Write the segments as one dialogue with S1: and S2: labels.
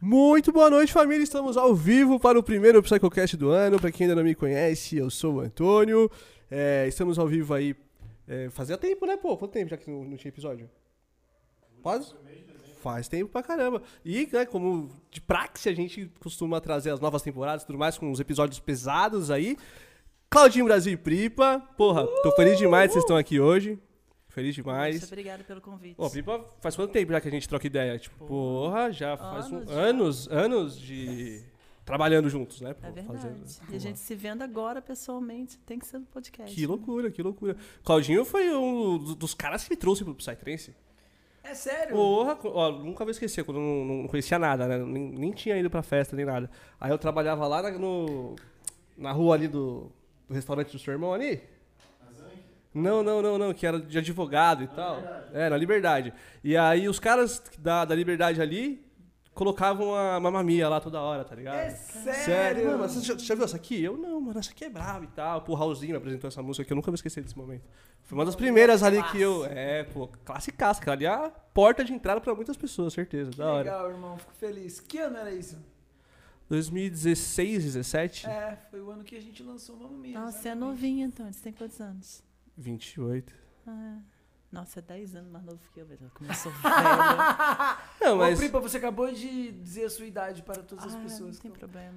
S1: Muito boa noite, família. Estamos ao vivo para o primeiro PsychoCast do ano. Para quem ainda não me conhece, eu sou o Antônio. É, estamos ao vivo aí. É, fazia tempo, né, pô? Quanto tempo já que não, não tinha episódio? Quase? Faz tempo pra caramba. E, né, como de praxe, a gente costuma trazer as novas temporadas e tudo mais, com uns episódios pesados aí. Claudinho Brasil e Pripa. Porra, tô feliz demais que vocês estão aqui hoje. Feliz
S2: Muito
S1: demais.
S2: obrigado pelo convite.
S1: Ô, Pipa, faz quanto tempo já que a gente troca ideia? Tipo, porra, já faz um-
S2: Anos já.
S1: anos, anos de. trabalhando juntos, né? Pô,
S2: é verdade.
S1: fazendo-
S2: E
S1: porra.
S2: a gente se vendo agora pessoalmente, tem que ser no podcast. né?
S1: Que loucura, que loucura. Claudinho foi um do- dos caras que me trouxe pro Psytrance.
S3: É sério?
S1: Porra, co- ó, nunca vou esquecer, quando eu não, não conhecia nada, né? Nem, nem tinha ido pra festa, nem nada. Aí eu trabalhava lá na, no- na rua ali do, do restaurante do seu irmão ali. Não, não, não, não, que era de advogado e tal. É, na Liberdade. E aí os caras da, da Liberdade ali colocavam a mamamia lá toda hora, tá ligado?
S3: É
S1: Sério?
S3: sério?
S1: Mas você já, já viu essa aqui? Eu não, mano, essa aqui é brava e tal. Pô, o Raulzinho me apresentou essa música que eu nunca vou esquecer desse momento. Foi uma das primeiras ali que eu. É, pô, classicaça, cara. Ali é a porta de entrada pra muitas pessoas, certeza.
S3: Que
S1: da hora.
S3: legal, irmão. Fico feliz. Que ano era isso?
S1: 2016, 17?
S3: É, foi o ano que a gente lançou o Mamma Mia.
S2: Nossa, você é
S3: exatamente.
S2: novinha então, você tem quantos anos?
S1: 28.
S2: Ah, nossa, é 10 anos mais novo que eu, velho. Como eu sou velha.
S1: Não,
S3: Ô,
S1: mas. é
S3: Pripa, você acabou de dizer a sua idade para todas as
S2: Ah,
S3: pessoas.
S2: Não tem problema.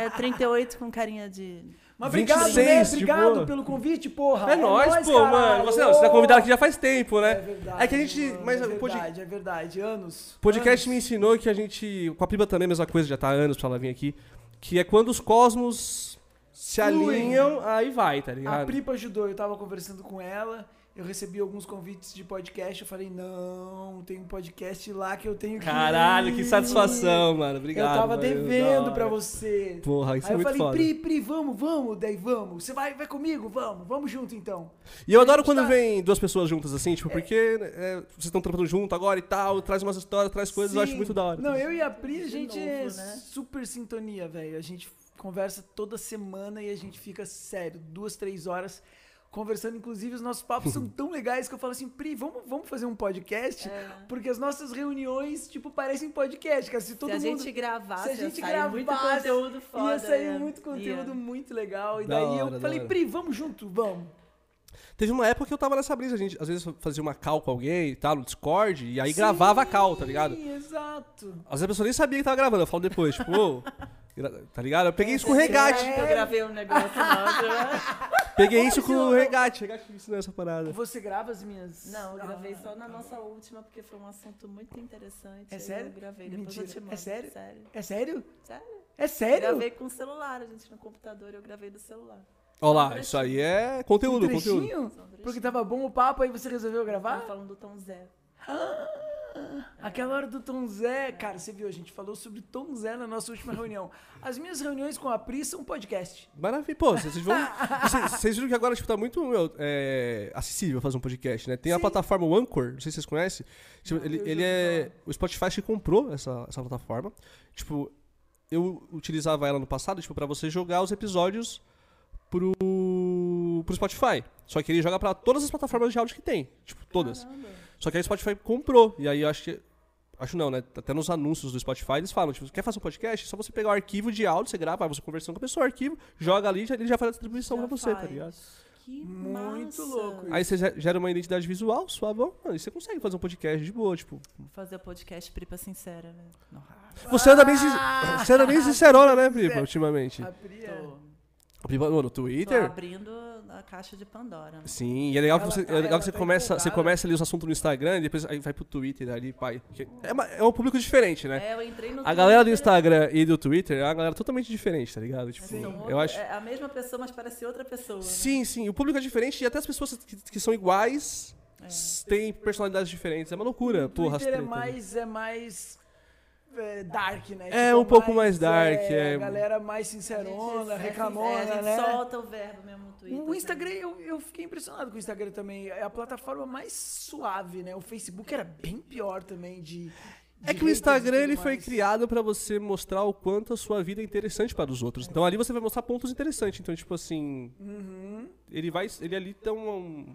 S2: É 38 com carinha de.
S3: Mas
S1: 26,
S3: obrigado, né? Obrigado
S1: tipo-
S3: pelo convite, porora.
S1: É nóis, pô, mano. Você, não, você tá convidado aqui já faz tempo,
S3: É
S1: né?
S3: verdade.
S1: É que a gente-
S3: mano,
S1: mas
S3: é
S1: o
S3: verdade,
S1: pod-
S3: é verdade. Anos.
S1: Podcast me
S3: anos.
S1: ensinou tá que a gente. Com a Piba também, a mesma coisa, já tá há anos pra ela vir aqui. Que é quando os cosmos se
S3: Fluem.
S1: alinham, aí vai, tá
S3: A
S1: ligado?
S3: Pripa ajudou, eu tava conversando com ela, eu recebi alguns convites de podcast, eu falei, não, tem um podcast lá que eu tenho que
S1: Caralho, que
S3: ir.
S1: satisfação, mano. Obrigado.
S3: eu tava
S1: valeu, da
S3: devendo
S1: hora.
S3: pra você.
S1: Porra, isso
S3: Aí
S1: é
S3: eu
S1: muito
S3: falei,
S1: foda.
S3: Pri, Pri, vamos, vamos, daí vamos. Você vai, vai comigo, vamos, vamos junto então.
S1: E eu adoro quando
S3: tá-
S1: vem duas pessoas juntas, assim, tipo, porque é, vocês estão trampando junto agora e tal, traz umas histórias, traz coisas, eu acho
S3: Sim.
S1: muito da hora.
S3: Não, eu e a Pri, a
S2: De
S3: gente
S2: novo,
S3: é
S2: né?
S3: super sintonia, velho. A gente conversa toda semana e a gente fica sério, duas, três horas conversando. Inclusive, os nossos papos são tão legais que eu falo assim, Pri, vamos, vamos fazer um podcast? Porque as nossas reuniões, tipo, parecem podcast, cara. Se todo
S2: É. se a
S3: mundo...
S2: gente gravasse,
S3: se a gente
S2: ia sair muito
S3: gravasse,
S2: conteúdo foda.
S3: Ia sair
S2: né?
S3: muito conteúdo
S2: Ia.
S3: muito legal. E
S1: Da
S3: daí
S1: hora, da
S3: eu falei,
S1: hora.
S3: Pri, vamos junto, vamos.
S1: Teve uma época que eu tava nessa brisa, a gente às vezes fazia uma call com alguém e tal, no Discord, e aí gravava a call, tá ligado?
S3: Sim, exato.
S1: Às vezes a pessoa nem sabia que tava gravando, eu falo depois, tipo, ô, gra- tá ligado? Eu peguei isso
S3: É.
S1: com o regate,
S2: Eu gravei um negócio lá.
S1: peguei isso com o regate, regate me ensinou essa parada.
S3: Você grava as minhas...
S2: Não, eu gravei
S3: Ah.
S2: só na nossa última, porque foi um assunto muito interessante.
S3: É
S2: aí
S3: sério?
S2: Eu gravei, depois eu
S3: Mentira.
S2: te
S3: É
S2: mando.
S3: sério?
S2: Sério.
S3: É sério?
S2: Sério?
S3: É sério?
S2: Gravei com o celular, a gente no computador, eu gravei do celular.
S1: Ó lá, isso aí é conteúdo,
S3: Um
S1: conteúdo.
S3: trechinho?
S2: Só um trechinho.
S3: Porque tava bom o papo, aí você resolveu
S2: Eu
S3: gravar?
S2: falando do Tom Zé.
S3: Aquela hora do Tom Zé, cara, você viu, a gente falou sobre Tom Zé na nossa última reunião. As minhas reuniões com a Pri são podcast.
S1: Maravilha. Pô, vocês vão. vocês- Vocês viram que agora, tipo, tá muito meu, é, acessível fazer um podcast, né? Tem a
S3: Sim.
S1: plataforma o Anchor, não sei se vocês conhecem. Tipo,
S3: Não,
S1: ele,
S3: eu já
S1: ele
S3: ouvi
S1: é. O Spotify que comprou essa, essa plataforma. Tipo, eu utilizava ela no passado, tipo, pra você jogar os episódios pro. pro Spotify. Só que ele joga pra todas as plataformas de áudio que tem. Tipo, todas.
S2: Caramba.
S1: Só que aí o Spotify comprou. E aí eu acho que. Acho não, né? Até nos anúncios do Spotify eles falam, tipo, quer fazer um podcast? É só você pegar o arquivo de áudio, você grava, aí você conversando com a pessoa, o arquivo, joga ali, já- ele já faz a distribuição
S2: Já
S1: pra você, tá
S2: faz.
S1: ligado?
S2: Que
S3: Muito
S2: massa.
S3: louco isso.
S1: Aí você ge- gera uma identidade visual, suavão, mano, e você consegue fazer um podcast de boa, tipo.
S2: Fazer podcast Pripa Sincera, né? Nossa.
S1: Você anda bem, sin-
S3: Ah!
S1: você anda bem sincerona, né, Pripa, ultimamente?
S3: A Pri é...
S2: Tô,
S1: Pripa, mano, no
S2: tô
S1: Twitter?
S2: abrindo a caixa de Pandora. né?
S1: Sim, e é legal que
S3: Ela
S1: você,
S3: tá-
S1: é legal
S3: ela
S1: que você,
S3: tá
S1: começa, você
S3: empolgada.
S1: começa ali os assuntos no Instagram, e depois aí vai pro Twitter ali, pai. Que É, uma- é um público diferente, né?
S2: É, eu entrei no
S1: A galera do
S2: Twitter, né?
S1: Instagram e do Twitter é uma galera totalmente diferente, tá ligado? Tipo,
S2: assim, são
S1: eu
S2: outro-
S1: acho.
S2: É a mesma pessoa, mas parece outra pessoa. né?
S1: Sim, sim, o público é diferente e até as pessoas que, que são iguais
S2: É.
S1: s- têm personalidades diferentes. É uma loucura, porra. as né?
S3: Twitter é
S1: tretas.
S3: mais, é mais é, dark, né?
S1: É, um pouco mais dark, é.
S3: A galera mais
S2: A gente-
S3: sincerona,
S2: é,
S3: reclamona,
S2: a gente
S3: né?
S2: solta o verbo mesmo no Twitter. né?
S3: O Instagram, eu, eu fiquei impressionado com o Instagram também. É a plataforma mais suave, né? O Facebook era bem pior também de.
S1: É
S3: de
S1: que o
S3: haters e
S1: Instagram
S3: tudo
S1: ele foi
S3: mais.
S1: criado pra você mostrar o quanto a sua vida é interessante para os outros. Então ali você vai mostrar pontos interessantes. Então, tipo assim,
S3: Uhum.
S1: ele vai. Ele ali tem um.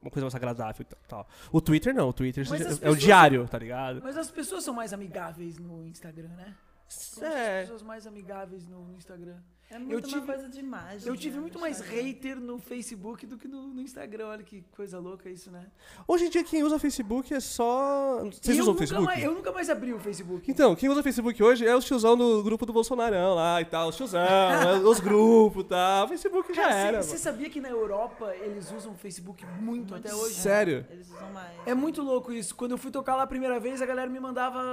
S1: uma coisa mais agradável e tal. O Twitter não, o Twitter
S3: Mas
S1: é-
S3: as
S1: é o
S3: pessoas-
S1: diário, tá ligado?
S3: Mas as pessoas são mais amigáveis no Instagram, né? Eu acho As
S1: É.
S3: pessoas mais amigáveis no Instagram.
S2: É muito
S3: tive-
S2: uma coisa de imagem.
S3: Eu tive
S2: né,
S3: muito
S2: no
S3: mais
S2: Instagram.
S3: hater no Facebook do que no, no Instagram. Olha que coisa louca isso, né?
S1: Hoje em dia quem usa Facebook é só. Vocês
S3: E eu
S1: usam o
S3: nunca
S1: Facebook?
S3: mais- eu nunca mais abri o Facebook.
S1: Então, quem usa Facebook hoje é os tiozão do grupo do Bolsonarão lá e tal, os tiozão, é, os grupos e tal. O Facebook já
S3: Cara, você-
S1: era,
S3: você
S1: mano.
S3: sabia que na Europa eles usam o Facebook muito, até hoje?
S1: Sério?
S2: Eles usam mais.
S3: É muito louco isso. Quando eu fui tocar lá a primeira vez, a galera me mandava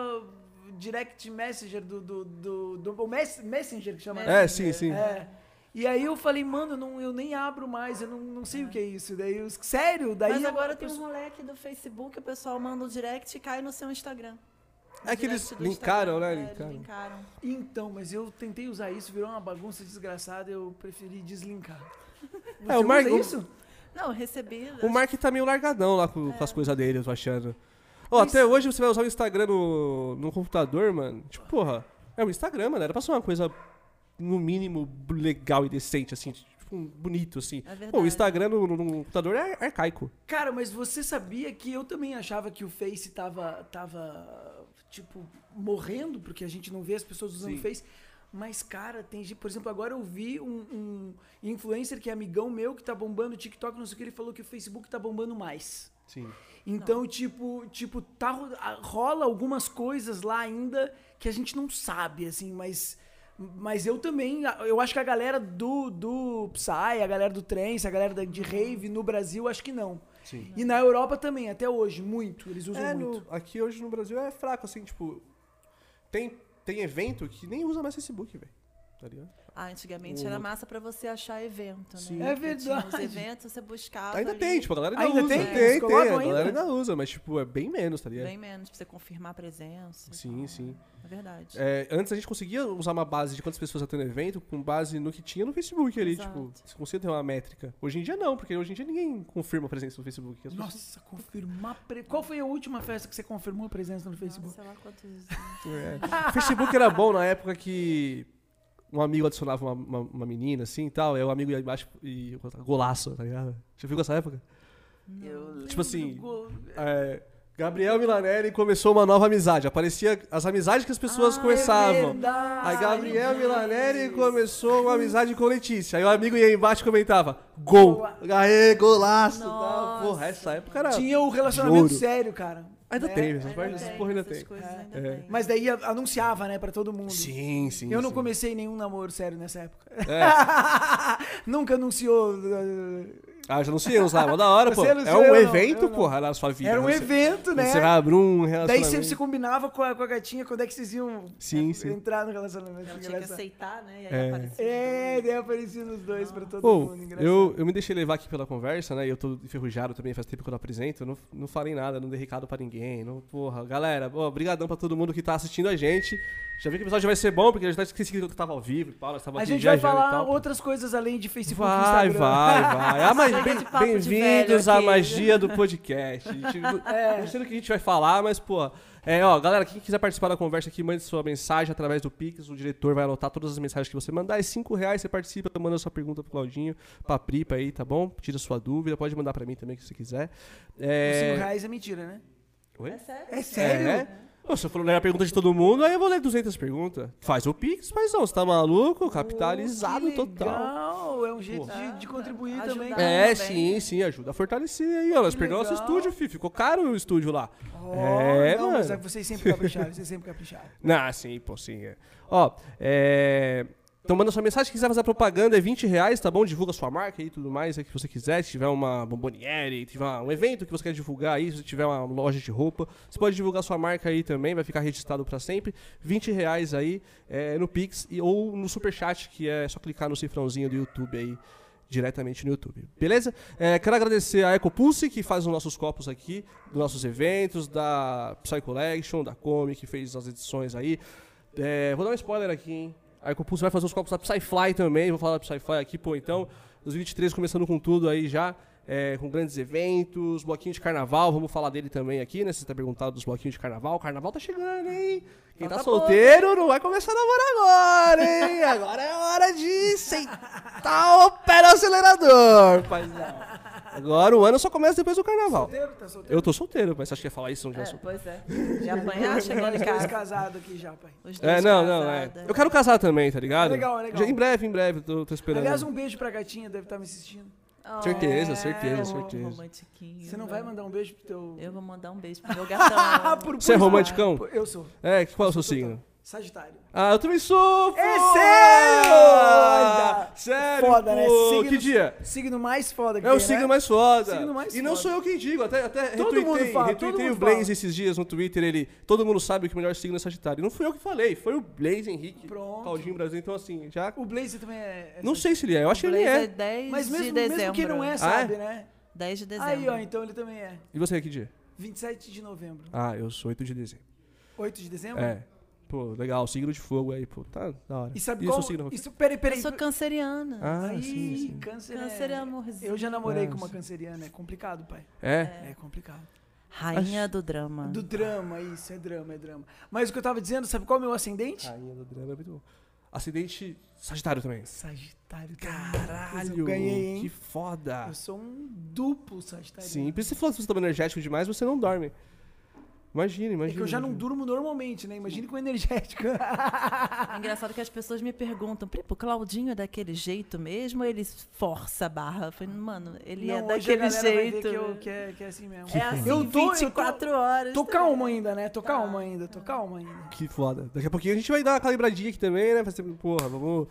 S3: direct messenger do. do, do, do- o mess- messenger que chama. né?
S1: É, sim, sim.
S3: É. E aí eu falei, mano, eu não, eu nem abro mais, eu não, não sei o que é isso. Daí, eu, sério? Daí
S2: Mas
S3: eu-
S2: agora
S3: eu
S2: tem um rolê aqui do Facebook, o pessoal manda um direct e cai no seu Instagram. No
S1: É que eles
S2: direct do
S1: linkaram, né,
S2: Instagram, é,
S1: linkaram.
S2: Eles linkaram.
S3: Então, mas eu tentei usar isso, virou uma bagunça desgraçada, eu preferi deslinkar. Você
S1: É, o Mark-
S3: usa isso?
S2: Não, eu recebi.
S1: O Mark tá meio largadão lá com, com as coisas dele, eu tô achando. Ó,
S3: É. Mas-
S1: até hoje você vai usar o Instagram no, no computador, mano. Tipo, porra, é o Instagram, mano. Era pra ser uma coisa, no mínimo, legal e decente, assim. Tipo, um- bonito, assim.
S2: É verdade.
S1: Pô, o Instagram no, no- no computador é arcaico.
S3: Cara, mas você sabia que eu também achava que o Face tava, tava tipo, morrendo, porque a gente não vê as pessoas usando o
S1: Sim.
S3: Face. Mas, cara, tem gente. Por exemplo, agora eu vi um, um influencer que é amigão meu, que tá bombando o TikTok, não sei o que, ele falou que o Facebook tá bombando mais.
S1: Sim.
S3: Então, tipo, tipo tá, ro- a- rola algumas coisas lá ainda que a gente não sabe, assim, mas. Mas eu também, a- eu acho que a galera do, do Psy, a galera do Trance, a galera da- de Rave no Brasil, acho que não.
S1: Uhum. Sim.
S3: E na Europa também, até hoje, muito. Eles usam
S1: É,
S3: muito.
S1: no- aqui hoje no Brasil é fraco, assim, tipo. Tem, tem evento que nem usa mais Facebook, velho. Tá ligado?
S2: Ah, antigamente
S1: O-
S2: era massa pra você achar evento,
S1: Sim.
S2: né?
S3: É
S2: Porque tinha
S3: verdade.
S2: Os eventos você buscava.
S1: ainda
S2: Ah, tá ali,
S1: tem, tipo, a galera ainda,
S3: Ainda
S1: usa.
S3: tem? Eles
S1: tem, tem.
S3: colocam
S1: A galera
S3: ainda?
S1: ainda usa, mas, tipo, é bem menos, tá ligado?
S2: Bem menos, pra você confirmar a presença.
S1: Sim, sim.
S2: É verdade.
S1: É, antes a gente conseguia usar uma base de quantas pessoas estão no evento com base no que tinha no Facebook ali,
S2: Exato.
S1: tipo, você conseguia ter uma métrica. Hoje em dia não, porque hoje em dia ninguém confirma a presença no Facebook. As pessoas-
S3: Nossa, confirmar. Pre... Qual foi a última festa que você confirmou a presença no
S1: tipo,
S3: Facebook?
S2: Sei lá quantos.
S1: É. O Facebook era bom na época que um amigo adicionava uma, uma, uma menina assim e tal, e o amigo ia embaixo e golaço, tá ligado? Já viu essa época?
S3: Eu
S1: Tipo assim,
S3: lembro, go-
S1: É, Gabriel Milanelli começou uma nova amizade. Aparecia as amizades que as pessoas
S2: Ah, é
S1: começavam.
S3: verdade.
S1: Aí Gabriel Milanelli começou uma amizade com Letícia. Aí o amigo ia embaixo e comentava: Gol!
S3: Gola-
S1: Aê, golaço! tal.
S2: Nossa.
S1: Porra, essa época era.
S3: Tinha o relacionamento
S1: Juro.
S3: sério, cara.
S1: Ainda
S3: né?
S1: tem, essas partes dessas porra ainda
S2: essas
S1: tem.
S2: coisas ainda
S1: É.
S2: tem.
S3: Mas daí a- anunciava, né, pra todo mundo.
S1: Sim, sim.
S3: Eu não
S1: sim.
S3: comecei nenhum namoro sério nessa época.
S1: É.
S3: Nunca anunciou. uh,
S1: Ah, já anunciamos lá, mas da hora, pô.
S3: Você
S1: É
S3: anunciou, eu
S1: um
S3: não,
S1: evento,
S3: eu não.
S1: porra, na sua vida.
S3: Era um
S1: né? Você-
S3: evento, né?
S1: Você vai abrir um
S3: Daí
S1: relacionamento.
S3: sempre se combinava com a, com a gatinha quando é que vocês iam
S1: Sim,
S3: né,
S1: sim.
S3: entrar no relacionamento.
S2: Ela tinha que
S3: Engraçado.
S2: aceitar, né? E aí
S1: É.
S2: aparecia.
S3: É, daí apareciam os dois pra todo
S1: Pô,
S3: mundo. engraçado.
S1: eu, eu me deixei levar aqui pela conversa, né? E eu tô enferrujado também, faz tempo que eu não apresento. eu Não, não falei nada, não dei recado pra ninguém. Não, porra, galera, ó, brigadão pra todo mundo que tá assistindo a gente. Já vi que o episódio vai ser bom, porque a gente tá esquecido que eu tava ao vivo e tal, nós tava
S3: A
S1: aqui
S3: gente vai
S1: viajando e
S3: falar
S1: tal.
S3: outras coisas além de Facebook e
S1: Vai,
S3: Instagram.
S1: vai, vai. Ah, mas
S2: Tipo Chega
S1: bem-
S2: de papo de
S1: bem-vindos
S2: velho
S1: à
S2: aqui. É.
S1: magia do podcast. A gente- Não sei do que a gente vai falar, mas, pô. É, ó, galera, quem quiser participar da conversa aqui, mande sua mensagem através do Pix. O diretor vai anotar todas as mensagens que você mandar. É cinco reais, você participa, manda sua pergunta pro Claudinho, pra Pripa aí, tá bom? Tira sua dúvida, pode mandar pra mim também, se você quiser.
S3: Os cinco
S1: É...
S3: reais é mentira, né?
S1: Oi?
S2: É sério?
S3: É sério?
S1: É. Pô, se eu for ler a pergunta de todo mundo, aí eu vou ler 200 perguntas. Faz o Pix, faz não, você tá maluco? Capitalizado
S3: Que
S1: total.
S3: legal, É um jeito de, de
S2: Tá,
S3: contribuir
S2: tá.
S3: também.
S2: Ajudar.
S3: cara.
S1: É,
S2: também,
S1: sim,
S2: né?
S1: sim, ajuda a fortalecer aí, ó. Nós
S3: Que
S1: perdemos nosso
S3: legal.
S1: estúdio, filho. Ficou caro o estúdio lá.
S3: Oh,
S1: é,
S3: não,
S1: mano.
S3: mas vocês sempre capricharam, vocês sempre capricharam.
S1: Não, sim, pô, sim. é. Ó, é. Então manda sua mensagem, se quiser fazer propaganda, é 20 reais, tá bom? Divulga sua marca e tudo mais, é que você quiser. Se tiver uma bomboniere, tiver um evento que você quer divulgar aí, se tiver uma loja de roupa, você pode divulgar sua marca aí também, vai ficar registrado pra sempre. 20 reais aí é, no Pix e, ou no Superchat, que é só clicar no cifrãozinho do YouTube aí, diretamente no YouTube. Beleza? É, quero agradecer a Ecopulse, que faz os nossos copos aqui, dos nossos eventos, da Psy Collection, da Comic, que fez as edições aí. É, vou dar um spoiler aqui, hein? A Ecopulse vai fazer os copos da Psyfly também, vou falar da Psyfly aqui, pô, então, 2023 começando com tudo aí já. é, com grandes eventos, bloquinho de carnaval, vamos falar dele também aqui, né? Você tá perguntado dos bloquinhos de carnaval, o carnaval tá chegando, hein? Quem tá
S2: Falta
S1: solteiro não vai começar a namorar agora, hein? Tá Agora é hora de sentar o pé no acelerador, paizão. Agora o ano só começa depois do carnaval.
S3: Solteiro? Tá solteiro?
S1: Eu tô solteiro, mas você acha que ia falar isso onde eu
S2: É,
S1: sou?
S2: pois é. Já apanhar chegando
S3: Nós
S2: em
S3: dois
S2: casa.
S3: casados aqui já, pai.
S2: Os dois
S1: É, não, não, é.
S2: casados, né?
S1: Eu quero casar também, tá ligado?
S3: É legal, é legal.
S1: Já em breve, em breve, tô, tô esperando.
S3: Aliás, um beijo pra gatinha, deve estar me assistindo.
S2: Oh,
S1: Certeza, certeza,
S2: ô,
S1: certeza.
S2: romantiquinho,
S3: Você não vai mandar um beijo pro teu. Ah,
S2: Eu vou mandar um beijo pro meu gatão.
S3: por
S1: Você é
S3: por-
S1: romanticão?
S3: Por- Eu sou.
S1: É, qual é o seu signo?
S3: Sagitário.
S1: Ah, eu também sou!
S3: É
S1: pô!
S3: sério?
S1: Ah,
S3: Olha,
S1: Sério,
S3: Foda, né?
S1: pô,
S3: Signo,
S1: Que dia?
S3: Signo mais foda que
S1: É o
S3: tem,
S1: signo
S3: né?
S1: mais foda.
S3: Signo mais
S1: e não
S3: foda.
S1: sou eu quem digo, até, até
S3: Todo
S1: retuitei,
S3: mundo fala, todo
S1: retuitei
S3: mundo
S1: o Blaze
S3: fala.
S1: esses dias no Twitter, ele, todo mundo sabe que o melhor signo é Sagitário. Não fui eu que falei, foi o Blaze Henrique,
S3: Pronto.
S1: Claudinho Brasil, então assim, já...
S3: O Blaze também é. é
S1: Não sei se ele é, eu acho que ele
S2: Blaze
S1: é.
S2: é 10
S3: Mas
S2: de
S3: mesmo,
S2: dezembro.
S3: mesmo que não é,
S1: Ah,
S3: sabe, né?
S2: 10 de dezembro.
S3: Aí, ó, então ele também é.
S1: E você, que dia?
S3: 27 de novembro.
S1: Ah, eu sou 8 de dezembro.
S3: 8 de dezembro?
S1: É. Pô, legal, signo de fogo aí, pô, tá da hora.
S3: E sabe
S1: eu
S3: qual?
S1: sou signo...
S3: Isso, peraí, peraí.
S2: Eu sou canceriana.
S1: Ah,
S3: Aí,
S1: sim, sim.
S3: câncer.
S2: Câncer é
S3: é...
S2: amorzinho.
S3: Eu já namorei
S1: Ah,
S3: com uma
S1: sim.
S3: canceriana, é complicado, pai.
S1: É?
S3: É complicado.
S2: Rainha do drama.
S3: Do drama, isso, é drama, é drama. Mas o que eu tava dizendo, sabe qual é o meu ascendente?
S1: Rainha do drama é muito bom. Acidente Sagitário também.
S3: Sagitário.
S1: Caralho,
S3: Eu ganhei, hein?
S1: que foda.
S3: Eu sou um duplo sagitário.
S1: Sim, por isso que você falou que você toma um energético demais, você não dorme. Imagina, imagina.
S3: É que eu já não
S1: imagina.
S3: durmo normalmente, né? Imagine com energética.
S2: É Engraçado que as pessoas me perguntam, Pri, o Claudinho é daquele jeito mesmo ou ele força a barra? Eu falei, mano, ele é
S3: Não, hoje a
S2: daquele
S3: galera vai ver
S2: jeito.
S3: que, eu- que é, que é assim mesmo.
S2: É assim,
S3: eu tô,
S2: 24
S3: eu
S2: horas.
S3: tô, tô
S2: tá
S3: calmo
S2: ligado?
S3: ainda, né? Tô calmo ainda, tô calmo ainda.
S1: Que foda. Daqui a pouquinho a gente vai dar uma calibradinha aqui também, né? Vai ser, porra, vamos.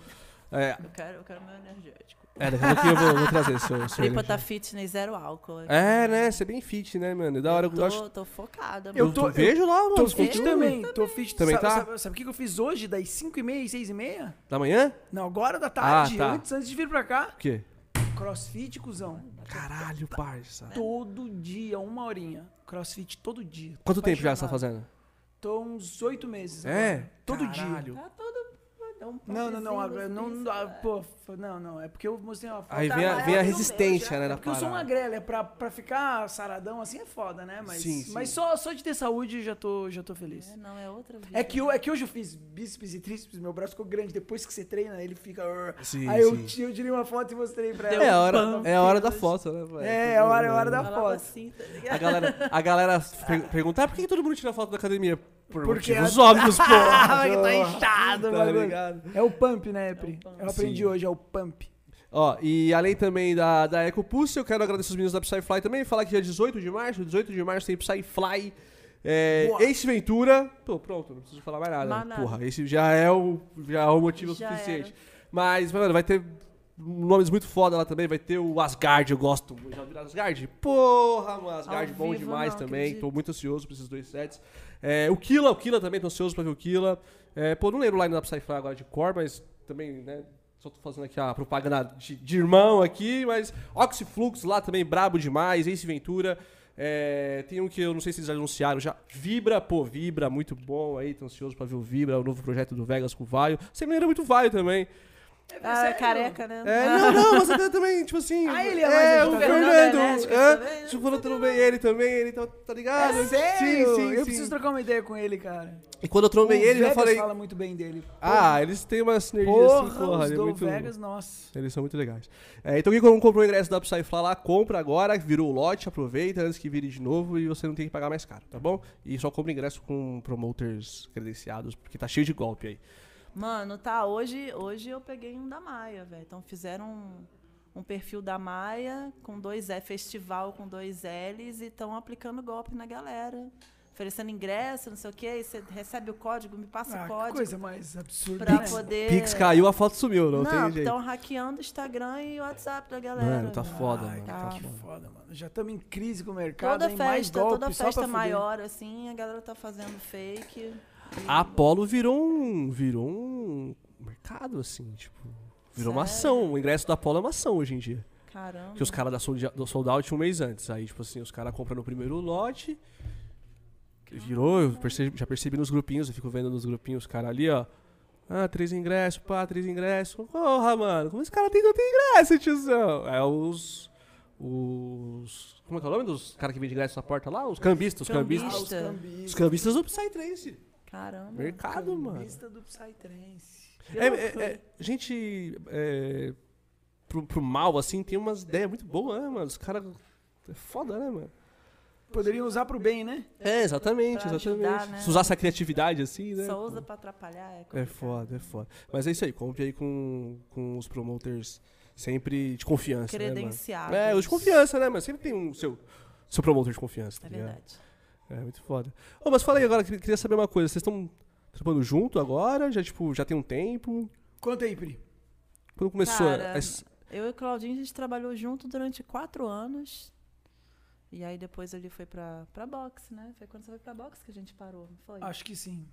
S1: É,
S2: Eu quero, eu quero meu energético.
S1: é, daqui a pouquinho eu vou, vou trazer seu. seu
S2: Pripa tá
S1: energético.
S2: fitness, zero álcool. assim.
S1: É, né? Você é bem fit, né, mano? Da hora eu
S2: Tô,
S1: gosto.
S2: tô focada.
S3: Eu
S2: mano.
S3: tô-
S1: vejo lá, mano.
S3: Tô
S1: os
S3: fit
S1: conteúdos.
S3: também, tô fit.
S1: Também
S3: sabe,
S1: tá?
S3: sabe- sabe o que que eu fiz hoje, das 5h30, 6h30?
S1: Da manhã?
S3: Não, agora da tarde,
S1: tá.
S3: antes, antes de vir pra cá.
S1: O quê?
S3: Crossfit, cuzão.
S1: Caralho, parça.
S3: Todo dia, uma horinha. Crossfit todo dia. Tô
S1: Quanto tempo já você tá
S3: apaixonado.
S1: fazendo?
S3: Tô uns oito meses.
S1: É?
S3: agora. Todo dia.
S1: Caralho.
S2: Tá todo... dá um assim,
S3: Não, não, não.
S2: papezinho
S3: agora
S2: nos
S3: não,
S2: beiços,
S3: não, ah,
S2: cara.
S3: pô, f- não, não. É porque eu mostrei uma foto.
S1: Aí vem a, vem
S2: maior
S1: a
S2: que o meu
S1: resistência,
S2: já,
S1: né,
S3: É
S1: da
S3: porque eu sou uma
S1: parada.
S3: grela, é pra, pra ficar saradão assim é foda, né? Mas,
S1: Sim, sim.
S3: mas só, só de ter saúde eu já tô, já tô feliz.
S2: É, não, é outra vida.
S3: É que, eu, é que hoje eu fiz bíceps e tríceps, meu braço ficou grande. Depois que você treina, ele fica.
S1: Sim,
S3: Aí eu,
S1: sim.
S3: ti- eu tirei uma foto e mostrei pra ela.
S1: É a hora,
S3: Não,
S1: é a hora da foto, né? velho?
S3: É, é a hora- é a hora da
S2: Falava
S3: foto.
S2: assim, tá ligado?
S1: A galera, a galera per- pergunta, ah, por que que todo mundo tira foto da academia? Por
S3: Porque é-
S1: motivos óbvios, pô.
S3: Ah, que tá inchado,
S1: Tá
S3: bagulho.
S1: ligado?
S3: É o pump, né, Pri?
S2: pump.
S3: Eu aprendi
S1: Sim.
S3: hoje, é o pump.
S1: Ó, e além também da, da EcoPulse, eu quero agradecer os meninos da Psyfly também, falar que dia 18 de março, 18 de março tem Psyfly, é,
S3: Boa.
S1: Ace Ventura, pô, pronto, não preciso falar mais nada,
S2: Mais nada.
S1: porra, esse já é o, já é o motivo
S2: Já
S1: suficiente.
S2: era.
S1: Mas, mano, vai ter nomes muito foda lá também, vai ter o Asgard, eu gosto, muito. já ouviu Asgard? Porra, mano, Asgard
S2: Ao
S1: bom
S2: vivo,
S1: demais
S2: não,
S1: também,
S2: acredito.
S1: tô muito ansioso pra esses dois sets. É, o Killa, o Killa também, tô ansioso pra ver o Killa. É, pô, não lembro lá ainda da Psyfly agora de cor, mas também, né? Só tô fazendo aqui a propaganda de, de irmão aqui, mas Oxiflux lá também, brabo demais, Ace Ventura. É, tem um que eu não sei se eles anunciaram já. Vibra, pô, Vibra, muito bom aí, tô ansioso pra ver o Vibra, o novo projeto do Vegas com o Vaio. Você me lembra muito o Vaio também.
S2: Ah, é careca, né?
S1: É, não, não, mas até também, tipo assim.
S3: Ah, ele é mais
S1: o
S3: agitado.
S1: Fernando.
S2: Fernando Enéas
S1: É,
S2: também.
S1: se o Fernando também, ele também, ele tá, tá ligado?
S3: É Sério?
S1: Sim, sim,
S3: eu
S1: sim.
S3: preciso trocar uma ideia com ele, cara.
S1: E quando eu trombei
S3: o
S1: ele, eu já
S3: Vegas
S1: falei.
S3: fala muito bem dele.
S1: Ah, eles têm uma sinergia
S3: porra,
S1: assim, porra,
S3: os
S1: ele é
S3: do
S1: muito.
S3: Vegas, nossa.
S1: Eles são muito legais. É, então quem não comprou o ingresso da Psyfly lá, compra agora, virou o lote, aproveita antes que vire de novo e você não tem que pagar mais caro, tá bom? E só compra ingresso com promoters credenciados, porque tá cheio de golpe aí.
S2: Mano, tá, hoje, hoje eu peguei um da Maia, velho. Então fizeram um, um perfil da Maia com dois L, festival com dois L's e estão aplicando golpe na galera. Oferecendo ingresso, não sei o quê, e você recebe o código, me passa
S3: Ah,
S2: o
S3: que
S2: código
S3: coisa mais absurda.
S2: pra
S3: né?
S2: poder.
S1: Pix caiu, a foto sumiu, não,
S2: Não,
S1: tem jeito.
S3: então
S2: estão hackeando o Instagram e o WhatsApp da galera.
S1: Mano, tá
S2: velho.
S1: foda,
S3: Ai,
S1: mano. Tá
S2: tá.
S3: Que
S1: foda.
S3: foda, mano. Já estamos em crise com o mercado.
S2: Toda
S3: hein? Mais
S2: festa,
S3: golpe,
S2: toda
S3: só pra
S2: festa
S3: fuder. Ah,
S2: maior, assim, a galera tá fazendo fake.
S1: A Apollo virou um. virou um mercado, assim, tipo. Virou uma
S2: Sério?
S1: ação. O ingresso da Apollo é uma ação hoje em dia.
S2: Caramba.
S1: Que os caras da sold, do sold out um mês antes. Aí, tipo assim, os caras compram no primeiro lote. Virou, eu percebi- já percebi nos grupinhos, eu fico vendo nos grupinhos os caras ali, ó. Ah, três ingressos, pá, três ingressos. Porra, mano, como esse cara tem tanto ingresso, tiozão? É os. Os. Como é que é o nome dos caras que vendem ingresso na porta lá? Os cambistas, os
S3: Ah,
S1: cambistas.
S3: os
S2: Pista.
S3: cambistas.
S1: Os cambistas do Psytrance.
S2: Caramba.
S1: Mercado, mano.
S3: Cambista do Psytrance.
S1: É, é, é, gente é, pro, pro mal, assim, tem umas ideias muito boas, né, mano? Os caras. É foda, né, mano?
S3: Poderiam usar pro bem, né?
S1: É, exatamente,
S2: Pra
S1: exatamente.
S2: ajudar, né?
S1: Se usar essa criatividade, assim, né?
S2: Só usa pra atrapalhar. É,
S1: É
S2: complicado.
S1: foda, é foda. Mas é isso aí, compre aí com, com os promoters sempre de confiança. né, mano?
S2: Credenciados.
S1: é, os de confiança, né, mano? Sempre tem um seu, seu promotor de confiança, tá
S2: É
S1: ligado?
S2: verdade.
S1: É muito foda. Ô, mas fala aí agora, que- queria saber uma coisa. Vocês estão trampando junto agora? Já, tipo, já tem um tempo?
S3: Conta aí, Pri.
S1: Quando começou?
S2: Cara,
S1: as-
S2: Eu e o Claudinho, a gente trabalhou junto durante quatro anos. E aí depois ele foi pra, pra boxe, né? Foi quando você foi pra boxe que a gente parou, não foi?
S3: Acho que sim.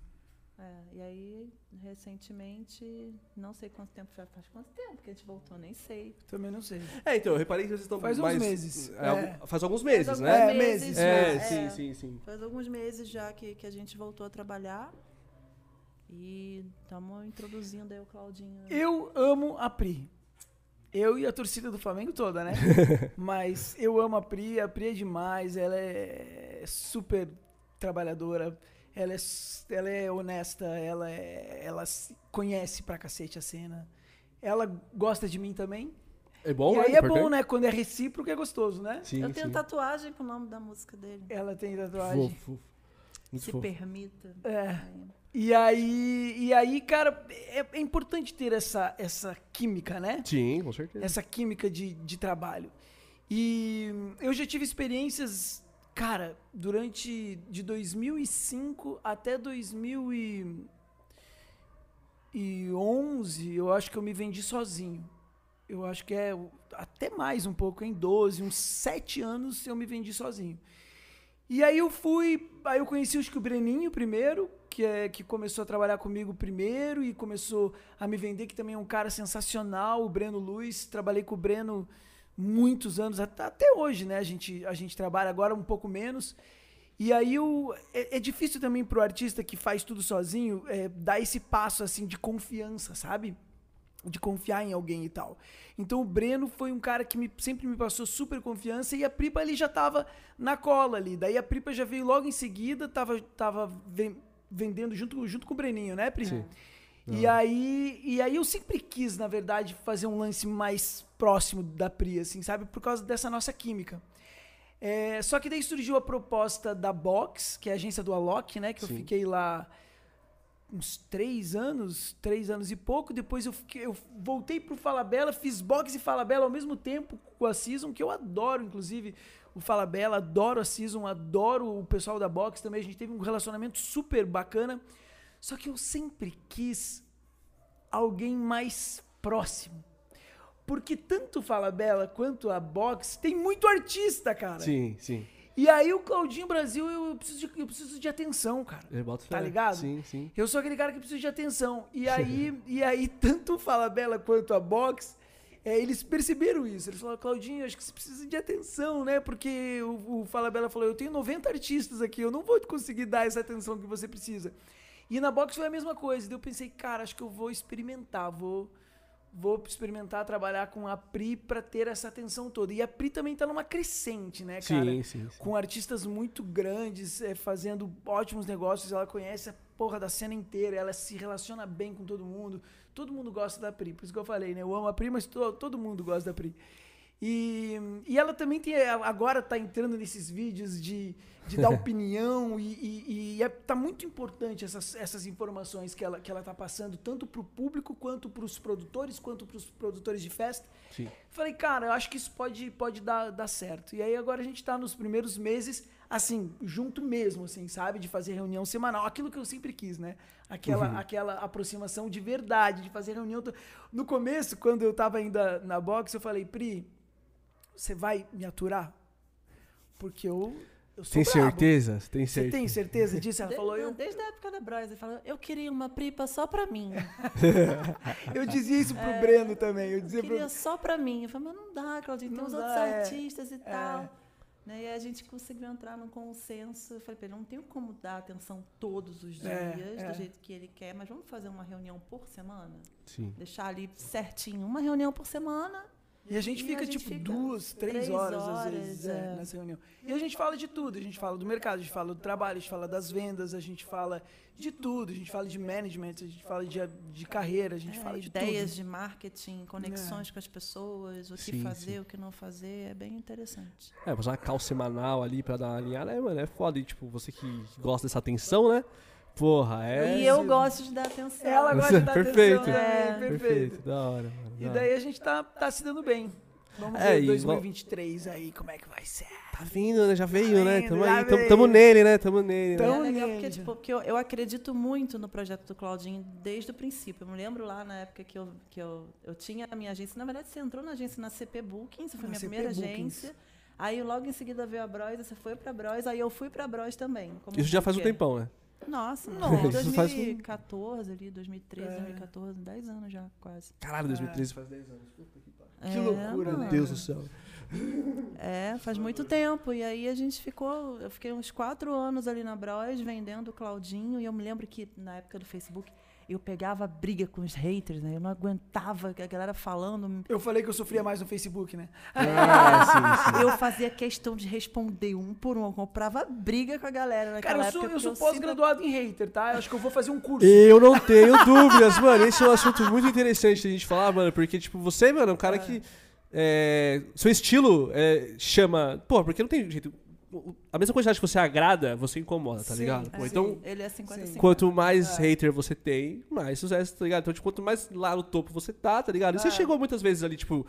S2: É, e aí, recentemente, não sei quanto tempo já faz quanto tempo que a gente voltou, nem sei.
S3: Também não sei.
S1: É, então, eu reparei que vocês estão
S3: Faz uns
S1: mais...
S3: meses.
S1: é,
S3: É.
S1: algum- Faz alguns meses,
S2: Faz
S1: né?
S2: alguns
S3: É, meses,
S2: já,
S1: É,
S3: meses.
S1: sim, sim, sim.
S2: Faz alguns meses já que, que a gente voltou a trabalhar. E estamos introduzindo aí o Claudinho.
S3: Eu amo a Pri. Eu e a torcida do Flamengo toda, né? Mas eu amo a Pri, a Pri é demais, ela é super trabalhadora, ela é, s- ela é honesta, ela, é, ela se- conhece pra cacete a cena. Ela gosta de mim também.
S1: É bom,
S3: e
S1: né?
S3: aí é
S1: Importante.
S3: bom, né? Quando é recíproco é gostoso, né?
S1: Sim,
S2: Eu tenho
S1: sim.
S2: tatuagem com o nome da música dele.
S3: Ela tem tatuagem.
S1: Fofo, fofo. Muito
S2: Se
S1: fofo.
S2: permita.
S3: É.
S2: Aí.
S3: E aí, e aí, cara, é, é importante ter essa, essa química, né?
S1: Sim, com certeza.
S3: essa química de, de trabalho. E eu já tive experiências, cara, durante de 2005 até 2011, eu acho que eu me vendi sozinho. Eu acho que é o- até mais um pouco, em 12, uns 7 anos eu me vendi sozinho. E aí eu fui, aí eu conheci acho que o Breninho primeiro, que é que começou a trabalhar comigo primeiro e começou a me vender, que também é um cara sensacional, o Breno Luiz. Trabalhei com o Breno muitos anos, até, até hoje, né? A gente, a gente trabalha agora um pouco menos. E aí o, é, é difícil também pro artista que faz tudo sozinho é, dar esse passo assim de confiança, sabe? de confiar em alguém e tal. Então o Breno foi um cara que me- sempre me passou super confiança e a Pripa ali já tava na cola ali. Daí a Pripa já veio logo em seguida, tava, tava ven- vendendo junto, junto com o Breninho, né, Pri? E aí, e aí eu sempre quis, na verdade, fazer um lance mais próximo da Pri, assim, sabe? Por causa dessa nossa química. É, só que daí surgiu a proposta da Box, que é a agência do Alok, né? Que
S1: Sim.
S3: eu fiquei lá uns três anos, três anos e pouco. Depois eu, fiquei- eu voltei pro Falabella, fiz boxe e Falabella ao mesmo tempo com a Season, que eu adoro, inclusive, o Falabella, adoro a Season, adoro o pessoal da boxe também. A gente teve um relacionamento super bacana. Só que eu sempre quis alguém mais próximo. Porque tanto o Falabella quanto a boxe tem muito artista, cara.
S1: Sim, sim.
S3: E aí o Claudinho Brasil, eu preciso de, eu preciso de atenção, cara.
S1: Eu boto
S3: Tá
S1: fé.
S3: ligado?
S1: Sim, sim.
S3: Eu sou aquele cara que precisa de atenção. E aí, e aí tanto o Fala Bela quanto a Box, é, eles perceberam isso. Eles falaram, Claudinho, acho que você precisa de atenção, né? Porque o, o Fala Bela falou, eu tenho 90 artistas aqui, eu não vou conseguir dar essa atenção que você precisa. E na Box foi a mesma coisa. Daí eu pensei, cara, acho que eu vou experimentar, vou... Vou experimentar trabalhar com a Pri pra ter essa atenção toda. E a Pri também tá numa crescente, né, cara?
S1: Sim, sim, sim.
S3: com artistas muito grandes, eh, fazendo ótimos negócios. Ela conhece a porra da cena inteira, ela se relaciona bem com todo mundo. Todo mundo gosta da Pri, por isso que eu falei, né? Eu amo a Pri, mas to- todo mundo gosta da Pri. E, e ela também tem, eh, agora tá entrando nesses vídeos de, de dar opinião e, e, e é- tá muito importante essas, essas informações que ela, que ela tá passando, tanto pro público, quanto pros produtores, quanto pros produtores de festa.
S1: Sim.
S3: Falei, cara, eu acho que isso pode, pode dar, dar certo. E aí agora a gente tá nos primeiros meses, assim, junto mesmo, assim, sabe? De fazer reunião semanal. Aquilo que eu sempre quis, né? Aquela,
S1: Uhum.
S3: aquela aproximação de verdade, de fazer reunião. to- No começo, quando eu tava ainda na box, eu falei, Pri, você vai me aturar? Porque eu, eu sou
S1: Tem
S3: brabo.
S1: certeza? Tem
S3: Você
S1: certeza?
S3: tem certeza disso? Ela
S2: De-
S3: falou,
S2: não,
S3: eu,
S2: Desde a época da Bros, ele falou, eu queria uma pripa só pra mim.
S3: eu dizia isso pro Breno também. Eu dizia
S2: Eu
S3: pro...
S2: queria só pra mim. Eu falei, mas não dá, Claudinho, tem
S3: Não
S2: os
S3: dá,
S2: outros
S3: é.
S2: artistas e tal. Né? E aí a gente conseguiu entrar num consenso. Eu falei, pra ele, não tenho como dar atenção todos os dias,
S3: É, é.
S2: do jeito que ele quer, mas vamos fazer uma reunião por semana?
S1: Sim.
S2: Deixar ali certinho, uma reunião por semana.
S3: E a gente
S2: E
S3: fica,
S2: a gente
S3: tipo,
S2: fica
S3: duas, três,
S2: três
S3: horas, às
S2: horas,
S3: vezes, é,
S2: é.
S3: nessa reunião. E a gente fala de tudo. A gente fala do mercado, a gente fala do trabalho, a gente fala das vendas, a gente fala de tudo. A gente fala de management, a gente fala de, de carreira, a gente
S2: É,
S3: fala de
S2: ideias
S3: tudo. É.
S2: de marketing, conexões com as pessoas, o que
S1: Sim,
S2: fazer, o que não fazer, é bem interessante.
S1: É, fazer uma calça semanal ali pra dar uma alinhada, é, mano, é foda. E, tipo, você que gosta dessa atenção, né? Porra, é.
S2: e eu gosto de dar atenção.
S3: Ela gosta de dar
S1: Perfeito.
S3: atenção. É,
S2: É.
S3: perfeito.
S1: da hora, mano.
S3: E
S1: da hora.
S3: daí a gente tá, tá se dando bem. Vamos
S1: É,
S3: ver
S1: e
S3: 2023 aí, como é que vai ser.
S1: Tá vindo, né? Já veio, né?
S3: vindo,
S1: Tamo
S3: já
S1: aí, tamo,
S3: veio.
S1: tamo nele, né? Tamo nele, né?
S3: Tamo
S2: é legal
S3: nele.
S2: porque, tipo, porque eu, eu acredito muito no projeto do Claudinho desde o princípio. Eu me lembro lá na época que eu, que eu, eu tinha a minha agência. Na verdade, você entrou na agência na CP Bookings, foi
S3: Na
S2: minha
S3: CP
S2: primeira
S3: Bookings.
S2: agência. Aí logo em seguida veio a Bros, você foi pra Bros, aí eu fui pra Bros também. como
S1: Isso já faz um
S2: booker.
S1: tempão, né?
S2: Nossa,
S3: Nossa.
S2: não.
S1: Isso faz um-
S2: 2014 ali, 2013,
S3: É.
S2: 2014, 10 anos já, quase.
S1: Caralho, 2013 faz 10 anos.
S2: É,
S3: né?
S2: mano.
S1: céu.
S2: É, faz muito tempo. E aí a gente ficou. Eu fiquei uns quatro anos ali na Bros vendendo o Claudinho. E eu me lembro que na época do Facebook eu pegava briga com os haters, né? Eu não aguentava a galera falando.
S3: Eu falei que eu sofria mais no Facebook, né?
S2: Eu fazia questão de responder um por um. Eu comprava briga com a galera naquela
S3: Cara, eu
S2: época.
S3: sou, eu
S2: porque
S3: sou
S2: sempre-
S3: pós-graduado em hater, tá? Eu acho que eu vou fazer um curso.
S1: Eu não tenho dúvidas, mano. Esse é um assunto muito interessante da gente falar, mano. Porque, tipo, você, mano, é um cara que. é, seu estilo é, chama. Pô, porque não tem jeito. O- A mesma quantidade que você agrada, você incomoda, tá
S3: Sim,
S1: ligado? Pô,
S3: é.
S1: então,
S2: Ele é 50
S3: Sim. É.
S1: Quanto mais hater você tem, mais sucesso, tá ligado? Então, tipo, quanto mais lá no topo você tá, tá ligado? E
S3: É.
S1: você chegou muitas vezes ali, tipo,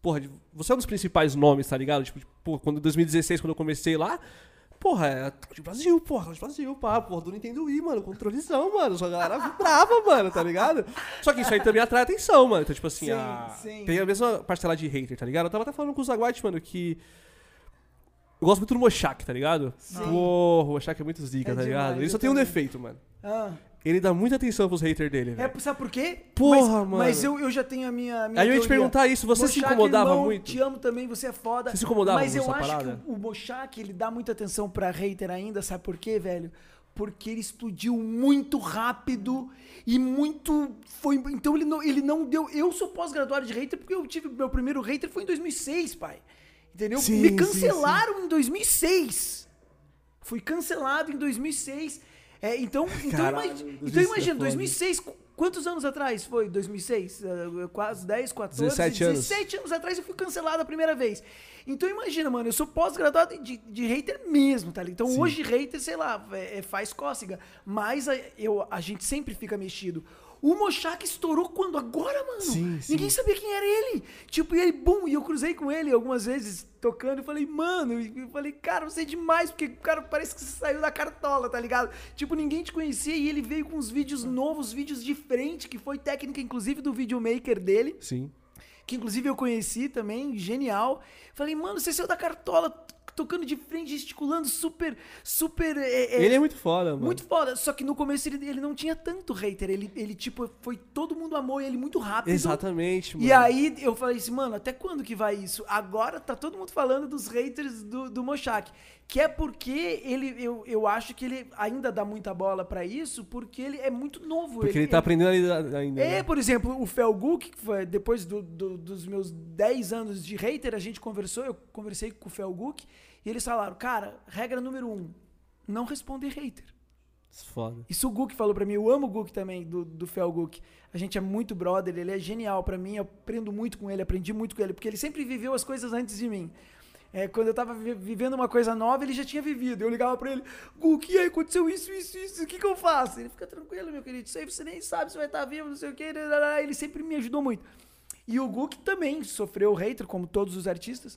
S1: porra, de- você é um dos principais nomes, tá ligado? Tipo, de- porra, quando em 2016, quando eu comecei lá, porra, é Cloud Brasil, porra, Cloud Brasil, pá, porra, do Nintendo Wii, mano, controlezão, mano, sua galera brava, mano, tá ligado? Só que isso aí também atrai atenção, mano. Então, tipo assim,
S3: Sim,
S1: a-
S3: sim.
S1: tem a mesma parcela de hater, tá ligado? Eu tava até falando com o Zaguate, mano, que. Eu gosto muito do Mochak, tá ligado?
S3: Sim.
S1: Porra, o Mochak é muito zica,
S3: É
S1: tá ligado?
S3: demais,
S1: Ele só
S3: eu
S1: tem um
S3: também.
S1: defeito, mano.
S3: Ah,
S1: Ele dá muita atenção pros haters dele, velho.
S3: é, sabe por quê?
S1: Porra,
S3: mas,
S1: mano.
S3: Mas eu, eu já tenho a minha, minha
S1: Aí eu ia te
S3: teoria.
S1: perguntar isso, você se
S3: Mochak,
S1: incomodava
S3: irmão,
S1: muito?
S3: Te amo também, você é foda.
S1: Você se incomodava
S3: Mas
S1: com
S3: eu
S1: essa
S3: acho
S1: parada?
S3: que o, o Mochak, ele dá muita atenção pra hater ainda, sabe por quê, velho? Porque ele explodiu muito rápido e muito. Foi, então ele não, ele não deu. Eu sou pós-graduado de hater porque eu tive. Meu primeiro hater foi em 2006, pai. Entendeu?
S1: Sim,
S3: Me
S1: sim,
S3: cancelaram em 2006. Fui cancelado em 2006. É, então, então,
S1: Caralho,
S3: imagi-
S1: 2006
S3: então
S1: é
S3: imagina,
S1: foda.
S3: 2006, qu- quantos anos atrás foi? 2006? Eh, Quase 10, 14,
S1: 17 anos.
S3: 17 anos atrás eu fui cancelado a primeira vez. Então imagina, mano, eu sou pós-graduado de, de hater mesmo, tá ligado? Então
S1: Sim.
S3: hoje hater, sei lá, é- é- faz cócega. Mas a, eu, a gente sempre fica mexido. O Mochak estourou quando? Agora, mano?
S1: Sim, sim.
S3: Ninguém sabia quem era ele. Tipo, e aí, bum, e eu cruzei com ele algumas vezes tocando e falei, mano, e eu falei, cara, você é demais, porque, cara, parece que você saiu da cartola, tá ligado? Tipo, ninguém te conhecia e ele veio com uns vídeos novos, vídeos de frente, que foi técnica, inclusive, do videomaker dele
S1: Sim.
S3: que inclusive eu conheci também, genial. Falei, mano, você saiu da cartola, t- tocando de frente, gesticulando, super, super. é, é,
S1: Ele é muito foda, mano.
S3: muito foda. Só que no começo ele, ele não tinha tanto hater. Ele, ele, tipo, foi todo mundo amou ele muito rápido.
S1: Exatamente, mano.
S3: E aí eu falei assim, mano, até quando que vai isso? Agora tá todo mundo falando dos haters do, do Mochak. Que é porque ele, eu, eu acho que ele ainda dá muita bola pra isso, porque ele é muito novo.
S1: Porque ele tá aprendendo a lidar ainda.
S3: É,
S1: né?
S3: por exemplo, o Felgu, que foi depois do- do- dos meus 10 anos de hater, a gente conversou, eu conversei com o Felgu, e eles falaram, cara, regra número um, não responder hater.
S1: é Foda.
S3: Isso o Guk falou pra mim, eu amo o Guk também, do, do Fel Guk. A gente é muito brother, ele é genial pra mim, eu aprendo muito com ele, aprendi muito com ele, porque ele sempre viveu as coisas antes de mim. É, quando eu tava vi- vivendo uma coisa nova, ele já tinha vivido. Eu ligava pra ele, Guk, e aí, aconteceu isso, isso, isso, o que que eu faço? Ele fica tranquilo, meu querido, isso aí você nem sabe se vai estar vivo, não sei o quê. lá, lá, lá." Ele sempre me ajudou muito. E o Guk também sofreu hater, como todos os artistas.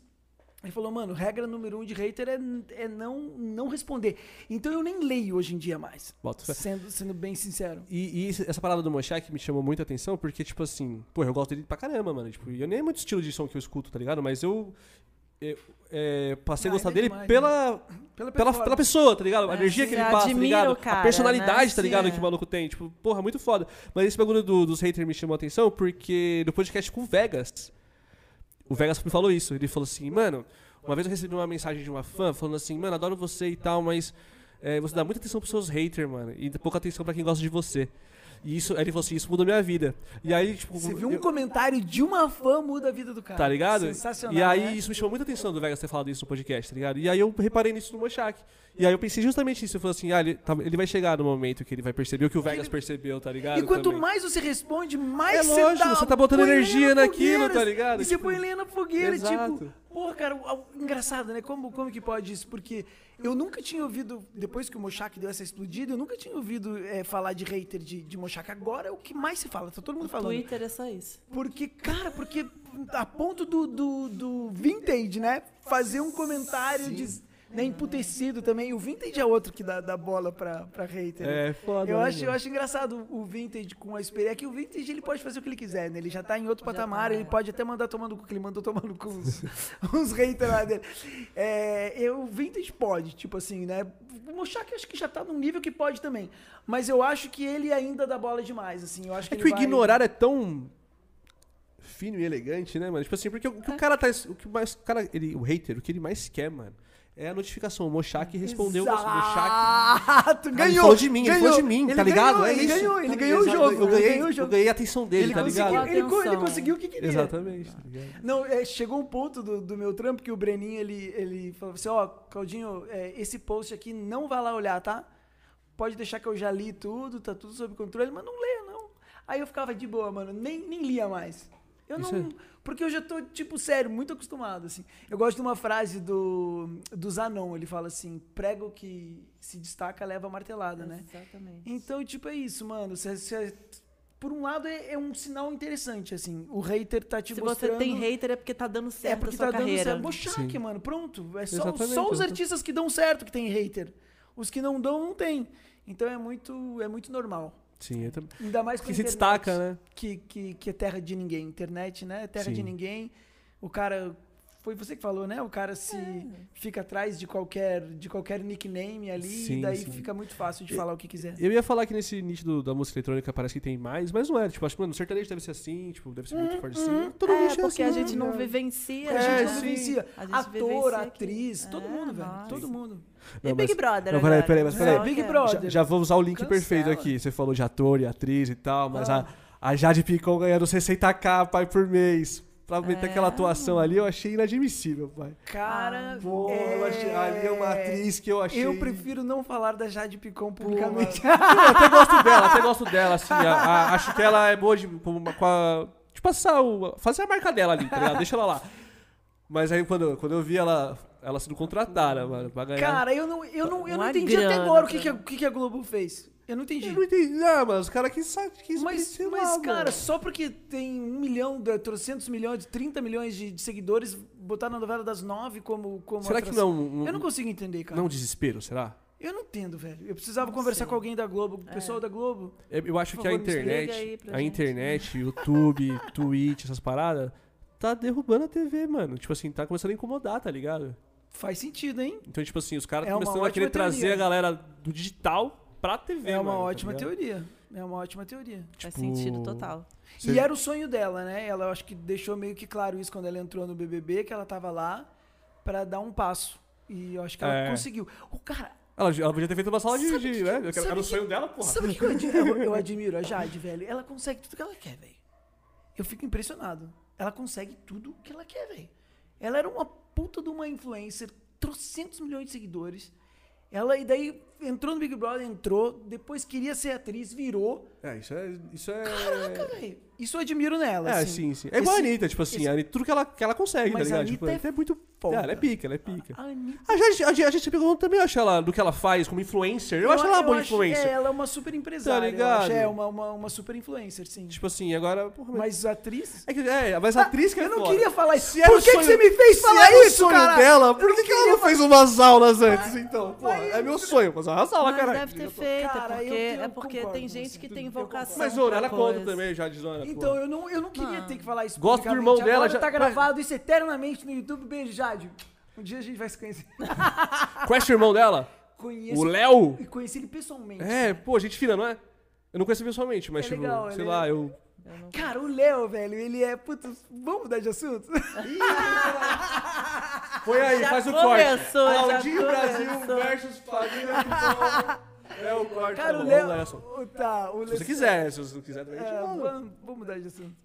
S3: Ele falou, mano, regra número um de hater é, é não, não responder. Então eu nem leio hoje em dia mais.
S1: Bota fé.
S3: Sendo, sendo bem sincero.
S1: E, e esse- essa parada do Mochak me chamou muita atenção, porque, tipo assim, pô, eu gosto dele pra caramba, mano. Tipo, e eu nem é muito estilo de som que eu escuto, tá ligado? Mas eu. eu, é, passei a
S3: Ah,
S1: gostar
S3: ele é
S1: dele
S3: demais,
S1: pela,
S3: Pela, né?
S1: pela,
S3: performance.
S1: pela pessoa, tá ligado? A
S2: É,
S1: energia que
S2: você
S1: ele passa, tá
S2: admira
S1: ligado?
S2: o cara,
S1: a
S2: né?
S1: personalidade, tá
S2: Sim,
S1: ligado?
S2: é.
S1: Que o maluco tem. Tipo, porra, muito foda. Mas esse bagulho do- dos haters me chamou a atenção porque no podcast com o Vegas, o Vegas me falou isso. Ele falou assim, mano, uma vez eu recebi uma mensagem de uma fã falando assim, mano, adoro eh, você e tal, mas é, você dá muita atenção pros seus haters, mano, e pouca atenção pra quem gosta de você. E isso, aí ele falou assim, isso mudou minha vida. E aí, tipo,
S3: Você viu um
S1: eu-
S3: comentário de uma fã muda a vida do cara.
S1: Tá ligado?
S3: Sensacional.
S1: E aí
S3: né?
S1: isso me chamou muita atenção do Vegas ter falado isso no podcast, tá ligado? E aí eu reparei nisso no Mochak. E aí eu pensei justamente isso. Eu falei assim, ah, ele, tá- ele vai chegar no momento que ele vai perceber o que o Vegas percebeu, tá ligado?
S3: E quanto
S1: Também.
S3: mais você responde, mais
S1: É
S3: você
S1: lógico,
S3: tá,
S1: você tá botando
S3: põe lenha
S1: energia
S3: na
S1: naquilo,
S3: fogueira,
S1: tá ligado?
S3: E você
S1: Tipo,
S3: põe lenha na fogueira,
S1: exato.
S3: tipo... Pô, cara, o- o- engraçado, né? Como, como que pode isso? Porque eu nunca tinha ouvido, depois que o Mochak deu essa explodida, eu nunca tinha ouvido eh, falar de hater de, de Mochak. Agora é o que mais se fala, tá todo mundo falando.
S2: Twitter é só isso.
S3: Porque, cara, porque a ponto do, do, do Vintage, né? Fazer um comentário de, né, emputecido também. O Vintage é outro que dá, dá bola pra, pra hater. né?
S1: É, foda.
S3: Eu
S1: né,
S3: acho, eu
S1: mano?
S3: acho engraçado o Vintage com a experiência. É que o Vintage ele pode fazer o que ele quiser, né? Ele já tá em outro patamar, ele pode até mandar tomando cu, que ele mandou tomando cu uns, uns haters lá dele. É, eu, o Vintage pode, tipo assim, né? O Mochak acho que já tá num nível que pode também. Mas eu acho que ele ainda dá bola demais, assim. Eu acho que
S1: É que o
S3: ele vai-
S1: ignorar é tão fino e elegante, né, mano? Tipo assim, porque o, o
S3: É.
S1: que o cara tá. O que mais. O, cara, ele, o hater, o que ele mais quer, mano, é a notificação. O Mochak respondeu o Mochak.
S3: Exato,
S1: Ah, Ele
S3: ganhou.
S1: falou de mim, ele
S3: ganhou.
S1: falou de mim,
S3: Ele
S1: tá ligado?
S3: ganhou,
S1: é
S3: ele
S1: isso.
S3: ganhou, ele
S1: Tá
S3: ganhou o
S1: ligado?
S3: jogo,
S1: Eu
S3: ele
S1: ganhei,
S3: ganhou o jogo.
S1: eu ganhei a atenção dele,
S3: Ele
S1: tá
S3: conseguiu,
S1: ligado?
S3: ele co- ele
S2: Atenção.
S3: conseguiu o que queria.
S1: Exatamente, tá ligado?
S3: Não, é, chegou um ponto do, do meu trampo que o Breninho, ele, ele falou assim, ó, Claudinho, é, esse post aqui não vai lá olhar, tá? Pode deixar que eu já li tudo, tá tudo sob controle, mas não leia, não. Aí eu ficava de boa, mano, nem, nem lia mais. Eu
S1: Isso
S3: não... Porque eu já tô, tipo, sério, muito acostumado, assim. Eu gosto de uma frase do, do Zanon, ele fala assim, prego que se destaca leva martelada, né?
S2: Exatamente.
S3: Então, tipo, é isso, mano. Cê- cê- por um lado, é, é um sinal interessante, assim. O hater tá te
S2: Se
S3: mostrando...
S2: você tem hater é porque tá dando
S3: É
S2: certo
S3: porque
S2: a sua
S3: tá
S2: carreira.
S3: dando certo. Mochaque, mano, pronto. É só,
S1: Exatamente,
S3: só os
S1: exato.
S3: artistas que dão certo que tem hater. Os que não dão, não tem. Então é muito, é muito normal.
S1: Sim, eu também.
S3: Ainda mais com
S1: Que
S3: a
S1: se
S3: internet,
S1: destaca, né?
S3: Que, que, que é terra de ninguém. Internet, né? É terra
S1: Sim.
S3: de ninguém. O cara. Foi você que falou, né? O cara se
S2: É.
S3: fica atrás de qualquer, de qualquer nickname ali,
S1: Sim,
S3: e daí
S1: sim.
S3: fica muito fácil de falar o que quiser.
S1: Eu ia falar que nesse nicho do- da música eletrônica parece que tem mais, mas não é. Tipo, acho que, mano, sertanejo deve ser assim, tipo, deve ser muito forte assim. Todo
S2: é,
S1: nicho é
S2: porque
S1: assim,
S2: a
S1: né?
S2: gente não
S3: né?
S2: vivencia.
S3: A
S1: É,
S3: gente
S1: sim.
S2: né?
S3: vivencia.
S2: A gente
S3: Ator,
S2: vivencia aqui.
S3: atriz, todo
S2: É,
S3: mundo, velho.
S2: nós.
S3: Todo mundo.
S2: E
S1: Não,
S2: Big
S1: mas-
S2: Brother
S1: Não, peraí,
S2: agora?
S1: peraí, mas
S2: Não,
S1: peraí.
S2: eu
S3: Big
S2: quero.
S3: Brother.
S1: Já, já vou usar o link
S3: Cancela.
S1: perfeito aqui. Você falou de ator e atriz e tal, mas
S2: Ah.
S1: a, a Jade Picon ganhando 60k, pai, por mês. Pra meter
S2: É.
S1: aquela atuação ali, eu achei inadmissível, pai.
S3: Cara,
S1: Pô, eu achei, ali é uma atriz que eu achei.
S3: Eu prefiro não falar da Jade Picon publicamente.
S1: Eu até gosto dela, até gosto dela, assim. a- a- acho que ela é boa de. com uma- com a- de passar o. Fazer a marca dela ali, tá ligado? Deixa ela lá. Mas aí quando, quando eu vi ela, ela sendo contratada, mano, pra ganhar.
S3: Cara, eu não, eu não, eu não
S2: Uma
S3: entendi até
S2: grana,
S3: agora o que,
S2: cara.
S3: que, a, o que que a Globo fez. Eu não entendi.
S1: eu não entendi. Ah, mano, os caras que sabem que
S3: Mas, mas cara, só porque tem um milhão, de- 300 milhões, 30 milhões de, de seguidores, botar na novela das nove como. como
S1: Será que
S3: atração.
S1: não é um- um-
S3: Eu não consigo entender, cara.
S1: Não um desespero, será?
S3: Eu não entendo, velho. Eu precisava conversar com alguém da Globo,
S1: É.
S3: com o pessoal da Globo.
S1: Eu- É, Eu acho
S3: Por
S1: que a
S3: favor, me
S1: internet,
S2: explica aí pra
S1: a
S2: gente.
S1: internet, YouTube, Twitch, essas paradas, tá derrubando a TV, mano. Tipo assim, tá começando a incomodar, tá ligado?
S3: Faz sentido, hein?
S1: Então, tipo assim, os caras
S3: É uma
S1: começando a querer
S3: ótima teoria.
S1: trazer a galera do digital pra TV,
S3: É uma
S1: mano, tá
S3: ótima
S1: ligado?
S3: teoria. É uma ótima teoria.
S2: Faz
S1: Tipo,
S2: sentido total.
S1: Você-
S3: E era o sonho dela, né? Ela eu acho que deixou meio que claro isso quando ela entrou no BBB, que ela tava lá pra dar um passo. E eu acho que ela
S1: É.
S3: conseguiu. O cara,
S1: Ela, ela podia ter feito uma sala de.
S3: Sabe
S1: de-
S3: que-
S1: né? Era
S3: sabe
S1: era o
S3: que-
S1: sonho dela, porra.
S3: sabe o que eu admiro? Eu, eu admiro a Jade, velho. Ela consegue tudo que ela quer, velho. Eu fico impressionado. Ela consegue tudo que ela quer, velho. Ela era uma puta de uma influencer, trocentos milhões de seguidores. Ela, e daí, entrou no Big Brother, entrou, depois queria ser atriz, virou.
S1: É, isso é. Isso é.
S3: Caraca, velho. Isso eu admiro nela,
S1: É, sim,
S3: assim.
S1: sim. É igual a
S3: Esse-
S1: Anitta, tipo assim,
S3: esse-
S1: a Anitta, tudo que ela, que ela consegue,
S3: Mas
S1: tá ligado?
S3: a
S1: Tipo,
S3: Anitta é
S1: muito
S3: foda. Ah,
S1: Ela é pica, ela é pica.
S3: A Anitta
S1: A gente, a gente, a gente pegou também, eu acho ela, do que ela faz como influencer. Eu, acho ela uma boa
S3: acho-
S1: influencer. Tá
S3: É, ela é uma super empresária. eu
S1: ligado?
S3: acho. é, uma, uma, uma super influencer, sim.
S1: Tipo assim, agora. Porra, mas.
S3: Mas atriz.
S1: É, que, é, mas a atriz que é
S3: Eu não
S1: foda.
S3: queria falar isso.
S1: Se era
S3: Por
S1: o
S3: que,
S1: sonho-
S3: que você me fez
S1: se
S3: falar
S1: era o
S3: isso,
S1: sonho
S3: cara?
S1: dela, por que, que ela não fez umas aulas antes, então? Pô, é meu sonho fazer uma aula,
S2: Mas
S1: caralho.
S2: deve ter feito,
S3: Cara, eu
S2: porque,
S3: tenho-
S2: é porque
S3: concordo com
S2: tem gente
S3: você.
S2: que tem
S3: Eu concordo.
S2: vocação.
S1: Mas, Zona,
S2: pra
S1: ela conta
S2: coisa.
S1: também, já de Zona.
S3: Então, eu não, eu não queria ter que falar isso.
S1: Gosto do
S3: publicamente.
S1: irmão dela,
S3: Agora
S1: já-
S3: tá gravado isso eternamente no YouTube. Beijo, Jade. Um dia a gente vai se conhecer.
S1: Conhece o irmão dela?
S3: Conheço.
S1: O Léo?
S3: E conheci ele pessoalmente.
S1: É, pô, gente fina, não é? Eu não conheço pessoalmente, mas
S3: É
S1: tipo,
S3: legal,
S1: sei
S3: ele-
S1: lá, eu.
S3: Cara, o Léo, velho, ele é. Putz, vamos mudar de assunto?
S1: É, Põe aí,
S2: Já
S1: faz o corte.
S2: começou, já
S1: Claudinho Brasil
S2: começou.
S1: versus Fabíola. É o corte.
S3: Cara,
S1: tá
S3: o
S1: bom,
S3: Léo.
S1: vamos lá, Gerson.
S3: o- Tá, o
S1: Se
S3: Léo.
S1: você quiser, né? se você não quiser também, a gente
S3: É,
S1: fala.
S3: vamos, vamos mudar de assunto.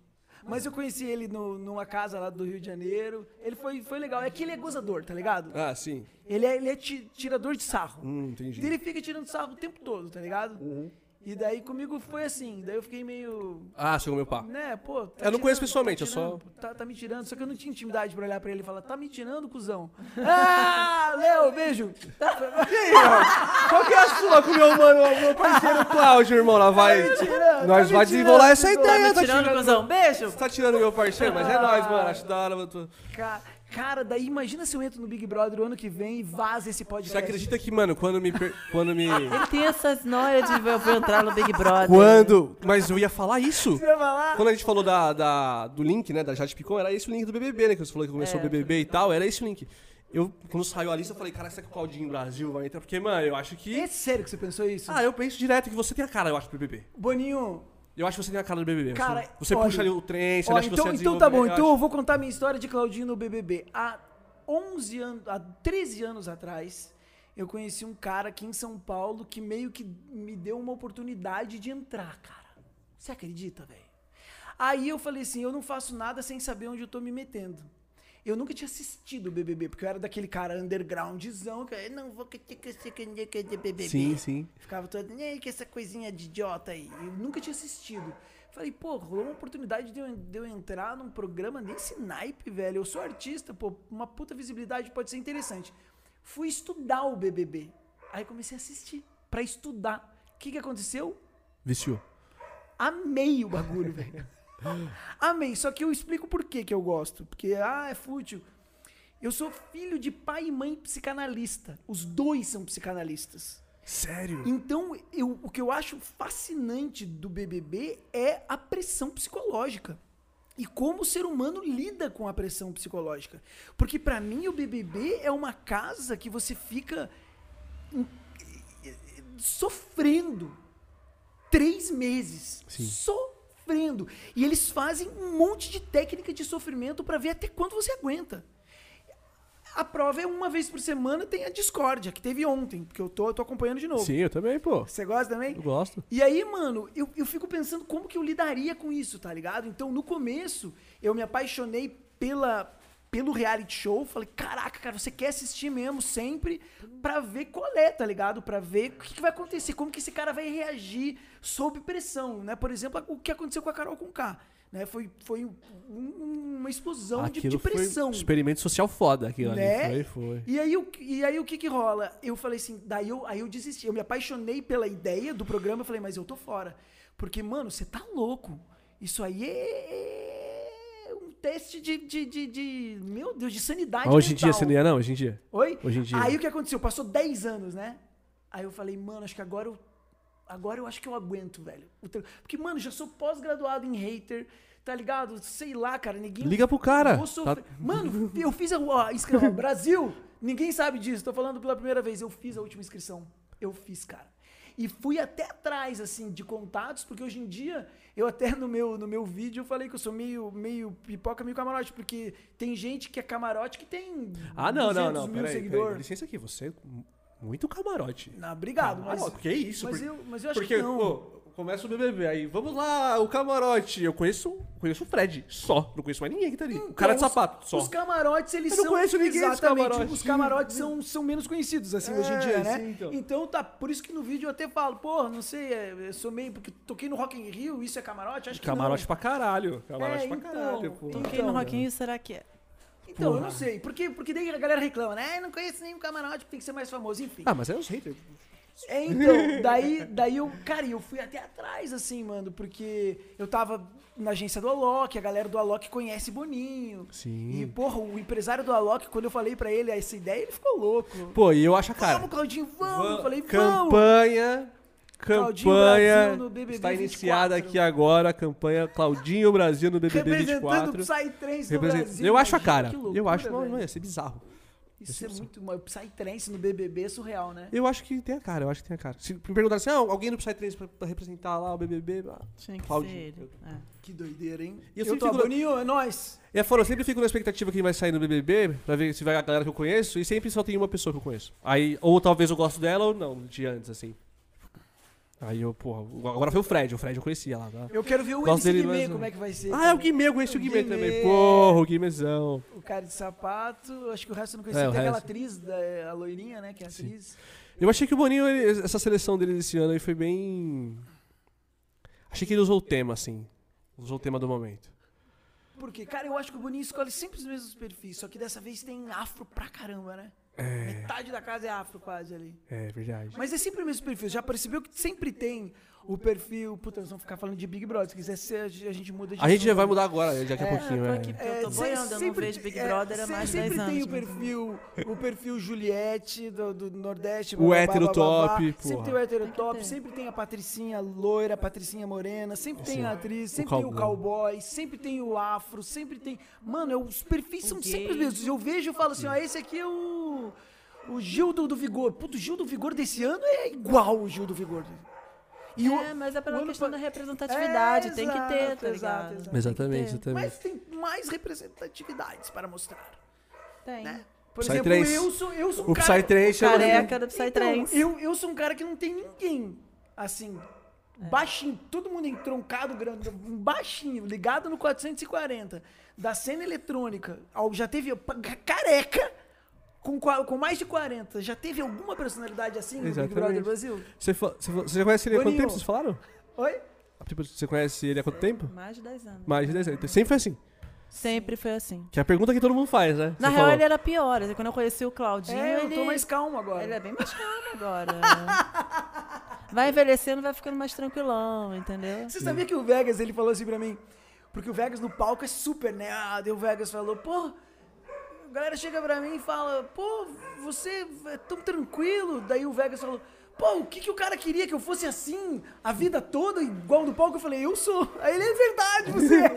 S3: Mas eu conheci ele no- numa casa lá do Rio de Janeiro. Ele foi, foi legal. É que ele é gozador, tá ligado?
S1: Ah, sim.
S3: Ele é, ele é ti- tirador de sarro.
S1: Hum, entendi. Uhum.
S3: Ele fica tirando sarro o tempo todo, tá ligado? E daí comigo foi assim. Daí eu fiquei meio.
S1: Ah, chegou meu pá.
S3: Né, pô. tá
S1: Eu não conheço
S3: tirando,
S1: pessoalmente,
S3: tá
S1: eu só-
S3: tirando, Tá, tá me tirando, só que eu não tinha intimidade pra olhar pra ele e falar, tá me tirando, cuzão. ah, Léo, beijo.
S1: E aí, irmão? Qual que é a sua com o meu mano, meu parceiro Cláudio, irmão? Nós vai,
S3: tirando,
S1: nós
S3: tá
S1: vai desenrolar
S3: me tirando,
S1: essa
S3: tá Ah. me
S2: Tá
S1: ideia.
S2: me
S1: Tá
S2: tirando,
S1: tirando,
S2: cuzão? Beijo!
S1: tá tirando meu parceiro, mas é nóis, mano. Acho da hora. mano. Tu-
S3: Ca- Cara, daí imagina se eu entro no Big Brother o ano que vem e vaza esse podcast.
S1: Você acredita que, mano, quando me... per- Quando me...
S2: Ele tem essas noias de eu vou entrar no Big Brother.
S1: Quando... Mas eu ia falar isso.
S3: Você vai falar?
S1: Quando a gente falou da, da- do link, né, da Jade Picon, era esse o link do BBB, né, que você falou que
S3: É.
S1: começou o BBB e tal, era esse o link. Eu, quando saiu a lista, eu falei, cara, será que é o Claudinho Brasil vai entrar? Porque, mano, eu acho que...
S3: É sério que você pensou isso?
S1: Ah, eu penso direto que você tem a cara, eu acho, do BBB.
S3: Boninho,
S1: Eu acho que você tem a cara do BBB.
S3: Cara,
S1: você você
S3: olha-
S1: puxa ali o trem, você
S3: ó,
S1: acha que você
S3: então,
S1: é
S3: então tá bom,
S1: desenvolvido,
S3: então
S1: eu
S3: eu vou contar minha história de Claudinho no BBB. Há 11 anos, há 13 anos atrás, eu conheci um cara aqui em São Paulo que meio que me deu uma oportunidade de entrar, cara. Você acredita, velho? Aí eu falei assim, eu não faço nada sem saber onde eu tô me metendo. Eu nunca tinha assistido o BBB, porque eu era daquele cara undergroundzão, que eu não vou que que que que que de BBB.
S1: acho. Sim, sim.
S3: Ficava todo, nem que essa coisinha de idiota aí. Eu nunca tinha assistido. Falei, pô, rolou uma oportunidade de eu, de eu entrar num programa nesse naipe, velho. Eu sou artista, pô, uma puta visibilidade pode ser interessante. Fui estudar o BBB. Aí comecei a assistir, pra estudar. O que, que aconteceu?
S1: Viciou.
S3: Amei o bagulho, velho. Amei. Só que eu explico por que que eu gosto. Porque, ah, é fútil. Eu sou filho de pai e mãe psicanalista. Os dois são psicanalistas.
S1: Sério?
S3: Então, eu- o que eu acho fascinante do BBB é a pressão psicológica. E como o ser humano lida com a pressão psicológica. Porque, pra mim, o BBB é uma casa que você fica em- sofrendo três meses.
S1: Sim.
S3: Sofrendo. E eles fazem um monte de técnica de sofrimento pra ver até quando você aguenta. A prova é uma vez por semana, tem a discórdia, que teve ontem, porque eu tô, eu tô acompanhando de novo.
S1: Sim, eu também, pô.
S3: Você gosta também?
S1: Eu gosto.
S3: E aí, mano, eu, eu fico pensando como que eu lidaria com isso, tá ligado? Então, no começo, eu me apaixonei pela, pelo reality show. Falei, caraca, cara, você quer assistir mesmo sempre pra ver qual é, tá ligado? Pra ver o que, que vai acontecer, como que esse cara vai reagir sob pressão, né? Por exemplo, o que aconteceu com a Carol Conká. Né? Foi, foi um- um- uma explosão de, de pressão.
S1: foi experimento social foda aquilo
S3: Né?
S1: ali. Foi, foi.
S3: E aí, o, que- e aí o que que rola? Eu falei assim, daí eu, aí eu desisti. Eu me apaixonei pela ideia do programa, eu falei, mas eu tô fora. Porque, mano, você tá louco. Isso aí é um teste de, de, de, de- meu Deus, de sanidade
S1: Mas Ah, hoje em
S3: mental.
S1: dia você não ia, não? Hoje em dia.
S3: Oi?
S1: Hoje em dia.
S3: Aí o que aconteceu? Passou 10 anos, né? Aí eu falei, mano, acho que agora eu. Agora eu acho que eu aguento, velho. O tra- Porque, mano, já sou pós-graduado em hater, tá ligado? Sei lá, cara, ninguém.
S1: Liga pro cara.
S3: Vou sofrer.
S1: Tá-
S3: Mano, eu fiz a ó, inscrição. Brasil, ninguém sabe disso. Tô falando pela primeira vez. Eu fiz a última inscrição. Eu fiz, cara. E fui até atrás, assim, de contatos, porque hoje em dia, eu até no meu, no meu vídeo eu falei que eu sou meio, meio pipoca, meio camarote, porque tem gente que é camarote que tem
S1: Ah, não, não,
S3: 200
S1: não.
S3: mil
S1: Peraí, peraí.
S3: seguidor.
S1: Dá Licença aqui, você é muito camarote. Ah,
S3: Não, obrigado, mas...
S1: Camarote, que é isso?
S3: Mas
S1: por-
S3: eu, mas eu acho
S1: Porque,
S3: que não.
S1: pô, começa o BBB, aí vamos lá, o camarote. Eu conheço, conheço o Fred, só. Não conheço mais ninguém que tá ali. o cara de
S3: Então, os-
S1: sapato, só.
S3: Os camarotes, eles
S1: Eu não
S3: são.
S1: conheço ninguém dos
S3: Exatamente.
S1: camarotes.
S3: Os camarotes são, são menos conhecidos, assim, hoje em
S1: É,
S3: dia, né?
S1: sim, então.
S3: então. tá. Por isso que no vídeo eu até falo, porra, não sei, é, eu sou meio. Porque toquei no Rock in Rio, isso é camarote? Acho que não.
S1: Camarote pra caralho. Camarote
S3: É,
S1: pra
S3: então,
S1: caralho, pô.
S3: tem-
S2: Toquei no Roquinho, será que é?
S3: Então, eu não sei. Porque, porque daí a galera reclama, né? "Ah, eu não conheço nenhum camarote, tem que ser mais famoso, enfim.
S1: Ah, mas é os haters.
S3: É, então, daí, daí eu, cara, eu fui até atrás, assim, mano, porque eu tava na agência do Alok, a galera do Alok conhece Boninho.
S1: Sim.
S3: E, porra, o empresário do Alok, quando eu falei pra ele essa ideia, ele ficou louco.
S1: Pô, e eu acho a cara.
S3: vamos, Claudinho, vamos!
S1: Vam-
S3: Eu falei, vamos!
S1: campanha.
S3: Claudinho
S1: Campanha.
S3: Brasil no BBB
S1: Está iniciada
S3: 24.
S1: aqui agora a campanha Claudinho Brasil no BBB
S3: Representando
S1: 24.
S3: o Psytrance no
S1: Represent-
S3: Brasil.
S1: eu acho a
S3: imagina,
S1: cara.
S3: que loucura,
S1: eu acho, não,
S3: velho.
S1: não ia ser bizarro.
S3: Isso é muito... O Psytrance no BBB é surreal, né?
S1: Eu acho que tem a cara, eu acho que tem a cara. Se me perguntaram assim, ah, alguém do Psytrance pra, pra representar lá o BBB. Ah.
S2: Tinha que
S1: Claudinho.
S2: ser ele. é.
S3: Que doideira, hein?
S1: E
S3: E
S1: eu
S3: eu,
S1: sempre
S3: tô,
S1: fico-
S3: Boninho, é nóis!
S1: E aí, fora, eu sempre fico na expectativa que vai sair no BBB, pra ver se vai a galera que eu conheço, e sempre só tem uma pessoa que eu conheço. Aí, ou talvez eu gosto dela ou não, de antes, assim. Aí eu, porra, agora foi o Fred, o Fred eu conhecia lá. Tá?
S3: Eu quero ver o
S1: Gosto dele,
S3: Elis Guimê,
S1: mas-
S3: como é que vai ser.
S1: Ah, é o Guimê, eu conheci o
S3: O
S1: Guimê também.
S3: Guimê.
S1: Porra, o Guimezão.
S3: O um cara de sapato, acho que o resto eu não conhecia.
S1: É, o
S3: Tem aquela
S1: resto.
S3: atriz, da, a loirinha, né? Que é a
S1: Sim.
S3: atriz.
S1: Eu achei que o Boninho, ele- essa seleção dele desse ano aí foi bem. Achei que ele usou o tema, assim. Usou o tema do momento.
S3: Porque, cara, eu acho que o Boninho escolhe sempre os mesmos perfis, só que dessa vez tem afro pra caramba, né? Metade da casa é afro quase ali.
S1: É, verdade.
S3: Mas é sempre o mesmo perfil. Já percebeu que sempre tem o perfil. Puta, nós vamos ficar falando de Big Brother. Se quiser ser, a gente a gente muda de
S1: A gente
S3: assunto.
S1: já vai mudar agora, daqui a
S2: Ah, eu
S1: pouquinho.
S2: tô
S1: É.
S2: aqui porque eu tô
S3: se-
S2: boiando, eu não vejo Big Brother
S3: é,
S2: há
S3: se-
S2: mais de
S3: sempre
S2: 10 anos. né?
S3: tem o perfil, o perfil Juliette do, do Nordeste,
S1: O
S3: blá, blá, blá,
S1: hétero
S3: blá, blá, blá.
S1: top, porra.
S3: sempre tem o hétero top,
S2: ter.
S3: sempre tem a Patricinha loira, a Patricinha morena, sempre tem
S1: Sim.
S3: a atriz,
S1: O
S3: sempre tem o
S1: cowboy.
S3: cowboy, sempre tem o afro, sempre tem. Mano, é- os perfis
S2: O
S3: são
S2: gay.
S3: sempre os mesmos. Eu vejo e falo assim, ó, esse aqui é o o Gil do, do Vigor. Puto, o Gil do Vigor desse ano é igual o Gil do Vigor. E o-
S2: É, mas é
S3: o
S2: pela
S3: ano
S2: questão
S3: pa-
S2: da representatividade,
S3: É,
S2: tem que ter,
S3: exato,
S2: tá ligado?
S3: exato, exato.
S1: Exatamente,
S2: Tem que
S1: exatamente.
S3: Mas tem mais representatividades para mostrar,
S2: Tem.
S3: né? Por
S1: Psy
S3: exemplo,
S1: trance.
S3: eu sou, eu sou um
S1: O
S3: cara...
S1: Psytrance chama-
S2: Careca da
S3: Então,
S2: Psytrance.
S3: eu, eu sou um cara que não tem ninguém, assim,
S2: É.
S3: baixinho, todo mundo entroncado, grande, um baixinho, ligado no 440, da cena eletrônica, ao- já teve pa- ca- careca, com, qua- com mais de 40, já teve alguma personalidade assim no Big
S1: Exatamente.
S3: Brother Brasil?
S1: Você, fa- você fa- você já conhece ele há quanto
S3: Boninho.
S1: tempo? Vocês falaram?
S3: Oi?
S1: Tipo, você conhece ele há quanto tempo?
S2: Mais de 10 anos.
S1: Mais de 10 anos. Então, Sempre foi assim.
S2: Sempre foi assim.
S1: Que é a pergunta que todo mundo faz, né?
S2: Na
S1: Você
S2: real,
S1: falou.
S2: ele era pior. assim, Quando eu conheci o Claudinho,
S3: É, eu
S2: ele...
S3: tô mais calmo agora.
S2: ele é bem mais calmo agora. vai envelhecendo, vai ficando mais tranquilão, entendeu?
S3: Você sabia que o Vegas, ele falou assim pra mim? Porque o Vegas no palco é super, né? Ah, daí o Vegas falou, pô, a galera chega pra mim e fala, pô, você é tão tranquilo. Daí o Vegas falou, pô, o que, que o cara queria que eu fosse assim a vida toda, igual no palco? Eu falei, eu sou. Aí ele, é verdade, você. é.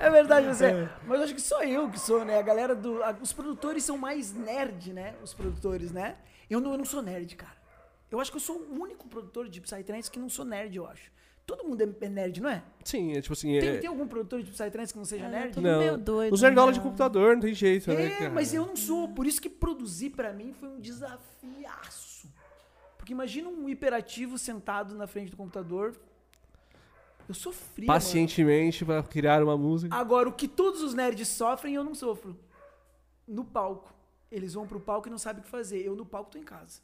S3: é verdade, você. é." Mas eu acho que só eu que sou, né? A galera do... a- os produtores são mais nerd, né? Os produtores, né? Eu não, eu não sou nerd, cara. Eu acho que eu sou o único produtor de Psytrance que não sou nerd, eu acho. Todo mundo é- é nerd, não é?
S1: Sim, é tipo assim.
S3: Tem,
S1: é...
S3: tem algum produtor de Psytrance que não seja
S2: É,
S3: nerd?
S2: todo
S1: não.
S2: meio doido,
S1: Os nerdolas de
S2: né?
S1: computador, não tem jeito, né?
S3: É,
S1: cara?
S3: mas eu não sou. Por isso que produzir pra mim foi um desafiaço. Porque imagina um hiperativo sentado na frente do computador. Eu sofria. mano.
S1: Pacientemente pra criar uma música.
S3: Agora, o que todos os nerds sofrem, eu não sofro. No palco. Eles vão pro palco e não sabem o que fazer. Eu no palco tô em casa.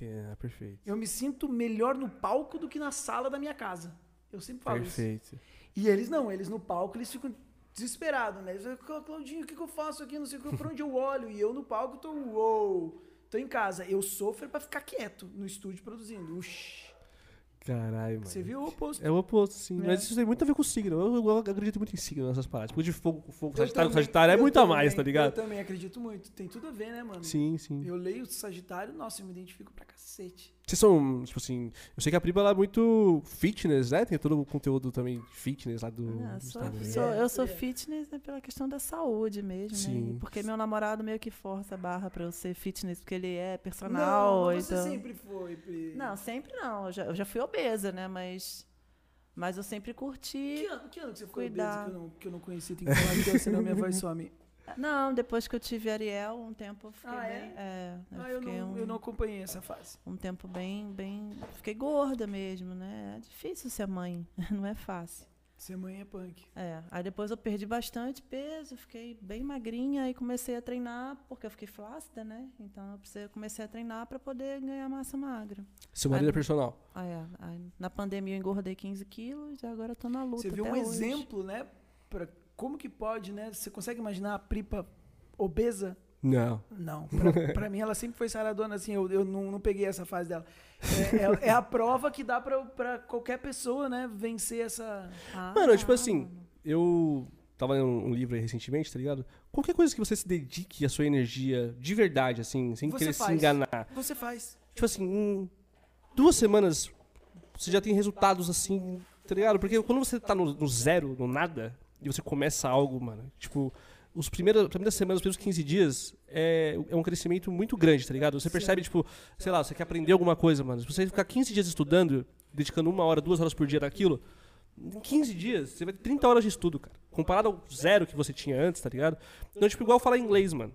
S1: É, perfeito.
S3: Eu me sinto melhor no palco do que na sala da minha casa. Eu sempre falo isso.
S1: Perfeito.
S3: E eles não, eles no palco, eles ficam desesperados, né? Eles falam, Claudinho, o que, que eu faço aqui? Não sei o que, pra onde eu olho. E eu no palco tô, uou, tô em casa. Eu sofro é pra ficar quieto no estúdio produzindo. Ush.
S1: Caralho, mano.
S3: Você viu o oposto?
S1: É o oposto, sim.
S3: É.
S1: Mas isso tem muito a ver com o signo. Eu, eu acredito muito em signo nessas paradas. Tipo, de fogo, fogo
S3: Eu
S1: sagitário com
S3: também-
S1: sagitário é
S3: eu
S1: muito a mais,
S3: também-
S1: tá
S3: Eu
S1: ligado?
S3: também acredito muito. Tem tudo a ver, né, mano?
S1: Sim, sim.
S3: Eu leio o Sagitário, nossa, eu me identifico pra cacete.
S1: Vocês são, tipo assim, eu sei que a Priba ela é muito fitness, né? Tem todo o conteúdo também de fitness lá do.
S2: Ah,
S1: do
S2: sou-
S1: Instagram.
S2: sou- eu sou
S3: É.
S2: fitness né, pela questão da saúde mesmo, né?
S1: Sim.
S2: E Porque meu namorado meio que força a barra pra eu ser fitness, porque ele é
S3: não,
S2: personal.
S3: mas assim, você
S2: então...
S3: sempre foi, Pri.
S2: Não, sempre não. Eu já, eu já fui obesa, né? Mas, mas eu sempre
S3: Que
S2: curti.
S3: ano, que ano que você ficou
S2: Cuidar.
S3: obeso que eu não, que eu não conheci? Tem que falar, porque senão minha voz some.
S2: Não, depois que eu tive Ariel, um tempo eu fiquei
S3: Ah, é?
S2: bem. É, eu
S3: Ah, eu
S2: fiquei
S3: não,
S2: um,
S3: eu não acompanhei essa fase.
S2: um tempo bem, bem. Fiquei gorda mesmo, né? É difícil ser mãe, não é fácil.
S3: Ser mãe é punk.
S2: É, aí depois eu perdi bastante peso, fiquei bem magrinha e comecei a treinar, porque eu fiquei flácida, né? Então eu precisei- eu comecei a treinar para poder ganhar massa magra.
S1: Seu marido é
S2: Ah,
S1: personal.
S2: Ah, é. Aí, na pandemia eu engordei 15 quilos e agora eu tô na luta.
S3: Você viu
S2: até
S3: um
S2: hoje.
S3: exemplo, né? Pra como que pode, né? Você consegue imaginar a Pripa obesa?
S1: Não.
S3: Não. Pra, pra mim, ela sempre foi saradona, assim. Eu, eu não, não peguei essa fase dela. É, é- é a prova que dá pra, pra qualquer pessoa, né? Vencer essa.
S2: Ah,
S1: Mano, tipo
S2: não,
S1: assim,
S2: mano.
S1: eu tava lendo um livro aí recentemente, tá ligado? Qualquer coisa que você se dedique a sua energia de verdade, assim, sem
S3: Você
S1: querer se
S3: faz.
S1: enganar.
S3: Você faz.
S1: Tipo assim, em duas semanas você já tem resultados assim, tá ligado? Porque quando você tá no, no zero, no nada, e você começa algo, mano, tipo, os primeiros, as primeiras semanas, os primeiros 15 dias, é, é um crescimento muito grande, tá ligado? Você percebe, tipo, sei lá, você quer aprender alguma coisa, mano. Se você ficar 15 dias estudando, dedicando uma hora, duas horas por dia naquilo, em 15 dias você vai ter 30 horas de estudo, cara. Comparado ao zero que você tinha antes, tá ligado? Então, tipo, igual falar inglês, mano.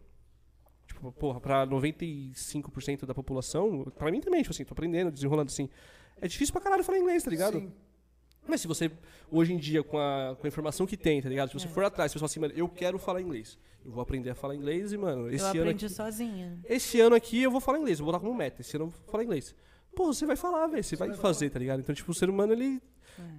S1: Tipo, porra, pra 95% da população, pra mim também, tipo assim, tô aprendendo, desenrolando assim. É difícil pra caralho falar inglês, tá ligado?
S3: Sim.
S1: Mas se você, hoje em dia, com a, com a informação que tem, tá ligado? Se você for atrás, se você fala assim, mano, eu quero falar inglês. Eu vou aprender a falar inglês e, mano, esse
S2: eu
S1: ano
S2: aprendi
S1: aqui,
S2: sozinha.
S1: esse ano aqui eu vou falar inglês, eu vou botar como meta, esse ano eu vou falar inglês. Pô, você vai falar, velho, você vai fazer, tá ligado? Então, tipo, o ser humano, ele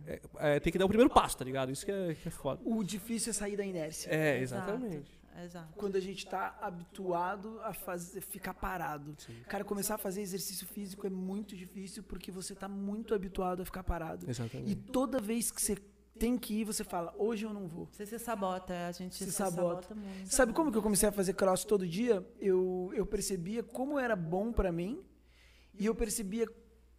S1: é, é, tem que dar o primeiro passo, tá ligado? Isso que é, que é foda.
S3: O difícil é sair da inércia.
S1: É, exatamente.
S2: Exato. exato.
S3: Quando a gente tá habituado a fazer, ficar parado. Cara, começar a fazer exercício físico é muito difícil porque você tá muito habituado a ficar parado. E
S1: Exatamente.
S3: toda vez que você tem que ir, você fala, hoje eu não vou.
S2: Você se sabota, a gente se,
S3: Se
S2: sabota.
S3: sabota.
S2: muito.
S3: Sabe como que eu comecei a fazer cross todo dia? Eu, eu percebia como era bom pra mim e eu percebia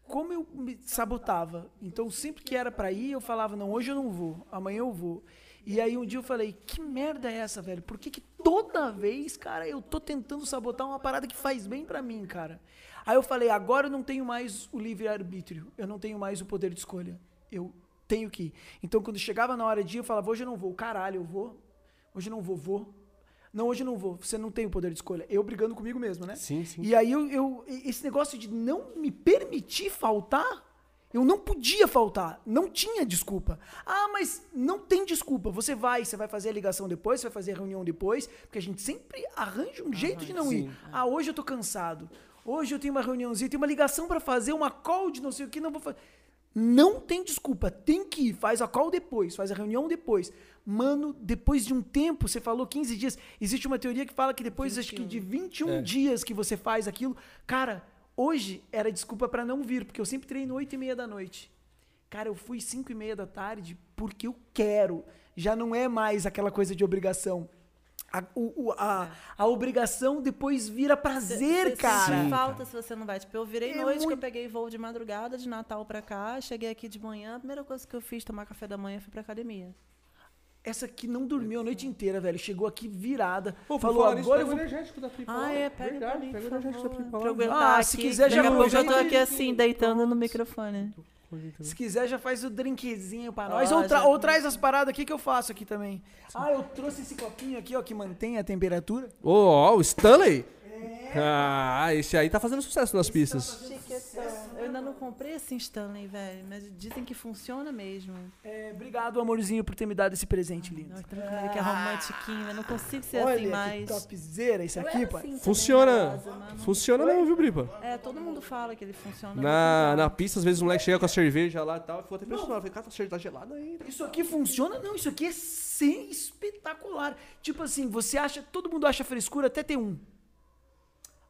S3: como eu me sabotava. Então, sempre que era pra ir, eu falava, não, hoje eu não vou, amanhã eu vou. E aí um dia eu falei, que merda é essa, velho? Por que, que toda vez, cara, eu tô tentando sabotar uma parada que faz bem pra mim, cara? Aí eu falei, agora eu não tenho mais o livre-arbítrio, eu não tenho mais o poder de escolha. Eu tenho que ir. Então, quando chegava na hora de ir, eu falava, hoje eu não vou, caralho, eu vou. Hoje eu não vou, vou. Não, hoje eu não vou. Você não tem o poder de escolha. Eu brigando comigo mesmo, né?
S1: Sim, sim.
S3: E aí eu, eu- esse negócio de não me permitir faltar, eu não podia faltar, não tinha desculpa. Ah, mas não tem desculpa. Você vai, você vai fazer a ligação depois, você vai fazer a reunião depois, porque a gente sempre arranja um jeito de não ir. Ah, hoje eu tô cansado. Hoje eu tenho uma reuniãozinha, tenho uma ligação pra fazer, uma call de não sei o que, não vou fazer. Não tem desculpa, tem que ir, faz a call depois, faz a reunião depois. Mano, depois de um tempo, você falou 15 dias, existe uma teoria que fala que depois acho que de 21
S1: É.
S3: dias que você faz aquilo, cara, hoje era desculpa pra não vir, porque eu sempre treino 8 e meia da noite. Cara, eu fui 5 e meia da tarde porque eu quero. Já não é mais aquela coisa de obrigação. A, o- o- a, a obrigação depois vira prazer,
S2: Você
S3: cara.
S2: sente falta se você não vai. Tipo, eu virei
S3: É
S2: noite que eu
S3: muito-
S2: peguei voo de madrugada, de Natal pra cá, cheguei aqui de manhã, a primeira coisa que eu fiz, tomar café da manhã, fui pra academia.
S3: Essa aqui não dormiu a noite inteira, velho. Chegou aqui virada.
S1: Pô, por
S3: falou,
S1: falar nisso,
S3: agora eu
S1: pega
S3: vou
S1: o energético da Tripa.
S2: Ah, é, pega pra mim,
S1: pega
S2: por
S1: o energético da Tripa
S2: favor.
S1: lá.
S2: Pra eu
S3: Ah,
S2: aguentar
S3: se
S2: aqui,
S3: quiser,
S2: daqui
S3: já
S2: a pouco eu tô
S3: aproveita
S2: aqui
S3: e-
S2: assim, deitando no microfone.
S3: Se quiser, já faz o drinkzinho pra nós.
S2: Ó,
S3: ou, tra-
S2: já-
S3: ou traz as paradas aqui que eu faço aqui também. Ah, eu trouxe esse copinho aqui, ó, que mantém a temperatura.
S1: Ô, ó, o Stanley? Ah, esse tá aí tá fazendo sucesso nas pistas.
S2: Eu ainda não comprei esse Stanley, velho, mas dizem que funciona mesmo.
S3: É, obrigado, amorzinho, por ter me dado esse presente lindo.
S2: Ai, tranquilo, que é romantiquinho, eu não consigo ser
S3: Ah. Olha
S2: assim
S3: que
S2: mais.
S3: topzera isso aqui, pai.
S1: Funciona. Funciona não, viu, Bripa?
S2: É, todo mundo fala que ele funciona.
S1: Na,
S2: mas
S1: na pista, às vezes o moleque chega com a cerveja lá e tal. Eu fico até impressionado. Eu falei, cara, tá cerveja tá gelada ainda.
S3: Isso aqui funciona? Não, isso aqui é sem espetacular. Tipo assim, você acha, todo mundo acha frescura até ter um.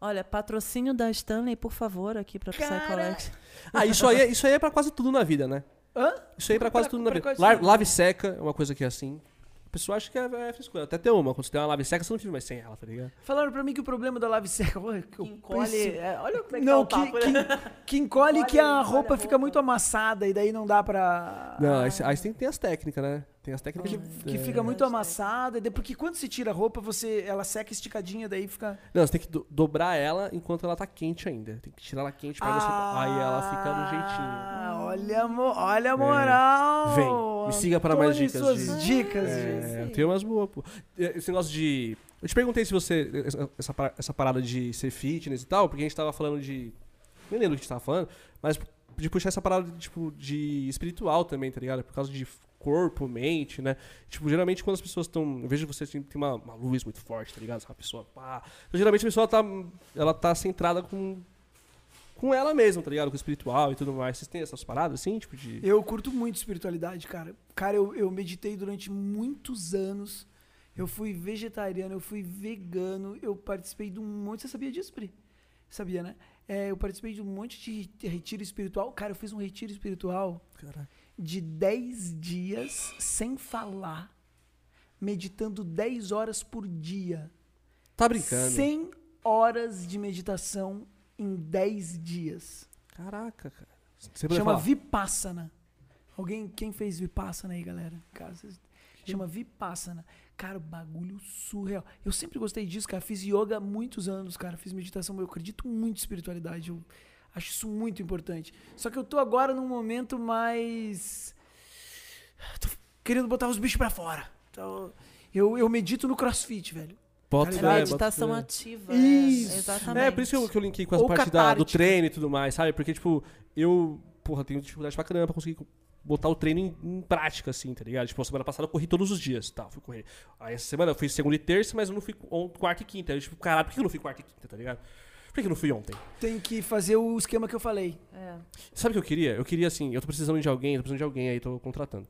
S2: Olha, patrocínio da Stanley, por favor, aqui pra Psy
S3: Cara,
S2: Collect.
S1: Ah, isso aí, é- isso aí é pra quase tudo na vida, né?
S3: Hã?
S1: Isso aí é pra quase tudo na
S3: pra
S1: vida.
S3: quase
S1: La-
S3: tudo.
S1: Lave seca é uma coisa que é assim. A pessoa acha que é, é frescura. Até tem uma. Quando você tem uma lave seca, você não vive mais sem ela, tá ligado?
S3: Falaram pra mim que o problema da lave seca. Olha, que eu
S2: Encolhe.
S3: preciso-
S2: é, olha como é que
S3: Não,
S2: tá o
S3: que,
S2: papo, né?
S3: que, que encolhe e que a
S2: Olha,
S3: roupa
S2: olha a
S3: fica
S2: roupa.
S3: muito amassada e daí não dá pra.
S1: Não, aí, aí tem, tem as técnicas, né? Tem as técnicas.
S3: Que,
S1: de-
S3: que
S1: é.
S3: fica muito amassada, e daí- porque quando se tira a roupa, você, ela seca esticadinha, daí fica.
S1: Não, você tem que do- dobrar ela enquanto ela tá quente ainda. Tem que tirar ela quente pra você. Aí ela fica do jeitinho. É.
S3: Ah, Olha, a mo- olha a moral.
S1: Vem, me siga para mais
S3: Antônio e
S1: dicas
S3: Suas
S1: de-
S3: dicas, gente.
S1: É, tem umas boas, pô. É, Esse negócio de. Eu te perguntei se você. essa- Essa, par- essa parada de ser fitness e tal, porque a gente tava falando de. Nem lembro o que a gente tava falando, mas de puxar essa parada, tipo, de espiritual também, tá ligado? Por causa de corpo, mente, né? Tipo, geralmente quando as pessoas estão. Eu vejo você assim, tem uma, uma luz muito forte, tá ligado? Uma pessoa pá. Então, geralmente a pessoa tá. Ela tá centrada com. Com ela mesma, tá ligado? Com o espiritual e tudo mais. Vocês têm essas paradas, assim, tipo, de.
S3: Eu curto muito espiritualidade, cara. Cara, eu, eu meditei durante muitos anos. Eu fui vegetariano, eu fui vegano, eu participei de um monte. Você sabia disso, Pri? Sabia, né? É, eu participei de um monte de re- retiro espiritual. Cara, eu fiz um retiro espiritual de 10 dias sem falar, meditando 10 horas por dia.
S1: Tá brincando.
S3: 100 horas de meditação em 10 dias.
S1: Caraca, cara. Você poderia
S3: Chama
S1: falar.
S3: Vipassana. Alguém, quem fez Vipassana aí, galera? Cara, vocês- Chama Vipassana. Cara, o bagulho surreal. Eu sempre gostei disso, cara. Fiz yoga há muitos anos, cara. Fiz meditação. Eu acredito muito em espiritualidade. Eu acho isso muito importante. Só que eu tô agora num momento mais. Tô querendo botar os bichos pra fora. Então, eu, eu medito no crossfit, velho.
S1: Bota
S2: É
S1: fé, bota
S2: meditação
S1: fé.
S2: ativa.
S3: Isso.
S2: É, exatamente.
S1: É, por isso que eu, que eu linkei com as
S3: Ou
S1: partes da- do
S3: catártico.
S1: treino e tudo mais, sabe? Porque, tipo, eu, porra, tenho dificuldade pra caramba pra conseguir botar o treino em, em prática, assim, tá ligado? Tipo, a semana passada eu corri todos os dias, tá? Fui correr. Aí essa semana eu fui segunda e terça, mas eu não fui on- quarta e quinta. Aí eu, tipo, caralho, por que eu não fui quarta e quinta, tá ligado? Por que eu não fui ontem?
S3: Tem que fazer o esquema que eu falei.
S2: É.
S1: Sabe o que eu queria? Eu queria, assim, eu tô precisando de alguém, tô precisando de alguém aí, tô contratando.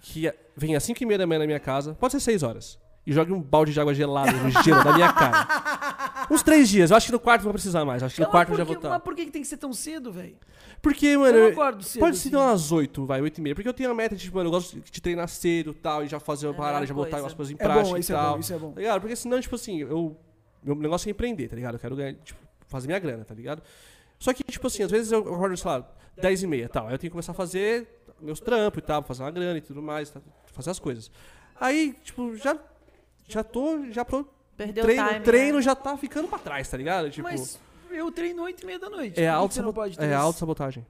S1: Que venha às 5 e meia da manhã na minha casa, pode ser 6 horas, e jogue um balde de água gelada no gelo da minha cara. Uns três dias, eu acho que no quarto eu vou precisar mais, eu acho que no
S3: Então,
S1: quarto eu
S3: mas
S1: já
S3: por
S1: vou
S3: que-
S1: estar.
S3: Mas por que que tem que ser tão cedo, velho?
S1: Porque, mano,
S3: Eu não
S1: eu-
S3: acordo cedo,
S1: pode ser
S3: assim.
S1: umas 8, vai, 8 e meia. Porque eu tenho a meta de, tipo, mano, eu gosto de treinar cedo e tal, e já fazer uma
S2: É a
S1: parada,
S2: melhor
S1: já botar
S2: coisa.
S1: umas coisas em
S3: É
S1: prática
S3: bom,
S1: e
S3: isso é
S1: tal.
S3: bom, isso é bom.
S1: Tá ligado? Porque senão, tipo assim, eu. Meu negócio é empreender, tá ligado? Eu quero ganhar, tipo, fazer minha grana, tá ligado? Só que, tipo assim, às vezes eu acordo, sei lá, 10 e meia e tal. Aí eu tenho que começar a fazer meus trampos e tal, fazer uma grana e tudo mais, tá? fazer as coisas. Aí, tipo, já. Já tô. Já pro
S2: Perdeu
S1: treino,
S2: o time.
S1: treino
S2: né?
S1: já tá ficando pra trás, tá ligado? Tipo.
S3: Mas eu treino 8 e meia da noite.
S1: é
S3: Por que
S1: auto
S3: você não pode ter
S1: é
S3: isso?
S1: auto-sabotagem.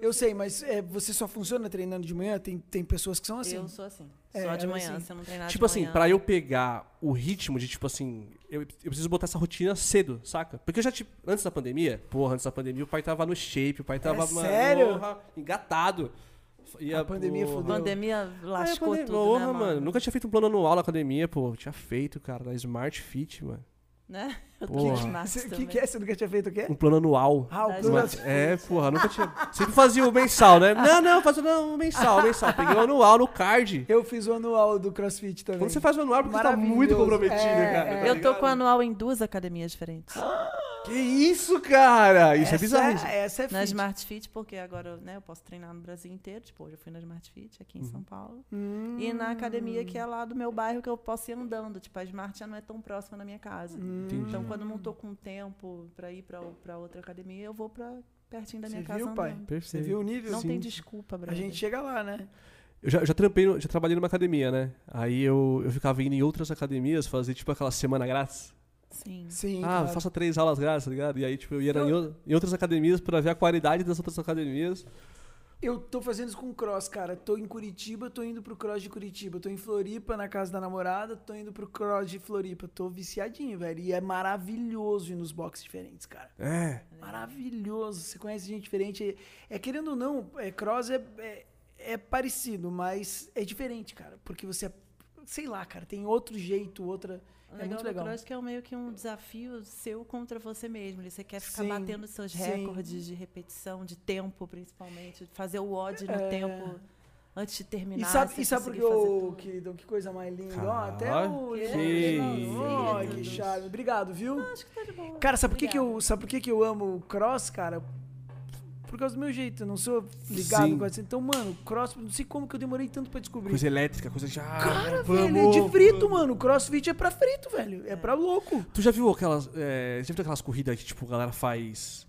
S3: Eu sei, mas é, você só funciona treinando de manhã? Tem, tem pessoas que são assim.
S2: Eu sou assim.
S3: É,
S2: Só de
S3: eu
S2: manhã,
S3: assim.
S2: você não tem nada
S1: Tipo
S2: de
S1: assim,
S2: manhã.
S1: pra eu pegar o ritmo de, tipo assim, eu, eu preciso botar essa rotina cedo, saca? Porque eu já, tipo, antes da pandemia, porra, antes da pandemia, o pai tava no shape, o pai tava, mano,
S3: É sério?
S1: porra, engatado. E
S3: A pandemia
S1: porra.
S2: A
S3: fudeu.
S2: pandemia
S1: Ah, é, a
S2: lascou
S1: pandemia,
S2: tudo,
S1: porra,
S2: né,
S1: mano?
S2: mano?
S1: Nunca tinha feito um plano anual na academia, pô. Tinha feito, cara, na Smart Fit, mano.
S2: Né? Eu tô
S1: Porra.
S2: demais
S3: Você- O que,
S2: também.
S3: que é? Você nunca tinha feito o quê?
S1: Um plano anual.
S3: Ah, o
S2: Mas-
S3: plano-
S1: Uma- é, porra, nunca tinha. Sempre fazia o mensal, né? Não, não, fazia não, o mensal, o mensal. Peguei o anual no card.
S3: Eu fiz o anual do CrossFit também.
S1: Quando você faz o anual, é porque você tá muito
S3: Maravilhoso.
S1: comprometido,
S3: É,
S1: cara.
S3: é.
S1: tá
S2: Eu tô
S1: ligado?
S2: com anual em duas academias diferentes.
S1: Que isso, cara? Isso
S3: essa,
S1: é bizarro. isso.
S3: Essa é
S2: Na
S3: fit.
S2: Smart Fit, porque agora né, eu posso treinar no Brasil inteiro. Tipo, hoje eu fui na Smart Fit, aqui em São Paulo.
S3: Hum,
S2: E na academia que é lá do meu bairro, que eu posso ir andando. Tipo, a Smart já não é tão próxima da minha casa.
S3: hum.
S1: Entendi.
S2: Então, quando eu não tô com tempo pra ir pra, o- pra outra academia, eu vou pra pertinho da minha
S3: Você
S2: casa
S3: viu,
S2: andando.
S3: pai?
S1: Perfeito.
S3: Você viu o nível?
S2: Não
S1: Sim.
S2: tem desculpa,
S3: A
S2: Brasil.
S3: gente chega lá, né?
S1: Eu já, já trampei, no- já trabalhei numa academia, né? Aí eu, eu ficava indo em outras academias fazer, tipo, aquela semana grátis.
S3: é
S2: Sim.
S3: Sim.
S1: ah,
S3: claro. Então
S1: faça três aulas grátis, tá ligado? E aí, tipo, eu ia em, ou- em outras academias pra ver a qualidade das outras academias.
S3: Eu tô fazendo isso com cross, cara. Tô em Curitiba, tô indo pro cross de Curitiba. Tô em Floripa, na casa da namorada, tô indo pro cross de Floripa. Tô viciadinho, velho. E é maravilhoso ir nos boxes diferentes, cara.
S1: É.
S2: Né?
S3: Maravilhoso. Você conhece gente diferente. É, é, querendo ou não, é, cross é, é, é parecido, mas é diferente, cara. Porque você é, sei lá, cara, tem outro jeito, outra.
S2: O
S3: é
S2: legal
S3: muito
S2: do
S3: legal.
S2: cross que é meio que um desafio seu contra você mesmo. Você quer ficar
S3: Sim,
S2: batendo seus
S3: sim.
S2: recordes de repetição, de tempo, principalmente. Fazer o odd no
S3: É.
S2: tempo antes de
S3: E
S2: terminar.
S3: sabe,
S2: você
S3: e sabe por
S2: conseguir
S3: que,
S2: fazer
S3: ô,
S2: tudo.
S3: queridão, que coisa mais linda? Ó,
S1: Cara,
S3: até o.
S1: que
S3: Ó,
S1: lindo.
S3: que chave. Obrigado, viu?
S2: Acho que tá de boa.
S3: Cara, sabe por que, que
S2: Obrigada.
S3: eu, sabe por que, que eu amo cross, cara? Por causa do meu jeito, eu não sou ligado
S1: Sim.
S3: com isso. Então, mano, cross, não sei como que eu demorei tanto pra descobrir.
S1: Coisa elétrica, coisa Ah. já.
S3: Cara, velho, é de frito, mano. Crossfit é pra frito, velho. É, pra louco.
S1: Tu já viu aquelas. É, já viu aquelas corridas que, tipo, a galera faz.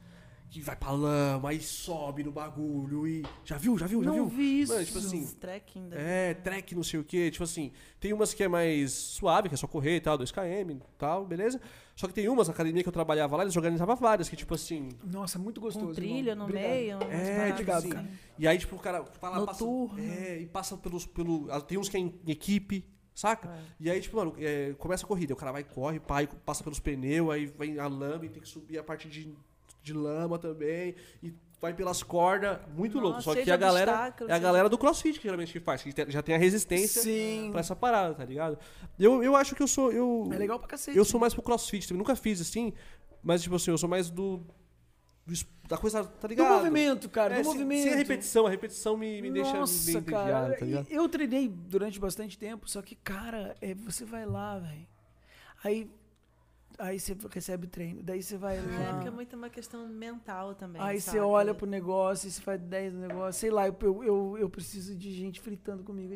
S1: Que vai pra lama, aí sobe no bagulho e. Já viu, já viu, já viu?
S3: Não vi isso.
S1: Mano, tipo assim,
S2: Os trekking da-
S1: É, track, não sei o que. Tipo assim, tem umas que é mais suave, que é só correr e tal, 2km e tal, beleza? Só que tem umas, na academia que eu trabalhava lá, eles organizavam várias, que tipo assim.
S3: Nossa, é muito gostoso.
S2: Com
S3: irmão.
S2: trilha no
S3: Obrigado.
S2: meio. umas
S1: É,
S2: paradas
S1: tipo
S3: obrigado,
S1: assim.
S3: cara.
S1: E aí, tipo, o cara tá lá, passa.
S2: Noturno.
S1: É, e passa pelos. Pelo, ah, tem uns que é em equipe, saca? E aí, tipo, mano, é, começa a corrida, o cara vai, corre, pai, passa pelos pneus, aí vem a lama e tem que subir a parte de, de lama também. E vai pelas cordas, muito
S2: Nossa,
S1: louco. Só
S2: cheio
S1: que a
S2: de
S1: galera.
S2: obstáculos,
S1: É a
S2: cheio de-
S1: galera do crossfit que geralmente que faz, que te- já tem a resistência.
S3: Sim.
S1: pra essa parada, tá ligado? Eu, eu acho que eu sou. Eu,
S3: É legal pra cacete.
S1: eu sou mais pro crossfit também. Nunca fiz assim, mas, tipo assim, eu sou mais do. do es- da coisa, tá
S3: Do
S1: ligado?
S3: movimento, cara.
S1: É,
S3: do
S1: se-
S3: movimento.
S1: Sem a repetição, a repetição me, me deixa
S3: Nossa,
S1: meio entediado,
S3: cara.
S1: tá ligado?
S3: e- Eu treinei durante bastante tempo, só que, cara, é, você vai lá, velho. Aí, aí você recebe treino, daí você vai
S2: Na época é
S3: lá.
S2: muito uma questão mental também.
S3: Aí
S2: saca?
S3: você olha pro negócio, e você faz 10 no negócio, sei lá, eu, eu, eu, eu preciso de gente fritando comigo.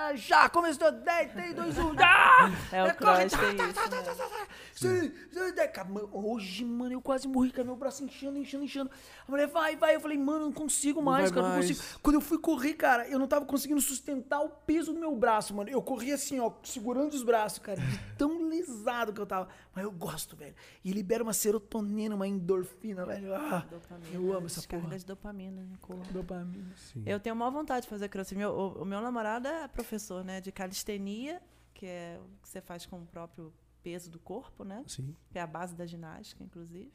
S3: Ah, já começou 10, 3, 2, 1, já! tá,
S2: É, o cross tem isso, né?
S3: Sim, sim, daí, cara, mano, Hoje, mano, eu quase morri, cara. Meu braço inchando, inchando, inchando. A mulher vai, vai. Eu falei, mano, eu não consigo mais,
S1: vai
S3: cara. Não
S1: mais.
S3: consigo. Quando eu fui correr, cara, eu não tava conseguindo sustentar o peso do meu braço, mano. Eu corri assim, ó, segurando os braços, cara. De tão lisado que eu tava. Mas eu gosto, velho. E libera uma serotonina, uma endorfina, velho. Ah,
S2: Dopamina,
S3: eu amo essa
S2: descarga
S3: porra.
S2: de dopamina no corpo.
S3: Dopamina.
S2: Eu tenho maior vontade de fazer crossfit. Meu- o, o meu namorado é professor, né? De calistenia, que é o que você faz com o próprio peso do corpo, né?
S1: Sim.
S2: Que é a base da ginástica, inclusive.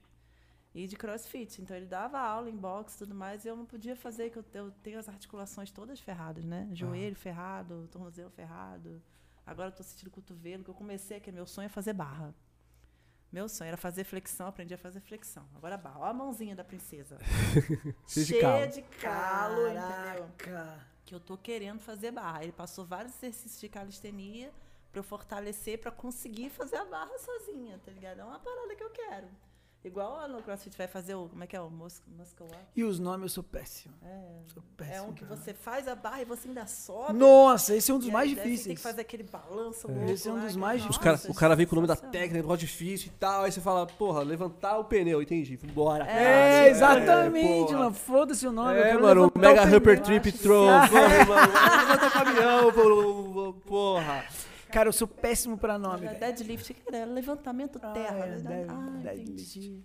S2: E de crossfit. Então ele dava aula em boxe e tudo mais, e eu não podia fazer, que eu, eu tenho as articulações todas ferradas, né? Joelho ferrado, tornozelo ferrado. Agora eu tô sentindo cotovelo, que eu comecei aqui, meu sonho é fazer barra. Meu sonho era fazer flexão, aprendi a fazer flexão. Agora barra. Ó a mãozinha da princesa.
S1: Cheio de
S2: Cheia
S1: calo.
S2: de calo, entendeu?
S3: Caraca.
S2: que eu tô querendo fazer barra. Ele passou vários exercícios de calistenia para eu fortalecer, para conseguir fazer a barra sozinha, tá ligado? É uma parada que eu quero. Igual a no CrossFit vai fazer o, como é que é, o mus- muscle up.
S3: E os nomes eu sou péssimo.
S2: É,
S3: Sou péssimo.
S2: é um que
S3: cara.
S2: você faz a barra e você ainda sobe.
S3: Nossa, esse é um dos
S2: E aí,
S3: mais
S2: daí você Tem
S3: difíceis.
S2: que fazer aquele balanço.
S3: É. Esse é um dos mais
S1: Os
S3: difíceis.
S1: cara, o cara vem com o nome da
S2: sensacional.
S1: técnica, negócio difícil e tal. Aí você fala, porra, levantar o pneu, entendi. Vambora. É,
S3: É, exatamente,
S1: porra.
S3: mano. Foda-se o nome. eu
S1: É,
S3: quero
S1: mano, o
S3: levantar
S1: Mega
S3: pneu.
S1: Humper
S2: eu
S1: Trip
S2: acho.
S1: Throw. Porra, mano, levanta o caminhão, pô, pô, porra.
S3: Cara, eu sou péssimo pra nome.
S2: É
S3: velho.
S2: deadlift, que era levantamento
S3: Ah,
S2: terra.
S3: é,
S2: né?
S3: dead-
S2: ah,
S3: deadlift.
S2: entendi.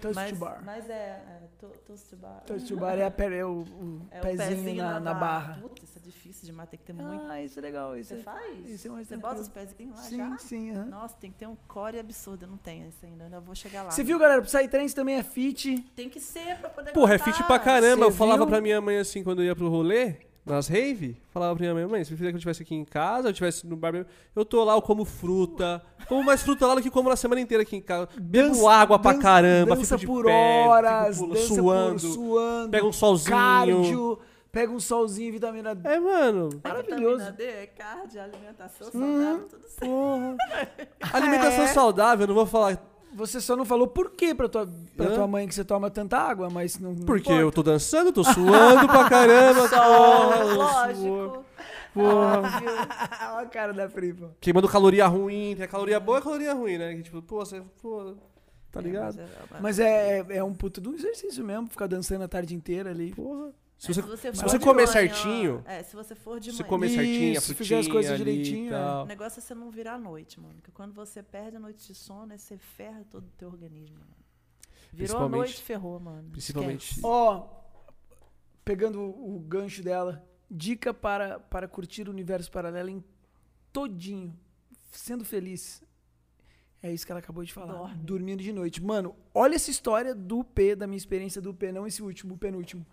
S3: Toast
S2: Mas,
S3: to bar.
S2: mas é, é to- toast to bar.
S3: Toast to bar é, a pé- é o, o
S2: É o
S3: pezinho, na, na barra.
S2: Putz, isso é difícil demais, tem que ter muito.
S3: Ah, isso é legal. Isso
S2: Você
S3: é...
S2: faz?
S3: isso é mais
S2: Você bota
S3: tranquilo.
S2: os pezinhos lá
S3: Sim,
S2: já?
S3: sim. aham.
S2: Nossa, tem que ter um core absurdo, eu não tenho isso ainda, eu ainda vou chegar lá.
S3: Você viu, galera? O Psytrance também é fit.
S2: Tem que ser pra poder
S1: Porra, é
S2: aguentar.
S1: fit pra caramba. Eu
S3: Ah, Cê
S1: falava
S3: viu?
S1: pra minha mãe assim, quando eu ia pro rolê, nas rave, falava pra minha mãe, mãe, se fizer que eu estivesse aqui em casa, eu estivesse no bar, mesmo, eu tô lá, eu como fruta. Como mais fruta lá do que como na semana inteira aqui em casa. Bebo
S3: Dança-
S1: água pra
S3: dança-
S1: caramba, fico
S3: dança
S1: de
S3: por
S1: pé,
S3: horas,
S1: fico pula-
S3: dança
S1: suando,
S3: por suando,
S1: pega um solzinho.
S3: cardio, pega um solzinho, vitamina D.
S1: É, mano.
S3: maravilhoso.
S2: É vitamina D, é cardio, alimentação saudável, tudo certo.
S1: Porra. Alimentação saudável, eu não vou falar
S3: Você só É. não falou por quê pra tua, pra
S1: Hã?
S3: tua mãe que você toma tanta água, mas não. não
S1: porque
S3: importa.
S1: eu tô dançando, tô suando pra caramba. porra, o suor,
S2: Ah, Lógico.
S1: Porra.
S3: Olha a cara da Fripa.
S1: Queimando caloria ruim, tem a caloria boa e a caloria ruim, né? Que, tipo, pô, você. Pô, tá
S2: É,
S1: ligado?
S2: mas é-
S3: Mas é, é, é um puto de um exercício mesmo, ficar dançando a tarde inteira ali.
S1: Porra. Se
S2: é,
S1: você,
S2: você,
S1: se
S2: for
S1: você
S2: de
S1: comer
S2: manhã-
S1: certinho,
S2: É, se você for de
S1: se
S2: manhã.
S1: comer certinho, a
S3: Isso,
S1: frutinha
S3: fizer as
S1: ali
S3: coisas
S1: e
S3: direitinho, é.
S1: tal.
S2: O negócio é você não virar à noite, mano. Porque quando você perde a noite de sono, aí você ferra todo o teu organismo, mano. Virou a
S1: Principalmente-
S2: noite, ferrou, mano.
S1: Principalmente.
S2: Esquece.
S3: Ó, pegando o, o gancho dela, dica para, para curtir o universo paralelo em todinho, sendo feliz. É isso que ela acabou de falar.
S2: Dorme.
S3: Dormindo de noite. Mano, olha essa história do P, da minha experiência do P, não esse último, o penúltimo.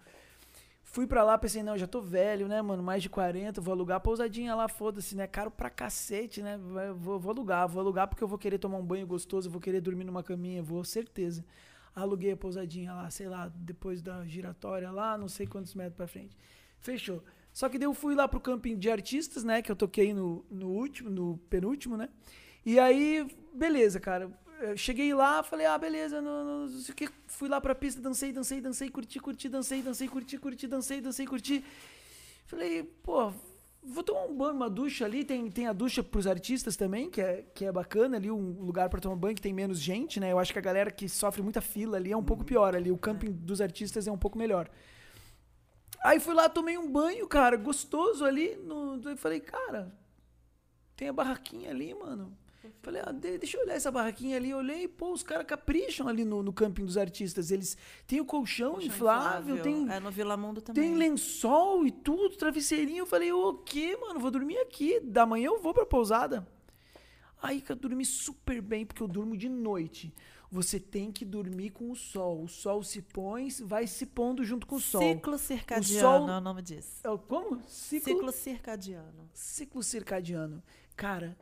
S3: Fui pra lá, pensei, não, já tô velho, né, mano? Mais de 40, vou alugar a pousadinha lá, foda-se, né? Caro pra cacete, né? Vai- Vou, vou alugar, vou alugar porque eu vou querer tomar um banho gostoso, vou querer dormir numa caminha, vou, certeza. Aluguei a pousadinha lá, sei lá, depois da giratória lá, não sei quantos metros pra frente. Fechou. Só que daí eu fui lá pro camping de artistas, né? Que eu toquei no, no último, no penúltimo, né? E aí, beleza, cara. Eu cheguei lá, falei, ah, beleza, não, não, não sei o que. Fui lá pra pista, dancei, dancei, dancei, curti, curti, dancei, dancei, curti, curti, dancei, dancei, curti. Falei, pô, vou tomar um banho, uma ducha ali. Tem, tem a ducha pros artistas também, que é, que é bacana ali, um lugar pra tomar banho que tem menos gente, né? Eu acho que a galera que sofre muita fila ali é um pouco pior ali. O camping dos artistas é um pouco melhor. Aí fui lá, tomei um banho, cara, gostoso ali. No... Eu falei, cara, tem a barraquinha ali, mano. Falei, ah, de- deixa eu olhar essa barraquinha ali. Eu Olhei, pô, os caras capricham ali no, no camping dos artistas. Eles têm o colchão,
S2: Colchão
S3: inflável, tem,
S2: É, no Vila Mundo também.
S3: tem lençol e tudo, travesseirinho. Eu falei, o quê, mano? Vou dormir aqui. Da manhã eu vou pra pousada. Aí que eu dormi super bem, porque eu durmo de noite. Você tem que dormir com o sol. O sol se põe, vai se pondo junto com o sol.
S2: Ciclo circadiano
S3: O sol-
S2: é o nome disso.
S3: É o- Como?
S2: Ciclo circadiano.
S3: Ciclo circadiano. Cara,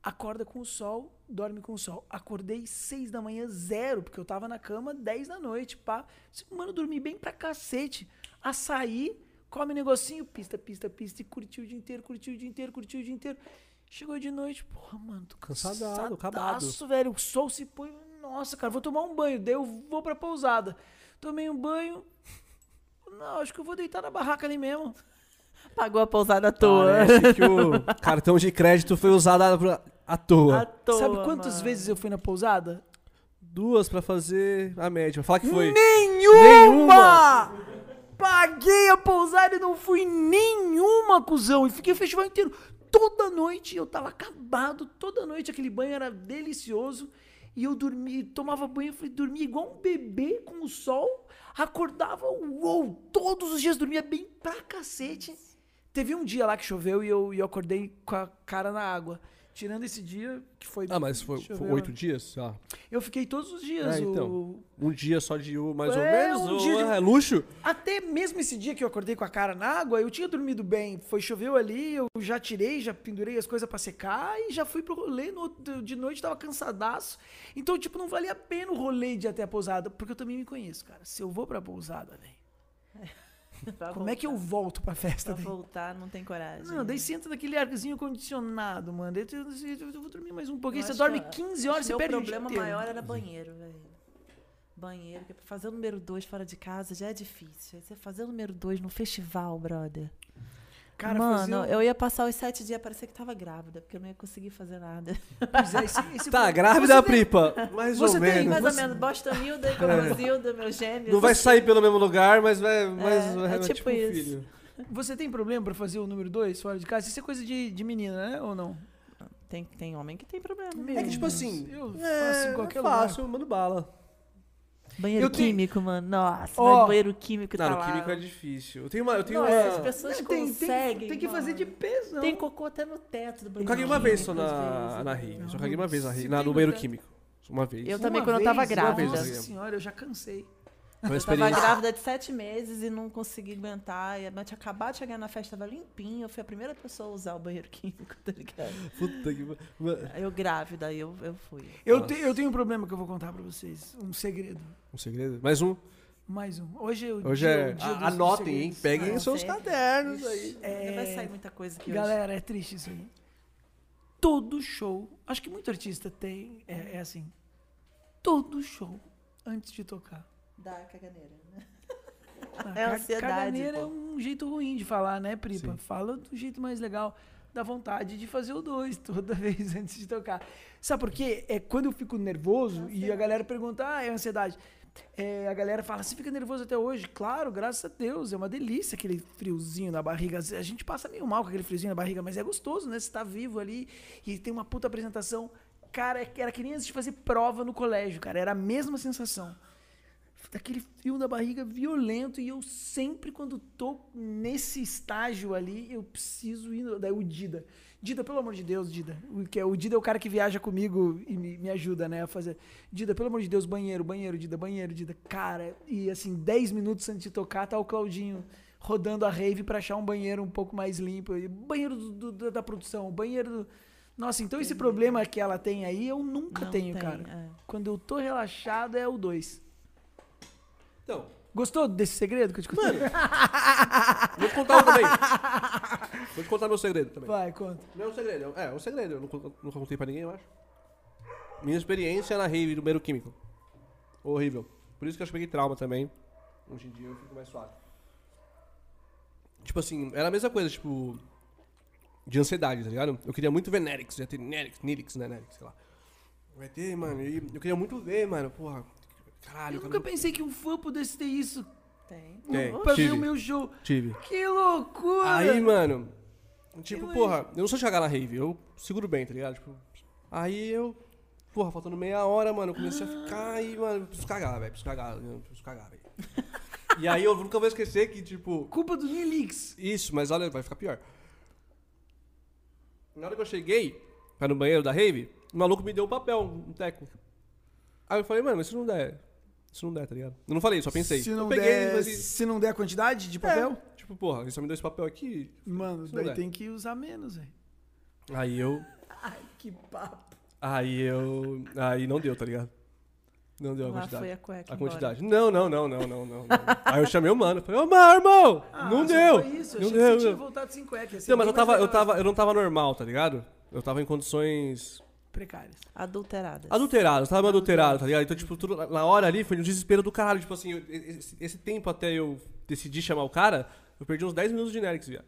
S3: acorda com o sol, dorme com o sol. Acordei seis da manhã, zero, porque eu tava na cama 10 da noite, pá. Mano, eu dormi bem pra cacete. Açaí, come negocinho, pista, pista, pista, e curtiu o dia inteiro, curtiu o dia inteiro, curtiu o dia inteiro. Chegou de noite, porra, mano, tô
S1: Cansadado,
S3: cansadaço,
S1: acabado.
S3: velho. O sol se põe, nossa, cara, vou tomar um banho. Daí eu vou pra pousada. Tomei um banho. Não, acho que eu vou deitar na barraca ali mesmo.
S2: Pagou a pousada à toa.
S1: Parece que o cartão de crédito foi usado à- pra- à toa.
S2: À toa.
S3: Sabe quantas
S2: mano.
S3: vezes eu fui na pousada?
S1: Duas pra fazer a média. Falar que foi.
S3: Nenhuma! Paguei a pousada e não fui nenhuma, cuzão. E fiquei o festival inteiro. Toda noite eu tava acabado, toda noite aquele banho era delicioso. E eu dormi, tomava banho, falei, dormia igual um bebê com o sol. Acordava, uou, todos os dias dormia bem pra cacete. Teve um dia lá que choveu e eu, e eu acordei com a cara na água. Tirando esse dia, que foi.
S1: Ah, mas foi,
S3: deixa eu
S1: foi
S3: ver,
S1: oito dias? Ah,
S3: Eu fiquei todos os dias.
S1: É, então.
S3: o-
S1: um dia só de u- mais ou
S3: É,
S1: menos?
S3: um
S1: ou-
S3: dia de- Tipo,
S1: É luxo?
S3: Até mesmo esse dia que eu acordei com a cara na água, eu tinha dormido bem. Foi choveu ali, eu já tirei, já pendurei as coisas pra secar e já fui pro rolê. No outro- de noite tava cansadaço. Então, tipo, não valia a pena o rolê de ir até a pousada, porque eu também me conheço, cara. Se eu vou pra pousada, velho,
S2: Pra
S3: como é que eu volto pra festa,
S2: Pra
S3: velho?
S2: voltar, não tem coragem. né?
S3: Não, daí você entra naquele arzinho condicionado, mano. Daí tu- Eu, vou dormir mais um pouquinho.
S2: Eu
S3: Você
S2: acho
S3: dorme
S2: que-
S3: 15 horas,
S2: acho
S3: você
S2: que
S3: perde
S2: meu
S3: o dia
S2: problema
S3: inteiro.
S2: maior era banheiro, velho. Banheiro, porque fazer o número 2 fora de casa já é difícil. Aí você fazer o número 2 no festival, brother.
S3: Cara,
S2: Mano,
S3: fazia um-
S2: eu ia passar os sete dias, parecia que tava grávida, porque eu não ia conseguir fazer nada.
S3: Pois é, esse- esse
S1: Tá,
S3: pro-
S1: grávida a
S3: você tem-
S1: pripa. Mais
S3: você
S1: ou
S3: tem
S1: menos.
S2: Mais ou
S3: você- É.
S2: menos, Bosta Milda e Brasilda, meu gêmeo.
S1: Não vai sair pelo mesmo lugar, mas vai. Mas,
S2: é
S1: vai-
S2: tipo
S1: um
S2: isso.
S1: filho.
S3: Você tem problema pra fazer o número 2 fora de casa? Isso é coisa de, de menina, né? Ou não?
S2: Tem, tem homem que tem problema. né?
S3: Meu
S1: É que, tipo
S3: Deus,
S1: assim.
S3: Eu
S1: É,
S3: faço em qualquer
S1: eu
S3: lugar.
S1: faço, eu mando bala.
S2: Banheiro
S3: Eu tenho-
S2: químico, mano. Nossa,
S3: Ó.
S2: vai no banheiro químico
S1: não,
S2: tá
S1: no
S2: lá.
S1: químico é difícil. Eu tenho uma. Eu tenho
S2: Nossa,
S1: uma-
S2: as pessoas conseguem.
S3: tem que fazer de
S2: mano.
S3: peso, não.
S2: Tem cocô até no teto do
S1: Eu
S2: banheiro.
S1: caguei uma vez só
S2: químico, é às
S1: na, na
S2: vezes, né?
S1: rinha.
S3: Não,
S1: Só caguei uma vez na
S3: se
S1: rinha.
S3: tem
S1: Na, no banheiro
S3: lugar-
S1: químico. Uma vez.
S2: Eu
S3: Uma
S2: também, quando eu
S3: vez,
S2: tava
S3: uma
S2: grávida.
S3: Nossa
S1: vez.
S3: senhora, eu já cansei.
S1: Foi uma
S2: Eu tava
S1: experiência.
S2: grávida de sete meses e não consegui aguentar. E a tinha acabado de chegar na festa, tava limpinha. Eu fui a primeira pessoa a usar o banheiro químico, tá ligado?
S1: Puta que. ma-
S2: Aí Eu grávida, aí eu, eu fui.
S3: Eu,
S1: Nossa.
S3: te- eu tenho um problema que eu vou contar pra vocês. Um segredo.
S1: Um segredo? Mais um.
S3: Mais um. Hoje é o
S1: Hoje
S3: dia,
S1: é.
S3: o dia dos-
S1: a-
S3: dos
S1: Anotem, hein?
S3: segredos.
S1: Peguem
S2: Ah,
S1: seus
S2: sei.
S1: cadernos aí.
S2: Ainda
S3: É.
S2: vai sair muita coisa aqui hoje.
S3: Galera, é triste isso aí. Todo show, acho que muito artista tem, é, é assim. Todo show, antes de tocar.
S2: Da caganeira, né?
S3: Ah,
S2: É
S3: ca-
S2: ansiedade,
S3: Caganeira
S2: pô.
S3: é um jeito ruim de falar, né, Pripa?
S1: Sim.
S3: Fala do jeito mais legal. Dá vontade de fazer o dois toda vez antes de tocar. Sabe por quê? É quando eu fico nervoso e a galera pergunta, ah, é ansiedade. É, a galera fala, você fica nervoso até hoje? Claro, graças a Deus, é uma delícia aquele friozinho na barriga. A gente passa meio mal com aquele friozinho na barriga, mas é gostoso, né? Você tá vivo ali e tem uma puta apresentação. Cara, era que nem antes de fazer prova no colégio, cara. Era a mesma sensação daquele fio na barriga violento e eu sempre quando tô nesse estágio ali, eu preciso ir, no- daí o Dida. Dida, pelo amor de Deus, Dida. O que é- O Dida é o cara que viaja comigo e me, me ajuda, né, a fazer. Dida, pelo amor de Deus, banheiro, banheiro, Dida, banheiro, Dida. Cara, e assim, 10 minutos antes de tocar, tá o Claudinho rodando a rave pra achar um banheiro um pouco mais limpo. E banheiro do- do- da- da produção, banheiro do... Nossa, então esse problema que ela tem aí, eu nunca
S2: Não
S3: tenho,
S2: tem,
S3: cara.
S2: é.
S3: Quando eu tô relaxado é o 2.
S1: Então,
S3: Gostou desse segredo que eu te contei?
S1: vou te contar um também. Vou te contar meu segredo também.
S3: Vai, conta.
S1: Não é um segredo, é um- é um segredo. Eu nunca, nunca contei pra ninguém, eu acho. Minha experiência na rave do banheiro químico. Horrível. Por isso que eu acho que peguei trauma também. Hoje em dia eu fico mais suave. Tipo assim, era a mesma coisa, tipo. De ansiedade, tá ligado? Eu queria muito ver Nerix, ia ter Nerix, Nirix, né? Nerix, sei lá. Vai ter, mano. E eu queria muito ver, mano. Porra. Caralho,
S3: Eu nunca
S1: cara,
S3: pensei que um fã pudesse ter isso
S2: Tem.
S1: Tem,
S3: pra ver
S1: É, tive.
S3: o meu show.
S1: tive.
S3: Que loucura!
S1: Aí, mano, tipo,
S3: Eu
S1: porra, eu não sou chegar na rave, eu seguro bem, tá ligado? Tipo, aí eu, porra, faltando meia hora, mano, eu comecei a ficar e, mano, eu preciso cagar, velho, preciso cagar, eu preciso cagar, velho. e aí eu nunca vou esquecer que, tipo,
S3: Culpa do Nilix.
S1: isso, mas olha, vai ficar pior. Na hora que eu cheguei, pra ir no banheiro da rave, o maluco me deu um papel, um teco. Aí eu falei, mano, mas se não der, se não der, tá ligado? Eu não falei, só pensei.
S3: Se não,
S1: eu peguei,
S3: der,
S1: mas-
S3: se não der a quantidade de papel,
S1: É, tipo, porra, ele só me deu esse papel aqui.
S3: mano,
S1: Se não
S3: daí
S1: der.
S3: tem que usar menos, velho.
S1: Aí eu
S3: Ai, que papo.
S1: Aí eu. Aí não deu, tá ligado? Não
S3: Então,
S1: deu a
S2: Lá foi
S1: quantidade.
S2: a cueca.
S1: A
S2: embora.
S1: quantidade. Não, não, não, não, não, não. não. Aí eu chamei o mano. Falei, ô, mano, irmão! não deu!
S3: Ah, Isso. Eu
S1: Não deu,
S3: achei que você tinha
S1: não.
S3: voltado sem cueca. ia ser
S1: Não, mas
S3: bem
S1: eu tava,
S3: mais
S1: eu
S3: legal.
S1: tava. Eu não tava normal, tá ligado? Eu tava em condições.
S3: Precárias.
S2: Adulteradas.
S1: Adulteradas, tava meio adulterado, tá ligado? Então, tipo, tudo, na hora ali foi um desespero do caralho. Tipo assim, eu- esse, esse tempo até eu decidir chamar o cara, eu perdi uns 10 minutos de Nerix, viado.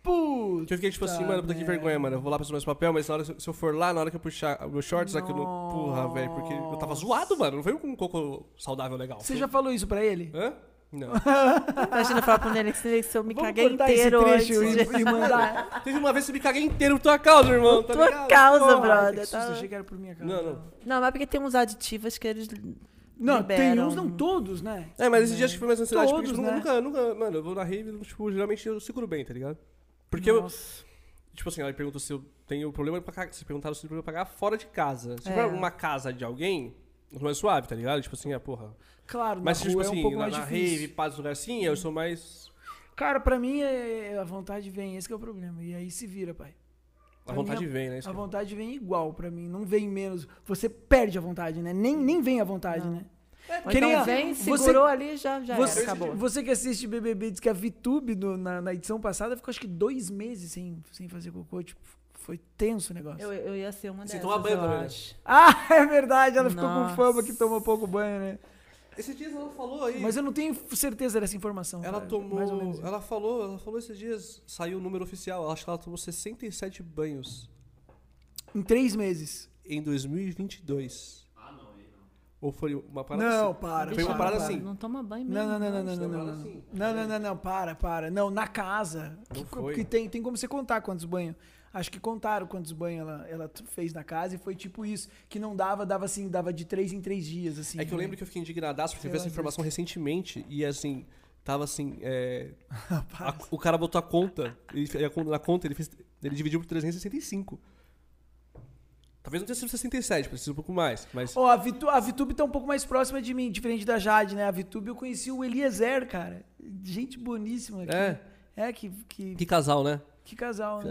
S3: Puta.
S1: Que eu fiquei tipo
S3: Tá,
S1: assim, mano, puta que
S3: merda.
S1: vergonha, mano. Eu vou lá pra mais papel, mas na hora, se eu for lá, na hora que eu puxar o meu shorts, será que eu não. Porra, velho, porque eu tava zoado, mano. Não veio com um coco saudável legal.
S3: Você já falou isso pra ele?
S1: Hã? Não.
S2: Imagina falar pro Nelix, Nelix, eu me
S3: Vamos
S2: caguei
S3: cortar esse
S2: inteiro antes.
S3: trecho
S2: de-
S3: e, e mandar.
S1: Teve uma vez que eu me caguei inteiro por tua causa, irmão, tá
S2: Tua
S1: ligado?
S2: causa,
S3: Ai, que
S2: brother.
S3: susto,
S2: tá?
S3: achei que era por minha causa.
S1: Não, não.
S2: Não, mas é porque tem uns aditivos que eles.
S3: Não, tem
S2: liberam.
S3: uns, não todos, né?
S1: É, mas esse dia acho que foi mais ansiedade, porque
S3: Todos,
S1: tipo,
S3: né?
S1: nunca, nunca, mano, eu vou na rave, tipo, geralmente eu seguro bem, tá ligado? Porque, eu-
S3: Nossa.
S1: tipo assim, ela me perguntou se eu tenho problema pra cagar. Se perguntaram se eu tenho problema pra cagar fora de casa. Se
S2: É.
S1: for uma casa de alguém, é mais suave, tá ligado? Tipo assim, é porra.
S3: Claro,
S1: Mas,
S3: na
S1: tipo
S3: rua
S1: assim,
S3: é um pouco
S1: na,
S3: mais
S1: na
S3: difícil.
S1: rave, paz, lugar assim, eu sou mais.
S3: Cara, pra mim é, a vontade vem, esse que é o problema. E aí se vira, pai.
S1: A
S3: Pra
S1: vontade
S3: mim, a-
S1: vem, né? isso
S3: A
S1: que eu-
S3: vontade vem igual pra mim, não vem menos. Você perde a vontade, né? Nem, nem vem a vontade,
S2: Não.
S3: né?
S2: Ou
S3: Queria-
S2: então vem,
S3: você-
S2: segurou ali, já, já
S3: Você,
S2: era, acabou.
S3: você que assiste BBB diz que a VTube no- na, na edição passada ficou acho que dois meses sem, sem fazer cocô. Tipo, foi tenso o negócio.
S2: Eu, eu ia ser uma
S1: Você
S2: dessas,
S1: toma banho
S2: eu
S1: também, né?
S2: acho.
S3: Ah, é verdade, ela ficou com
S2: Nossa.
S3: fama que toma pouco banho, né?
S1: Esses dias ela falou aí.
S3: Mas eu não tenho certeza dessa informação.
S1: Ela
S3: cara.
S1: tomou.
S3: Mais ou menos.
S1: Ela falou, ela falou esses dias, saiu o número oficial. Acho que ela tomou 67 banhos
S3: Em três meses.
S1: em 2022. Ah, não, aí não. Ou foi uma parada
S3: não,
S1: assim?
S3: para.
S1: Foi uma
S3: para,
S1: parada
S3: para.
S1: assim.
S2: Não toma banho É mesmo. né?
S3: Não, não, não, não, não,
S2: isso
S3: não,
S1: tá
S3: não,
S1: falando
S3: não.
S1: assim.
S3: Não, não, não, não, para, para. Não, na casa.
S1: Não
S3: Que-
S1: foi.
S3: que tem, tem como você contar quantos banhos. Acho que contaram quantos banhos ela, ela t- fez na casa e foi tipo isso. Que não dava, dava assim, dava de três em três dias, assim.
S1: É que eu lembro que eu fiquei indignadaço porque eu
S3: Sei
S1: vi
S3: lá,
S1: essa informação recentemente e assim. Tava assim, é, a-
S3: Rapaz,
S1: o cara botou a conta, ele, fe- a con- na conta ele, fez, ele dividiu por 365. Talvez não tenha sido 67, precisa um pouco mais, mas...
S3: Ó, a, Vitu, a Vitube tá um pouco mais próxima de mim, diferente da Jade, né? A Vitube eu conheci o Eliezer, cara. Gente boníssima. que-
S1: É.
S3: É, que, que,
S1: Que casal, né?
S3: que casal, né?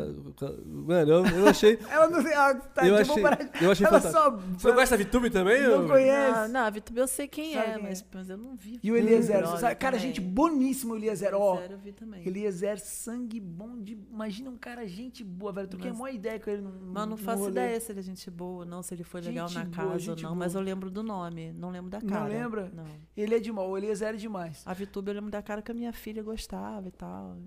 S1: Mano, eu, eu achei...
S3: Ela não. Ah, tá,
S1: eu
S3: então
S1: achei,
S3: vamos parar-
S1: eu achei
S3: Ela
S1: fantástico.
S3: só.
S1: Você não conhece a VTube também?
S3: Não
S1: ô?
S3: conheço.
S2: Não, não, a Vitube eu sei quem
S3: Sabe
S2: é,
S3: quem
S2: mas,
S3: é.
S2: mas eu não vi. Hum,
S3: E o Eliezer,
S2: Brother
S3: sabe? cara,
S2: também.
S3: gente boníssima o Eliezer, ó. é
S2: Eliezer eu vi também.
S3: Eliezer, sangue bom de. Imagina um cara, gente boa, velho. Tu quer a
S2: Mas-
S3: maior ideia com ele no.
S2: Mas não
S3: no
S2: faço
S3: um rolê.
S2: ideia se ele é gente boa ou não, se ele foi legal
S3: Gente
S2: na
S3: boa,
S2: casa ou
S3: gente
S2: não, mas
S3: boa.
S2: eu lembro do nome, não lembro da
S3: Não
S2: cara.
S3: lembra?
S2: Não.
S3: Ele é demais, o Eliezer é demais.
S2: A Vitube eu lembro da cara que a minha filha gostava e tal.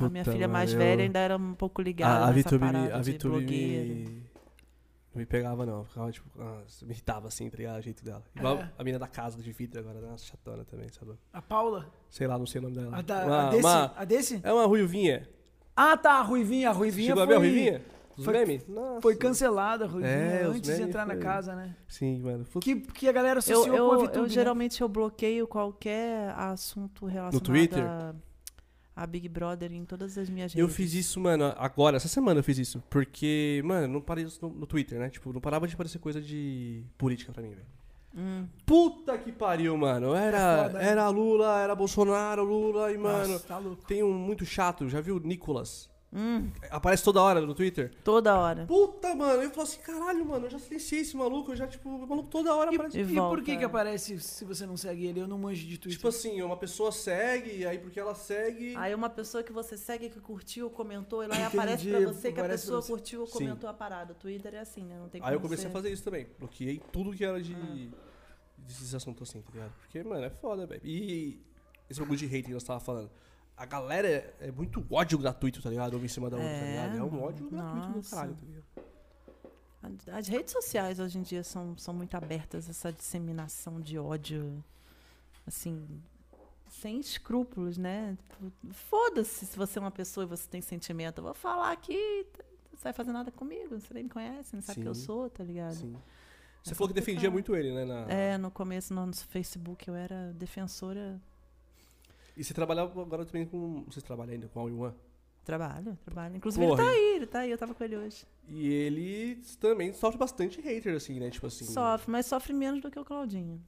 S2: a minha
S1: Puta,
S2: filha mais
S1: mano, eu-
S2: velha ainda era um pouco
S1: Ah,
S2: ligada.
S1: A, a
S2: nessa
S1: VTube, me,
S2: parada
S1: a
S2: de
S1: VTube
S2: blogueira.
S1: me... Não me pegava, não. Eu Ficava, tipo, nossa, me irritava, assim, tá ligado? O jeito dela. Igual
S3: É.
S1: a menina da casa de vidro agora, né? Uma chatona também, sabe?
S3: A Paula?
S1: Sei lá, não sei o nome dela.
S3: A, da,
S1: Uma-
S3: a desse?
S1: uma-
S3: A desse?
S1: É uma ruivinha.
S3: Ah, tá, a Ruivinha. A Ruivinha
S1: Chegou a
S3: foi.
S1: ver a ruivinha? Os
S3: foi-
S1: memes? Nossa.
S3: Foi cancelada, a Ruivinha,
S1: É, os
S3: antes de
S1: memes
S3: entrar na
S1: foi-
S3: casa, né?
S1: Sim, mano. Puta-
S3: Que, que a galera associou
S2: Eu,
S3: com a
S2: eu,
S3: Vitube,
S2: eu
S3: né?
S2: geralmente eu bloqueio qualquer assunto relacionado
S1: Twitter?
S2: a, a Big Brother em todas as minhas redes.
S1: Eu fiz isso, mano, agora, essa semana eu fiz isso. Porque, mano, não parei isso no, no Twitter, né? Tipo, não parava de aparecer coisa de política pra mim, velho.
S2: Hum,
S1: Puta que pariu, mano.
S3: É
S1: Era,
S3: foda, né?
S1: era Lula, era Bolsonaro, Lula e, mano.
S3: Nossa, tá louco.
S1: Tem um muito chato, já viu? Nicolas. Aparece toda hora no Twitter.
S2: hum, Toda hora.
S1: Puta, mano. Eu falo assim, caralho, mano, eu já silenciei esse maluco. Eu já, tipo, o maluco toda hora aparece.
S3: E,
S2: E
S3: e por
S2: volta,
S3: que que
S2: é.
S3: aparece se você não segue ele? Eu não manjo de Twitter.
S1: Tipo assim, uma pessoa segue, aí porque ela segue.
S2: Aí uma pessoa que você segue, que curtiu, comentou, e lá
S3: Entendi,
S2: aparece pra você que a
S3: aparece pra
S2: pessoa
S3: você.
S2: curtiu ou
S1: Sim.
S2: comentou a parada. O Twitter é assim, né? Não tem
S1: Aí eu
S2: como
S1: comecei
S2: você-
S1: a fazer isso também. Bloqueei tudo que era de.
S2: Ah.
S1: desses assuntos assim, tá ligado? Porque, mano, é foda, velho. E esse bagulho de hate que nós tava falando. A galera é- é muito ódio gratuito, tá ligado? Uma em cima da outra, tá
S2: É,
S1: ligado? É um ódio gratuito do
S2: nossa.
S1: caralho, tá ligado?
S2: A- As redes sociais hoje em dia são, são muito abertas a essa disseminação de ódio, assim, sem escrúpulos, né? Tipo, Foda-se se você é uma pessoa e você tem sentimento. Eu vou falar aqui, t- não sai fazer nada comigo, você nem me conhece, não sabe quem eu
S1: Sim.
S2: sou, tá ligado?
S1: Sim. Você
S2: É
S1: falou que defendia
S2: complicado.
S1: muito ele, né? na-
S2: É, no começo, no no Facebook, eu era defensora.
S1: E você trabalhava agora também com. Você trabalha ainda com a All-in-One.
S2: Trabalho, trabalho. Inclusive,
S1: Porra,
S2: ele tá aí, ele tá aí, eu tava com ele hoje.
S1: E ele também sofre bastante hater, assim, né? Tipo assim.
S2: Sofre, mas sofre menos do que o Claudinho.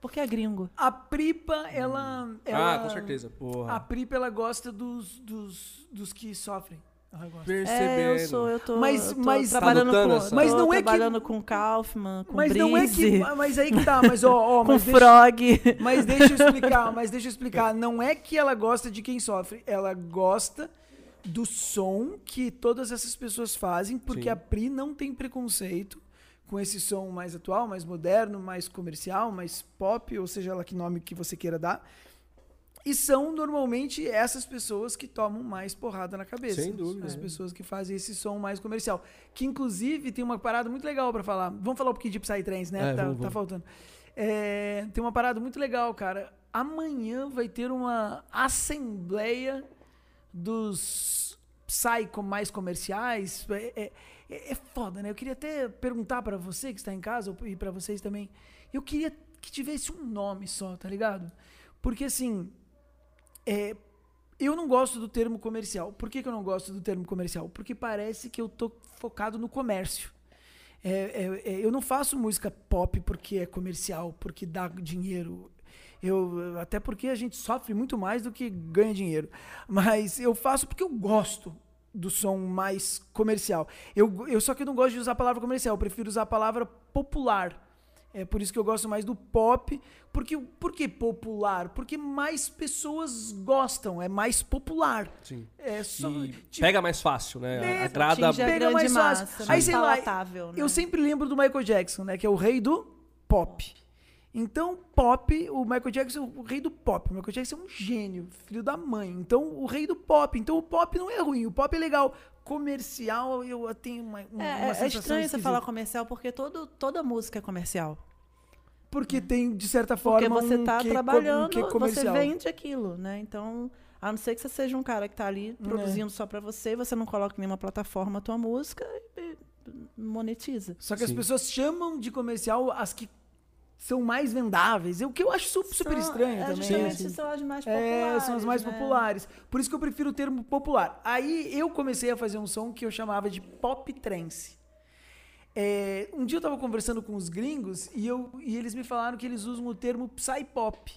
S2: Porque é gringo.
S3: A Pripa, ela,
S1: Ah,
S3: ela-
S1: com certeza. Porra.
S3: A
S2: Ah,
S3: Pripa, ela gosta dos, dos, dos que sofrem. Ela gosta.
S1: Percebendo.
S2: É, eu sou, eu tô,
S3: Mas-
S2: eu tô
S3: mas- Tá
S2: trabalhando
S1: lutando
S2: com,
S1: essa-
S2: mas
S3: Mas
S2: não
S3: não é que-
S2: trabalhando com Calfman, com
S3: mas
S2: Brise,
S3: não é que. Mas aí que tá, mas ó, ó
S2: com
S3: mas, deixa,
S2: Frog.
S3: mas deixa eu explicar, mas deixa eu explicar. Não é que ela gosta de quem sofre, ela gosta do som que todas essas pessoas fazem, porque
S1: Sim.
S3: a Pri não tem preconceito com esse som mais atual, mais moderno, mais comercial, mais pop, ou seja lá que nome que você queira dar. E são normalmente essas pessoas que tomam mais porrada na cabeça. É.
S1: Sem dúvida.
S3: As pessoas que fazem esse som mais comercial. Que inclusive tem uma parada muito legal pra falar. Vamos falar um pouquinho de Psytrance, né?
S1: É,
S3: tá,
S1: vamos,
S3: tá
S1: vamos.
S3: faltando. É, tem uma parada muito legal, cara. Amanhã vai ter uma assembleia dos psycho mais comerciais. É, é- é- é foda, né? Eu queria até perguntar pra você que está em casa e pra vocês também. Eu queria que tivesse um nome só, tá ligado? Porque assim, é, Eu não gosto do termo comercial. Por que, que eu não gosto do termo comercial? Porque parece que eu tô focado no comércio. É, é, é, eu não faço música pop porque é comercial, porque dá dinheiro. Eu, até porque a gente sofre muito mais do que ganha dinheiro. Mas eu faço porque eu gosto do som mais comercial. Eu, eu só que eu não gosto de usar a palavra comercial, eu prefiro usar a palavra popular. É por isso que eu gosto mais do pop. Porque, por que popular? Porque mais pessoas gostam, é mais popular.
S1: Sim.
S3: É só.
S1: E
S3: tipo,
S1: pega mais fácil, né?
S3: Mesmo,
S1: Agrada.
S2: atinge a
S3: pega
S2: grande
S3: mais
S2: massa,
S3: fácil.
S2: mais
S3: Aí, sei lá,
S2: palatável, né?
S3: Eu sempre lembro do Michael Jackson, né? Que é o rei do pop. Então, pop, o Michael Jackson é o rei do pop. O Michael Jackson é um gênio, filho da mãe. Então, o rei do pop. Então, o pop não é ruim, o pop é legal. Comercial, eu tenho uma, um, uma
S2: É, é- é
S3: sensação
S2: estranho você
S3: esquisita.
S2: falar comercial, porque todo, toda música é comercial.
S3: Porque tem, de certa
S2: Hum. Porque
S3: forma,
S2: você
S3: um
S2: tá
S3: quê- um
S2: trabalhando,
S3: quê
S2: você
S3: comercial.
S2: vende aquilo, né? Então, a não ser que você seja um cara que tá ali
S3: É.
S2: produzindo só pra você, você não coloca em nenhuma plataforma a tua música e e monetiza.
S3: Só que
S1: Sim.
S3: as pessoas chamam de comercial as que são mais vendáveis. é O que eu acho su- super
S2: São-
S3: estranho
S2: é,
S3: também.
S2: Justamente
S3: assim.
S2: são as mais
S3: É,
S2: populares.
S3: são as mais
S2: né?
S3: populares. Por isso que eu prefiro o termo popular. Aí eu comecei a fazer um som que eu chamava de pop trance. É, um dia eu tava conversando com os gringos e, eu, e eles me falaram que eles usam o termo psypop.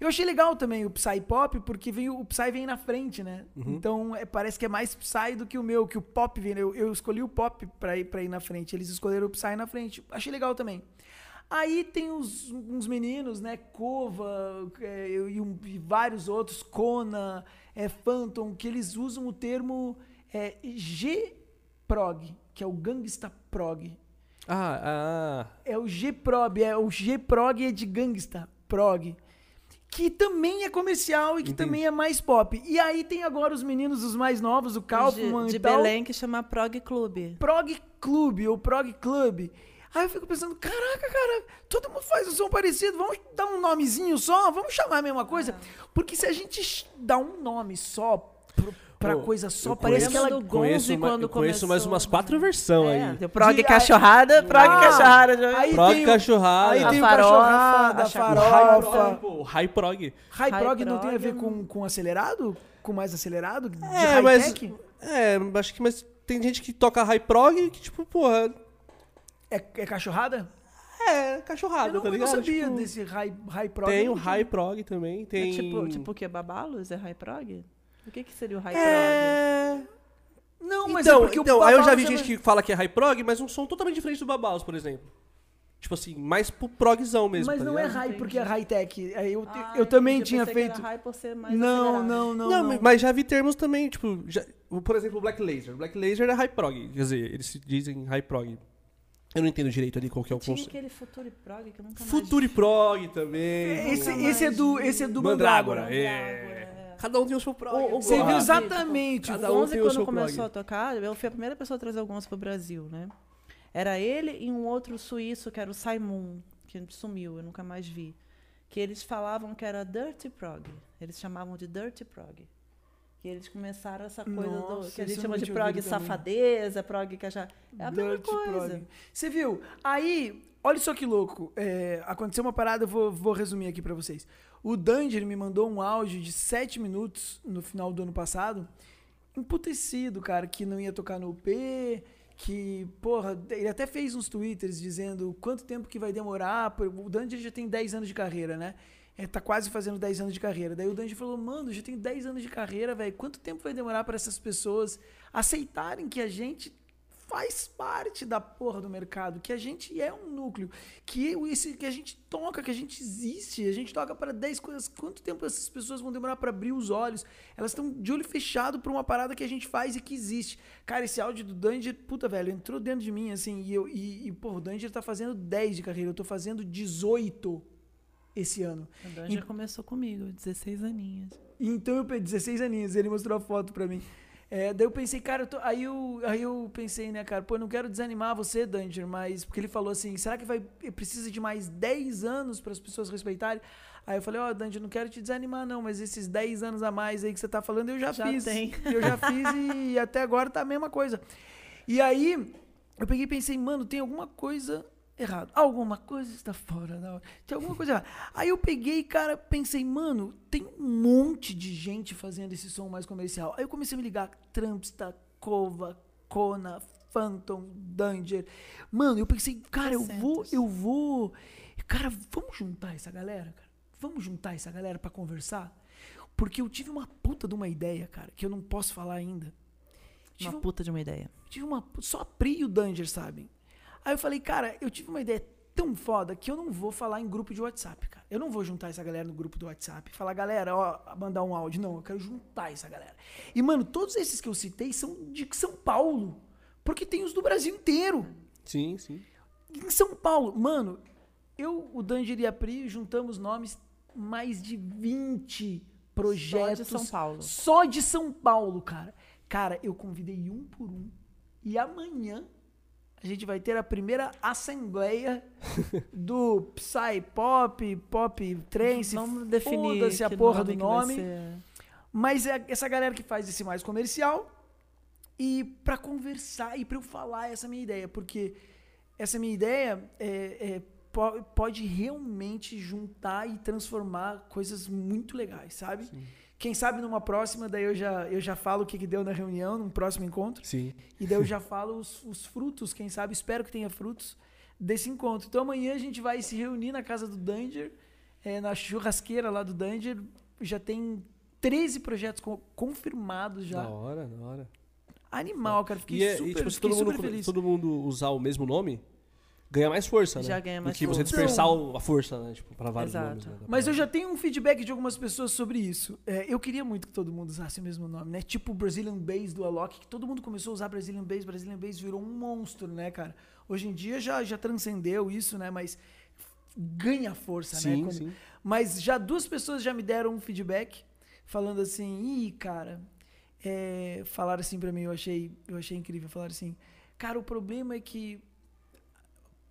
S3: Eu achei legal também o psypop, porque vem, o psy vem na frente, né? Então é, parece que é mais psy do que o meu, que o pop vem. né? Eu, eu escolhi o pop pra ir, pra ir na frente, eles escolheram o psy na frente. Achei legal também. Aí tem uns, uns meninos, né? Cova é, eu- e, um- e vários outros, Kona, é, Phantom, que eles usam o termo é, G-prog, que é o gangsta prog.
S1: Ah, ah.
S3: É o G-prog, é o G-prog é de gangsta prog. Que também é comercial e que
S1: Entendi.
S3: também é mais pop. E aí tem agora os meninos, os mais novos, o Kaufman
S2: de, de
S3: e tal.
S2: Belém que chama Prog Club.
S3: Prog Club ou Prog Club. Aí eu fico pensando, caraca, cara, todo mundo faz um som parecido, vamos dar um nomezinho só, vamos chamar a mesma coisa.
S2: Ah.
S3: Porque se a gente ch- dá um nome só pro- pra
S1: Ô,
S3: coisa só,
S1: eu
S3: parece
S1: conheço-
S3: que ela
S2: do Gonzi
S1: conheço ma-
S2: quando
S1: eu conheço mais
S2: começou,
S1: umas
S2: né?
S1: quatro versões
S2: É,
S1: aí.
S2: tem o Prog
S3: De-
S2: Cachorrada, Prog
S3: Ah,
S2: Cachorrada. Já...
S3: aí
S1: Prog
S3: tem o-
S1: Cachorrada.
S3: Aí
S1: A
S3: tem o
S2: farofa,
S3: cachorrada,
S2: a
S3: a
S2: chacoalhada.
S3: farofa.
S1: Pô, o High prog.
S3: High
S2: High
S3: prog não tem a
S2: prog
S3: ver
S2: não-
S3: com, com acelerado? Com mais acelerado? De
S1: É,
S3: high
S1: mas.
S3: tech?
S1: É, acho que mas tem gente que toca high prog que, tipo, porra,
S3: É, é cachorrada?
S1: é cachorrada,
S3: eu não,
S1: tá
S3: eu não
S1: ligado?
S3: sabia
S1: Tipo,
S3: desse high, high prog.
S1: Tem um o
S3: eu não-
S1: high prog também,
S2: É
S1: tem.
S2: tipo, tipo o que? Babalos? É High Prog? O que, que seria o High Prog?
S1: É.
S3: Não, mas é
S1: Então,
S3: porque o
S1: então aí eu já vi
S3: Babaus
S1: gente
S3: é-
S1: que fala que é high prog, mas um som totalmente diferente do Babaus, por exemplo. Tipo assim, mais pro progzão mesmo.
S3: Mas
S1: tá
S3: não é
S1: ligado?
S3: high
S2: Entendi.
S3: porque é high tech. É, Eu,
S2: Ah,
S3: eu também
S2: entendi,
S3: tinha
S2: pensei que era
S3: feito.
S2: high por ser mais
S3: Não,
S2: acelerado.
S3: não, não,
S1: Não,
S3: não.
S1: mas já vi termos também, tipo, já- o- por exemplo, o Black Laser. O Black Laser é high prog, quer dizer, eles se dizem high prog. Eu não entendo direito ali qual que é o
S2: Tinha
S1: conceito.
S2: aquele Futuri Prog que eu nunca mais
S1: Futuri prog também.
S3: Esse, esse é do, esse é do
S1: Mandrágora.
S3: Mandrágora.
S1: É. Cada um tem o seu prog.
S2: Ô, ô,
S1: porra.
S3: Você viu
S2: Porra.
S3: exatamente.
S1: Cada
S3: o-
S1: um
S2: O Gonzi,
S1: tem o seu
S2: quando começou
S1: prog.
S2: a tocar, eu fui a primeira pessoa a trazer o Gonzi pro Brasil, né? Era ele e um outro suíço, que era o Simon, que sumiu, eu nunca mais vi. Que eles falavam que era Dirty Prog. Eles chamavam de Dirty Prog. E eles começaram essa coisa
S3: Nossa,
S2: do, que a
S3: isso
S2: gente
S3: eu
S2: chama
S3: não
S2: de
S3: tinha
S2: prog
S3: ouvido também.
S2: safadeza, prog que já... É a mesma
S3: Dirty
S2: coisa.
S3: Prog. Você viu? Aí, olha só que louco. É, aconteceu uma parada, eu vou, vou resumir aqui pra vocês. O Danger me mandou um áudio de 7 minutos no final do ano passado, emputecido, cara, que não ia tocar no UP, que, porra, ele até fez uns twitters dizendo quanto tempo que vai demorar. por- O Danger já tem 10 anos de carreira, né? É, tá quase fazendo 10 anos de carreira. Daí o Dandy falou, mano, já tem 10 anos de carreira, velho. Quanto tempo vai demorar pra essas pessoas aceitarem que a gente faz parte da porra do mercado, que a gente é um núcleo, que eu- esse que a gente toca, que a gente existe, a gente toca para 10 coisas. Quanto tempo essas pessoas vão demorar para abrir os olhos? Elas estão de olho fechado pra uma parada que a gente faz e que existe. Cara, esse áudio do Danger, puta velho, entrou dentro de mim assim, e eu e, e porra, o Danger tá fazendo 10 de carreira, eu tô fazendo 18 esse ano.
S2: O Danger começou comigo, 16 aninhos.
S3: Então eu pensei, 16 aninhos, ele mostrou a foto pra mim. É, daí eu pensei, cara, eu tô- aí, eu, aí eu pensei, né, cara, pô, eu não quero desanimar você, Danger, mas. Porque ele falou assim, será que vai precisa de mais 10 anos para as pessoas respeitarem? Aí eu falei, ó, Danger, não quero te desanimar, não, mas esses 10 anos a mais aí que você tá falando, eu já,
S2: Já
S3: fiz.
S2: tem.
S3: Eu já fiz e até agora tá a mesma coisa. E aí eu peguei e pensei, mano, tem alguma coisa errado. Alguma coisa está fora da hora. Tem alguma coisa errada. Aí eu peguei, cara, pensei, mano, tem um monte de gente fazendo esse som mais comercial. Aí eu comecei a me ligar, Trumpsta, Cova, Kona, Phantom, Danger. Mano, eu pensei, cara, eu vou,
S2: 300.
S3: eu vou. Cara, vamos juntar essa galera, cara. Vamos juntar essa galera pra conversar? Porque eu tive uma puta de uma ideia, cara, que eu não posso falar ainda. Tive
S2: Uma
S3: um-
S2: puta de uma ideia.
S3: tive uma. Só a Pri e o Danger sabem. Aí eu falei, cara, eu tive uma ideia tão foda que eu não vou falar em grupo de WhatsApp, cara. Eu não vou juntar essa galera no grupo do WhatsApp e falar, galera, ó, mandar um áudio. Não, eu quero juntar essa galera. E, mano, todos esses que eu citei são de São Paulo. Porque tem os do Brasil inteiro.
S1: Sim, sim.
S3: Em São Paulo, mano, eu, o Danger e a Pri juntamos nomes mais de 20 projetos.
S2: São Paulo.
S3: Só de São Paulo, cara. Cara, eu convidei um por um. E amanhã a gente vai ter a primeira assembleia do Psy Pop, Pop Trance.
S2: Vamos definir
S3: Foda-se a
S2: que
S3: porra
S2: nome
S3: do
S2: que vai
S3: nome.
S2: ser.
S3: Mas é essa galera que faz esse mais comercial. E pra conversar e pra eu falar essa minha ideia, porque essa minha ideia é- é, po- pode realmente juntar e transformar coisas muito legais, sabe? Quem sabe numa próxima, daí eu já, eu já falo o que, que deu na reunião, num próximo encontro.
S1: Sim.
S3: E daí eu já falo os, os frutos, quem sabe, espero que tenha frutos desse encontro. Então amanhã a gente vai se reunir na casa do Danger, eh, na churrasqueira lá do Danger. Já tem 13 projetos co- confirmados já.
S1: Da hora, da hora.
S3: Animal, cara. Fiquei
S1: E, é- e,
S3: super,
S1: tipo, se
S3: fiquei
S1: todo mundo,
S3: super feliz.
S1: todo mundo usar o mesmo nome, ganha mais força, né?
S2: Já ganha mais
S1: Do que você
S2: força.
S1: dispersar o- a força, né? Tipo, pra vários
S2: Exato.
S1: nomes. Né? Dá
S3: Mas
S1: pra-
S3: eu já tenho um feedback de algumas pessoas sobre isso. É, eu queria muito que todo mundo usasse o mesmo nome, né? Tipo o Brazilian Bass do Alok, que todo mundo começou a usar Brazilian Bass, Brazilian Bass virou um monstro, né, cara? Hoje em dia já, já transcendeu isso, né? Mas ganha força, né?
S1: Sim,
S3: Quando-
S1: sim.
S3: Mas já duas pessoas já me deram um feedback falando assim, ih, cara, é, falaram assim pra mim, eu achei, eu achei incrível, falaram assim, cara, o problema é que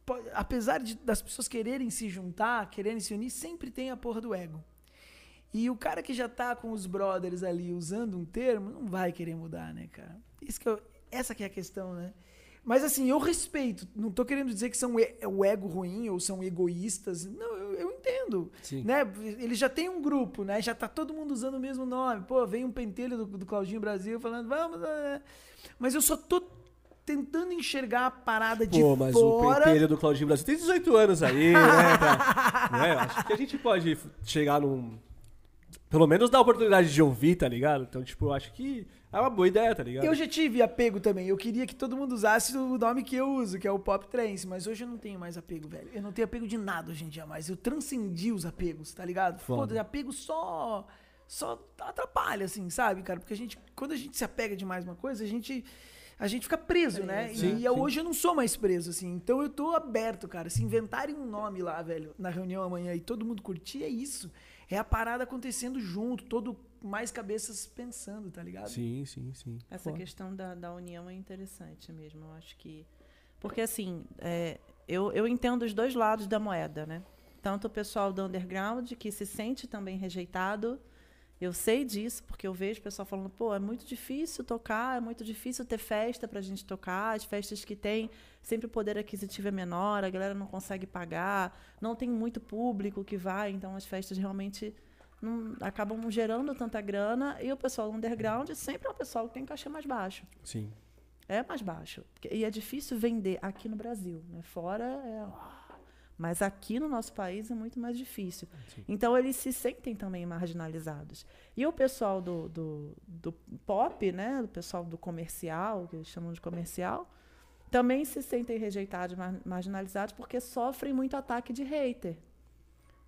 S3: po- apesar de- das pessoas quererem se juntar, quererem se unir, sempre tem a porra do ego. E o cara que já tá com os brothers ali usando um termo, não vai querer mudar, né, cara? Isso que eu- essa que é a questão, né? Mas assim, eu respeito. Não tô querendo dizer que são e- é o ego ruim ou são egoístas. Não, eu, eu entendo.
S1: Sim.
S3: Né? Ele já tem um grupo, né? Já tá todo mundo usando o mesmo nome. Pô, vem um pentelho do, do Claudinho Brasil falando, vamos. ah, ah." Mas eu só tô tentando enxergar a parada de
S1: Pô, mas o
S3: fora.
S1: pentelho do Claudinho Brasil tem 18 anos aí, né? Tá, né? Eu Acho que a gente pode f- chegar num. Pelo menos dar a oportunidade de ouvir, tá ligado? Então, tipo, eu acho que é uma boa ideia, tá ligado?
S3: Eu já tive apego também. Eu queria que todo mundo usasse o nome que eu uso, que é o Pop Trance. Mas hoje eu não tenho mais apego, velho. Eu não tenho apego de nada hoje em dia mais. Eu transcendi os apegos, tá ligado?
S1: Foda.
S3: Foda-se, apego só. Só atrapalha, assim, sabe, cara? Porque a gente, quando a gente se apega demais uma coisa, a gente. A gente fica preso, né?
S1: É, Sim,
S3: e
S1: sim.
S3: hoje eu não sou mais preso, assim. Então eu tô aberto, cara. Se inventarem um nome lá, velho, na reunião amanhã e todo mundo curtir, é isso. É a parada acontecendo junto, todo mais cabeças pensando, tá ligado?
S1: Sim, sim, sim.
S2: Essa
S1: Pô,
S2: questão da, da união é interessante mesmo. Eu acho que. Porque, assim, é, eu, eu entendo os dois lados da moeda, né? Tanto o pessoal do underground, que se sente também rejeitado. Eu sei disso, porque eu vejo o pessoal falando, pô, é muito difícil tocar, é muito difícil ter festa pra gente tocar. As festas que tem, sempre o poder aquisitivo é menor, a galera não consegue pagar, não tem muito público que vai, então as festas realmente não acabam não gerando tanta grana e o pessoal underground sempre é o pessoal que tem cachê mais baixo.
S1: Sim.
S2: É mais baixo. Porque- E é difícil vender aqui no Brasil. Né? Fora é. Mas aqui no nosso país é muito mais difícil.
S1: Sim.
S2: Então eles se sentem também marginalizados. E o pessoal do, do, do pop, né? O pessoal do comercial, que eles chamam de comercial, também se sentem rejeitados, mar- marginalizados, porque sofrem muito ataque de hater.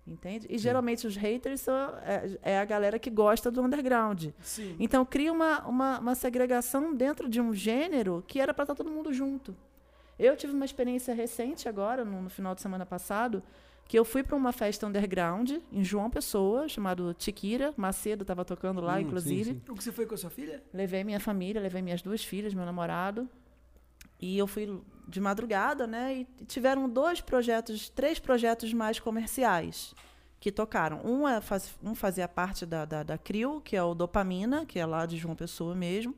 S2: Entende? E geralmente os haters são, é, é a galera que gosta do underground.
S3: Sim.
S2: Então cria uma, uma, uma segregação dentro de um gênero que era para estar todo mundo junto. Eu tive uma experiência recente agora, no, no final de semana passado, que eu fui para uma festa underground em João Pessoa, chamado Tiquira, Macedo estava tocando lá,
S1: Hum, sim,
S2: inclusive.
S1: sim.
S3: O que você foi com a sua filha?
S2: Levei minha família, levei minhas duas filhas, meu namorado. E eu fui de madrugada, né? E tiveram dois projetos, três projetos mais comerciais que tocaram. Um, é faz- um fazia parte da, da, da CRIO, que é o Dopamina, que é lá de João Pessoa mesmo.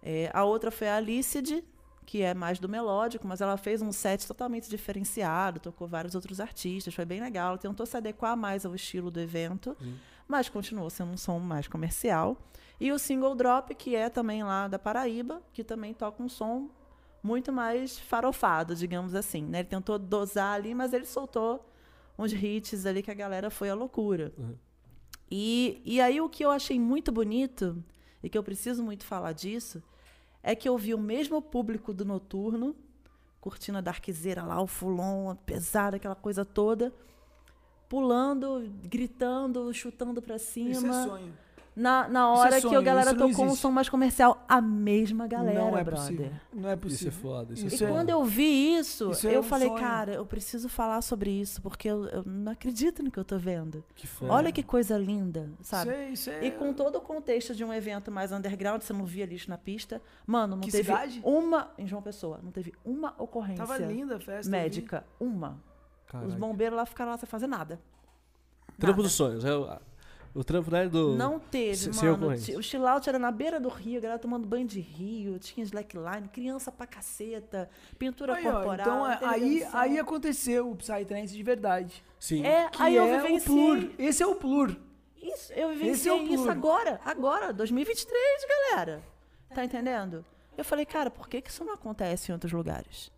S2: É, a outra foi a Alicid, que é mais do melódico, mas ela fez um set totalmente diferenciado, tocou vários outros artistas, foi bem legal. Ela tentou se adequar mais ao estilo do evento, mas continuou sendo um som mais comercial. E o single drop, que é também lá da Paraíba, que também toca um som muito mais farofado, digamos assim. Né? Ele tentou dosar ali, mas ele soltou uns hits ali que a galera foi à loucura.
S3: Uhum.
S2: E, e aí o que eu achei muito bonito, e que eu preciso muito falar disso, é que eu vi o mesmo público do noturno, cortina da arquiseira lá, o fulon, pesado, aquela coisa toda, pulando, gritando, chutando pra cima.
S3: Isso é sonho.
S2: Na, na hora que a
S3: sonho,
S2: galera
S3: isso não
S2: tocou um
S3: existe.
S2: som mais comercial, a mesma galera,
S3: não é
S2: brother.
S3: possível. Não é
S1: Isso
S3: possível.
S1: é foda, isso,
S2: E
S3: Isso
S1: é
S3: é-
S1: foda.
S2: quando eu vi isso,
S3: Isso é
S2: eu
S3: um
S2: falei,
S3: sonho.
S2: cara, eu preciso falar sobre isso, porque eu, eu não acredito no que eu tô vendo.
S1: Que foda.
S2: Olha que coisa linda,
S3: É. Isso
S2: sabe?
S3: é, isso é-
S2: E com todo o contexto de um evento mais underground, você não via lixo na pista. Mano, não
S3: Que
S2: teve
S3: cidade?
S2: uma. Em João Pessoa, não teve uma ocorrência
S3: Tava linda a festa. eu vi.
S2: médica. Uma. Os
S1: Caralho.
S2: bombeiros lá ficaram lá sem fazer nada.
S1: Trampo dos sonhos. é o- O trampo, né, do...
S2: Não teve,
S1: se- sem
S2: mano.
S1: ocorrência.
S2: Ti- O chillout era na beira do rio, a galera tomando banho de rio, tinha slackline, criança pra caceta, pintura
S3: Aí, ó,
S2: corporal.
S3: então é- aí,
S2: intervenção.
S3: aí aconteceu o Psytrance de verdade.
S1: Sim.
S2: É,
S3: Que
S2: aí
S3: é
S2: eu
S3: o
S2: vivenciei
S3: plur. Esse é o plur.
S2: isso, eu
S3: Esse
S2: vivenciei
S3: é o
S2: isso
S3: pluro.
S2: agora, agora, 2023, galera. Tá entendendo? Eu falei, cara, por que, que isso não acontece em outros lugares?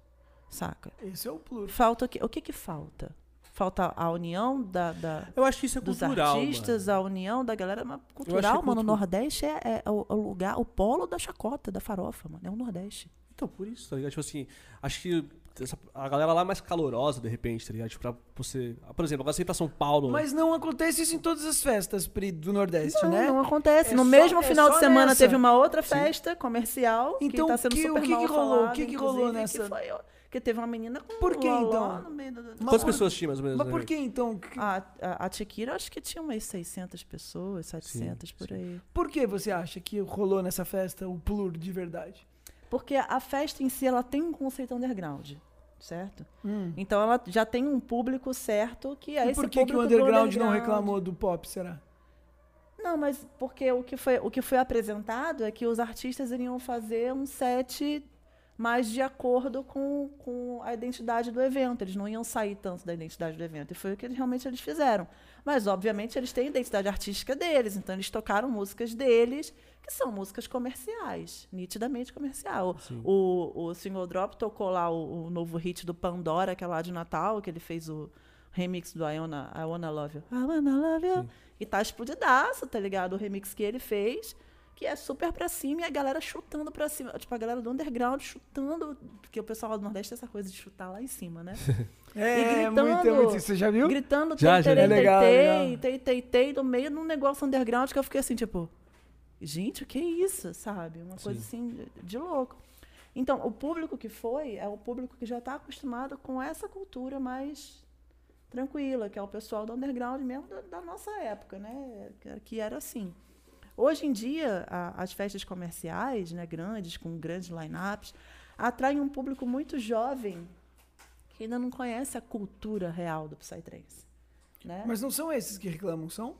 S2: Saca?
S3: Esse é o plur.
S2: Falta o que? O que que falta? Falta a união da, da-
S1: Eu acho que isso é
S2: dos
S1: cultural,
S2: artistas, a união da galera. Mas
S1: acho
S2: cultural,
S1: que
S2: mano,
S1: cultu-
S2: o Nordeste é, é o, o lugar, o polo da chacota, da farofa, mano. É o Nordeste.
S1: Então, por isso, tá ligado? Tipo assim, acho que essa- a galera lá é mais calorosa, de repente, tá ligado? Tipo, pra você. ah, Por exemplo, agora você ir pra São Paulo.
S3: Mas não acontece isso em todas as festas, Pri, do Nordeste,
S2: Não,
S3: né?
S2: não acontece.
S3: É
S2: no
S3: só-
S2: mesmo
S3: é
S2: final
S3: só
S2: de semana
S3: nessa.
S2: teve uma outra festa comercial
S3: Então,
S2: que tá sendo
S3: que- o
S2: super
S3: que que
S2: mal
S3: rolou? O
S2: falado,
S3: que que rolou
S2: inclusive,
S3: nessa?
S2: Que, foi, ó, que teve uma menina com
S3: Por que,
S2: um loló
S3: então?
S2: no meio do... do-
S3: Mas
S1: Quantas
S3: por-
S1: pessoas tinha, mais ou menos?
S3: Mas
S1: né?
S3: por que então? Que-
S2: A, a, a Tiquira, acho que tinha umas 600 pessoas, 700, por
S1: sim.
S2: aí.
S3: Por que você acha que rolou nessa festa o plur de verdade?
S2: Porque a festa em si, ela tem um conceito underground, certo?
S3: Hum.
S2: Então ela já tem um público certo que é
S3: e
S2: esse
S3: por que,
S2: público é
S3: que o
S2: do
S3: underground não
S2: underground.
S3: reclamou do pop, será?
S2: Não, mas porque o que, foi, o que foi apresentado é que os artistas iriam fazer um set mais de acordo com, com a identidade do evento. Eles não iam sair tanto da identidade do evento. E foi o que eles- realmente eles fizeram. Mas, obviamente, eles têm a identidade artística deles. Então, eles tocaram músicas deles, que são músicas comerciais, nitidamente comercial. O, o Single Drop tocou lá o, o novo hit do Pandora, que é lá de Natal, que ele fez o remix do I Wanna, I Wanna Love You. I Wanna Love You. E tá explodidaço, tá ligado? O remix que ele fez, que é super pra cima e a galera chutando pra cima. Tipo, a galera do underground chutando, porque o pessoal lá do Nordeste tem essa coisa de chutar lá em cima, né?
S3: É,
S2: gritando-
S3: muito, é muito isso. Você já viu?
S2: Gritando
S1: Já,
S2: tei,
S1: já, já.
S2: terei, tei,
S3: É legal,
S2: tei,
S3: legal.
S2: tei, tei, tei, no meio de um negócio underground que eu fiquei assim, tipo, gente, o que é isso, sabe? Uma coisa assim de- de louco. Então, o público que foi é o público que já está acostumado com essa cultura mais tranquila, que é o pessoal do underground mesmo da, da nossa época, né? Que- Que era assim. Hoje em dia, a- as festas comerciais, né, grandes, com grandes lineups, atraem um público muito jovem que ainda não conhece a cultura real do Psytrance. Né?
S3: Mas não são esses que reclamam, são?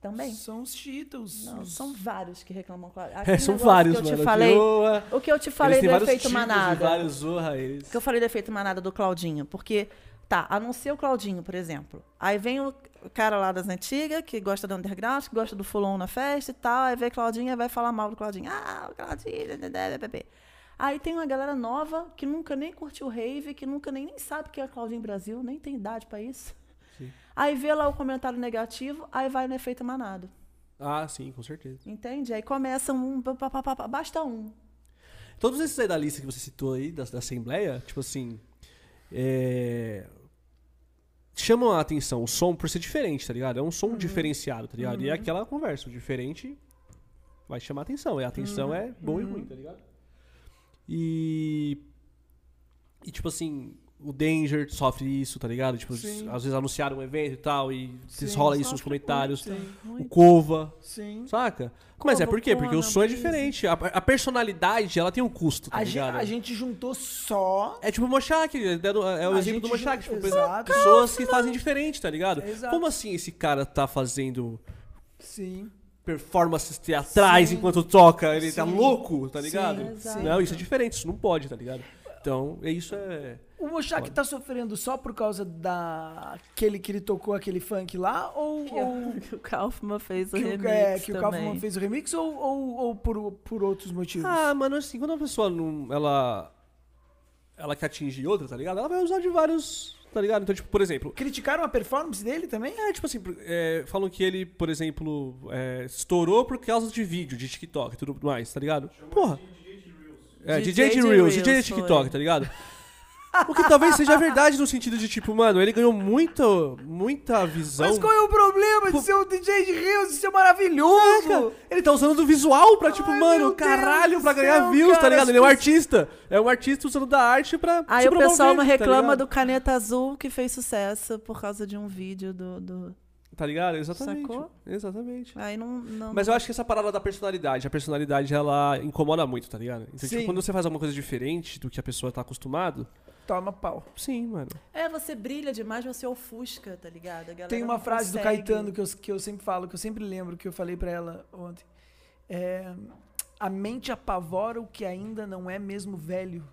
S2: Também.
S3: São os cheetos.
S2: Não, são vários que reclamam, claro.
S1: É,
S2: Aquele
S1: são
S2: negócio
S1: vários,
S2: que eu
S1: mano.
S2: te falei,
S1: Viola,
S2: O que eu te
S1: eles
S2: falei
S1: têm
S2: do
S1: vários
S2: efeito
S1: tipos,
S2: manada.
S1: vários zorra eles.
S2: que eu falei do efeito manada do Claudinho, porque tá, anuncia o Claudinho, por exemplo. Aí vem o cara lá das antigas, que gosta do underground, que gosta do fulon na festa e tal, aí vem Claudinho e vai falar mal do Claudinho. Ah, o Claudinho, né, né, né, né, né. Aí tem uma galera nova que nunca nem curtiu rave, que nunca nem, nem sabe o que é Claudinho Brasil, nem tem idade pra isso.
S1: Sim.
S2: Aí vê lá o comentário negativo, aí vai no efeito manada.
S1: Ah, sim, com certeza.
S2: Entende? Aí começa um. pá, pá, pá, pá, pá, Basta um.
S1: Todos esses aí da lista que você citou aí, da, da Assembleia, tipo assim. É... Chamam a atenção o som por ser diferente, tá ligado? É um som
S3: Uhum.
S1: diferenciado, tá ligado? E é aquela conversa, o diferente vai chamar atenção. E a atenção
S3: Uhum.
S1: é bom e ruim, tá ligado? E. E tipo assim, o Danger sofre isso, tá ligado? Tipo,
S3: Sim.
S1: às vezes anunciaram um evento e tal, e
S3: Sim,
S1: rola isso nos
S2: sofre
S1: comentários.
S3: Sim,
S1: O Cova,
S3: sim.
S1: Saca? Mas é por quê? Porque o
S2: Covocona,
S1: som é
S2: Breeze.
S1: diferente. A, a personalidade, ela tem um custo, tá
S3: A, gen-
S1: ligado?
S3: a gente juntou só.
S1: É tipo o Mochak, é o
S3: A
S1: exemplo do
S3: gente
S1: Mochak.
S3: ju-
S1: Tipo,
S3: Exato.
S1: pessoas que fazem diferente, tá ligado?
S3: Exato.
S1: Como assim esse cara tá fazendo
S3: Sim.
S1: performances teatrais enquanto toca, ele tá louco, tá ligado?
S2: Exato.
S1: não, isso é diferente, isso não pode, tá ligado? Então, é isso é.
S3: O Mochak tá sofrendo só por causa daquele que ele tocou aquele funk lá? Ou,
S2: Que, é
S3: ou
S2: o- que o Kaufman fez o
S3: que,
S2: remix
S3: o, é, que o
S2: também.
S3: Kaufman fez o remix? Ou, ou, ou por, por outros motivos?
S1: Ah, mano, assim, quando a pessoa não. Ela. Ela quer atingir outra, tá ligado? Ela vai usar de vários. Tá ligado? Então, tipo, por exemplo.
S3: Criticaram a performance dele também?
S1: É, tipo assim, por- é, falam que ele, por exemplo, é, estourou por causa de vídeo, de TikTok e tudo mais, tá ligado? Porra. É, DJ de Reels, DJ de
S2: Reels,
S1: TikTok,
S2: foi.
S1: tá ligado? O que talvez seja verdade no sentido de, tipo, mano, ele ganhou muito, muita visão.
S3: Mas qual é o problema de ser um DJ de Reels? Isso é maravilhoso!
S1: Cara, Ele tá usando do visual pra, tipo,
S3: Ai,
S1: mano,
S3: meu
S1: caralho,
S3: Deus
S1: pra
S3: do
S1: ganhar
S3: céu,
S1: views, tá
S3: cara,
S1: ligado?
S3: as
S1: Ele é um
S3: pessoas-
S1: artista. É um artista usando da arte pra.
S2: Aí
S1: se
S2: Ah,
S3: Tipo
S2: o pessoal
S1: promover,
S2: não
S1: tá
S2: reclama
S1: ligado?
S2: do Caneta Azul que fez sucesso por causa de um vídeo do. do-
S1: Tá ligado? Exatamente.
S2: Sacou?
S1: Exatamente.
S2: Aí não. não...
S1: Mas eu acho que essa parada da personalidade, a personalidade ela incomoda muito, tá ligado? Então, tipo,
S3: Sim.
S1: quando você faz alguma coisa diferente do que a pessoa tá acostumado,
S3: Toma pau.
S1: sim, mano.
S2: É, você brilha demais, você ofusca, tá ligado? A galera
S3: Tem uma
S2: não
S3: frase do
S2: consegue.
S3: Caetano que eu, que eu sempre falo, que eu sempre lembro, que eu falei pra ela ontem. É, a mente apavora o que ainda não é mesmo velho.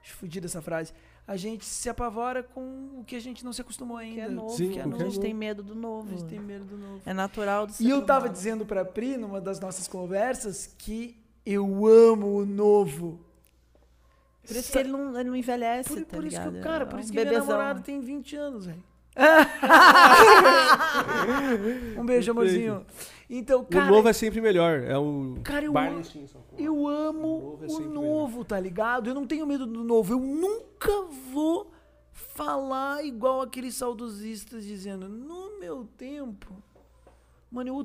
S3: Acho fodida essa frase. A gente se apavora com o que a gente não se acostumou ainda.
S2: Que é novo,
S1: Sim,
S2: que é
S1: o que
S2: novo.
S1: é
S2: A gente
S1: novo.
S2: tem medo do novo.
S3: A gente tem medo do novo.
S2: É natural do ser
S3: E eu tava
S2: humano.
S3: dizendo pra Pri, numa das nossas conversas, que eu amo o novo.
S2: Por isso que ele não, ele não envelhece,
S3: Por,
S2: tá
S3: por isso que,
S2: ligado?
S3: o cara, por
S2: É um
S3: isso que meu
S2: bebezão.
S3: namorado tem 20 anos, velho. um beijo, amorzinho. Então, cara,
S1: o novo é sempre melhor. É o.
S3: cara eu,
S1: Barney
S3: amo-
S1: Stinson.
S3: eu amo
S1: novo é
S3: o
S1: sempre
S3: novo, tá ligado? Eu não tenho medo do novo. Eu nunca vou falar igual aqueles saudosistas dizendo, no meu tempo. Mano, eu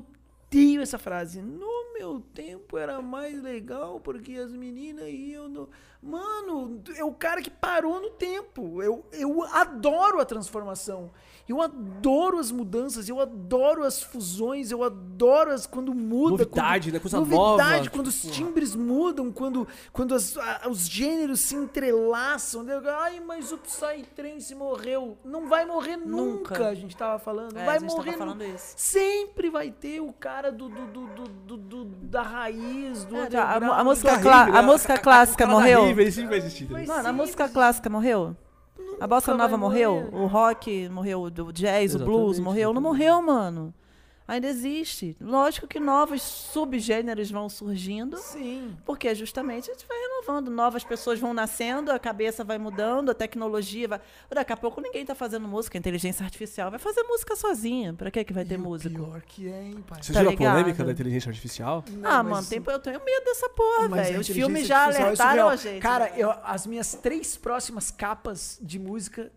S3: odeio essa frase. No meu tempo era mais legal porque as meninas iam no. Mano, é o cara que parou no tempo. Eu, eu adoro a transformação. Eu adoro as mudanças, eu adoro as fusões, eu adoro as quando muda.
S1: Novidade,
S3: quando,
S1: né? Coisa
S3: novidade,
S1: nova. Tipo,
S3: quando os timbres mudam, quando, quando as- a- os gêneros se entrelaçam. Eu- Ai, mas o Psytrance morreu. Não vai morrer nunca,
S2: Nunca.
S3: a gente tava falando. Não
S2: É,
S3: vai
S2: a gente tava
S3: morrer
S2: falando
S3: nu-
S2: isso.
S3: Sempre vai ter o cara do, do, do, do, do- do- da raiz, do
S2: É, já, a,
S3: underground.
S2: a música,
S1: Da
S2: clá-
S1: River,
S2: a
S1: né?
S2: música clássica
S1: Cara da
S3: é
S2: morreu?
S1: River, ele sempre vai existir. tá ligado?
S2: Mano, a música clássica morreu? A bossa
S3: vai
S2: nova morreu?
S3: morrer.
S2: O rock morreu? O jazz, o blues
S1: Exatamente,
S2: morreu? Não morreu, mano. Ainda existe. Lógico que novos subgêneros vão surgindo.
S3: Sim.
S2: Porque justamente a gente vai renovando, novas pessoas vão nascendo, a cabeça vai mudando, a tecnologia vai. Daqui a pouco ninguém tá fazendo música, a inteligência artificial vai fazer música sozinha. Pra que, que vai ter
S3: E o
S2: música?
S3: Pior que é, hein, pai.
S1: Você
S2: tá
S1: viu a
S2: ligado?
S1: polêmica da inteligência artificial?
S3: Não,
S2: Ah,
S3: mas
S2: mano,
S3: isso-
S2: tem- eu tenho medo dessa porra,
S3: mas a
S2: velho. Os
S3: inteligência
S2: filmes já
S3: artificial é
S2: alertaram
S3: surreal.
S2: a gente.
S3: Cara,
S2: né?
S3: eu- as minhas três próximas capas de música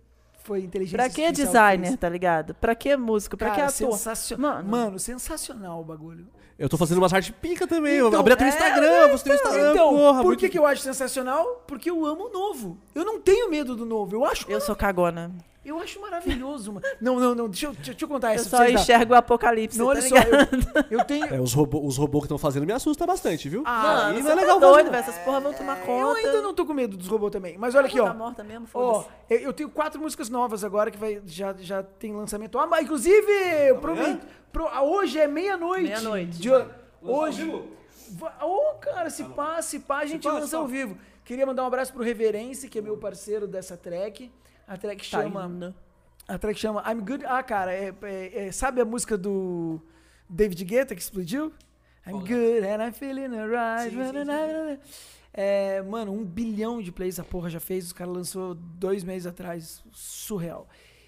S3: foi inteligência
S2: Pra que
S3: artificial.
S2: designer, tá ligado? Pra que músico? Pra
S3: Cara,
S2: que ator?
S3: sensacional. Mano.
S2: Mano.
S3: sensacional o bagulho.
S1: Eu tô fazendo umas artes pica também. eu
S3: Então,
S1: abri até o
S2: é,
S1: Instagram, você tem o Instagram.
S3: Então,
S1: porra,
S3: por
S1: muito-
S3: que, que eu acho sensacional? Porque eu amo o novo. Eu não tenho medo do novo. Eu acho,
S2: Eu sou cagona.
S3: eu acho maravilhoso. mano. Não, não, não. Deixa eu, deixa eu contar
S2: Eu
S3: essa
S2: só
S3: pra vocês. tá?
S2: enxergo o apocalipse,
S3: Não,
S2: tá
S3: olha só.
S2: ligado?
S3: Eu, eu tenho...
S1: É, os robôs os robô que estão fazendo me assusta bastante, viu?
S3: Ah,
S2: Mano,
S1: Aí
S2: você
S1: não é
S2: tá
S1: legal
S2: doido,
S1: fazer-
S2: velho. Essas porra vão tomar conta.
S3: eu ainda não tô com medo dos robôs também. Mas olha aqui, ó.
S2: Tá morta mesmo,
S3: Ó,
S2: foda-se.
S3: eu, eu tenho quatro músicas novas agora que vai, já, já tem lançamento. Ah, mas inclusive, pro- pro- ah, hoje é meia-noite.
S2: Meia-noite.
S3: De- Hoje. Va- Ô, cara, se pá, se pá, a gente
S1: pá, Tá se
S3: lança
S1: pá.
S3: ao vivo. Queria mandar um abraço pro Reverence, que é meu parceiro dessa track. A track
S2: Tá
S3: chama.
S2: Taína.
S3: A track chama I'm Good. Ah, cara, é- é- é- sabe a música do David Guetta que explodiu? I'm good and I'm feeling alright. É, mano, um bilhão de plays a porra já fez. Os caras lançou dois meses atrás. Surreal.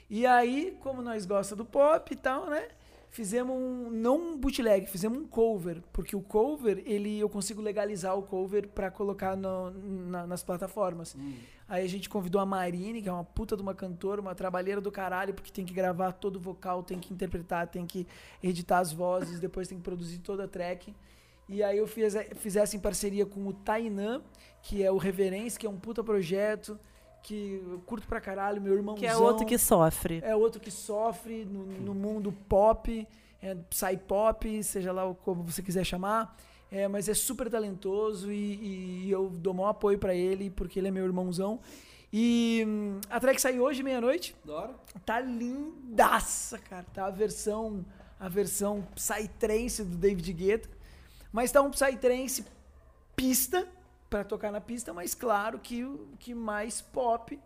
S3: E aí, como nós gosta do pop e tal, né? Fizemos um. Não um bootleg, fizemos um cover. Porque o cover, ele eu consigo legalizar o cover pra colocar no- na- nas plataformas. Aí a gente convidou a Marine, que é uma puta de uma cantora, uma trabalheira do caralho, porque tem que gravar todo o vocal, tem que interpretar, tem que editar as vozes, depois tem que produzir toda a track. E aí eu fiz, fiz essa em parceria com o Tainan, que é o Reverence, que é um puta projeto, que eu curto pra caralho, meu irmãozão.
S2: Que é outro que sofre.
S3: É outro que sofre no, no mundo pop, é, psy-pop, seja lá o- como você quiser chamar. É, mas é super talentoso e, e eu dou maior apoio pra ele, porque ele é meu irmãozão. E hum, a track sai hoje, meia-noite. Tá lindaça, cara. Tá a versão a versão psytrance do David Guetta. Mas tá um psytrance pista, para tocar na pista, mas claro que o que mais pop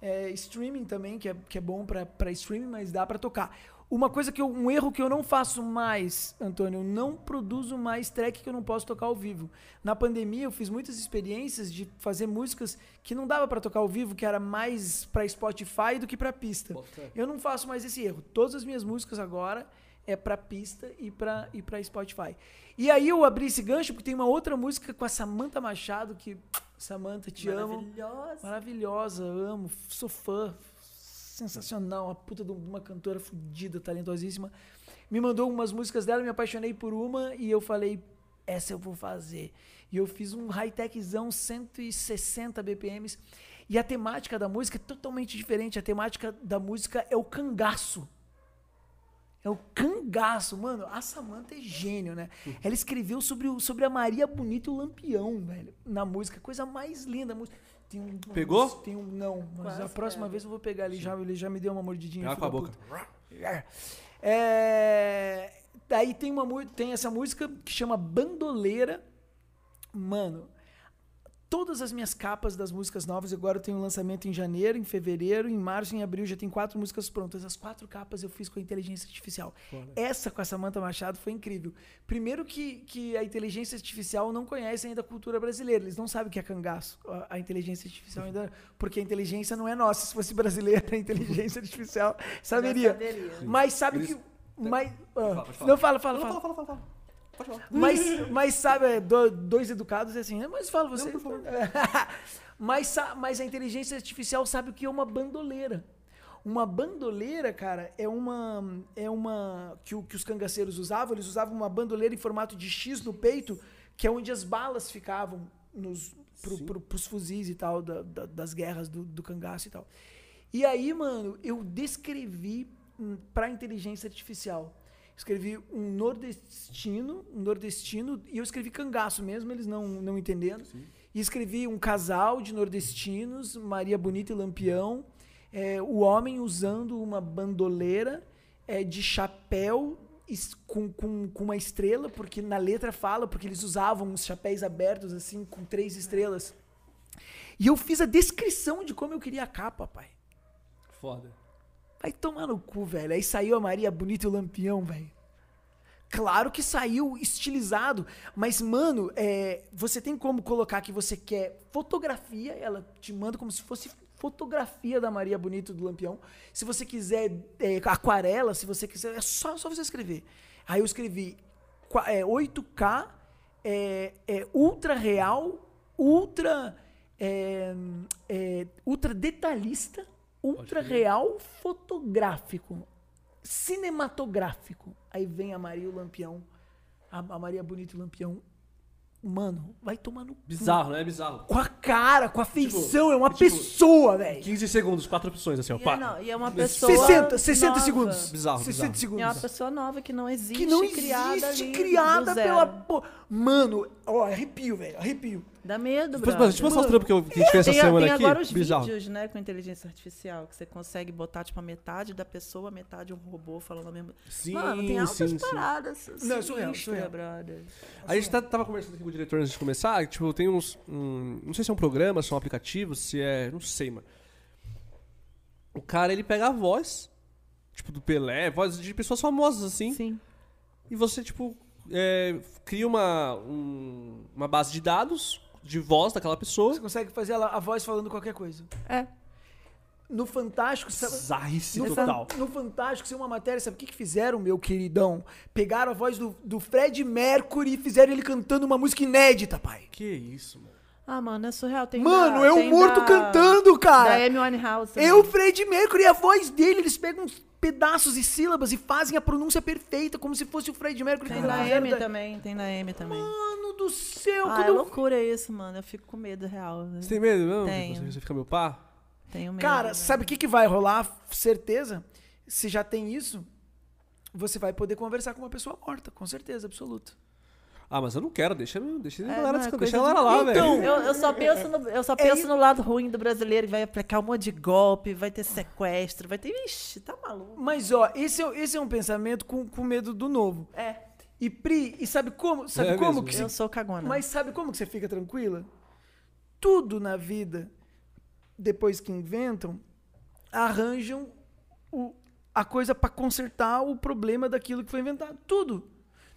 S3: é streaming também, que é, que é bom para streaming, mas dá para tocar. Uma coisa que eu, um erro que eu não faço mais, Antônio, eu não produzo mais track que eu não posso tocar ao vivo. Na pandemia eu fiz muitas experiências de fazer músicas que não dava para tocar ao vivo, que era mais para Spotify do que para pista. Eu não faço mais esse erro. Todas as minhas músicas agora é pra pista e pra, e pra Spotify. E aí eu abri esse gancho porque tem uma outra música com a Samantha Machado, que Samantha, te amo.
S2: Maravilhosa.
S3: Maravilhosa, amo, sou fã, sensacional, uma puta de uma cantora fodida, talentosíssima. Me mandou umas músicas dela, me apaixonei por uma e eu falei, essa eu vou fazer. E eu fiz um high-techzão 160 BPMs. E a temática da música é totalmente diferente. A temática da música é o cangaço. É o cangaço, mano. A Samanta é gênio, né?
S1: Uhum.
S3: Ela escreveu sobre, o, sobre a Maria Bonita e o Lampião, velho, na música. Coisa mais linda. a música. Tem um,
S1: Pegou?
S3: Tem um, não, mas
S2: Quase,
S3: a próxima vez eu vou pegar ele já. Ele já me deu uma mordidinha.
S1: Pega Tá com
S3: filho
S1: a
S3: da
S1: boca.
S3: puta. É, daí tem, uma, mu- tem essa música que chama Bandoleira. Mano, todas as minhas capas das músicas novas, agora eu tenho um lançamento em janeiro, em fevereiro, em março, em abril, já tem quatro músicas prontas. As quatro capas eu fiz com a inteligência artificial. Essa com a Samantha Machado foi incrível. Primeiro que, que a inteligência artificial não conhece ainda a cultura brasileira. Eles não sabem o que é cangaço. A, a inteligência artificial ainda... Porque a inteligência não é nossa. Se fosse brasileira, a inteligência artificial saberia.
S2: saberia. Sim.
S3: Mas sabe
S1: Eles- Tá.
S3: que... Mas, ah,
S1: pode falar.
S3: Não, fala, fala,
S1: Não, fala,
S3: fala.
S1: fala, fala. fala. Pode falar.
S3: Mas, mas sabe, é, do- dois educados é assim, "Ah, mas fala você.
S1: Não, por favor.
S3: mas, sa- mas a inteligência artificial sabe o que é uma bandoleira. Uma bandoleira, cara, é uma. É uma. Que, o- que os cangaceiros usavam, eles usavam uma bandoleira em formato de X no peito, que é onde as balas ficavam nos, pro, pro, pros fuzis e tal, da- da- das guerras do, do cangaço e tal. E aí, mano, eu descrevi hum, pra inteligência artificial. Escrevi um nordestino, um nordestino, e eu escrevi cangaço mesmo, eles não, não entendendo. E escrevi um casal de nordestinos, Maria Bonita e Lampião, é, o homem usando uma bandoleira é, de chapéu es- com, com, com uma estrela, porque na letra fala, porque eles usavam uns chapéus abertos, assim, com três estrelas. E eu fiz a descrição de como eu queria a capa, pai.
S1: Foda.
S3: Vai tomar no cu, velho. Aí saiu a Maria Bonita e o Lampião, velho. Claro que saiu estilizado, mas, mano, é, você tem como colocar que você quer fotografia, ela te manda como se fosse fotografia da Maria Bonita e do Lampião. Se você quiser é, aquarela, se você quiser, é só, só você escrever. Aí eu escrevi qua- é, 8K, é, é, ultra real, ultra, é, é, ultra detalhista, ultra real fotográfico, cinematográfico. Aí vem a Maria e o Lampião, a, a Maria Bonita e o Lampião. Mano, vai tomar no cu.
S1: Bizarro, né? Bizarro.
S3: Com a cara, com a feição, é uma
S1: tipo,
S3: pessoa, velho.
S1: 15 segundos, quatro opções, assim, ó.
S2: E é,
S1: Pá.
S2: não, e é uma pessoa
S3: 60, 60
S2: nova.
S3: segundos.
S1: Bizarro,
S3: 60
S1: bizarro.
S2: E
S3: segundos.
S2: é uma pessoa nova que não existe,
S3: que não existe
S2: criada
S3: criada,
S2: ali, do zero.
S3: pela. po- Mano, ó, arrepio, velho, arrepio.
S2: Dá medo,
S1: Depois,
S2: brother.
S1: mas, deixa eu mostrar o trampo que, eu, que a gente fez essa
S2: tem,
S1: semana
S2: tem
S1: aqui.
S2: agora os
S1: Bizarro.
S2: vídeos, né, com inteligência artificial, que você consegue botar, tipo, a metade da pessoa, metade um robô falando a mesma...
S1: Sim,
S2: Mano, tem altas
S1: sim, sim.
S2: paradas.
S3: Não, é surreal,
S2: sinistras,
S3: surreal.
S2: brother.
S1: A gente tá- tava conversando aqui com o diretor antes de começar, que, tipo, tem uns. um- não sei se é um programa, se é um aplicativo, se é. Não sei, mano. O cara, ele pega a voz, tipo, do Pelé, voz de pessoas famosas, assim,
S2: Sim.
S1: e você, tipo, é, cria uma, um- uma base de dados de voz daquela pessoa.
S3: Você consegue fazer ela- a voz falando qualquer coisa.
S2: É.
S3: No Fantástico, sabe-
S1: Bizarrice
S3: No,
S1: total.
S3: fan, no Fantástico, saiu uma matéria, sabe o que, que fizeram, meu queridão? Pegaram a voz do, do Fred Mercury e fizeram ele cantando uma música inédita, pai.
S1: Que isso, mano.
S2: Ah, mano, é surreal. Tem
S3: Mano,
S2: da,
S3: eu
S2: tem
S3: morto
S2: da-
S3: cantando, cara.
S2: Da Amy Winehouse. também.
S3: Eu, Fred Mercury, e a voz dele, eles pegam uns pedaços e sílabas e fazem a pronúncia perfeita, como se fosse o Fred Mercury.
S2: Tem
S3: que
S2: na
S3: fizeram
S2: M
S3: da-
S2: também, tem na M também.
S3: Mano do céu,
S2: Ah,
S3: quando
S2: é
S3: eu-
S2: loucura isso, mano. Eu fico com medo, real.
S1: Você tem medo mesmo?
S2: Tenho.
S1: Você, você fica meu pá?
S2: Tenho medo.
S3: Cara,
S2: né?
S3: sabe o que, que vai rolar? Certeza? Se já tem isso, você vai poder conversar com uma pessoa morta, com certeza, absoluta.
S1: Ah, mas eu não quero, deixa, deixa, a
S2: É,
S1: galera
S2: não, é
S1: descan- deixa a galera
S2: coisa
S1: tá lá, velho.
S2: Então, eu, eu só penso, no, eu
S3: É
S2: só penso no lado ruim do brasileiro, que vai aplicar um monte de golpe, vai ter sequestro, vai ter. Ixi, tá maluco.
S3: Mas, ó, esse é, esse é um pensamento com, com medo do novo.
S2: É,
S3: E, Pri, e sabe como? Sabe
S1: É
S3: como
S1: mesmo.
S3: que
S2: eu
S3: se,
S2: sou cagona.
S3: Mas sabe como que você fica tranquila? Tudo na vida, depois que inventam, arranjam o- a coisa pra consertar o problema daquilo que foi inventado. Tudo.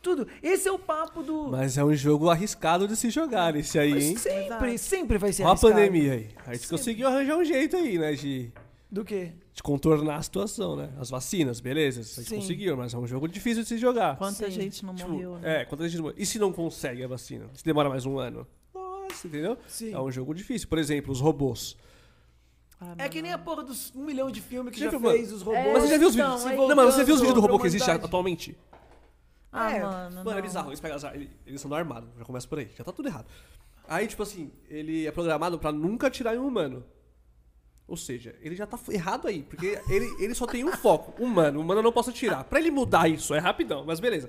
S3: Tudo. Esse é o papo do.
S1: Mas é um jogo arriscado de se jogar esse aí,
S3: Mas
S1: hein?
S3: sempre,
S2: Exato.
S3: sempre vai ser
S1: Olha a
S3: arriscado.
S1: pandemia aí. A gente conseguiu arranjar um jeito aí, né, de,
S3: Do quê?
S1: de contornar a situação, né? As vacinas, beleza, a gente
S3: Sim.
S1: conseguiu, mas é um jogo difícil de se jogar.
S2: Quanta
S3: Sim.
S2: gente não
S1: Tipo,
S2: morreu, né?
S1: É, quando a gente não- E se não consegue a vacina? Se demora mais um ano? Nossa, entendeu?
S3: Sim.
S1: É um jogo difícil. Por exemplo, os robôs.
S2: Ah, É.
S3: É que nem a porra dos um milhão de filmes que
S1: Gente,
S3: já
S1: mano,
S3: fez, os robôs.
S1: Mas você já viu os
S3: se
S2: então,
S1: vídeos? não,
S3: voltando
S1: mas você viu os vídeos do
S3: pra
S1: robô que existe
S3: humanidade?
S1: atualmente?
S2: Ah,
S3: É.
S2: mano.
S1: Mano, é
S2: não.
S1: bizarro. Eles, pegam, as ar- ele- eles são do armado, já começa por aí. Já tá tudo errado. Aí, tipo assim, ele é programado pra nunca tirar em um humano. Ou seja, ele já tá f- errado aí, porque ele, ele só tem um foco. Humano, humano eu não posso tirar. Pra ele mudar isso, é rapidão, mas beleza.